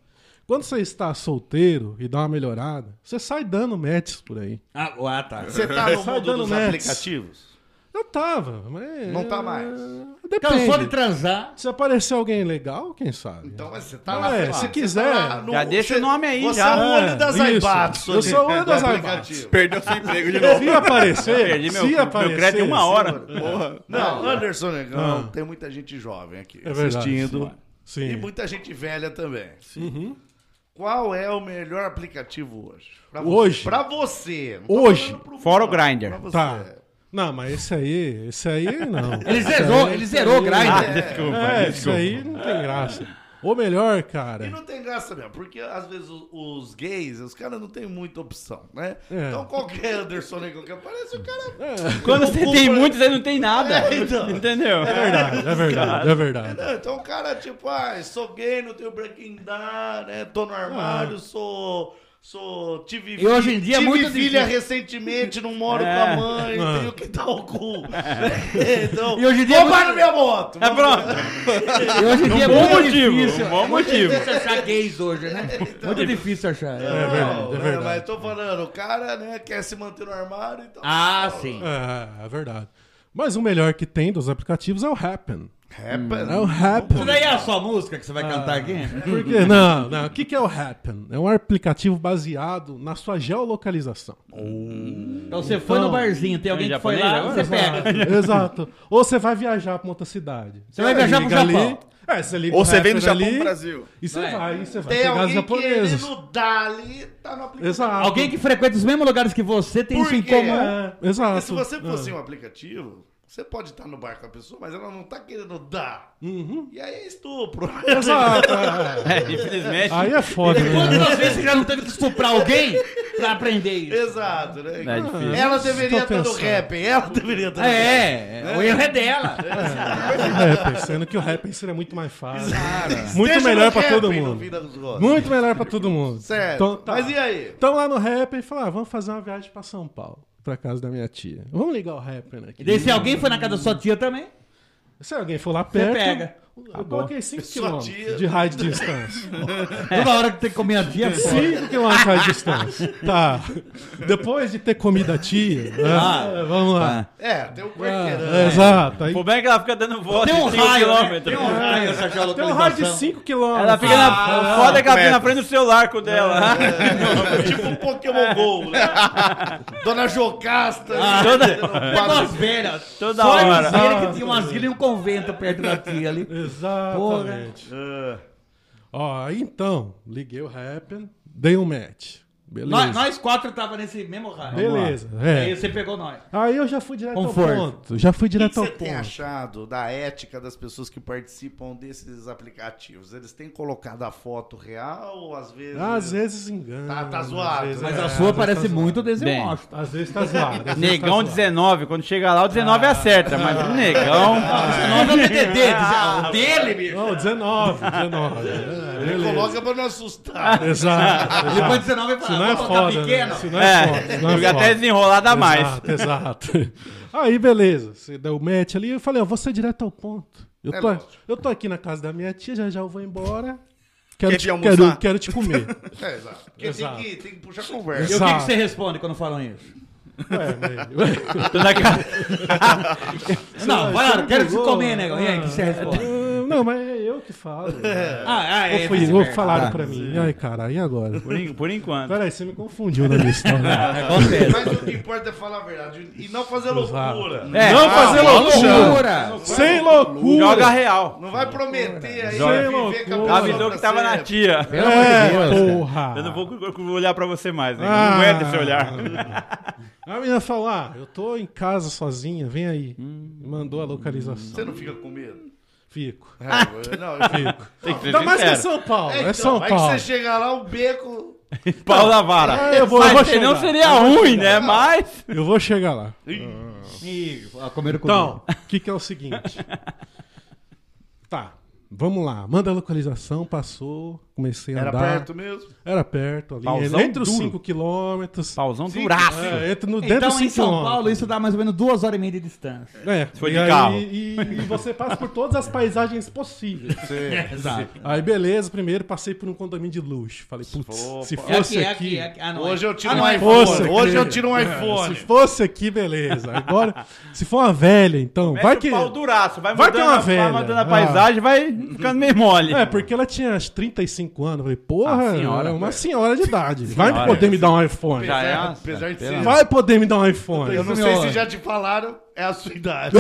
Speaker 6: Quando você está solteiro e dá uma melhorada, você sai dando matches por aí.
Speaker 7: Ah, ah, tá.
Speaker 3: você tá no
Speaker 6: Sai
Speaker 3: mundo
Speaker 6: dando
Speaker 3: dos
Speaker 6: match. É.
Speaker 3: aplicativos?
Speaker 6: Eu tava, mas...
Speaker 3: Não tá mais.
Speaker 6: Depende.
Speaker 7: Cansou de transar?
Speaker 6: Se aparecer alguém legal, quem sabe?
Speaker 3: Então mas você tá
Speaker 6: É,
Speaker 3: lá.
Speaker 6: se
Speaker 3: frente, você tá
Speaker 6: quiser.
Speaker 3: lá no-
Speaker 8: Já deixa o nome aí,
Speaker 3: Você
Speaker 8: já.
Speaker 3: é o olho das
Speaker 6: É, isso.
Speaker 3: Aibatos.
Speaker 6: Eu sou o olho das
Speaker 3: Aibatos.
Speaker 9: Perdeu seu emprego de novo.
Speaker 6: Se aparecer,
Speaker 8: Perdi meu,
Speaker 6: se
Speaker 8: meu
Speaker 6: aparecer...
Speaker 8: crédito em uma hora.
Speaker 9: Porra.
Speaker 3: Não, Anderson Negão, tem muita gente jovem aqui
Speaker 6: É verdade.
Speaker 3: assistindo.
Speaker 6: Sim. Uhum.
Speaker 3: E muita gente velha também. Qual é o melhor aplicativo hoje? Pra você-
Speaker 6: Hoje?
Speaker 3: Pra você.
Speaker 6: Hoje?
Speaker 8: Fora o
Speaker 3: Pra
Speaker 8: Grindr.
Speaker 3: você. É.
Speaker 6: Tá. Não, mas esse aí, esse aí não.
Speaker 7: Ele zerou, ele zerou o grind.
Speaker 3: Ah,
Speaker 8: Desculpa,
Speaker 6: É, isso
Speaker 8: desculpa.
Speaker 6: aí não tem graça. Ou melhor, cara.
Speaker 3: E não tem graça mesmo, porque às vezes o- os gays, os caras não têm muita opção, né?
Speaker 6: É.
Speaker 3: Então qualquer Anderson Negão que aparece, o cara. né?
Speaker 8: Quando você tem muitos, aí não tem nada.
Speaker 3: É, então.
Speaker 8: Entendeu?
Speaker 6: É verdade, é verdade, é verdade.
Speaker 3: Não, então o cara, tipo, ah, sou gay, não tenho breaking down, né? Tô no armário, sou. Sou. Tive,
Speaker 7: Ah. E hoje em dia é
Speaker 3: tive
Speaker 7: muito
Speaker 3: filha
Speaker 7: difícil.
Speaker 3: recentemente, não moro
Speaker 8: É.
Speaker 3: com a mãe,
Speaker 6: Ah.
Speaker 3: tenho que dar o cu. É, *laughs* então,
Speaker 7: E hoje em dia *laughs* é
Speaker 3: roubaram
Speaker 7: muito-
Speaker 3: minha moto.
Speaker 8: É pronto.
Speaker 7: E hoje em dia é
Speaker 8: bom
Speaker 7: muito
Speaker 8: motivo,
Speaker 7: difícil.
Speaker 8: um bom
Speaker 7: é muito
Speaker 8: motivo.
Speaker 7: difícil achar gays hoje, né? Muito difícil achar.
Speaker 3: Não,
Speaker 7: é.
Speaker 6: verdade, é
Speaker 3: né,
Speaker 6: verdade.
Speaker 3: Mas tô falando, o cara, né, quer se manter no armário, então.
Speaker 7: Ah, sim.
Speaker 6: É, é verdade. Mas o melhor que tem dos aplicativos é o Happen.
Speaker 3: Rapper,
Speaker 6: É o Happen.
Speaker 7: Isso daí é a sua música que você vai cantar aqui?
Speaker 6: Por quê? Não, não. O que, que é o Happen? É um aplicativo baseado na sua geolocalização.
Speaker 7: Então você foi no barzinho, tem alguém
Speaker 8: Em
Speaker 7: que foi
Speaker 8: japonês
Speaker 7: lá,
Speaker 8: agora?
Speaker 7: você pega.
Speaker 6: *laughs* Exato. Ou você vai viajar pra uma outra cidade.
Speaker 7: Você vai viajar pro
Speaker 6: Liga ali.
Speaker 7: Japão.
Speaker 6: É, você liga
Speaker 9: Ou
Speaker 6: o
Speaker 9: você vem do
Speaker 6: Happn
Speaker 9: Japão
Speaker 6: ali,
Speaker 9: pro Brasil.
Speaker 6: E você
Speaker 7: É.
Speaker 6: vai, e você vai
Speaker 3: Tem
Speaker 6: pegar os
Speaker 3: alguém
Speaker 6: japoneses.
Speaker 3: querendo dar ali, tá no aplicativo.
Speaker 6: Exato.
Speaker 7: Alguém que frequenta os mesmos lugares que você tem
Speaker 3: Por
Speaker 7: isso em
Speaker 3: quê?
Speaker 7: comum.
Speaker 6: É, exato.
Speaker 3: Porque se você fosse
Speaker 6: Ah.
Speaker 3: um aplicativo, você pode estar no bar com a pessoa, mas ela não tá querendo dar. E aí é estupro.
Speaker 6: Uhum. Exato. é.
Speaker 8: É, infelizmente.
Speaker 6: Aí é foda, né?
Speaker 7: Quantas vezes você já não teve que estuprar alguém pra aprender isso?
Speaker 3: *laughs* Exato, né?
Speaker 8: É difícil.
Speaker 3: Ela
Speaker 6: Estou
Speaker 3: deveria estar no
Speaker 6: pensando.
Speaker 3: rap, ela deveria estar no rap.
Speaker 7: É, é, o erro é dela.
Speaker 6: Happn, sendo que o Happn seria muito mais fácil. Muito
Speaker 3: Esteja
Speaker 6: melhor
Speaker 3: no
Speaker 6: pra
Speaker 3: rap, no
Speaker 6: todo mundo.
Speaker 3: fim das contas.
Speaker 6: Muito melhor pra todo mundo.
Speaker 3: Certo.
Speaker 6: Então, tá.
Speaker 3: Mas e aí?
Speaker 6: Então lá no Happn e falaram, ah, vamos fazer uma viagem pra São Paulo. Pra casa da minha tia. Vamos ligar o né? Happn aqui.
Speaker 7: E daí se alguém foi na casa da sua tia também,
Speaker 6: Se alguém for lá perto...
Speaker 7: pega.
Speaker 6: Eu coloquei 5
Speaker 3: Sua tia.
Speaker 6: km de raio de distância.
Speaker 7: toda hora que tem que comer a tia, pô.
Speaker 6: 5 km de raio de distância. Tá. Depois de ter comido a tia... né?
Speaker 7: Ah,
Speaker 6: vamos lá.
Speaker 3: É, tem um
Speaker 6: Ah,
Speaker 3: quarteirão.
Speaker 6: Exato. Aí
Speaker 8: O problema é que ela fica dando volta
Speaker 7: Tem um
Speaker 8: em 5
Speaker 7: raio, né?
Speaker 8: quilômetros.
Speaker 7: Tem um raio.
Speaker 6: tem um raio de 5 km.
Speaker 8: Ela fica na. Foda é que ela fica na frente do celular com o dela.
Speaker 3: *laughs*
Speaker 8: *laughs*
Speaker 3: tipo um Pokémon GO,
Speaker 6: *laughs*
Speaker 3: né? Dona Jocasta.
Speaker 6: Ah. É
Speaker 7: Tem umas velhas.
Speaker 8: Toda
Speaker 7: Só
Speaker 8: hora.
Speaker 7: eles verem que tinha umas ilhas e um convento perto da tia ali.
Speaker 6: Exatamente. Ó, aí então, liguei o Happn, dei um match. Beleza.
Speaker 7: Nós, nós quatro tava nesse mesmo raio.
Speaker 6: Beleza.
Speaker 7: Aí
Speaker 6: É.
Speaker 7: você pegou nós.
Speaker 6: Aí eu já fui direto
Speaker 7: Conforto.
Speaker 6: ao ponto. Já fui
Speaker 3: O que que
Speaker 6: direto ao
Speaker 3: você tem
Speaker 6: ponto.
Speaker 3: achado da ética das pessoas que participam desses aplicativos? Eles têm colocado a foto real ou às vezes.
Speaker 6: Às vezes engana.
Speaker 3: Tá- tá
Speaker 6: às
Speaker 3: zoado,
Speaker 6: vezes-
Speaker 7: Mas
Speaker 6: é,
Speaker 7: a
Speaker 6: às
Speaker 7: sua
Speaker 6: vezes
Speaker 7: parece
Speaker 6: tá zoado.
Speaker 7: muito
Speaker 8: Bem.
Speaker 7: desenho
Speaker 6: Às vezes tá zoado. às vezes tá
Speaker 8: Negão
Speaker 6: zoado.
Speaker 8: 19, quando chega lá, o 19 acerta, mas o *laughs* negão.
Speaker 7: Nós é o DDD, o dele, bicho.
Speaker 6: Não, 19, 19. É,
Speaker 3: Ele
Speaker 6: beleza. Ah.
Speaker 3: coloca pra não assustar.
Speaker 6: Exato.
Speaker 7: Depois
Speaker 6: exato.
Speaker 7: de 19 vai
Speaker 6: Se
Speaker 7: falar,
Speaker 6: não é
Speaker 7: "Pô,
Speaker 6: foda,
Speaker 7: tá
Speaker 6: né?
Speaker 7: pequeno.
Speaker 6: Se não é, foda.
Speaker 8: É,
Speaker 6: se não é
Speaker 8: joga
Speaker 6: foda.
Speaker 8: até desenrolar dá mais.
Speaker 6: Exato, *laughs* exato. Aí, beleza. Você deu o match ali. Eu falei, ó, vou ser direto ao ponto. Eu
Speaker 3: É
Speaker 6: tô,
Speaker 3: lógico.
Speaker 6: eu tô aqui na casa da minha tia, já já eu vou embora. Quero,
Speaker 9: Quer
Speaker 6: te,
Speaker 9: vir almoçar?
Speaker 6: quero, quero te comer.
Speaker 3: É, exato. Porque tem
Speaker 6: Exato.
Speaker 3: que, tem que puxar conversa.
Speaker 7: E o que, que
Speaker 6: Exato.
Speaker 7: você responde quando falam isso?
Speaker 6: Ué, mas-
Speaker 8: Tô na cara.
Speaker 6: é
Speaker 7: não, vai lá, quero te
Speaker 6: pegou?
Speaker 7: comer, negão. E aí, o que você responde?
Speaker 6: Ah, Não, mas é eu que falo.
Speaker 7: Ah, ah,
Speaker 6: Ou,
Speaker 7: é.
Speaker 6: foi,
Speaker 7: vice-versa.
Speaker 6: ou falaram pra mim. Ai, cara, e agora?
Speaker 8: Por, en- por enquanto.
Speaker 6: Peraí, você me confundiu na minha história.
Speaker 7: Ah, Acontece.
Speaker 3: Mas o que importa é falar a verdade e não fazer loucura.
Speaker 8: É,
Speaker 6: Não fazer Ah, loucura!
Speaker 7: Loucura!
Speaker 6: Sem loucura!
Speaker 8: joga real.
Speaker 3: Não vai prometer aí
Speaker 6: Joga.
Speaker 3: viver com a pessoa
Speaker 8: Avisou
Speaker 3: pra
Speaker 8: que tava na
Speaker 3: sempre.
Speaker 8: tia.
Speaker 7: Pelo amor de
Speaker 6: É,
Speaker 7: Deus.
Speaker 6: porra!
Speaker 8: Eu não vou cu- cu- olhar pra você mais, né?
Speaker 6: Ah.
Speaker 8: Não aguento esse olhar.
Speaker 6: A menina falou: Ah, eu tô em casa sozinha, vem aí. Me Mandou a localização.
Speaker 3: Hum. Você não fica com medo?
Speaker 6: Fico.
Speaker 3: É, não, eu fico.
Speaker 6: Fico.
Speaker 8: Tem que ser
Speaker 6: Ainda mais que é
Speaker 8: sincero.
Speaker 6: São Paulo. É,
Speaker 3: então,
Speaker 6: São
Speaker 3: aí
Speaker 6: Paulo.
Speaker 3: que você chega lá, o beco.
Speaker 8: Pau da vara.
Speaker 6: É, eu vou- eu
Speaker 8: Mas
Speaker 6: vou
Speaker 8: não
Speaker 6: chegar.
Speaker 8: seria ruim, né? Mas.
Speaker 6: Eu vou chegar lá.
Speaker 7: Ih, ó, comeram comigo.
Speaker 6: Então, o que, que é o seguinte? Tá, vamos lá. Manda a localização, passou, comecei a
Speaker 3: Era
Speaker 6: andar.
Speaker 3: perto mesmo.
Speaker 6: Era perto ali.
Speaker 8: Pauzão
Speaker 6: entre os
Speaker 8: duro.
Speaker 6: 5 quilômetros.
Speaker 8: Pauzão duraço.
Speaker 6: É, entre no, dentro dos
Speaker 7: Então, em
Speaker 6: 5
Speaker 7: São
Speaker 6: quilômetros.
Speaker 7: Paulo, isso dá mais ou menos duas horas e meia de distância.
Speaker 6: É,
Speaker 8: foi
Speaker 6: e
Speaker 8: de
Speaker 6: aí-
Speaker 8: carro.
Speaker 6: E, e você passa por todas as paisagens possíveis.
Speaker 7: Exato.
Speaker 6: Aí, beleza, primeiro passei por um condomínio de luxo. Falei, putz, se
Speaker 7: É
Speaker 6: fosse
Speaker 7: aqui, é
Speaker 6: aqui.
Speaker 7: aqui, é aqui. Ah, não,
Speaker 3: *laughs* Hoje
Speaker 7: é.
Speaker 3: eu tiro
Speaker 7: Ah,
Speaker 3: um
Speaker 7: não, é
Speaker 6: Fosse
Speaker 3: iPhone. Hoje
Speaker 6: aqui. É,
Speaker 3: eu tiro um
Speaker 6: Se
Speaker 3: iPhone.
Speaker 6: fosse aqui, beleza. Agora, se for uma velha, então, vai
Speaker 8: Mete
Speaker 6: que.
Speaker 8: o pau duraço. Vai,
Speaker 6: vai
Speaker 8: mudando
Speaker 6: que é uma
Speaker 8: a-
Speaker 6: velha.
Speaker 8: Vai mudando a
Speaker 6: Ah.
Speaker 8: paisagem, vai ficando meio mole.
Speaker 6: É, porque ela tinha acho, 35 anos. Eu Falei, porra,
Speaker 8: Ah, senhora,
Speaker 6: é uma senhora de idade. Vai poder me dar um iPhone.
Speaker 8: Já é. uma-
Speaker 3: Apesar de ser.
Speaker 6: Vai poder me dar um iPhone.
Speaker 3: Eu não sei se já te falaram, é a sua idade.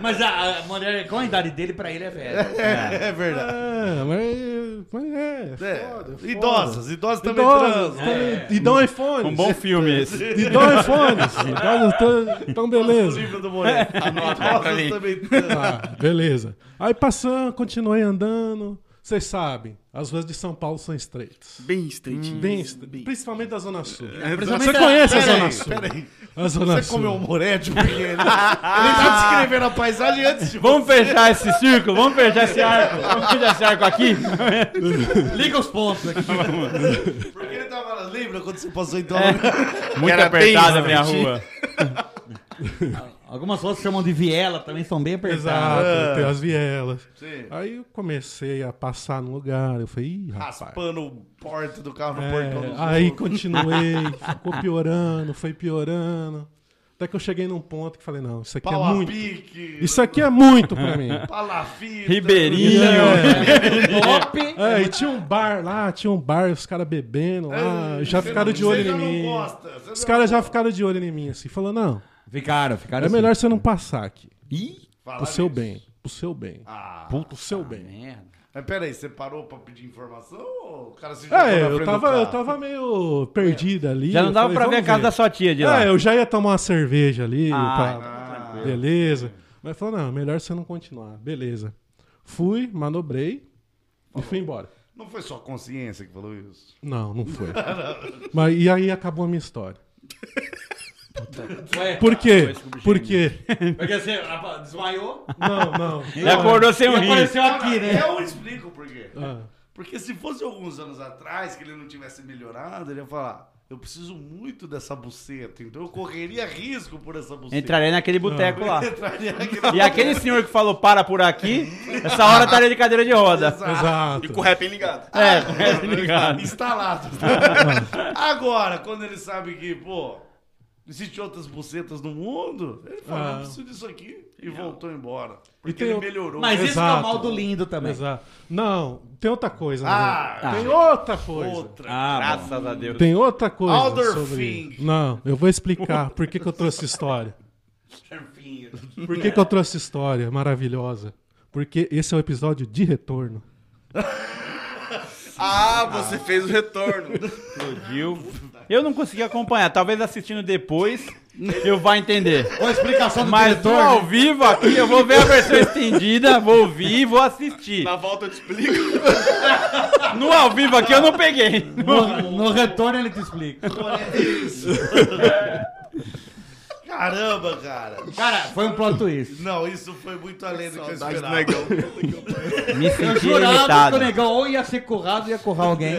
Speaker 7: Mas a, a mulher, com a idade dele, pra ele é velha.
Speaker 3: É verdade.
Speaker 6: É, mas, mas é.
Speaker 3: É.
Speaker 6: foda, foda.
Speaker 3: Idosas, idosas também
Speaker 6: Idosas, é.
Speaker 3: transam.
Speaker 6: também- E dão iPhones.
Speaker 8: Um bom filme esse.
Speaker 6: E dão iPhones. Idosas tão- Então,
Speaker 3: O
Speaker 6: beleza.
Speaker 3: livro do
Speaker 6: *laughs*
Speaker 3: Moreira. Idosas também transam.
Speaker 6: Tá, beleza. Aí passando, continuei andando. Vocês sabem, as ruas de São Paulo são estreitas.
Speaker 4: Bem estreitinho.
Speaker 6: Bem estre- Principalmente da Zona Sul. Você
Speaker 7: principalmente a-
Speaker 6: conhece a
Speaker 3: Pera
Speaker 6: Zona
Speaker 3: aí,
Speaker 6: Sul.
Speaker 3: pera aí.
Speaker 6: A Zona
Speaker 3: É. Você
Speaker 6: Sul.
Speaker 3: comeu um morete porque ele, ele tá descrevendo a paisagem antes de
Speaker 8: Vamos fechar esse círculo, vamos fechar esse arco, vamos fechar esse arco aqui.
Speaker 7: Liga os pontos aqui.
Speaker 3: Porque ele tava lá, lembra quando você passou então? *laughs*
Speaker 6: É.
Speaker 8: Muito apertada a minha rua.
Speaker 7: Algumas ruas chamam de viela, também são bem apertadas.
Speaker 6: Exato, Ah,
Speaker 3: É.
Speaker 6: tem as vielas. Aí eu comecei a passar no lugar. Eu falei, ih, rapaz.
Speaker 3: Raspando o porta do carro no
Speaker 6: É,
Speaker 3: portão dos
Speaker 6: aí
Speaker 3: outros. *laughs*
Speaker 6: continuei, ficou piorando, foi piorando. Até que eu cheguei num ponto que falei, não, isso aqui
Speaker 3: Pau
Speaker 6: é
Speaker 3: a
Speaker 6: muito.
Speaker 3: pique,
Speaker 6: Isso é aqui é muito
Speaker 3: *laughs*
Speaker 6: pra mim.
Speaker 3: palafita.
Speaker 8: Ribeirinho.
Speaker 7: Top!
Speaker 6: É, e tinha um bar lá, tinha um bar, os caras bebendo lá, Ah, já
Speaker 3: É, Você
Speaker 6: ficaram
Speaker 3: não-
Speaker 6: de olho
Speaker 3: você
Speaker 6: em
Speaker 3: já não
Speaker 6: mim.
Speaker 3: gosta, você
Speaker 6: Os
Speaker 3: já
Speaker 6: caras já ficaram de olho em mim, assim, falando, não,
Speaker 7: Ficaram, ficaram
Speaker 6: é
Speaker 7: assim.
Speaker 6: melhor você não passar aqui.
Speaker 7: Ih,
Speaker 3: Falar
Speaker 6: Pro seu
Speaker 3: nisso.
Speaker 6: bem, pro seu bem.
Speaker 3: Ah,
Speaker 6: Pro
Speaker 7: tá,
Speaker 6: seu
Speaker 7: né?
Speaker 6: bem.
Speaker 3: mas peraí, você parou pra pedir informação ou o cara se jogou
Speaker 6: É,
Speaker 3: na
Speaker 6: eu
Speaker 3: frente
Speaker 6: tava,
Speaker 3: do
Speaker 6: eu
Speaker 3: carro?
Speaker 6: tava meio perdida ali.
Speaker 8: Já não
Speaker 6: eu
Speaker 8: dava
Speaker 6: falei,
Speaker 8: pra ver a
Speaker 6: "Vamos
Speaker 8: casa da sua tia de lá.
Speaker 6: É, eu já ia tomar uma cerveja ali.
Speaker 8: Ah,
Speaker 6: pra- Beleza. Mas falou, não, melhor você não continuar. Beleza. Fui, manobrei e fui embora.
Speaker 3: Não foi só a consciência que falou isso?
Speaker 6: Não, não foi. Mas, e aí acabou a minha história. Por quê? Por quê? *laughs*
Speaker 7: porque você ah, desmaiou
Speaker 6: Não, não.
Speaker 8: Ele acordou sem um
Speaker 7: e
Speaker 8: rim.
Speaker 7: apareceu aqui, né?
Speaker 3: Eu explico por quê.
Speaker 6: Ah,
Speaker 3: Porque se fosse alguns anos atrás, que ele não tivesse melhorado, ele ia falar: eu preciso muito dessa buceta, então eu correria risco por essa buceta.
Speaker 8: Entrarei naquele boteco
Speaker 3: *laughs*
Speaker 8: lá.
Speaker 3: Entraria aqui
Speaker 7: Ah.
Speaker 8: E aquele senhor que falou para por aqui, essa hora estaria de cadeira de roda.
Speaker 6: exato.
Speaker 4: E com o rap ligado.
Speaker 8: É, é ligado.
Speaker 3: tá instalado. tá? Agora, quando ele sabe que, pô, existem outras bucetas no mundo, ele falou:
Speaker 6: Ah.
Speaker 3: eu preciso disso aqui. E voltou embora.
Speaker 6: E
Speaker 3: Porque
Speaker 6: tem
Speaker 3: ele
Speaker 6: o-
Speaker 3: melhorou.
Speaker 7: Mas isso é o
Speaker 6: Exato.
Speaker 7: mal do lindo também.
Speaker 6: Exato. Não, tem outra coisa.
Speaker 3: Ah,
Speaker 6: né? tem outra coisa.
Speaker 3: outra.
Speaker 7: Ah, bom.
Speaker 8: Graças a Deus.
Speaker 6: Tem outra coisa
Speaker 3: Alder
Speaker 6: sobre
Speaker 3: Fink.
Speaker 6: isso. Não, eu vou explicar por que, que eu trouxe história.
Speaker 3: Enfim,
Speaker 6: Por que, que eu trouxe história maravilhosa? Porque esse é o episódio de retorno.
Speaker 4: Ah, você fez o retorno.
Speaker 8: Explodiu. Eu não consegui acompanhar. Talvez assistindo depois eu vá entender.
Speaker 7: Ou a explicação do
Speaker 8: Mas
Speaker 7: diretor. né?
Speaker 8: tô um ao vivo aqui, eu vou ver a versão estendida, vou ouvir e vou assistir.
Speaker 4: Na volta eu te explico.
Speaker 8: No ao vivo aqui eu não peguei.
Speaker 7: No, no retorno ele te explica.
Speaker 3: olha isso. *laughs* Caramba, cara.
Speaker 7: Cara, foi um plot twist.
Speaker 3: Não, isso foi muito além do que eu
Speaker 4: Saudade do
Speaker 3: esperava.
Speaker 4: negão.
Speaker 8: Me
Speaker 7: Eu
Speaker 8: senti
Speaker 7: jurava que o
Speaker 8: limitado.
Speaker 7: negão ou ia ser currado ou ia currar alguém.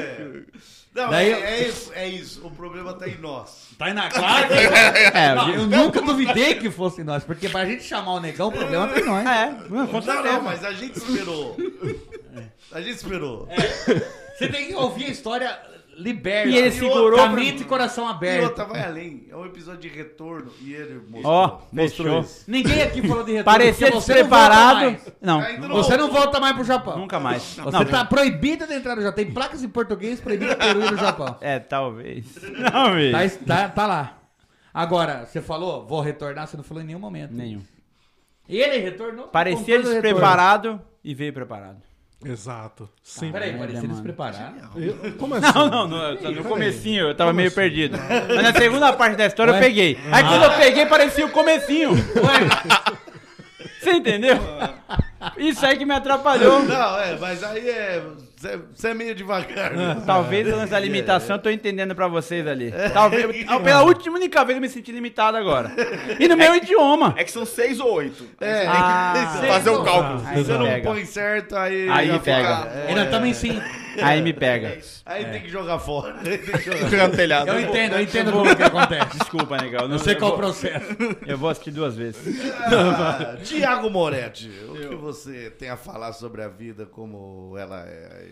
Speaker 3: Não,
Speaker 7: Daí
Speaker 3: é,
Speaker 7: eu-
Speaker 3: é isso, é isso. O problema tá em nós.
Speaker 7: Tá aí na cara. que-
Speaker 8: *laughs* É,
Speaker 7: Não, eu nunca duvidei que fosse nós, porque pra gente chamar o negão, o problema tem nós.
Speaker 8: é, com
Speaker 3: Não, não,
Speaker 8: certeza.
Speaker 3: mas a gente esperou. A gente esperou.
Speaker 7: Você tem que ouvir a história liberta.
Speaker 8: E ele segurou
Speaker 7: Com a
Speaker 8: pra-
Speaker 7: mente e coração
Speaker 3: E
Speaker 7: aberto.
Speaker 3: outra, vai além. É um episódio de retorno e ele mostrou.
Speaker 8: Ó,
Speaker 3: mostrou
Speaker 8: fechou.
Speaker 3: isso.
Speaker 7: Ninguém aqui falou de retorno.
Speaker 8: Parecia
Speaker 7: porque você não volta
Speaker 8: despreparado.
Speaker 7: mais.
Speaker 8: Não,
Speaker 3: Ainda
Speaker 7: Você não volta mais pro Japão.
Speaker 8: nunca mais.
Speaker 7: Você
Speaker 8: Não,
Speaker 7: tá proibido de entrar no Japão. Tem placas em português proibido de Peru e no Japão.
Speaker 8: É, talvez. *laughs* Não, mesmo.
Speaker 7: Tá, tá, tá lá. Agora, você falou, vou retornar, você não falou em nenhum momento.
Speaker 8: Nenhum.
Speaker 7: E ele retornou. com
Speaker 8: Parecia
Speaker 7: todo o
Speaker 8: despreparado e veio preparado.
Speaker 6: Exato.
Speaker 7: retorno.
Speaker 6: Sempre.
Speaker 7: Peraí, parecia
Speaker 8: é mano.
Speaker 7: despreparado.
Speaker 6: Eu- como assim?
Speaker 8: Não, não, no, no
Speaker 6: peraí.
Speaker 8: comecinho eu tava meio perdido. Mas na segunda parte da história eu peguei. Aí quando eu peguei parecia o comecinho. Você entendeu? Isso aí que me atrapalhou.
Speaker 3: Não, é, mas aí é. Você é meio devagar.
Speaker 8: Ah,
Speaker 3: né?
Speaker 8: Talvez o lance da limitação eu tô entendendo pra vocês ali. Talvez, pela última única vez eu me senti limitado agora. E no meu idioma.
Speaker 4: É que são seis ou oito.
Speaker 3: É,
Speaker 8: Ah,
Speaker 4: Fazer o cálculo.
Speaker 8: Aí
Speaker 3: você não
Speaker 8: pega.
Speaker 3: põe certo, aí.
Speaker 8: Aí
Speaker 3: já
Speaker 8: pega.
Speaker 3: fica- é,
Speaker 7: Ainda também sim.
Speaker 8: Aí me pega.
Speaker 7: É.
Speaker 3: aí tem que jogar fora. *laughs* Aí tem que jogar
Speaker 4: Jogar no telhado.
Speaker 3: Tá
Speaker 7: Eu entendo, eu entendo como que acontece.
Speaker 8: Desculpa, negão. Não
Speaker 7: Eu sei qual o
Speaker 8: vou,
Speaker 7: processo.
Speaker 8: eu vou assistir duas vezes.
Speaker 3: fora. Tiago Ah, Moretti, o que você tem a falar sobre a vida como ela é?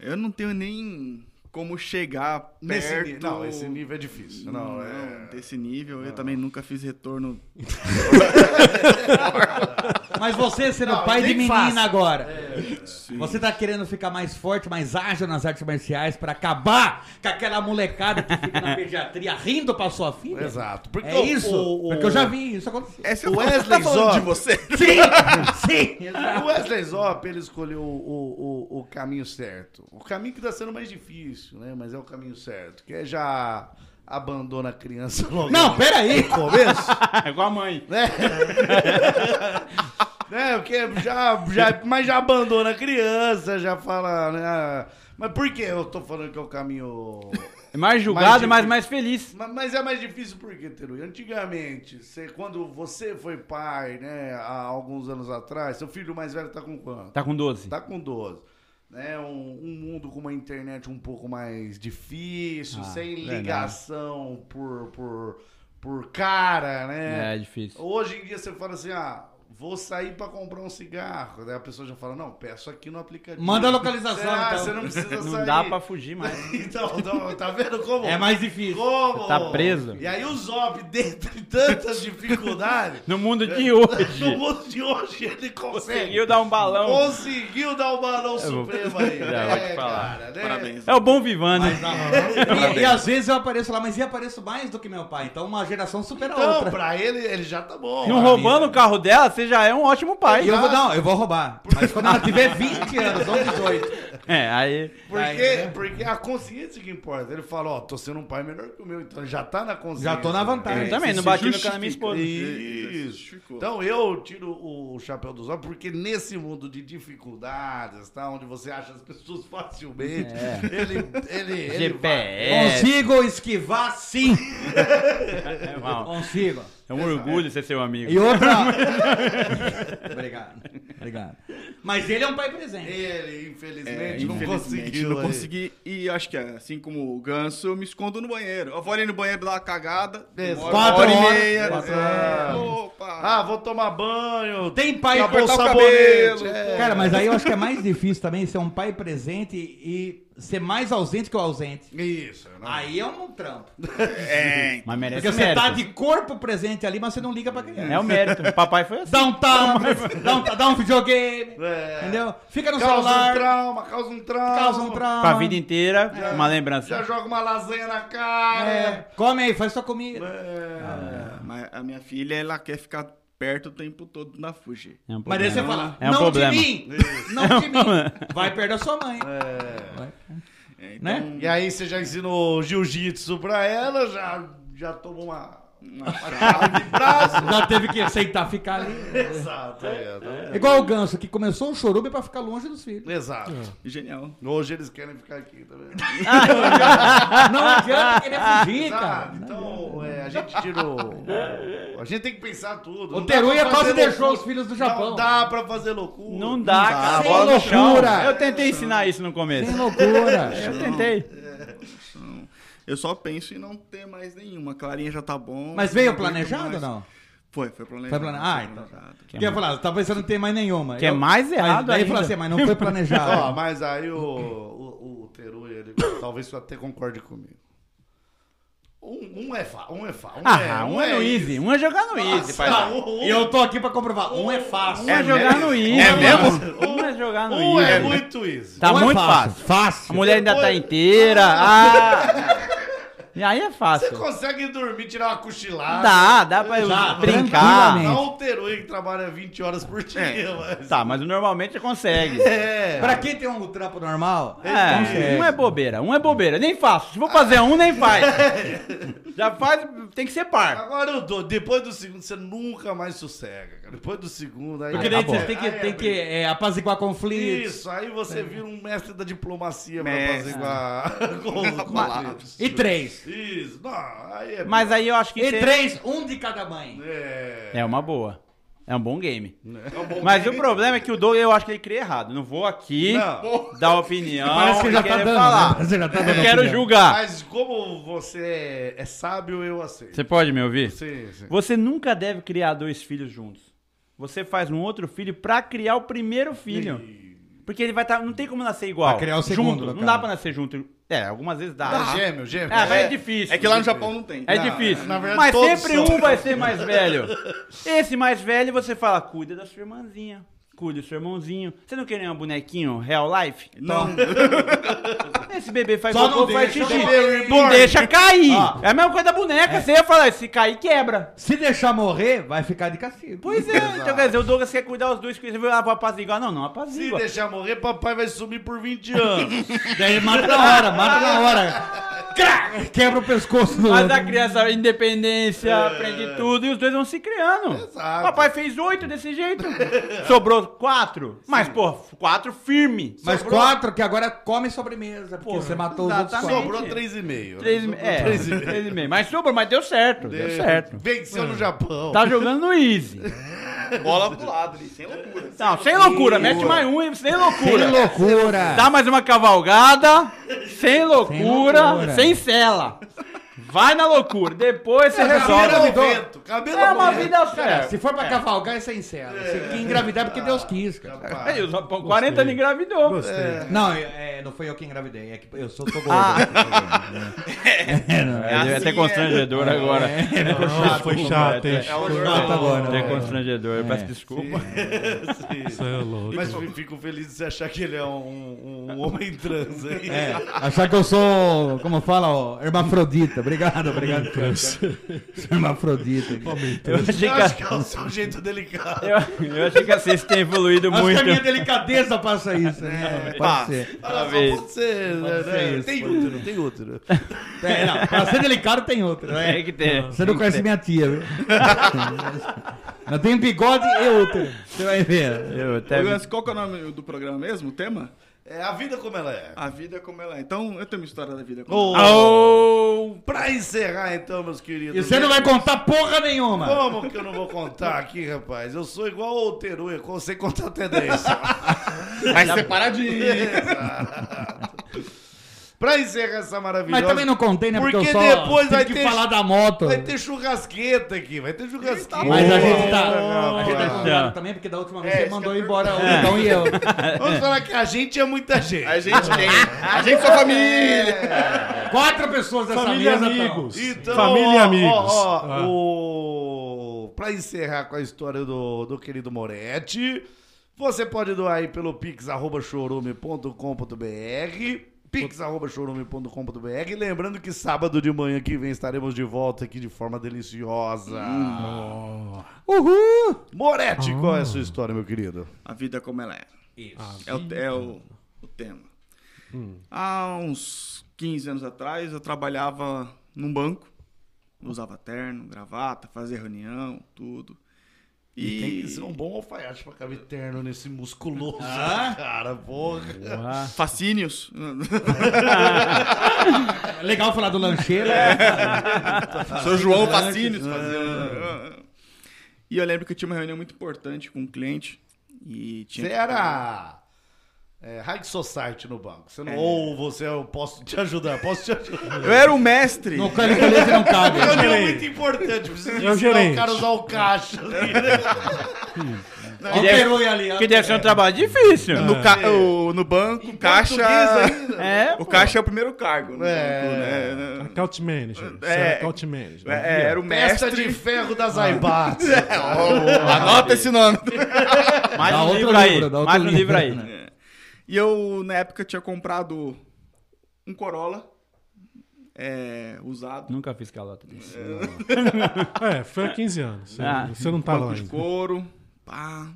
Speaker 4: Eu não tenho nem como chegar perto...
Speaker 3: Nesse, ni- não, esse nível é difícil. Não, é.
Speaker 4: desse nível. Eu também nunca fiz retorno.
Speaker 7: Mas você sendo pai de
Speaker 3: nem É.
Speaker 7: menina
Speaker 3: faço.
Speaker 7: agora, você tá querendo ficar mais forte, mais ágil nas artes marciais pra acabar com aquela molecada que fica na pediatria rindo pra sua filha?
Speaker 3: Exato. é Porque
Speaker 7: É
Speaker 3: o-
Speaker 7: isso?
Speaker 3: o- o-
Speaker 7: Porque eu já vi isso acontecer.
Speaker 4: Essa é
Speaker 3: O
Speaker 4: Wesley
Speaker 3: Wesley Zop,
Speaker 7: Sim! Sim!
Speaker 3: o Wesley Zop, ele escolheu o, o, o caminho certo. O caminho que tá sendo mais difícil, né? Mas é o caminho certo. Que é já abandona a criança *laughs* logo.
Speaker 7: Não, peraí!
Speaker 3: no começo.
Speaker 8: Ah, igual a mãe.
Speaker 3: né? *laughs* né? Porque já, já, mas já abandona a criança, já fala, né? ah, Mas por que eu tô falando que é o caminho.
Speaker 8: É mais julgado,
Speaker 3: Mais
Speaker 8: mas mais feliz.
Speaker 3: Ma- Mas é mais difícil por quê, Teru? Antigamente, você, quando você foi pai, né, há alguns anos atrás, seu filho mais velho tá com quanto?
Speaker 8: Tá com 12.
Speaker 3: Tá com 12. Né, um, um mundo com uma internet um pouco mais difícil,
Speaker 8: Ah,
Speaker 3: sem ligação por, por, por cara, né?
Speaker 8: É, difícil.
Speaker 3: Hoje em dia você fala assim, ah, vou sair pra comprar um cigarro. Daí a pessoa já fala, não, peço aqui no aplicativo.
Speaker 7: Manda a localização,
Speaker 3: Ah,
Speaker 7: então.
Speaker 3: você não precisa sair.
Speaker 8: Não dá pra fugir mais.
Speaker 3: *laughs* Então, não, tá vendo como?
Speaker 7: É mais difícil.
Speaker 3: Como?
Speaker 8: Tá preso.
Speaker 3: E aí o Zob, dentro de tantas
Speaker 8: *laughs*
Speaker 3: dificuldades,
Speaker 8: No mundo de
Speaker 3: *laughs* no
Speaker 8: hoje.
Speaker 3: mundo de hoje ele consegue.
Speaker 8: Conseguiu dar um balão.
Speaker 3: Conseguiu dar o balão
Speaker 8: vou-
Speaker 3: supremo aí.
Speaker 8: Não, vou te
Speaker 3: É,
Speaker 8: falar.
Speaker 3: cara, né?
Speaker 4: Parabéns.
Speaker 8: É o bom vivano. hein?
Speaker 7: E, e às vezes eu apareço lá, mas e apareço mais do que meu pai. Então uma geração supera a
Speaker 3: Então,
Speaker 7: outra.
Speaker 3: pra ele, ele já tá bom.
Speaker 8: Não roubando o carro dela, você já é um ótimo pai.
Speaker 7: E eu vou, não, eu vou roubar. Mas quando ela tiver 20 anos, ou 18.
Speaker 8: É, aí.
Speaker 3: Porque, porque a consciência que importa. Ele fala, ó, tô sendo um pai melhor que o meu, então já tá na consciência.
Speaker 7: Já tô na vantagem.
Speaker 8: Eu também,
Speaker 7: Se
Speaker 8: não
Speaker 7: se
Speaker 8: bati no
Speaker 7: justifica.
Speaker 8: cara da minha esposa.
Speaker 3: Isso. Então eu tiro o chapéu dos olhos, porque nesse mundo de dificuldades, tá? Onde você acha as pessoas facilmente, ele, ele, ele vai.
Speaker 8: GPS.
Speaker 7: Consigo esquivar sim.
Speaker 8: É, mal.
Speaker 7: Consigo.
Speaker 8: É um orgulho ser seu amigo.
Speaker 7: E outra. *laughs* obrigado, obrigado. Mas ele é um pai presente.
Speaker 3: Ele, infelizmente,
Speaker 4: É,
Speaker 3: não
Speaker 4: infelizmente,
Speaker 3: conseguiu. é.
Speaker 4: não
Speaker 3: aí.
Speaker 4: consegui. E acho que é, assim como o ganso, eu me escondo no banheiro. Eu vou ali no banheiro dar uma cagada.
Speaker 7: É.
Speaker 3: Beleza.
Speaker 4: demora
Speaker 3: Quatro
Speaker 4: uma hora
Speaker 3: horas.
Speaker 4: e meia.
Speaker 3: Quatro
Speaker 4: É,
Speaker 3: horas.
Speaker 4: opa!
Speaker 3: Ah, vou tomar banho.
Speaker 7: Tem pai
Speaker 3: Acabou o
Speaker 7: presente.
Speaker 3: sabonete. é.
Speaker 7: Cara, mas aí eu acho que é mais difícil também ser um pai presente e ser mais ausente que o ausente.
Speaker 3: Isso. não.
Speaker 7: Aí é um trampo. *laughs*
Speaker 4: É,
Speaker 8: Mas merece
Speaker 7: Porque você
Speaker 8: mérito.
Speaker 7: tá de corpo presente ali, mas você não liga pra criança.
Speaker 8: É
Speaker 7: *laughs*
Speaker 8: o mérito. O papai foi assim.
Speaker 7: Dá um tablet, dá um, dá um videogame,
Speaker 3: É.
Speaker 7: entendeu? Fica no
Speaker 3: Causa um
Speaker 7: celular,
Speaker 3: trauma, causa um trauma.
Speaker 7: causa um trauma.
Speaker 8: Pra vida inteira, uma lembrança.
Speaker 3: Já joga uma lasanha na cara. É.
Speaker 7: É, come aí, faz sua comida.
Speaker 4: Ah, mas a minha filha, ela quer ficar perto o tempo todo na Fuji.
Speaker 8: É um
Speaker 7: Mas daí
Speaker 8: problema.
Speaker 7: você fala,
Speaker 8: É um
Speaker 7: não
Speaker 8: problema. É um
Speaker 7: de mim, não de mim. Vai perder a sua mãe,
Speaker 4: É, então,
Speaker 7: né?
Speaker 3: E aí você já ensinou jiu-jitsu pra ela, já, já tomou uma, uma de braço.
Speaker 7: *laughs* Já teve que aceitar ficar ali.
Speaker 3: Exato, é, tá vendo?
Speaker 7: Igual o Ganso, que começou o chorume pra ficar longe dos filhos.
Speaker 3: Exato.
Speaker 4: Genial.
Speaker 3: Hoje eles querem ficar aqui, tá vendo?
Speaker 7: *laughs* Não adianta querer fugir,
Speaker 3: Exato.
Speaker 7: cara.
Speaker 3: Ah, Então, é, a
Speaker 4: *laughs*
Speaker 3: gente tirou. A gente tem que pensar tudo.
Speaker 7: O
Speaker 3: Não dá pra
Speaker 7: Teruya quase
Speaker 3: fazer
Speaker 7: deixou
Speaker 3: loucura.
Speaker 7: os filhos
Speaker 3: Não
Speaker 7: do Japão.
Speaker 3: dá pra fazer loucura.
Speaker 8: Não dá, cara.
Speaker 7: Sem
Speaker 8: Bola no chão.
Speaker 7: loucura.
Speaker 8: Eu tentei ensinar isso no começo.
Speaker 7: Sem loucura.
Speaker 3: É.
Speaker 8: Eu tentei.
Speaker 4: Então, eu só penso em não ter mais nenhuma. Clarinha já tá bom.
Speaker 7: Mas veio
Speaker 4: não aguento
Speaker 7: planejado ou
Speaker 4: mais.
Speaker 7: não?
Speaker 4: Foi, foi planejado.
Speaker 7: Foi planejado. Ah, então tá. Porque eu falar, talvez você não tenha mais nenhuma.
Speaker 8: Que é mais errado
Speaker 7: Aí
Speaker 8: ainda.
Speaker 7: falou assim, mas não foi
Speaker 3: Ó,
Speaker 7: planejado.
Speaker 3: mas aí o, o, o Teruya, ele *coughs* talvez você até concorde comigo. Um, um é fa, um é fa. Um
Speaker 8: Ah, um é no easy. Um é jogar no easy, pai.
Speaker 3: Nossa, um-
Speaker 7: E eu tô aqui pra comprovar. Um é fácil.
Speaker 8: Um é jogar no easy. É mesmo? Um é
Speaker 7: tá
Speaker 8: jogar no
Speaker 3: Um é
Speaker 8: easy.
Speaker 3: muito easy.
Speaker 8: Tá
Speaker 7: Um é
Speaker 8: muito fácil. A
Speaker 7: Fácil.
Speaker 8: mulher ainda tá
Speaker 3: Depois-
Speaker 8: inteira. Ah! E aí é
Speaker 3: Você
Speaker 8: fácil.
Speaker 3: consegue dormir, tirar uma cochilada.
Speaker 8: Dá, dá pra
Speaker 7: Tá Dá,
Speaker 8: brincar.
Speaker 7: tranquilamente.
Speaker 3: Não o Teruya que trabalha 20 horas por dia,
Speaker 4: É.
Speaker 3: mas...
Speaker 8: Tá, mas normalmente consegue.
Speaker 3: É.
Speaker 7: Pra quem tem um trampo normal,
Speaker 8: É, um é bobeira, um é bobeira. Nem faço. Se for fazer um, nem faz. Já faz, tem que ser par.
Speaker 3: Agora eu dou. Depois do segundo, você nunca mais sossega, cara. Depois do segundo, aí.
Speaker 7: Porque daí
Speaker 3: Acabou.
Speaker 7: vocês têm que,
Speaker 3: Aí
Speaker 7: tem
Speaker 3: abre.
Speaker 7: que é, apaziguar conflitos.
Speaker 3: Isso, aí você
Speaker 8: É.
Speaker 3: vira um mestre da diplomacia
Speaker 4: Mestre.
Speaker 3: pra fazer com a- *laughs* com
Speaker 4: Mas-
Speaker 3: os
Speaker 7: E três.
Speaker 3: Isso, não, aí é.
Speaker 8: Mas aí eu acho que.
Speaker 7: E
Speaker 8: tem-
Speaker 7: três, um de cada mãe.
Speaker 3: É. um
Speaker 8: É uma boa. É um bom game. *laughs* Mas o problema é que o Doug, eu acho que ele cria errado. Não vou aqui
Speaker 3: Não.
Speaker 8: dar opinião.
Speaker 7: Parece que
Speaker 8: e
Speaker 7: já tá
Speaker 8: querer
Speaker 7: dando.
Speaker 6: Ah,
Speaker 8: falar.
Speaker 7: né? Você já tá
Speaker 8: Eu
Speaker 7: dando
Speaker 8: quero
Speaker 7: opinião.
Speaker 8: julgar.
Speaker 3: Mas como você é sábio, eu aceito.
Speaker 8: Você pode me ouvir?
Speaker 3: Sim, sim.
Speaker 8: Você nunca deve criar dois filhos juntos. Você faz um outro filho pra criar o primeiro filho. Porque ele vai estar. não tem como nascer igual.
Speaker 7: Pra criar o segundo,
Speaker 8: junto.
Speaker 7: no
Speaker 8: Não
Speaker 7: caso.
Speaker 8: dá pra nascer junto. É, algumas vezes dá.
Speaker 3: Ah, gêmeo, gêmeo.
Speaker 8: É, mas é difícil.
Speaker 4: É que lá no Japão não tem.
Speaker 8: É difícil.
Speaker 3: na verdade,
Speaker 8: Mas
Speaker 3: todos
Speaker 8: sempre
Speaker 3: são.
Speaker 8: um vai ser mais velho. Esse mais velho, você fala, cuida da sua irmãzinha. Cuida do seu irmãozinho. Você não quer nenhum bonequinho real life?
Speaker 4: Não.
Speaker 8: Esse bebê faz
Speaker 7: Só
Speaker 8: cocô,
Speaker 7: não
Speaker 8: faz
Speaker 7: deixa,
Speaker 8: xixi.
Speaker 7: só
Speaker 8: Não deixa cair.
Speaker 7: Ó.
Speaker 8: É a mesma coisa da boneca. Você ia falar, "Ah, se cair, quebra.
Speaker 7: Se deixar morrer, vai ficar de castigo.
Speaker 8: Pois é. Então, quer dizer, o Douglas quer cuidar os dois. Você vai lá pra "Ah, apaziguar. Não, não
Speaker 3: Se
Speaker 8: apazigua.
Speaker 3: deixar morrer, papai vai sumir por 20 anos.
Speaker 7: é. Daí mata na hora, mata na hora. Crac! Quebra o pescoço do
Speaker 8: Mas
Speaker 7: outro.
Speaker 8: a criança, independência, aprende tudo e os dois vão se criando.
Speaker 3: Exato.
Speaker 8: Papai fez oito desse jeito. Sobrou quatro. Mas, pô, quatro firme.
Speaker 7: Mas
Speaker 8: Sobrou
Speaker 7: quatro que agora come sobremesa, porque você matou os
Speaker 8: exatamente.
Speaker 7: outros
Speaker 3: Sobrou 3,5.
Speaker 8: Três,
Speaker 3: né? Sobrou
Speaker 8: é,
Speaker 3: três
Speaker 8: três
Speaker 3: e
Speaker 8: e
Speaker 3: meio.
Speaker 8: meio. Mas sobrou, mas deu certo. Deu certo.
Speaker 3: Venceu
Speaker 7: Hum.
Speaker 3: no Japão.
Speaker 8: Tá jogando no easy.
Speaker 4: Bola do lado ali, sem loucura.
Speaker 8: Não, sem loucura. Mete mais um e sem loucura.
Speaker 7: quatro. loucura.
Speaker 8: É. Dá mais uma cavalgada, sem loucura,
Speaker 7: loucura.
Speaker 8: sem cela. Vai na loucura, depois
Speaker 7: É,
Speaker 8: você
Speaker 3: É Cabelo
Speaker 8: resolve.
Speaker 3: ao vento. Cabelo
Speaker 8: É
Speaker 3: ao *laughs*
Speaker 8: uma
Speaker 3: vento.
Speaker 8: vida
Speaker 7: Cara,
Speaker 8: certa.
Speaker 7: se for pra cavalgar, é sem cela. Se quer engravidar, é porque Deus quis, cara.
Speaker 3: Rapaz.
Speaker 8: Aí, o Japão 40 anos engravidou.
Speaker 6: Gostei.
Speaker 7: Não, é, não foi eu que engravidei. É que eu sou tô gordo. *laughs*
Speaker 8: É,
Speaker 4: assim,
Speaker 8: até
Speaker 4: é.
Speaker 8: constrangedor agora.
Speaker 6: Não, foi chato, hein?
Speaker 4: É o
Speaker 7: Ah, é. tá
Speaker 4: normal.
Speaker 7: bom,
Speaker 8: Até
Speaker 7: né?
Speaker 8: constrangedor, eu peço desculpa.
Speaker 7: é
Speaker 6: Isso é louco.
Speaker 3: Mas eu fico feliz de você achar que ele é um, um- um homem trans. hein?
Speaker 7: É, achar que eu sou, como fala, ó, hermafrodita. Obrigado, obrigado. cara. Sou hermafrodita.
Speaker 8: Eu achei
Speaker 3: Eu acho
Speaker 8: que,
Speaker 3: que é o seu jeito delicado.
Speaker 8: eu, eu achei que a ciência tem evoluído
Speaker 7: Acho
Speaker 8: muito.
Speaker 7: que a minha delicadeza passa isso, né?
Speaker 3: É,
Speaker 7: Pode
Speaker 4: passa.
Speaker 7: ser.
Speaker 3: Ela Ah, só
Speaker 8: vez.
Speaker 3: pode ser, né,
Speaker 7: Pode ser
Speaker 3: né?
Speaker 7: isso,
Speaker 3: Tem
Speaker 7: pode
Speaker 3: útero, tem útero.
Speaker 7: É, não, pra ser delicado tem outra. né?
Speaker 8: É que tem.
Speaker 7: Você não conhece minha tia, viu? Ela tem um bigode e útero. Você vai ver.
Speaker 8: Eu até...
Speaker 4: Ô, Ganso, qual que é o nome do programa mesmo? O tema?
Speaker 3: É a vida como ela é.
Speaker 7: Ah.
Speaker 4: A vida é como ela é. Então, eu tenho uma história da vida como
Speaker 3: Oh.
Speaker 4: ela é.
Speaker 3: Pra encerrar então, meus queridos.
Speaker 7: E você não vai contar porra nenhuma.
Speaker 3: Como que eu não vou contar aqui, rapaz? Eu sou igual ao Teru, eu sei contar até 10.
Speaker 7: *laughs*
Speaker 4: Mas separadinho.
Speaker 3: pra encerrar essa maravilhosa...
Speaker 7: Mas também não contei, né? Porque,
Speaker 3: Porque
Speaker 7: eu só
Speaker 3: depois
Speaker 7: tive
Speaker 3: vai
Speaker 7: que
Speaker 3: ter-
Speaker 7: falar da moto.
Speaker 3: Vai ter churrasqueta aqui, vai ter
Speaker 4: Tá
Speaker 3: churrasqueta.
Speaker 7: Mas a gente
Speaker 3: Não,
Speaker 7: tá. *laughs* A gente tá
Speaker 3: rapaz.
Speaker 7: convidado também, porque da última vez
Speaker 4: É,
Speaker 7: você
Speaker 4: isso
Speaker 7: mandou
Speaker 4: que eu
Speaker 7: embora o Lucão e eu.
Speaker 3: Vamos falar que a gente é muita gente. É.
Speaker 4: A gente tem. A gente sua família.
Speaker 7: Quatro pessoas dessa
Speaker 6: Família
Speaker 7: mesa. tá.
Speaker 6: amigos.
Speaker 3: Então,
Speaker 6: Família e
Speaker 3: ó,
Speaker 6: amigos.
Speaker 3: Ó, ó,
Speaker 6: Ah.
Speaker 3: o... Pra encerrar com a história do, do querido Moretti, você pode doar aí pelo pix.chorume.com.br pix.chorume.com.br Lembrando que sábado de manhã que vem estaremos de volta aqui de forma deliciosa.
Speaker 6: Hum.
Speaker 7: Uhul!
Speaker 3: Moretti, qual é a sua história, meu querido?
Speaker 4: A vida é como ela é. Isso. É o, é o, o tema. Há uns 15 anos atrás, eu trabalhava num banco. Usava terno, gravata, fazia reunião, tudo. E,
Speaker 3: Tem que ser um bom alfaiate pra caber terno nesse musculoso,
Speaker 4: Ah?
Speaker 3: *laughs* cara, porra. *laughs*
Speaker 4: fascínios.
Speaker 7: É Legal falar do
Speaker 4: *laughs*
Speaker 7: lancheiro. né?
Speaker 4: Seu João Fascínios fazia. é. E eu lembro que eu tinha uma reunião muito importante com um cliente. E tinha
Speaker 3: Você
Speaker 4: que-
Speaker 3: era é, High Society no banco. Você
Speaker 4: É.
Speaker 3: não, Ou você, eu posso te ajudar, posso te
Speaker 6: É.
Speaker 3: ajudar.
Speaker 4: Eu era o mestre.
Speaker 7: No canelete não cabe.
Speaker 3: É uma reunião muito importante, precisa
Speaker 6: É o
Speaker 3: ensinar o
Speaker 6: gerente.
Speaker 3: cara a usar o
Speaker 6: *laughs*
Speaker 3: caixa. ali, né?
Speaker 7: Ó
Speaker 6: é
Speaker 7: o peroi ali, ó.
Speaker 8: Que deve ser um trabalho difícil.
Speaker 4: No, ca- o- no banco, caixa.
Speaker 3: português ainda.
Speaker 8: É,
Speaker 4: *laughs* O caixa é o primeiro cargo. no
Speaker 3: É.
Speaker 4: banco, né?
Speaker 6: Account manager. Você
Speaker 4: É.
Speaker 6: era account manager. né?
Speaker 4: É, é, era o
Speaker 3: Mestre
Speaker 4: mestre. É,
Speaker 3: de ferro
Speaker 4: *laughs*
Speaker 3: das Aibats.
Speaker 4: Anota esse nome.
Speaker 8: mais
Speaker 7: Dá
Speaker 8: um
Speaker 7: outro
Speaker 8: livro aí.
Speaker 7: livro, dá outro
Speaker 8: Mais um livro aí.
Speaker 7: livro.
Speaker 4: E eu, na época, tinha comprado um Corolla é, usado.
Speaker 8: Nunca fiz calota desse.
Speaker 6: É, foi há 15 anos. Você,
Speaker 8: Ah.
Speaker 6: você não tá
Speaker 4: Banco
Speaker 6: lá
Speaker 4: de
Speaker 6: ainda.
Speaker 4: couro, Pá.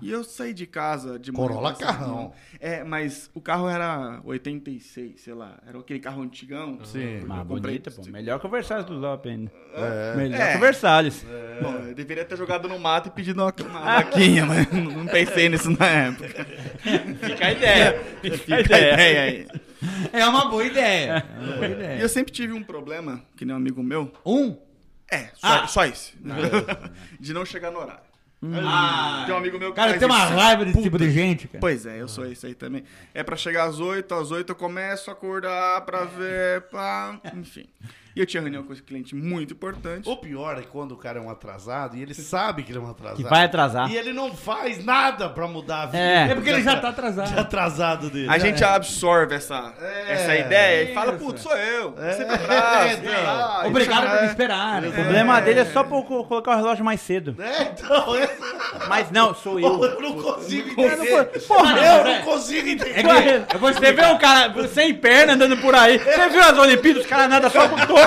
Speaker 4: E eu saí de casa de manhã
Speaker 3: Corolla
Speaker 4: pra essa
Speaker 3: carrão.
Speaker 4: reunião. É, mas o carro era 86, sei lá. Era aquele carro antigão. Sim.
Speaker 8: Mas bonita, pô. Melhor que o Versalhes do Zop ainda.
Speaker 3: É.
Speaker 8: Melhor
Speaker 4: É.
Speaker 8: que o Versalhes.
Speaker 4: Bom, eu deveria ter jogado no mato e pedido uma, uma *laughs* vaquinha, mas não não pensei nisso na época.
Speaker 8: Fica a ideia. Fica a
Speaker 4: Fica a *laughs*
Speaker 8: ideia.
Speaker 4: ideia aí.
Speaker 7: É uma boa ideia. É uma boa
Speaker 4: E
Speaker 7: ideia.
Speaker 4: eu sempre tive um problema, que nem um amigo meu.
Speaker 7: Um?
Speaker 4: É, só, só esse. *laughs* de não chegar no horário. Ah, tem um amigo meu que
Speaker 7: Cara,
Speaker 4: faz
Speaker 7: tem uma
Speaker 4: isso.
Speaker 7: raiva desse tipo de gente, cara.
Speaker 4: Pois é, eu sou esse aí também. É pra chegar às 8, às 8 eu começo a acordar pra ver, pá, enfim. E eu tinha reunião com esse cliente muito importante.
Speaker 3: O pior é quando o cara é um atrasado e ele sabe que ele é um atrasado.
Speaker 8: Que vai atrasar.
Speaker 3: E ele não faz nada pra mudar a vida.
Speaker 8: É. É
Speaker 7: porque ele já tá atrasado.
Speaker 3: De atrasado dele.
Speaker 4: A gente absorve essa,
Speaker 3: É.
Speaker 4: essa ideia e
Speaker 7: Isso.
Speaker 4: fala, putz, sou eu.
Speaker 3: É.
Speaker 4: Sempre atraso.
Speaker 3: É, então.
Speaker 4: Ah,
Speaker 7: Obrigado
Speaker 4: isso
Speaker 7: por me
Speaker 4: é-
Speaker 7: esperar. né?
Speaker 8: O problema dele é só por co- colocar o relógio mais cedo.
Speaker 3: É, então, eu,
Speaker 8: Mas não, sou eu.
Speaker 3: eu não consigo
Speaker 8: Eu não
Speaker 3: entender.
Speaker 8: co- Porra,
Speaker 3: Eu
Speaker 8: eu
Speaker 3: não consigo entender.
Speaker 8: Eu vou Você vê um cara sem perna andando por aí. Você viu as Olimpíadas? Os caras nadam só com o topo.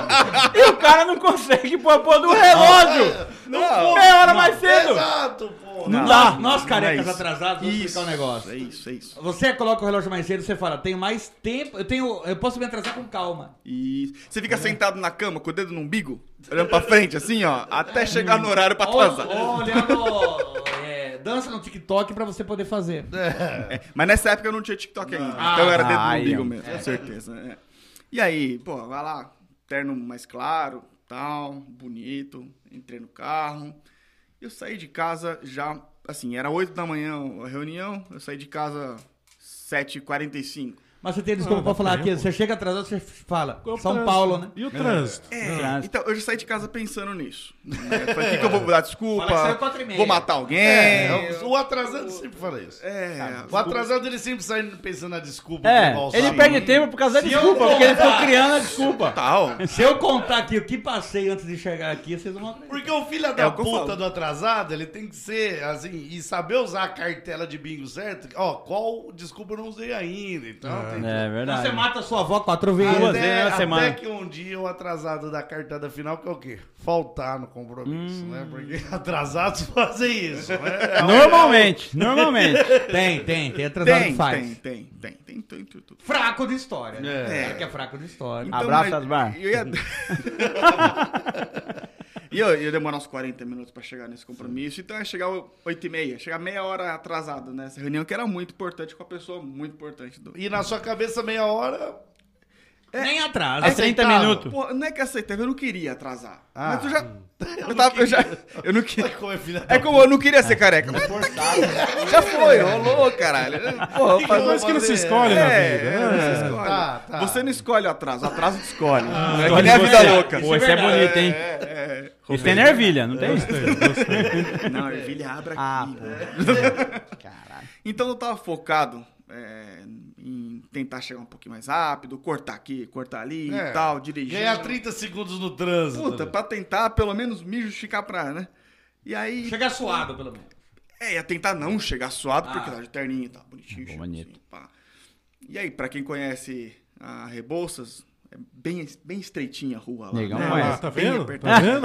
Speaker 8: E o cara não consegue pôr a porra do relógio.
Speaker 3: Não,
Speaker 8: Meia hora mais cedo.
Speaker 3: Exato, porra.
Speaker 7: Não
Speaker 8: dá.
Speaker 7: dá. Nós carecas
Speaker 4: Mas-
Speaker 7: atrasados, vamos
Speaker 4: Isso,
Speaker 7: explicar um negócio.
Speaker 4: É isso, é isso.
Speaker 7: Você coloca o relógio mais cedo, você fala, tenho mais tempo, eu tenho. Eu posso me atrasar com calma.
Speaker 4: E você fica sentado na cama com o dedo no umbigo, olhando pra frente, assim, ó, até chegar no horário pra atrasar.
Speaker 7: Ou- Olhando. é, dança no TikTok pra você poder fazer.
Speaker 4: É, mas nessa época eu não tinha TikTok ainda. então eu era dedo no umbigo mesmo, com certeza. é. E aí, pô, vai lá, terno mais claro, tal, bonito. Entrei no carro. Eu saí de casa já, assim, era 8 da manhã a reunião. Eu saí de casa 7h45.
Speaker 7: Mas você tem desculpa pra falar aqui, você chega atrasado, você fala.
Speaker 6: Qual o
Speaker 7: São
Speaker 6: trânsito?
Speaker 7: Paulo, né?
Speaker 6: E o trânsito?
Speaker 4: É, então, eu já saí de casa pensando nisso. Né? Falei, o que, que eu vou dar desculpa?
Speaker 7: Fala que saiu quatro e meia.
Speaker 4: Vou matar alguém.
Speaker 3: É,
Speaker 4: É,
Speaker 3: o, o atrasado sempre fala isso. O atrasado ele sempre sai pensando na desculpa.
Speaker 8: É,
Speaker 3: pro
Speaker 8: ele
Speaker 3: Valsamo.
Speaker 8: perde tempo por causa da desculpa, porque ele ficou criando a desculpa.
Speaker 4: tal.
Speaker 7: Se eu contar aqui o que passei antes de chegar aqui, vocês vão aprender.
Speaker 3: Porque o filho da
Speaker 4: o que eu
Speaker 3: puta
Speaker 4: falo.
Speaker 3: do atrasado, ele tem que ser assim, e saber usar a cartela de bingo certo. Ó, qual desculpa eu não usei ainda. Então, tem-
Speaker 8: É
Speaker 7: Você
Speaker 8: verdade. Ah,
Speaker 7: mata sua avó quatro vezes. É.
Speaker 8: duas
Speaker 3: até,
Speaker 8: vezes na
Speaker 3: até
Speaker 8: semana.
Speaker 3: que um dia o atrasado da cartada final, que é o quê? Faltar no compromisso,
Speaker 8: Hum.
Speaker 3: né? Porque *laughs* atrasados fazem isso, né?
Speaker 8: Normalmente, normalmente.
Speaker 7: Tem, tem, tem atrasado
Speaker 4: Tem,
Speaker 7: que faz.
Speaker 4: tem, tem, tem, tem, tem, tem tudo.
Speaker 7: Fraco de história. É. Cara que é fraco de história.
Speaker 8: Abraço,
Speaker 4: Então, mas
Speaker 8: Asmar.
Speaker 4: Eu ia... e eu ia demorar uns 40 minutos pra chegar nesse compromisso. Então ia chegar 8 e meia, chegar meia hora atrasado nessa reunião, que era muito importante com a pessoa muito importante. Do...
Speaker 3: E na sua cabeça, meia hora.
Speaker 7: Nem atrasa.
Speaker 8: A 30
Speaker 3: Aceitável.
Speaker 8: é minutos.
Speaker 4: Pô, não é que aceitável, eu não queria atrasar.
Speaker 3: Ah.
Speaker 4: mas eu já...
Speaker 8: Hum.
Speaker 4: *laughs* Eu, tava, eu já... Eu não queria...
Speaker 3: *laughs* Como é filha da
Speaker 4: É como eu não queria ser careca. Mas tá aqui. Já foi, rolou, caralho. Pô,
Speaker 6: Tem coisas que não se escolhe na vida.
Speaker 4: é,
Speaker 6: né?
Speaker 4: você escolhe.
Speaker 3: Tá, tá.
Speaker 4: Você não escolhe o atraso, o atraso te escolhe. é que
Speaker 8: Ah, Olha
Speaker 4: nem a
Speaker 8: você.
Speaker 4: vida louca.
Speaker 8: Pô, isso é bonito, hein?
Speaker 4: É, é.
Speaker 8: Isso tem nervilha, não tem? *laughs*
Speaker 4: Não, ervilha abre aqui.
Speaker 8: Ah, *laughs*
Speaker 4: Então eu tava focado é, em tentar chegar um pouquinho mais rápido, cortar aqui, cortar ali
Speaker 3: É.
Speaker 4: e tal, dirigir.
Speaker 3: Ganhar 30 segundos no trânsito.
Speaker 4: Puta, pra tentar pelo menos me justificar pra, né? E aí,
Speaker 7: Chega suado, pelo menos.
Speaker 4: é, ia tentar não chegar suado, porque
Speaker 7: Ah.
Speaker 4: tá de terninho, tá bonitinho. chega
Speaker 8: bonito.
Speaker 4: assim, pá. E aí, pra quem conhece a Rebouças, é bem, bem estreitinha a rua lá.
Speaker 8: Negão, é.
Speaker 4: né?
Speaker 8: mas-
Speaker 6: Ah, tá
Speaker 4: Bem
Speaker 6: vendo? Tá
Speaker 4: apertadinha.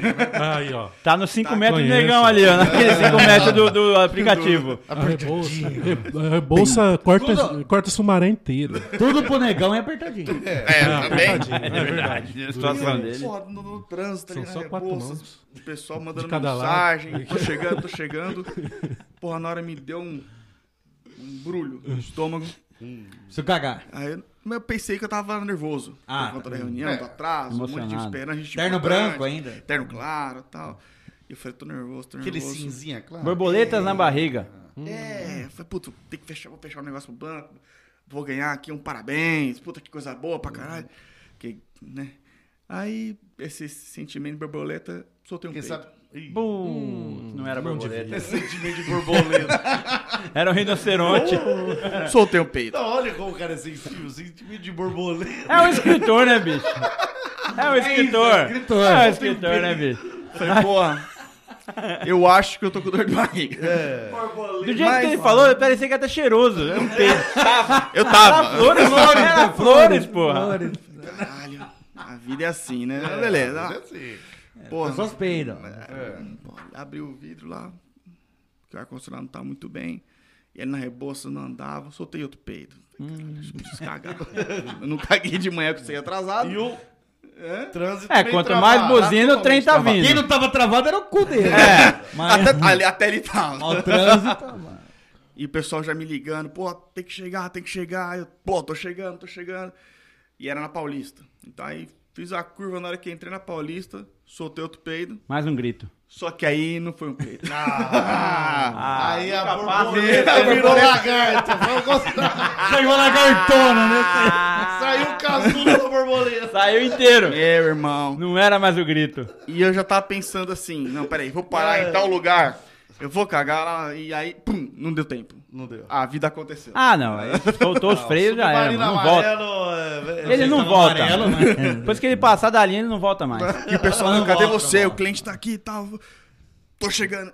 Speaker 6: vendo? Aí, ó.
Speaker 8: Tá nos 5 metros do
Speaker 6: conheço. É
Speaker 8: negão ali, ó. Naquele 5 metros do, do aplicativo.
Speaker 6: A rebolsa, Re- a rebolsa corta,
Speaker 7: Tudo-
Speaker 6: corta Sumaré inteira.
Speaker 7: Tudo pro negão é apertadinho.
Speaker 3: Tá
Speaker 4: É, também.
Speaker 6: É verdade.
Speaker 8: A situação dele.
Speaker 4: Porra, no, no trânsito ali
Speaker 6: São
Speaker 4: na
Speaker 6: só quatro
Speaker 4: Rebouças,
Speaker 6: mãos.
Speaker 4: o pessoal mandando
Speaker 6: De cada
Speaker 4: mensagem,
Speaker 6: *laughs*
Speaker 4: tô chegando, tô chegando. Porra, na hora me deu um, um brulho no estômago.
Speaker 7: Se eu cagar.
Speaker 4: Aí eu, mas eu pensei que eu tava nervoso
Speaker 7: Ah,
Speaker 4: por conta
Speaker 7: tá.
Speaker 4: da reunião, do atraso, um monte de gente
Speaker 8: Emocionado.
Speaker 4: esperando, gente
Speaker 7: Terno
Speaker 4: importante,
Speaker 7: branco ainda.
Speaker 4: Terno claro e tal. E eu falei, tô nervoso, tô
Speaker 3: Aquele
Speaker 4: nervoso.
Speaker 3: cinzinha, claro.
Speaker 8: Borboletas na barriga.
Speaker 3: Uhum.
Speaker 4: É, eu falei, puto, tem que fechar, vou fechar o negócio pro banco, vou ganhar aqui um parabéns, puta que coisa boa
Speaker 3: Uhum.
Speaker 4: pra caralho. Que, né? Aí, esse sentimento de borboleta, soltei um
Speaker 3: Quem
Speaker 4: peito.
Speaker 3: sabe. Ih,
Speaker 8: Pum. Não era borboleta.
Speaker 3: é sentimento de borboleta.
Speaker 8: Era um rinoceronte.
Speaker 4: Soltei um peito.
Speaker 3: Não, olha como o cara é sensível. Sentimento de borboleta.
Speaker 8: É um escritor, né, bicho? É um escritor. É,
Speaker 7: escritor.
Speaker 8: um escritor, né, bicho?
Speaker 3: *laughs*
Speaker 4: Falei, porra, eu acho que eu tô com dor de barriga.
Speaker 3: É.
Speaker 8: Do jeito que ele falou, parecia que era até cheiroso. Era um peido.
Speaker 4: Eu
Speaker 3: Tá
Speaker 4: tava.
Speaker 8: Flores, flores, era flores, porra.
Speaker 7: Flores.
Speaker 4: Caralho, a vida é assim, né? Beleza.
Speaker 3: Assim.
Speaker 4: Porra,
Speaker 3: É.
Speaker 7: Pessoas peidam.
Speaker 4: Pô, abri o vidro lá, que o ar-condicionado não tá muito bem. E ele na rebolsa não andava, soltei outro peido. Falei,
Speaker 7: Hum.
Speaker 4: caralho, acho que eu preciso cagar. *laughs* eu não caguei de manhã porque você ia atrasado.
Speaker 3: E o trânsito.
Speaker 8: É,
Speaker 3: meio
Speaker 8: quanto
Speaker 3: travado. né?
Speaker 8: mais buzina, o trem tá
Speaker 7: Quem
Speaker 8: vindo.
Speaker 7: não tava travado era o cu dele. É, mas
Speaker 4: Até, ali, até ele tava.
Speaker 7: o trânsito. *laughs* mano.
Speaker 4: E o pessoal já me ligando, pô, tem que chegar, tem que chegar. Eu, pô, tô chegando, tô chegando. E era na Paulista. Então aí fiz a curva na hora que entrei na Paulista, soltei outro peido.
Speaker 8: Mais um grito.
Speaker 4: Só que aí não foi um
Speaker 3: *laughs*
Speaker 4: peido.
Speaker 3: Ah.
Speaker 8: Ah,
Speaker 3: Aí a
Speaker 8: né?
Speaker 3: borboleta virou lagarta. Vamos gostar.
Speaker 8: *laughs* Saiu na cartona, né?
Speaker 3: Saiu o casulo da borboleta.
Speaker 8: Saiu inteiro.
Speaker 4: Meu irmão.
Speaker 8: Não era mais o grito.
Speaker 4: E eu já tava pensando assim, não, peraí, vou parar em tal lugar. Eu vou cagar lá. E aí, pum, não deu tempo.
Speaker 3: Não deu.
Speaker 4: A vida aconteceu.
Speaker 8: Ah, não. aí Soltou os freios, já era.
Speaker 3: Marina
Speaker 8: Não volta.
Speaker 3: Amarelo. é, é,
Speaker 8: Ele não
Speaker 7: Tá no
Speaker 8: volta.
Speaker 7: amarelo, né?
Speaker 8: Depois que ele passar da linha, ele não volta mais.
Speaker 4: E o pessoal, Ah, não, cadê você? O cliente tá aqui e tal. Tô chegando.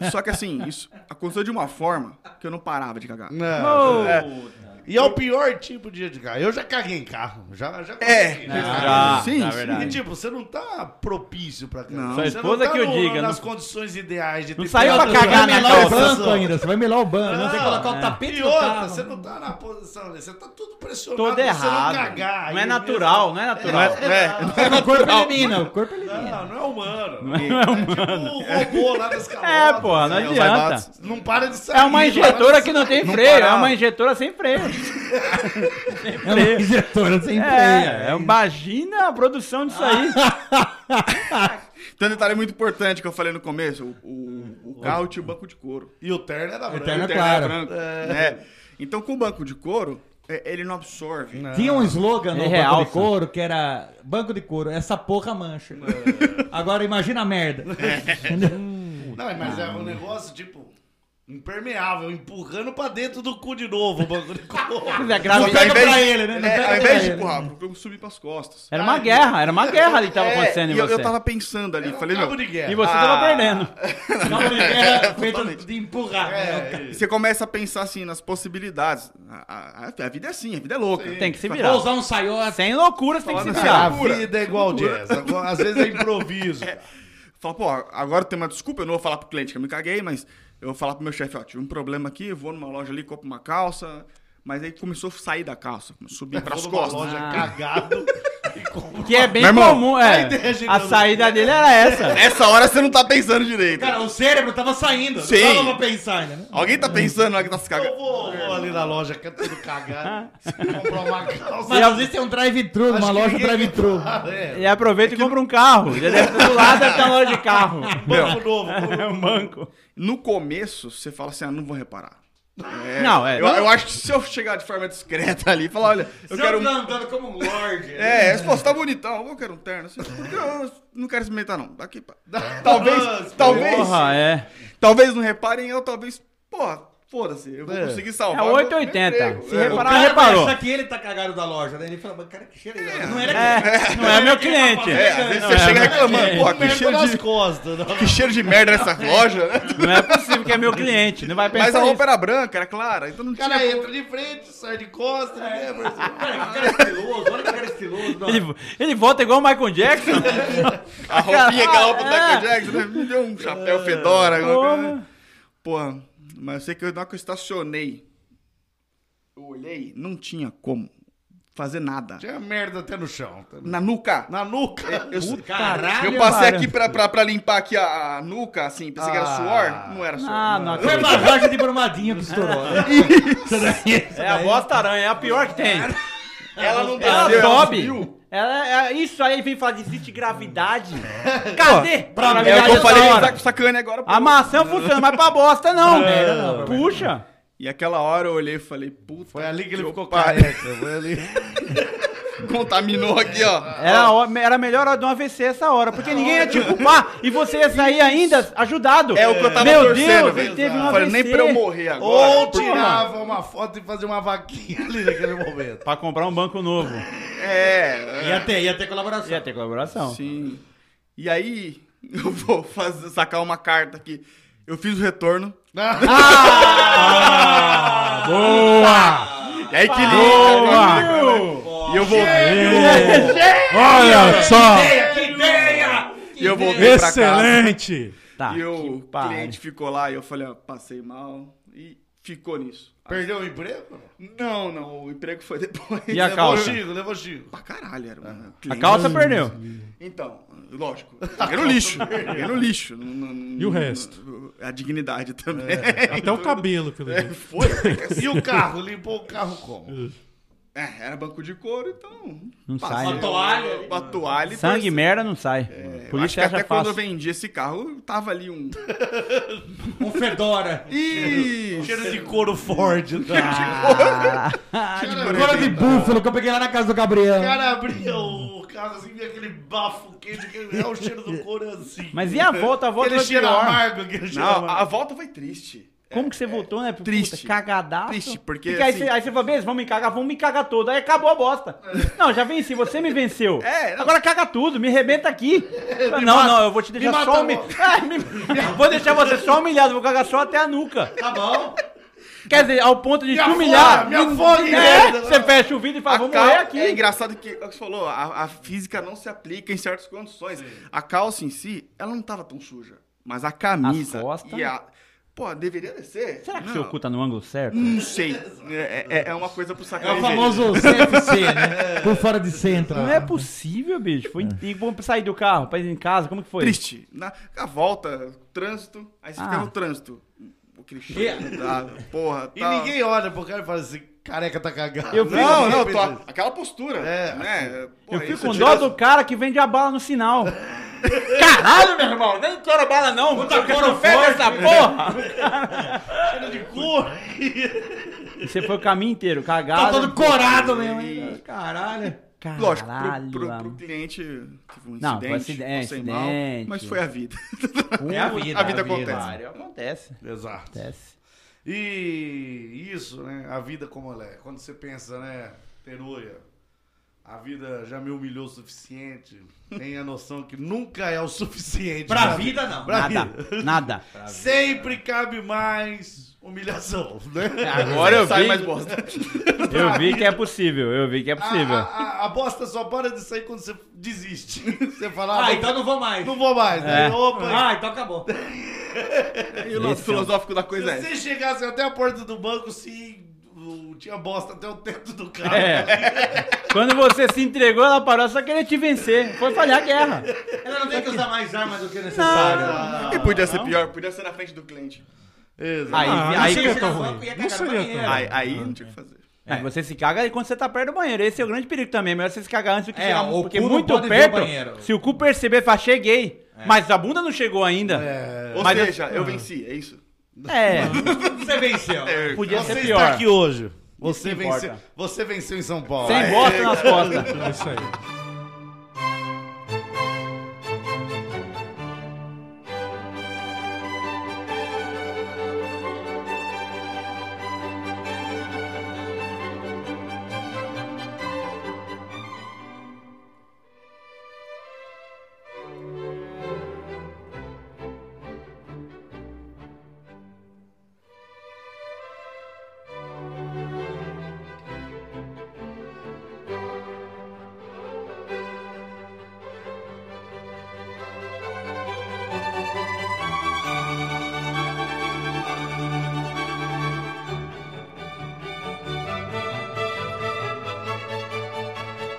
Speaker 4: E- só que assim, isso aconteceu de uma forma que eu não parava de cagar.
Speaker 3: Não. né? E é o pior tipo de de carro. Eu já caguei em carro. Já, já
Speaker 4: É. tá,
Speaker 3: consegui, já caguei.
Speaker 8: Já,
Speaker 4: Sim,
Speaker 8: na
Speaker 4: sim.
Speaker 3: E
Speaker 8: verdade.
Speaker 3: tipo, você não tá propício pra cagar.
Speaker 4: Não.
Speaker 8: Sua
Speaker 3: Você
Speaker 8: esposa
Speaker 3: tá
Speaker 8: que eu
Speaker 3: no-
Speaker 8: diga,
Speaker 3: Nas
Speaker 8: não-
Speaker 3: condições ideais de
Speaker 8: Não
Speaker 3: ter-
Speaker 8: saiu pra
Speaker 3: Tem
Speaker 8: cagar
Speaker 3: outra-
Speaker 8: na
Speaker 3: Não,
Speaker 8: calça. Ah,
Speaker 3: posição.
Speaker 7: Você vai melhor o banco. né?
Speaker 3: Não,
Speaker 7: Você vai colocar
Speaker 3: é.
Speaker 7: o tapete
Speaker 3: E
Speaker 7: no
Speaker 3: outra,
Speaker 7: carro.
Speaker 3: você não tá na posição, né? você tá todo pressionado
Speaker 8: Todo
Speaker 3: pra
Speaker 8: errado.
Speaker 3: você não cagar.
Speaker 8: Não é
Speaker 3: Aí né?
Speaker 8: natural, não é natural.
Speaker 7: O corpo elimina. O corpo elimina.
Speaker 3: mesmo- Não, não é humano. Não é, humano. É tipo o robô lá das
Speaker 8: *laughs* É,
Speaker 3: calotas.
Speaker 8: porra, não
Speaker 4: É, os
Speaker 8: adianta.
Speaker 4: aibatos.
Speaker 3: Não para de sair.
Speaker 8: É uma injetora que
Speaker 3: não.
Speaker 8: não tem
Speaker 4: Não
Speaker 8: freio, é
Speaker 4: parava.
Speaker 8: uma injetora sem freio.
Speaker 7: É uma injetora sem um freio.
Speaker 8: É, é, imagina a produção disso aí.
Speaker 4: Tem um detalhe muito importante que eu falei no começo: o, o, o carro tinha o banco de couro.
Speaker 3: E o terno era branco.
Speaker 7: terno é
Speaker 4: O terno
Speaker 7: claro.
Speaker 4: era branco, né? Então, com o banco de couro, é, ele não absorve.
Speaker 7: Tinha um slogan no
Speaker 8: Ele
Speaker 7: banco
Speaker 8: realça.
Speaker 7: de couro que era banco de couro, essa porra
Speaker 4: É.
Speaker 7: mancha. Agora imagina
Speaker 4: *laughs*
Speaker 7: a merda.
Speaker 3: Não, mas é um negócio, tipo, impermeável, empurrando pra dentro do cu de novo o banco de couro.
Speaker 8: *laughs* A
Speaker 4: Só que ao
Speaker 8: gravidade-
Speaker 4: invés-
Speaker 7: pra ele, né? Não
Speaker 4: é,
Speaker 7: pega
Speaker 4: ao
Speaker 7: pra
Speaker 4: invés de
Speaker 7: ele.
Speaker 4: empurrar, eu subi pras costas.
Speaker 8: Era uma guerra, era uma guerra ali que tava
Speaker 4: É,
Speaker 8: acontecendo em
Speaker 4: e eu, eu
Speaker 8: É, você.
Speaker 4: É, tava pensando ali, falei,
Speaker 3: É um Cabo
Speaker 4: meu,
Speaker 3: de guerra.
Speaker 8: E você tava perdendo.
Speaker 7: Cabo de guerra né? feito
Speaker 4: totalmente. É,
Speaker 7: de empurrar. né?
Speaker 4: você começa a pensar assim nas possibilidades. A, a- a vida é assim, a vida é louca.
Speaker 8: Tem que se
Speaker 4: Só
Speaker 8: virar.
Speaker 7: Vou usar um saiota.
Speaker 8: Sem loucura, você tem que se
Speaker 4: Falando
Speaker 3: A
Speaker 8: virar.
Speaker 4: Loucura.
Speaker 3: vida é igual jazz. Agora, Às vezes *laughs* é improviso. cara.
Speaker 4: Fala, pô, agora tem uma desculpa, eu não vou falar pro cliente que eu me caguei, mas eu vou falar pro meu chefe, ó, tive um problema aqui, eu vou numa loja ali, compro uma calça, mas aí começou a sair da calça, começou a subir pras
Speaker 3: Vou numa
Speaker 4: costas.
Speaker 3: loja
Speaker 8: Ah.
Speaker 3: cagado e compro
Speaker 8: Que é bem
Speaker 4: Meu irmão,
Speaker 8: comum, é.
Speaker 3: deixa
Speaker 8: A
Speaker 3: que eu-
Speaker 8: saída dele era essa.
Speaker 4: Essa hora você não tá pensando direito.
Speaker 7: Cara, o cérebro tava saindo.
Speaker 4: Sim.
Speaker 7: Não tava pra pensar ainda, né?
Speaker 4: Alguém tá pensando na hora que tá se
Speaker 3: Eu
Speaker 4: cagando.
Speaker 3: vou, vou ali na loja que é tudo cagado. comprar uma calça.
Speaker 7: Mas às vezes tem um drive-thru, uma
Speaker 3: Acho que
Speaker 7: loja
Speaker 3: ninguém-
Speaker 7: drive-thru.
Speaker 3: Ah, é.
Speaker 8: E aproveita e compra um carro. Já deve estar do lado da loja de carro.
Speaker 3: Banco novo.
Speaker 8: É um banco.
Speaker 4: No começo, você fala assim, ah, não vou reparar.
Speaker 8: Não, é.
Speaker 4: Eu, eu acho que se eu chegar de forma discreta ali e falar, olha, eu quero um...
Speaker 7: andando como um lorde.
Speaker 4: É, pô, você tá bonitão, eu quero um terno. Assim, porque eu não quero experimentar, não. Daqui pra... Talvez, talvez...
Speaker 8: Porra, é.
Speaker 4: Talvez não reparem, eu talvez. Porra, foda-se, eu vou
Speaker 3: É.
Speaker 4: conseguir
Speaker 8: É
Speaker 4: salvar. meu- meu
Speaker 8: 880.
Speaker 4: emprego.
Speaker 8: Se
Speaker 4: É.
Speaker 8: reparar, reparou.
Speaker 7: Só que ele tá cagado da loja, né? Ele fala, mas cara, que cheiro. É. Não era
Speaker 8: É, não é meu cliente.
Speaker 4: É, às vezes
Speaker 8: Não
Speaker 4: você
Speaker 8: é
Speaker 4: chega
Speaker 8: meu
Speaker 4: reclamando,
Speaker 8: cliente.
Speaker 4: porra, que
Speaker 3: Merda
Speaker 4: cheiro,
Speaker 3: nas
Speaker 4: de,
Speaker 3: costas. não.
Speaker 4: que cheiro de merda nessa loja, né?
Speaker 8: Não é possível que é meu cliente. Não vai pensar
Speaker 4: Mas a
Speaker 8: isso.
Speaker 4: roupa era branca, era clara, então não
Speaker 3: O
Speaker 4: tinha.
Speaker 3: cara entra de frente, sai de costas. né, parceiro?
Speaker 7: Cara, que cara estiloso, olha que cara estiloso. não.
Speaker 8: Ele, ele volta igual o Michael
Speaker 4: *laughs*
Speaker 8: Jackson.
Speaker 4: A roupinha, aquela roupa do
Speaker 8: É.
Speaker 4: *laughs* Michael Jackson, né? Me deu um chapéu fedora. alguma
Speaker 8: Porra.
Speaker 4: coisa, né? Porra, mas eu sei que eu- na hora que eu estacionei, eu olhei, não tinha como fazer nada.
Speaker 3: Tinha merda até no chão.
Speaker 4: Na nuca. É,
Speaker 3: Na nuca.
Speaker 4: Eu,
Speaker 7: Caralho,
Speaker 4: eu passei
Speaker 8: cara.
Speaker 4: aqui pra, pra, pra limpar aqui a, a nuca, assim, pensei que era suor. Não era suor.
Speaker 8: Ah, não
Speaker 7: Foi
Speaker 8: acredito.
Speaker 7: barragem de bromadinha que estourou. né? Isso daí- isso
Speaker 8: É a
Speaker 7: daí-
Speaker 8: bosta aranha, é a pior que tem.
Speaker 4: Ela não
Speaker 8: Ela
Speaker 4: desceu, ela
Speaker 8: sobe.
Speaker 4: subiu.
Speaker 8: Ela, é- isso aí vem falar de existe
Speaker 4: *laughs*
Speaker 8: gravidade. Cadê?
Speaker 4: É o que eu
Speaker 8: essa
Speaker 4: falei
Speaker 8: hora?
Speaker 4: sac- sacane agora. pô.
Speaker 8: A maçã funciona, mas pra bosta não. Puxa.
Speaker 4: E aquela hora eu olhei e falei, puta.
Speaker 3: Foi ali que ele ficou
Speaker 4: pai.
Speaker 3: careca. *laughs* Foi ali.
Speaker 4: *laughs* Contaminou aqui, ó.
Speaker 8: Era, a hora- era melhor a hora de um AVC essa hora, porque ninguém ia te culpar e você ia sair ainda ajudado.
Speaker 4: É o que eu tava
Speaker 8: Meu
Speaker 4: torcendo,
Speaker 8: Deus,
Speaker 4: velho.
Speaker 8: teve um
Speaker 4: Falei,
Speaker 8: AVC.
Speaker 4: nem pra eu morrer agora.
Speaker 3: Ou
Speaker 4: porque-
Speaker 3: tirava uma foto e fazia uma vaquinha ali naquele momento.
Speaker 8: Pra comprar um banco novo.
Speaker 4: É, é,
Speaker 7: Ia ter, ia ter colaboração.
Speaker 8: Ia ter colaboração.
Speaker 4: sim. E aí, eu vou fazer, sacar uma carta aqui. Eu fiz o retorno.
Speaker 8: Boa!
Speaker 4: E aí que
Speaker 8: Boa!
Speaker 4: lindo. É né? E eu voltei.
Speaker 6: Olha só!
Speaker 7: Que ideia!
Speaker 4: É. E eu voltei pra casa.
Speaker 6: Excelente!
Speaker 7: Tá,
Speaker 4: e eu-
Speaker 7: que
Speaker 4: o
Speaker 7: pariu.
Speaker 4: cliente assim, ficou lá e eu falei, ó, passei mal. E ficou nisso.
Speaker 3: Perdeu o emprego?
Speaker 4: Não, não, o emprego foi depois.
Speaker 8: E a
Speaker 4: Levou
Speaker 3: Levou o
Speaker 8: calça?
Speaker 3: Chico, levou o Chico.
Speaker 4: Pra caralho, era. um
Speaker 8: A
Speaker 4: cliente.
Speaker 8: calça perdeu.
Speaker 4: Então, lógico. Era o lixo. Era o lixo. Não- não-
Speaker 6: E
Speaker 4: não-
Speaker 6: o resto?
Speaker 4: A dignidade também.
Speaker 8: É.
Speaker 6: Até o cabelo, pelo
Speaker 3: *laughs*
Speaker 6: jeito.
Speaker 4: Foi.
Speaker 3: E o carro? Limpou o carro como?
Speaker 4: É, era banco de couro, então.
Speaker 8: Não
Speaker 4: passou
Speaker 8: sai. né?
Speaker 4: toalha. Uma toalha e
Speaker 8: Sangue e
Speaker 4: torceu.
Speaker 8: merda não sai.
Speaker 4: "É, Eu
Speaker 8: Por
Speaker 4: acho
Speaker 8: isso
Speaker 4: que
Speaker 8: acha
Speaker 4: até quando
Speaker 8: fácil.
Speaker 4: eu vendi esse carro, tava ali
Speaker 8: *laughs*
Speaker 4: um.
Speaker 7: Um fedora.
Speaker 4: Ih!
Speaker 3: Cheiro de couro Ford. né?
Speaker 7: Fedora de búfalo que eu peguei lá na casa do Gabriel.
Speaker 3: O cara abria o carro assim, via aquele bafo quente, aquele- é o cheiro do couro assim.
Speaker 8: Mas e
Speaker 4: *laughs*
Speaker 8: a volta? A volta
Speaker 3: Aquele
Speaker 8: foi
Speaker 3: cheiro
Speaker 8: pior.
Speaker 3: amargo, aquele cheiro
Speaker 4: Não,
Speaker 3: amargo.
Speaker 4: a volta foi triste.
Speaker 8: Como que você voltou, né? Puta,
Speaker 4: Triste.
Speaker 8: cagadaço.
Speaker 4: Triste, porque,
Speaker 8: Fica aí
Speaker 4: assim-
Speaker 8: você- aí você fala, beleza, vamos me cagar, vamos me cagar todo. Aí acabou a bosta. Não, já venci, você me venceu.
Speaker 4: *laughs* É, não.
Speaker 8: Agora caga tudo, me arrebenta
Speaker 4: *laughs*
Speaker 8: aqui. Fala, não, não, eu vou te deixar
Speaker 3: mata
Speaker 8: só um
Speaker 3: logo.
Speaker 8: *laughs* humilhado. vou deixar você só humilhado, vou cagar só até a nuca. Tá bom. Quer dizer, ao ponto de te
Speaker 3: afoga,
Speaker 8: humilhar.
Speaker 3: me afoga,
Speaker 8: é,
Speaker 3: merda.
Speaker 8: Você fecha o vidro e fala,
Speaker 4: A
Speaker 8: vamos
Speaker 4: cal-
Speaker 8: morrer aqui.
Speaker 4: É engraçado que, é o que você falou, a, a física não se aplica em certas condições. A calça em si, ela não tava tão suja. Mas a camisa.
Speaker 8: As costas.
Speaker 4: E a... Pô, deveria descer.
Speaker 8: Será que
Speaker 4: não.
Speaker 8: seu cu tá no ângulo certo?
Speaker 4: Não
Speaker 8: *laughs*
Speaker 4: sei. É, é- é uma coisa pro
Speaker 7: É o
Speaker 4: sacanagem.
Speaker 7: famoso CFC, né? *laughs* Por fora de centro.
Speaker 8: Não é possível, bicho. Foi... E vamos sair do carro pra ir em casa, como que foi?
Speaker 4: Triste. Na, a volta, trânsito, aí você
Speaker 8: Ah.
Speaker 4: fica no trânsito. O Cristiano, tá, porra,
Speaker 3: E
Speaker 4: tal.
Speaker 3: ninguém olha pro cara e fala assim, careca tá cagado.
Speaker 8: Eu fico-
Speaker 4: Não, não,
Speaker 3: Ninguém
Speaker 4: tô-
Speaker 3: pensa isso.
Speaker 4: aquela postura.
Speaker 3: É,
Speaker 4: né? Pô,
Speaker 8: Eu
Speaker 4: aí
Speaker 8: fico
Speaker 4: você
Speaker 8: com
Speaker 4: tira
Speaker 8: dó
Speaker 4: as-
Speaker 8: do cara que vende a bala no sinal. Caralho, meu irmão, nem cora bala não. Puta cora fecha essa porra.
Speaker 3: Cheiro de couro.
Speaker 8: E você foi o caminho inteiro, cagado.
Speaker 7: Tá todo corado mesmo, hein? Caralho.
Speaker 8: Caralho.
Speaker 4: Lógico, pro, pro,
Speaker 8: mano.
Speaker 4: pro cliente teve um
Speaker 8: Não,
Speaker 4: incidente,
Speaker 8: foi acidente,
Speaker 4: passei mal,
Speaker 8: acidente.
Speaker 4: mas foi a vida.
Speaker 7: É a vida.
Speaker 4: a vida acontece.
Speaker 8: Cara, Acontece.
Speaker 3: Exato.
Speaker 8: Acontece.
Speaker 3: E isso, né? A vida como ela é. Quando você pensa, né? Peruia, a vida já me humilhou o suficiente. Tem a noção que nunca é o suficiente.
Speaker 7: Pra vida, não.
Speaker 3: Pra vida.
Speaker 8: Nada, nada.
Speaker 3: Sempre cabe mais humilhação, né?
Speaker 8: Agora eu
Speaker 4: Sai mais
Speaker 8: vi,
Speaker 4: bosta.
Speaker 8: eu vi que é possível, eu vi que é possível.
Speaker 3: A, a- a bosta só para de sair quando você desiste. *laughs* Você fala, ah,
Speaker 7: Ah,
Speaker 3: não-
Speaker 7: então não vou mais.
Speaker 3: não vou mais. né?
Speaker 8: É.
Speaker 3: Opa,
Speaker 7: Ah, então acabou.
Speaker 4: E o
Speaker 8: um-
Speaker 4: lance filosófico da coisa
Speaker 3: se
Speaker 4: é.
Speaker 3: você chegasse até a porta do banco, se uh, tinha bosta até o teto do carro.
Speaker 8: É. Quando você se entregou, ela parou, só queria te vencer. Foi falhar a guerra.
Speaker 7: Ela não tem que usar mais arma do que necessário.
Speaker 4: E podia ser pior, podia ser na frente do cliente.
Speaker 3: Exato.
Speaker 8: Aí,
Speaker 6: Ah, não
Speaker 8: aí,
Speaker 6: seria
Speaker 8: aí,
Speaker 6: tão
Speaker 7: no
Speaker 6: ruim.
Speaker 7: tá banco e ia
Speaker 6: Não
Speaker 7: cagar no
Speaker 6: seria
Speaker 8: É.
Speaker 7: banheiro.
Speaker 6: tão ruim.
Speaker 4: Aí, aí não tinha o que fazer.
Speaker 8: você se caga quando você tá perto do banheiro. Esse é o grande perigo também. É melhor você se cagar antes do que
Speaker 7: É,
Speaker 8: chegar.
Speaker 7: o
Speaker 8: Porque
Speaker 7: cu não
Speaker 8: muito
Speaker 7: pode ver o banheiro.
Speaker 8: perto, se o É. cu perceber, fala, cheguei. Mas a bunda não chegou ainda.
Speaker 4: Ou
Speaker 8: É. Mas eu-
Speaker 4: seja, eu venci, é isso.
Speaker 8: É,
Speaker 7: Você venceu.
Speaker 8: podia
Speaker 3: Você
Speaker 8: ser
Speaker 3: está
Speaker 8: pior.
Speaker 3: É, aqui hoje. Você
Speaker 8: Isso que
Speaker 3: venceu,
Speaker 8: importa.
Speaker 3: você venceu em São Paulo.
Speaker 8: Sem bosta nas costas.
Speaker 6: É isso aí.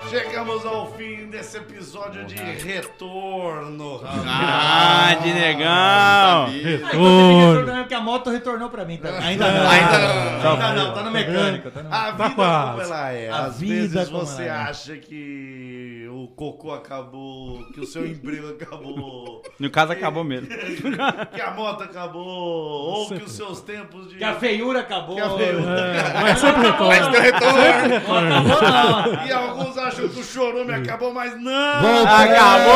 Speaker 3: Chegamos ao fim desse episódio de retorno.
Speaker 8: Ah, de negão.
Speaker 6: Retorno.
Speaker 7: Aí quando Ah, então você me retornou, é porque a moto retornou pra mim também. Ainda não. Ainda não. Ainda não, Ah, tá no mecânico. Tá no...
Speaker 3: A vida
Speaker 6: Tá quase.
Speaker 3: como ela é.
Speaker 7: A
Speaker 3: Às
Speaker 7: vida
Speaker 3: vezes
Speaker 7: como
Speaker 3: você
Speaker 7: ela é.
Speaker 3: acha que o cocô acabou, que o seu emprego acabou,
Speaker 8: No caso, acabou mesmo.
Speaker 3: que a moto acabou, ou que os seus tempos de...
Speaker 7: Que a feiura acabou.
Speaker 3: Que a feiura.
Speaker 6: É,
Speaker 3: *laughs*
Speaker 6: Mas sempre retorno.
Speaker 7: Acabou não.
Speaker 3: E alguns acham que o chorume acabou, mas não!
Speaker 8: Acabou!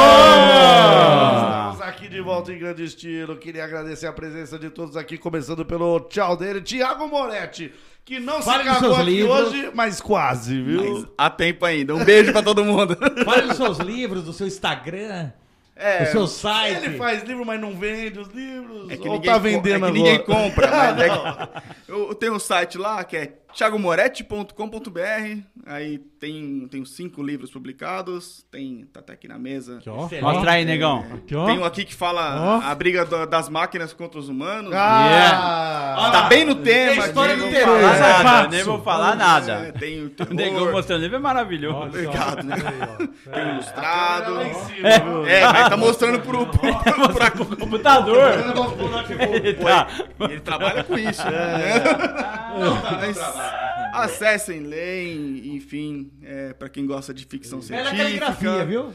Speaker 3: Estamos aqui de volta em grande estilo. Queria agradecer a presença de todos aqui, começando pelo tchau dele, Thiago Moretti, que não se
Speaker 7: Fale dos
Speaker 3: acabou
Speaker 7: seus
Speaker 3: aqui
Speaker 7: livros.
Speaker 3: hoje, mas quase, viu?
Speaker 4: Mas há tempo ainda. Um beijo pra todo mundo. *laughs*
Speaker 7: Fale dos seus livros, do seu Instagram,
Speaker 4: É,
Speaker 7: do seu site.
Speaker 3: Ele faz livro, mas não vende os livros.
Speaker 4: É que
Speaker 3: ou
Speaker 4: ninguém, co-
Speaker 3: tá
Speaker 4: é
Speaker 3: vendendo
Speaker 4: que ninguém *laughs*
Speaker 3: agora?
Speaker 4: compra, mas é que- eu, eu tenho um site lá que é thiagomoretti.com.br. Aí tem, tenho cinco livros publicados. Tem, tá até aqui na mesa.
Speaker 6: Aqui, ó.
Speaker 8: Mostra aí, negão.
Speaker 6: Aqui, ó.
Speaker 4: Tem um aqui que fala a briga do- das máquinas contra os humanos.
Speaker 3: Ah.
Speaker 8: Yeah.
Speaker 4: tá bem no tema.
Speaker 8: Tem história
Speaker 4: aqui,
Speaker 8: do
Speaker 4: não
Speaker 8: terror.
Speaker 4: fala nada.
Speaker 8: Nada, nem vou falar
Speaker 4: É,
Speaker 8: nada.
Speaker 4: tem o
Speaker 8: O *laughs* negão
Speaker 4: terror,
Speaker 8: mostrando o livro é maravilhoso.
Speaker 4: Obrigado, né? tem o ilustrado.
Speaker 3: É.
Speaker 4: É, mas tá mostrando pro, pro, pro, pra-
Speaker 8: tá O computador. Ele tá.
Speaker 4: Ele trabalha com isso.
Speaker 7: É.
Speaker 4: né?
Speaker 7: tá,
Speaker 4: Mas acessem, leem, enfim, é, pra quem gosta de ficção
Speaker 7: Bela
Speaker 8: é
Speaker 4: científica.
Speaker 7: é caligrafia, viu?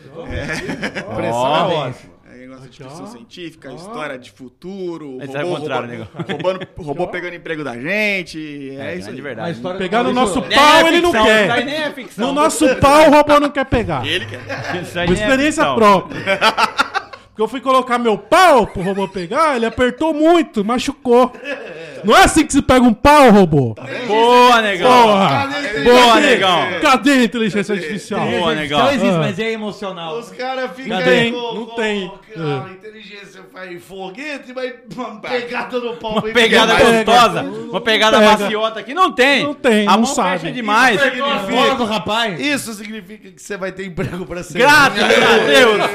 Speaker 4: Pressão é
Speaker 8: Ó.
Speaker 4: ótima. É, quem gosta de ficção científica, história de futuro,
Speaker 8: Mas é o contrário,
Speaker 4: roubando, *laughs* roubando, robô pegando emprego da gente. É, isso
Speaker 8: É
Speaker 4: aí.
Speaker 8: de
Speaker 7: A
Speaker 8: verdade.
Speaker 7: história
Speaker 6: Pegar
Speaker 7: do
Speaker 6: no
Speaker 7: Maurício-
Speaker 6: nosso pau ele não
Speaker 8: ficção,
Speaker 6: quer.
Speaker 8: isso aí nem é ficção.
Speaker 6: No nosso pau o robô não quer pegar.
Speaker 4: Ele quer.
Speaker 8: Isso aí
Speaker 6: Por
Speaker 8: nem é
Speaker 6: experiência
Speaker 8: ficção.
Speaker 6: própria. Porque eu fui colocar meu pau pro robô pegar, ele apertou muito, machucou. Não é assim que se pega um pau, robô?
Speaker 8: Boa, negão.
Speaker 6: Porra!
Speaker 8: Boa,
Speaker 6: Cadê?
Speaker 8: negão.
Speaker 6: Cadê a inteligência artificial?
Speaker 8: Boa, negão.
Speaker 7: Não existe,
Speaker 6: Ah.
Speaker 7: mas é emocional.
Speaker 3: Os caras ficam
Speaker 6: Cadê?
Speaker 3: aí
Speaker 6: Não tem.
Speaker 3: Cara, inteligência faz foguete, mas uma pegada no pau. Uma
Speaker 8: Pegada
Speaker 6: Pega.
Speaker 8: gostosa. Uma pegada
Speaker 6: Pega.
Speaker 8: maciota aqui. Não tem.
Speaker 6: Não tem,
Speaker 8: A
Speaker 6: não
Speaker 8: mão
Speaker 6: sabe.
Speaker 8: fecha demais.
Speaker 7: Fora do rapaz.
Speaker 3: Isso significa que você vai ter emprego pra um sempre.
Speaker 8: Graças a Deus.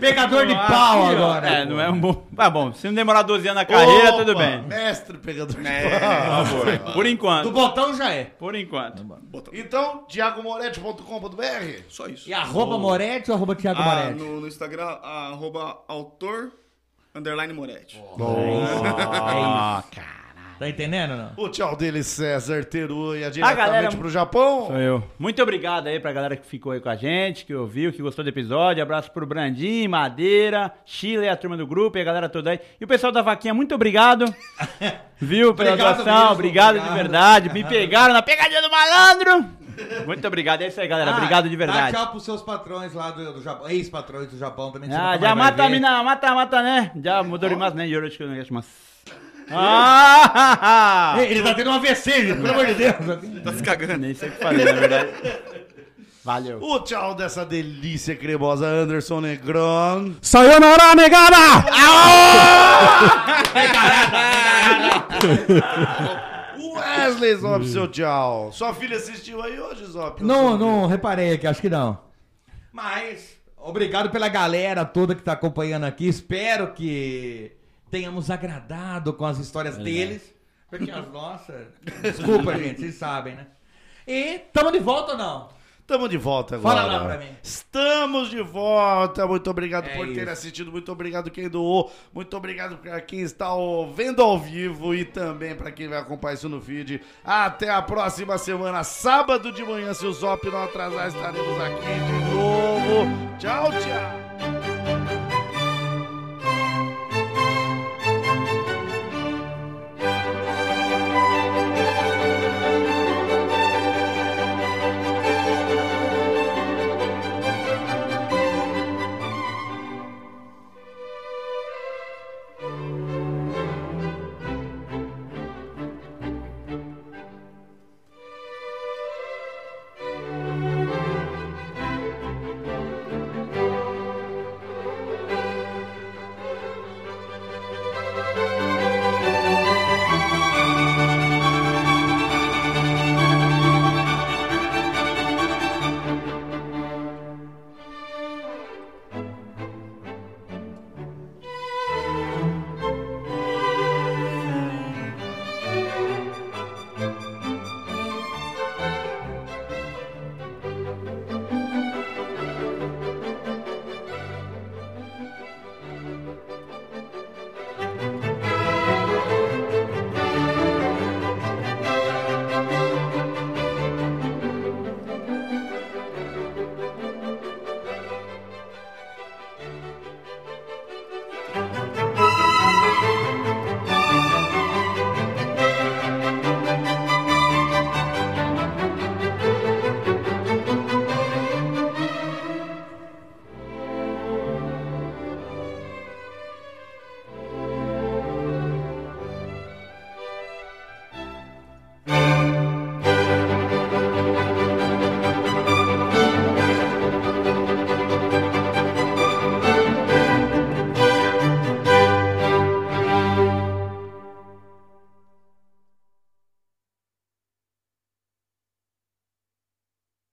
Speaker 7: Pegador de pau agora.
Speaker 8: É, não é um bom. Tá bom, se não demorar 12 anos na carreira,
Speaker 3: Opa,
Speaker 8: tudo bem.
Speaker 3: Mestre pegador de
Speaker 8: Por
Speaker 3: pau.
Speaker 8: favor. Por
Speaker 7: Do
Speaker 8: enquanto.
Speaker 7: botão já é.
Speaker 8: Por enquanto.
Speaker 3: Então, diagomoretti.com.br.
Speaker 4: Só isso.
Speaker 7: E arroba Moretti ou arroba Thiago
Speaker 4: Ah,
Speaker 7: Moretti?
Speaker 4: no, no Instagram, arroba autor underline Moretti.
Speaker 7: É isso. Tá entendendo ou não?
Speaker 3: O tchau dele, César Teruia,
Speaker 8: galera-
Speaker 3: diretamente pro Japão.
Speaker 8: Sou eu. Muito obrigado aí pra galera que ficou aí com a gente, que ouviu, que gostou do episódio. Abraço pro Brandim, Madeira, Chile, a turma do grupo e a galera toda aí. E o pessoal da Vaquinha, muito
Speaker 7: *laughs*
Speaker 8: obrigado. Viu, pela
Speaker 7: Obrigado
Speaker 8: doação.
Speaker 7: mesmo,
Speaker 8: obrigado, de
Speaker 7: obrigado.
Speaker 8: verdade. Me pegaram na pegadinha do malandro. Muito obrigado. É isso aí, galera. obrigado de verdade.
Speaker 7: Ah, Dá tchau pros seus patrões lá do, do Japão, ex-patrões do Japão também. que você
Speaker 8: Ah,
Speaker 7: nunca
Speaker 8: já
Speaker 7: mais vai
Speaker 8: mata a
Speaker 7: ver.
Speaker 8: mina, mata, mata, né? Já mudou de né? Yoroshiku o negócio,
Speaker 7: *laughs*
Speaker 8: mas... Ah! *laughs*
Speaker 7: Ei, Ele tá tendo um AVC, gente, pelo amor de Deus. assim.
Speaker 4: Tá se cagando.
Speaker 8: Nem sei o que fazer, na
Speaker 7: *laughs*
Speaker 8: verdade. Valeu.
Speaker 3: O tchau dessa delícia cremosa, Anderson Negron.
Speaker 6: Saiu na hora, negada!
Speaker 3: Wesley Zop, seu tchau. Sua filha assistiu aí hoje, Zop?
Speaker 7: Não, não, reparei aqui, acho que não. Mas, obrigado pela galera toda que tá acompanhando aqui. Espero que tenhamos agradado com as histórias deles. Porque as nossas. Desculpa, gente, vocês sabem, né? E tamo de volta ou não?
Speaker 3: Estamos de volta agora.
Speaker 7: Fala lá pra mim.
Speaker 3: Estamos de volta. Muito obrigado
Speaker 7: É
Speaker 3: por ter
Speaker 7: isso.
Speaker 3: assistido. Muito obrigado quem doou. Muito obrigado pra quem está ao- vendo ao vivo e também pra quem vai acompanhar isso no feed. Até a próxima semana, sábado de manhã. Se o Zop não atrasar, estaremos aqui de novo. Tchau, tchau.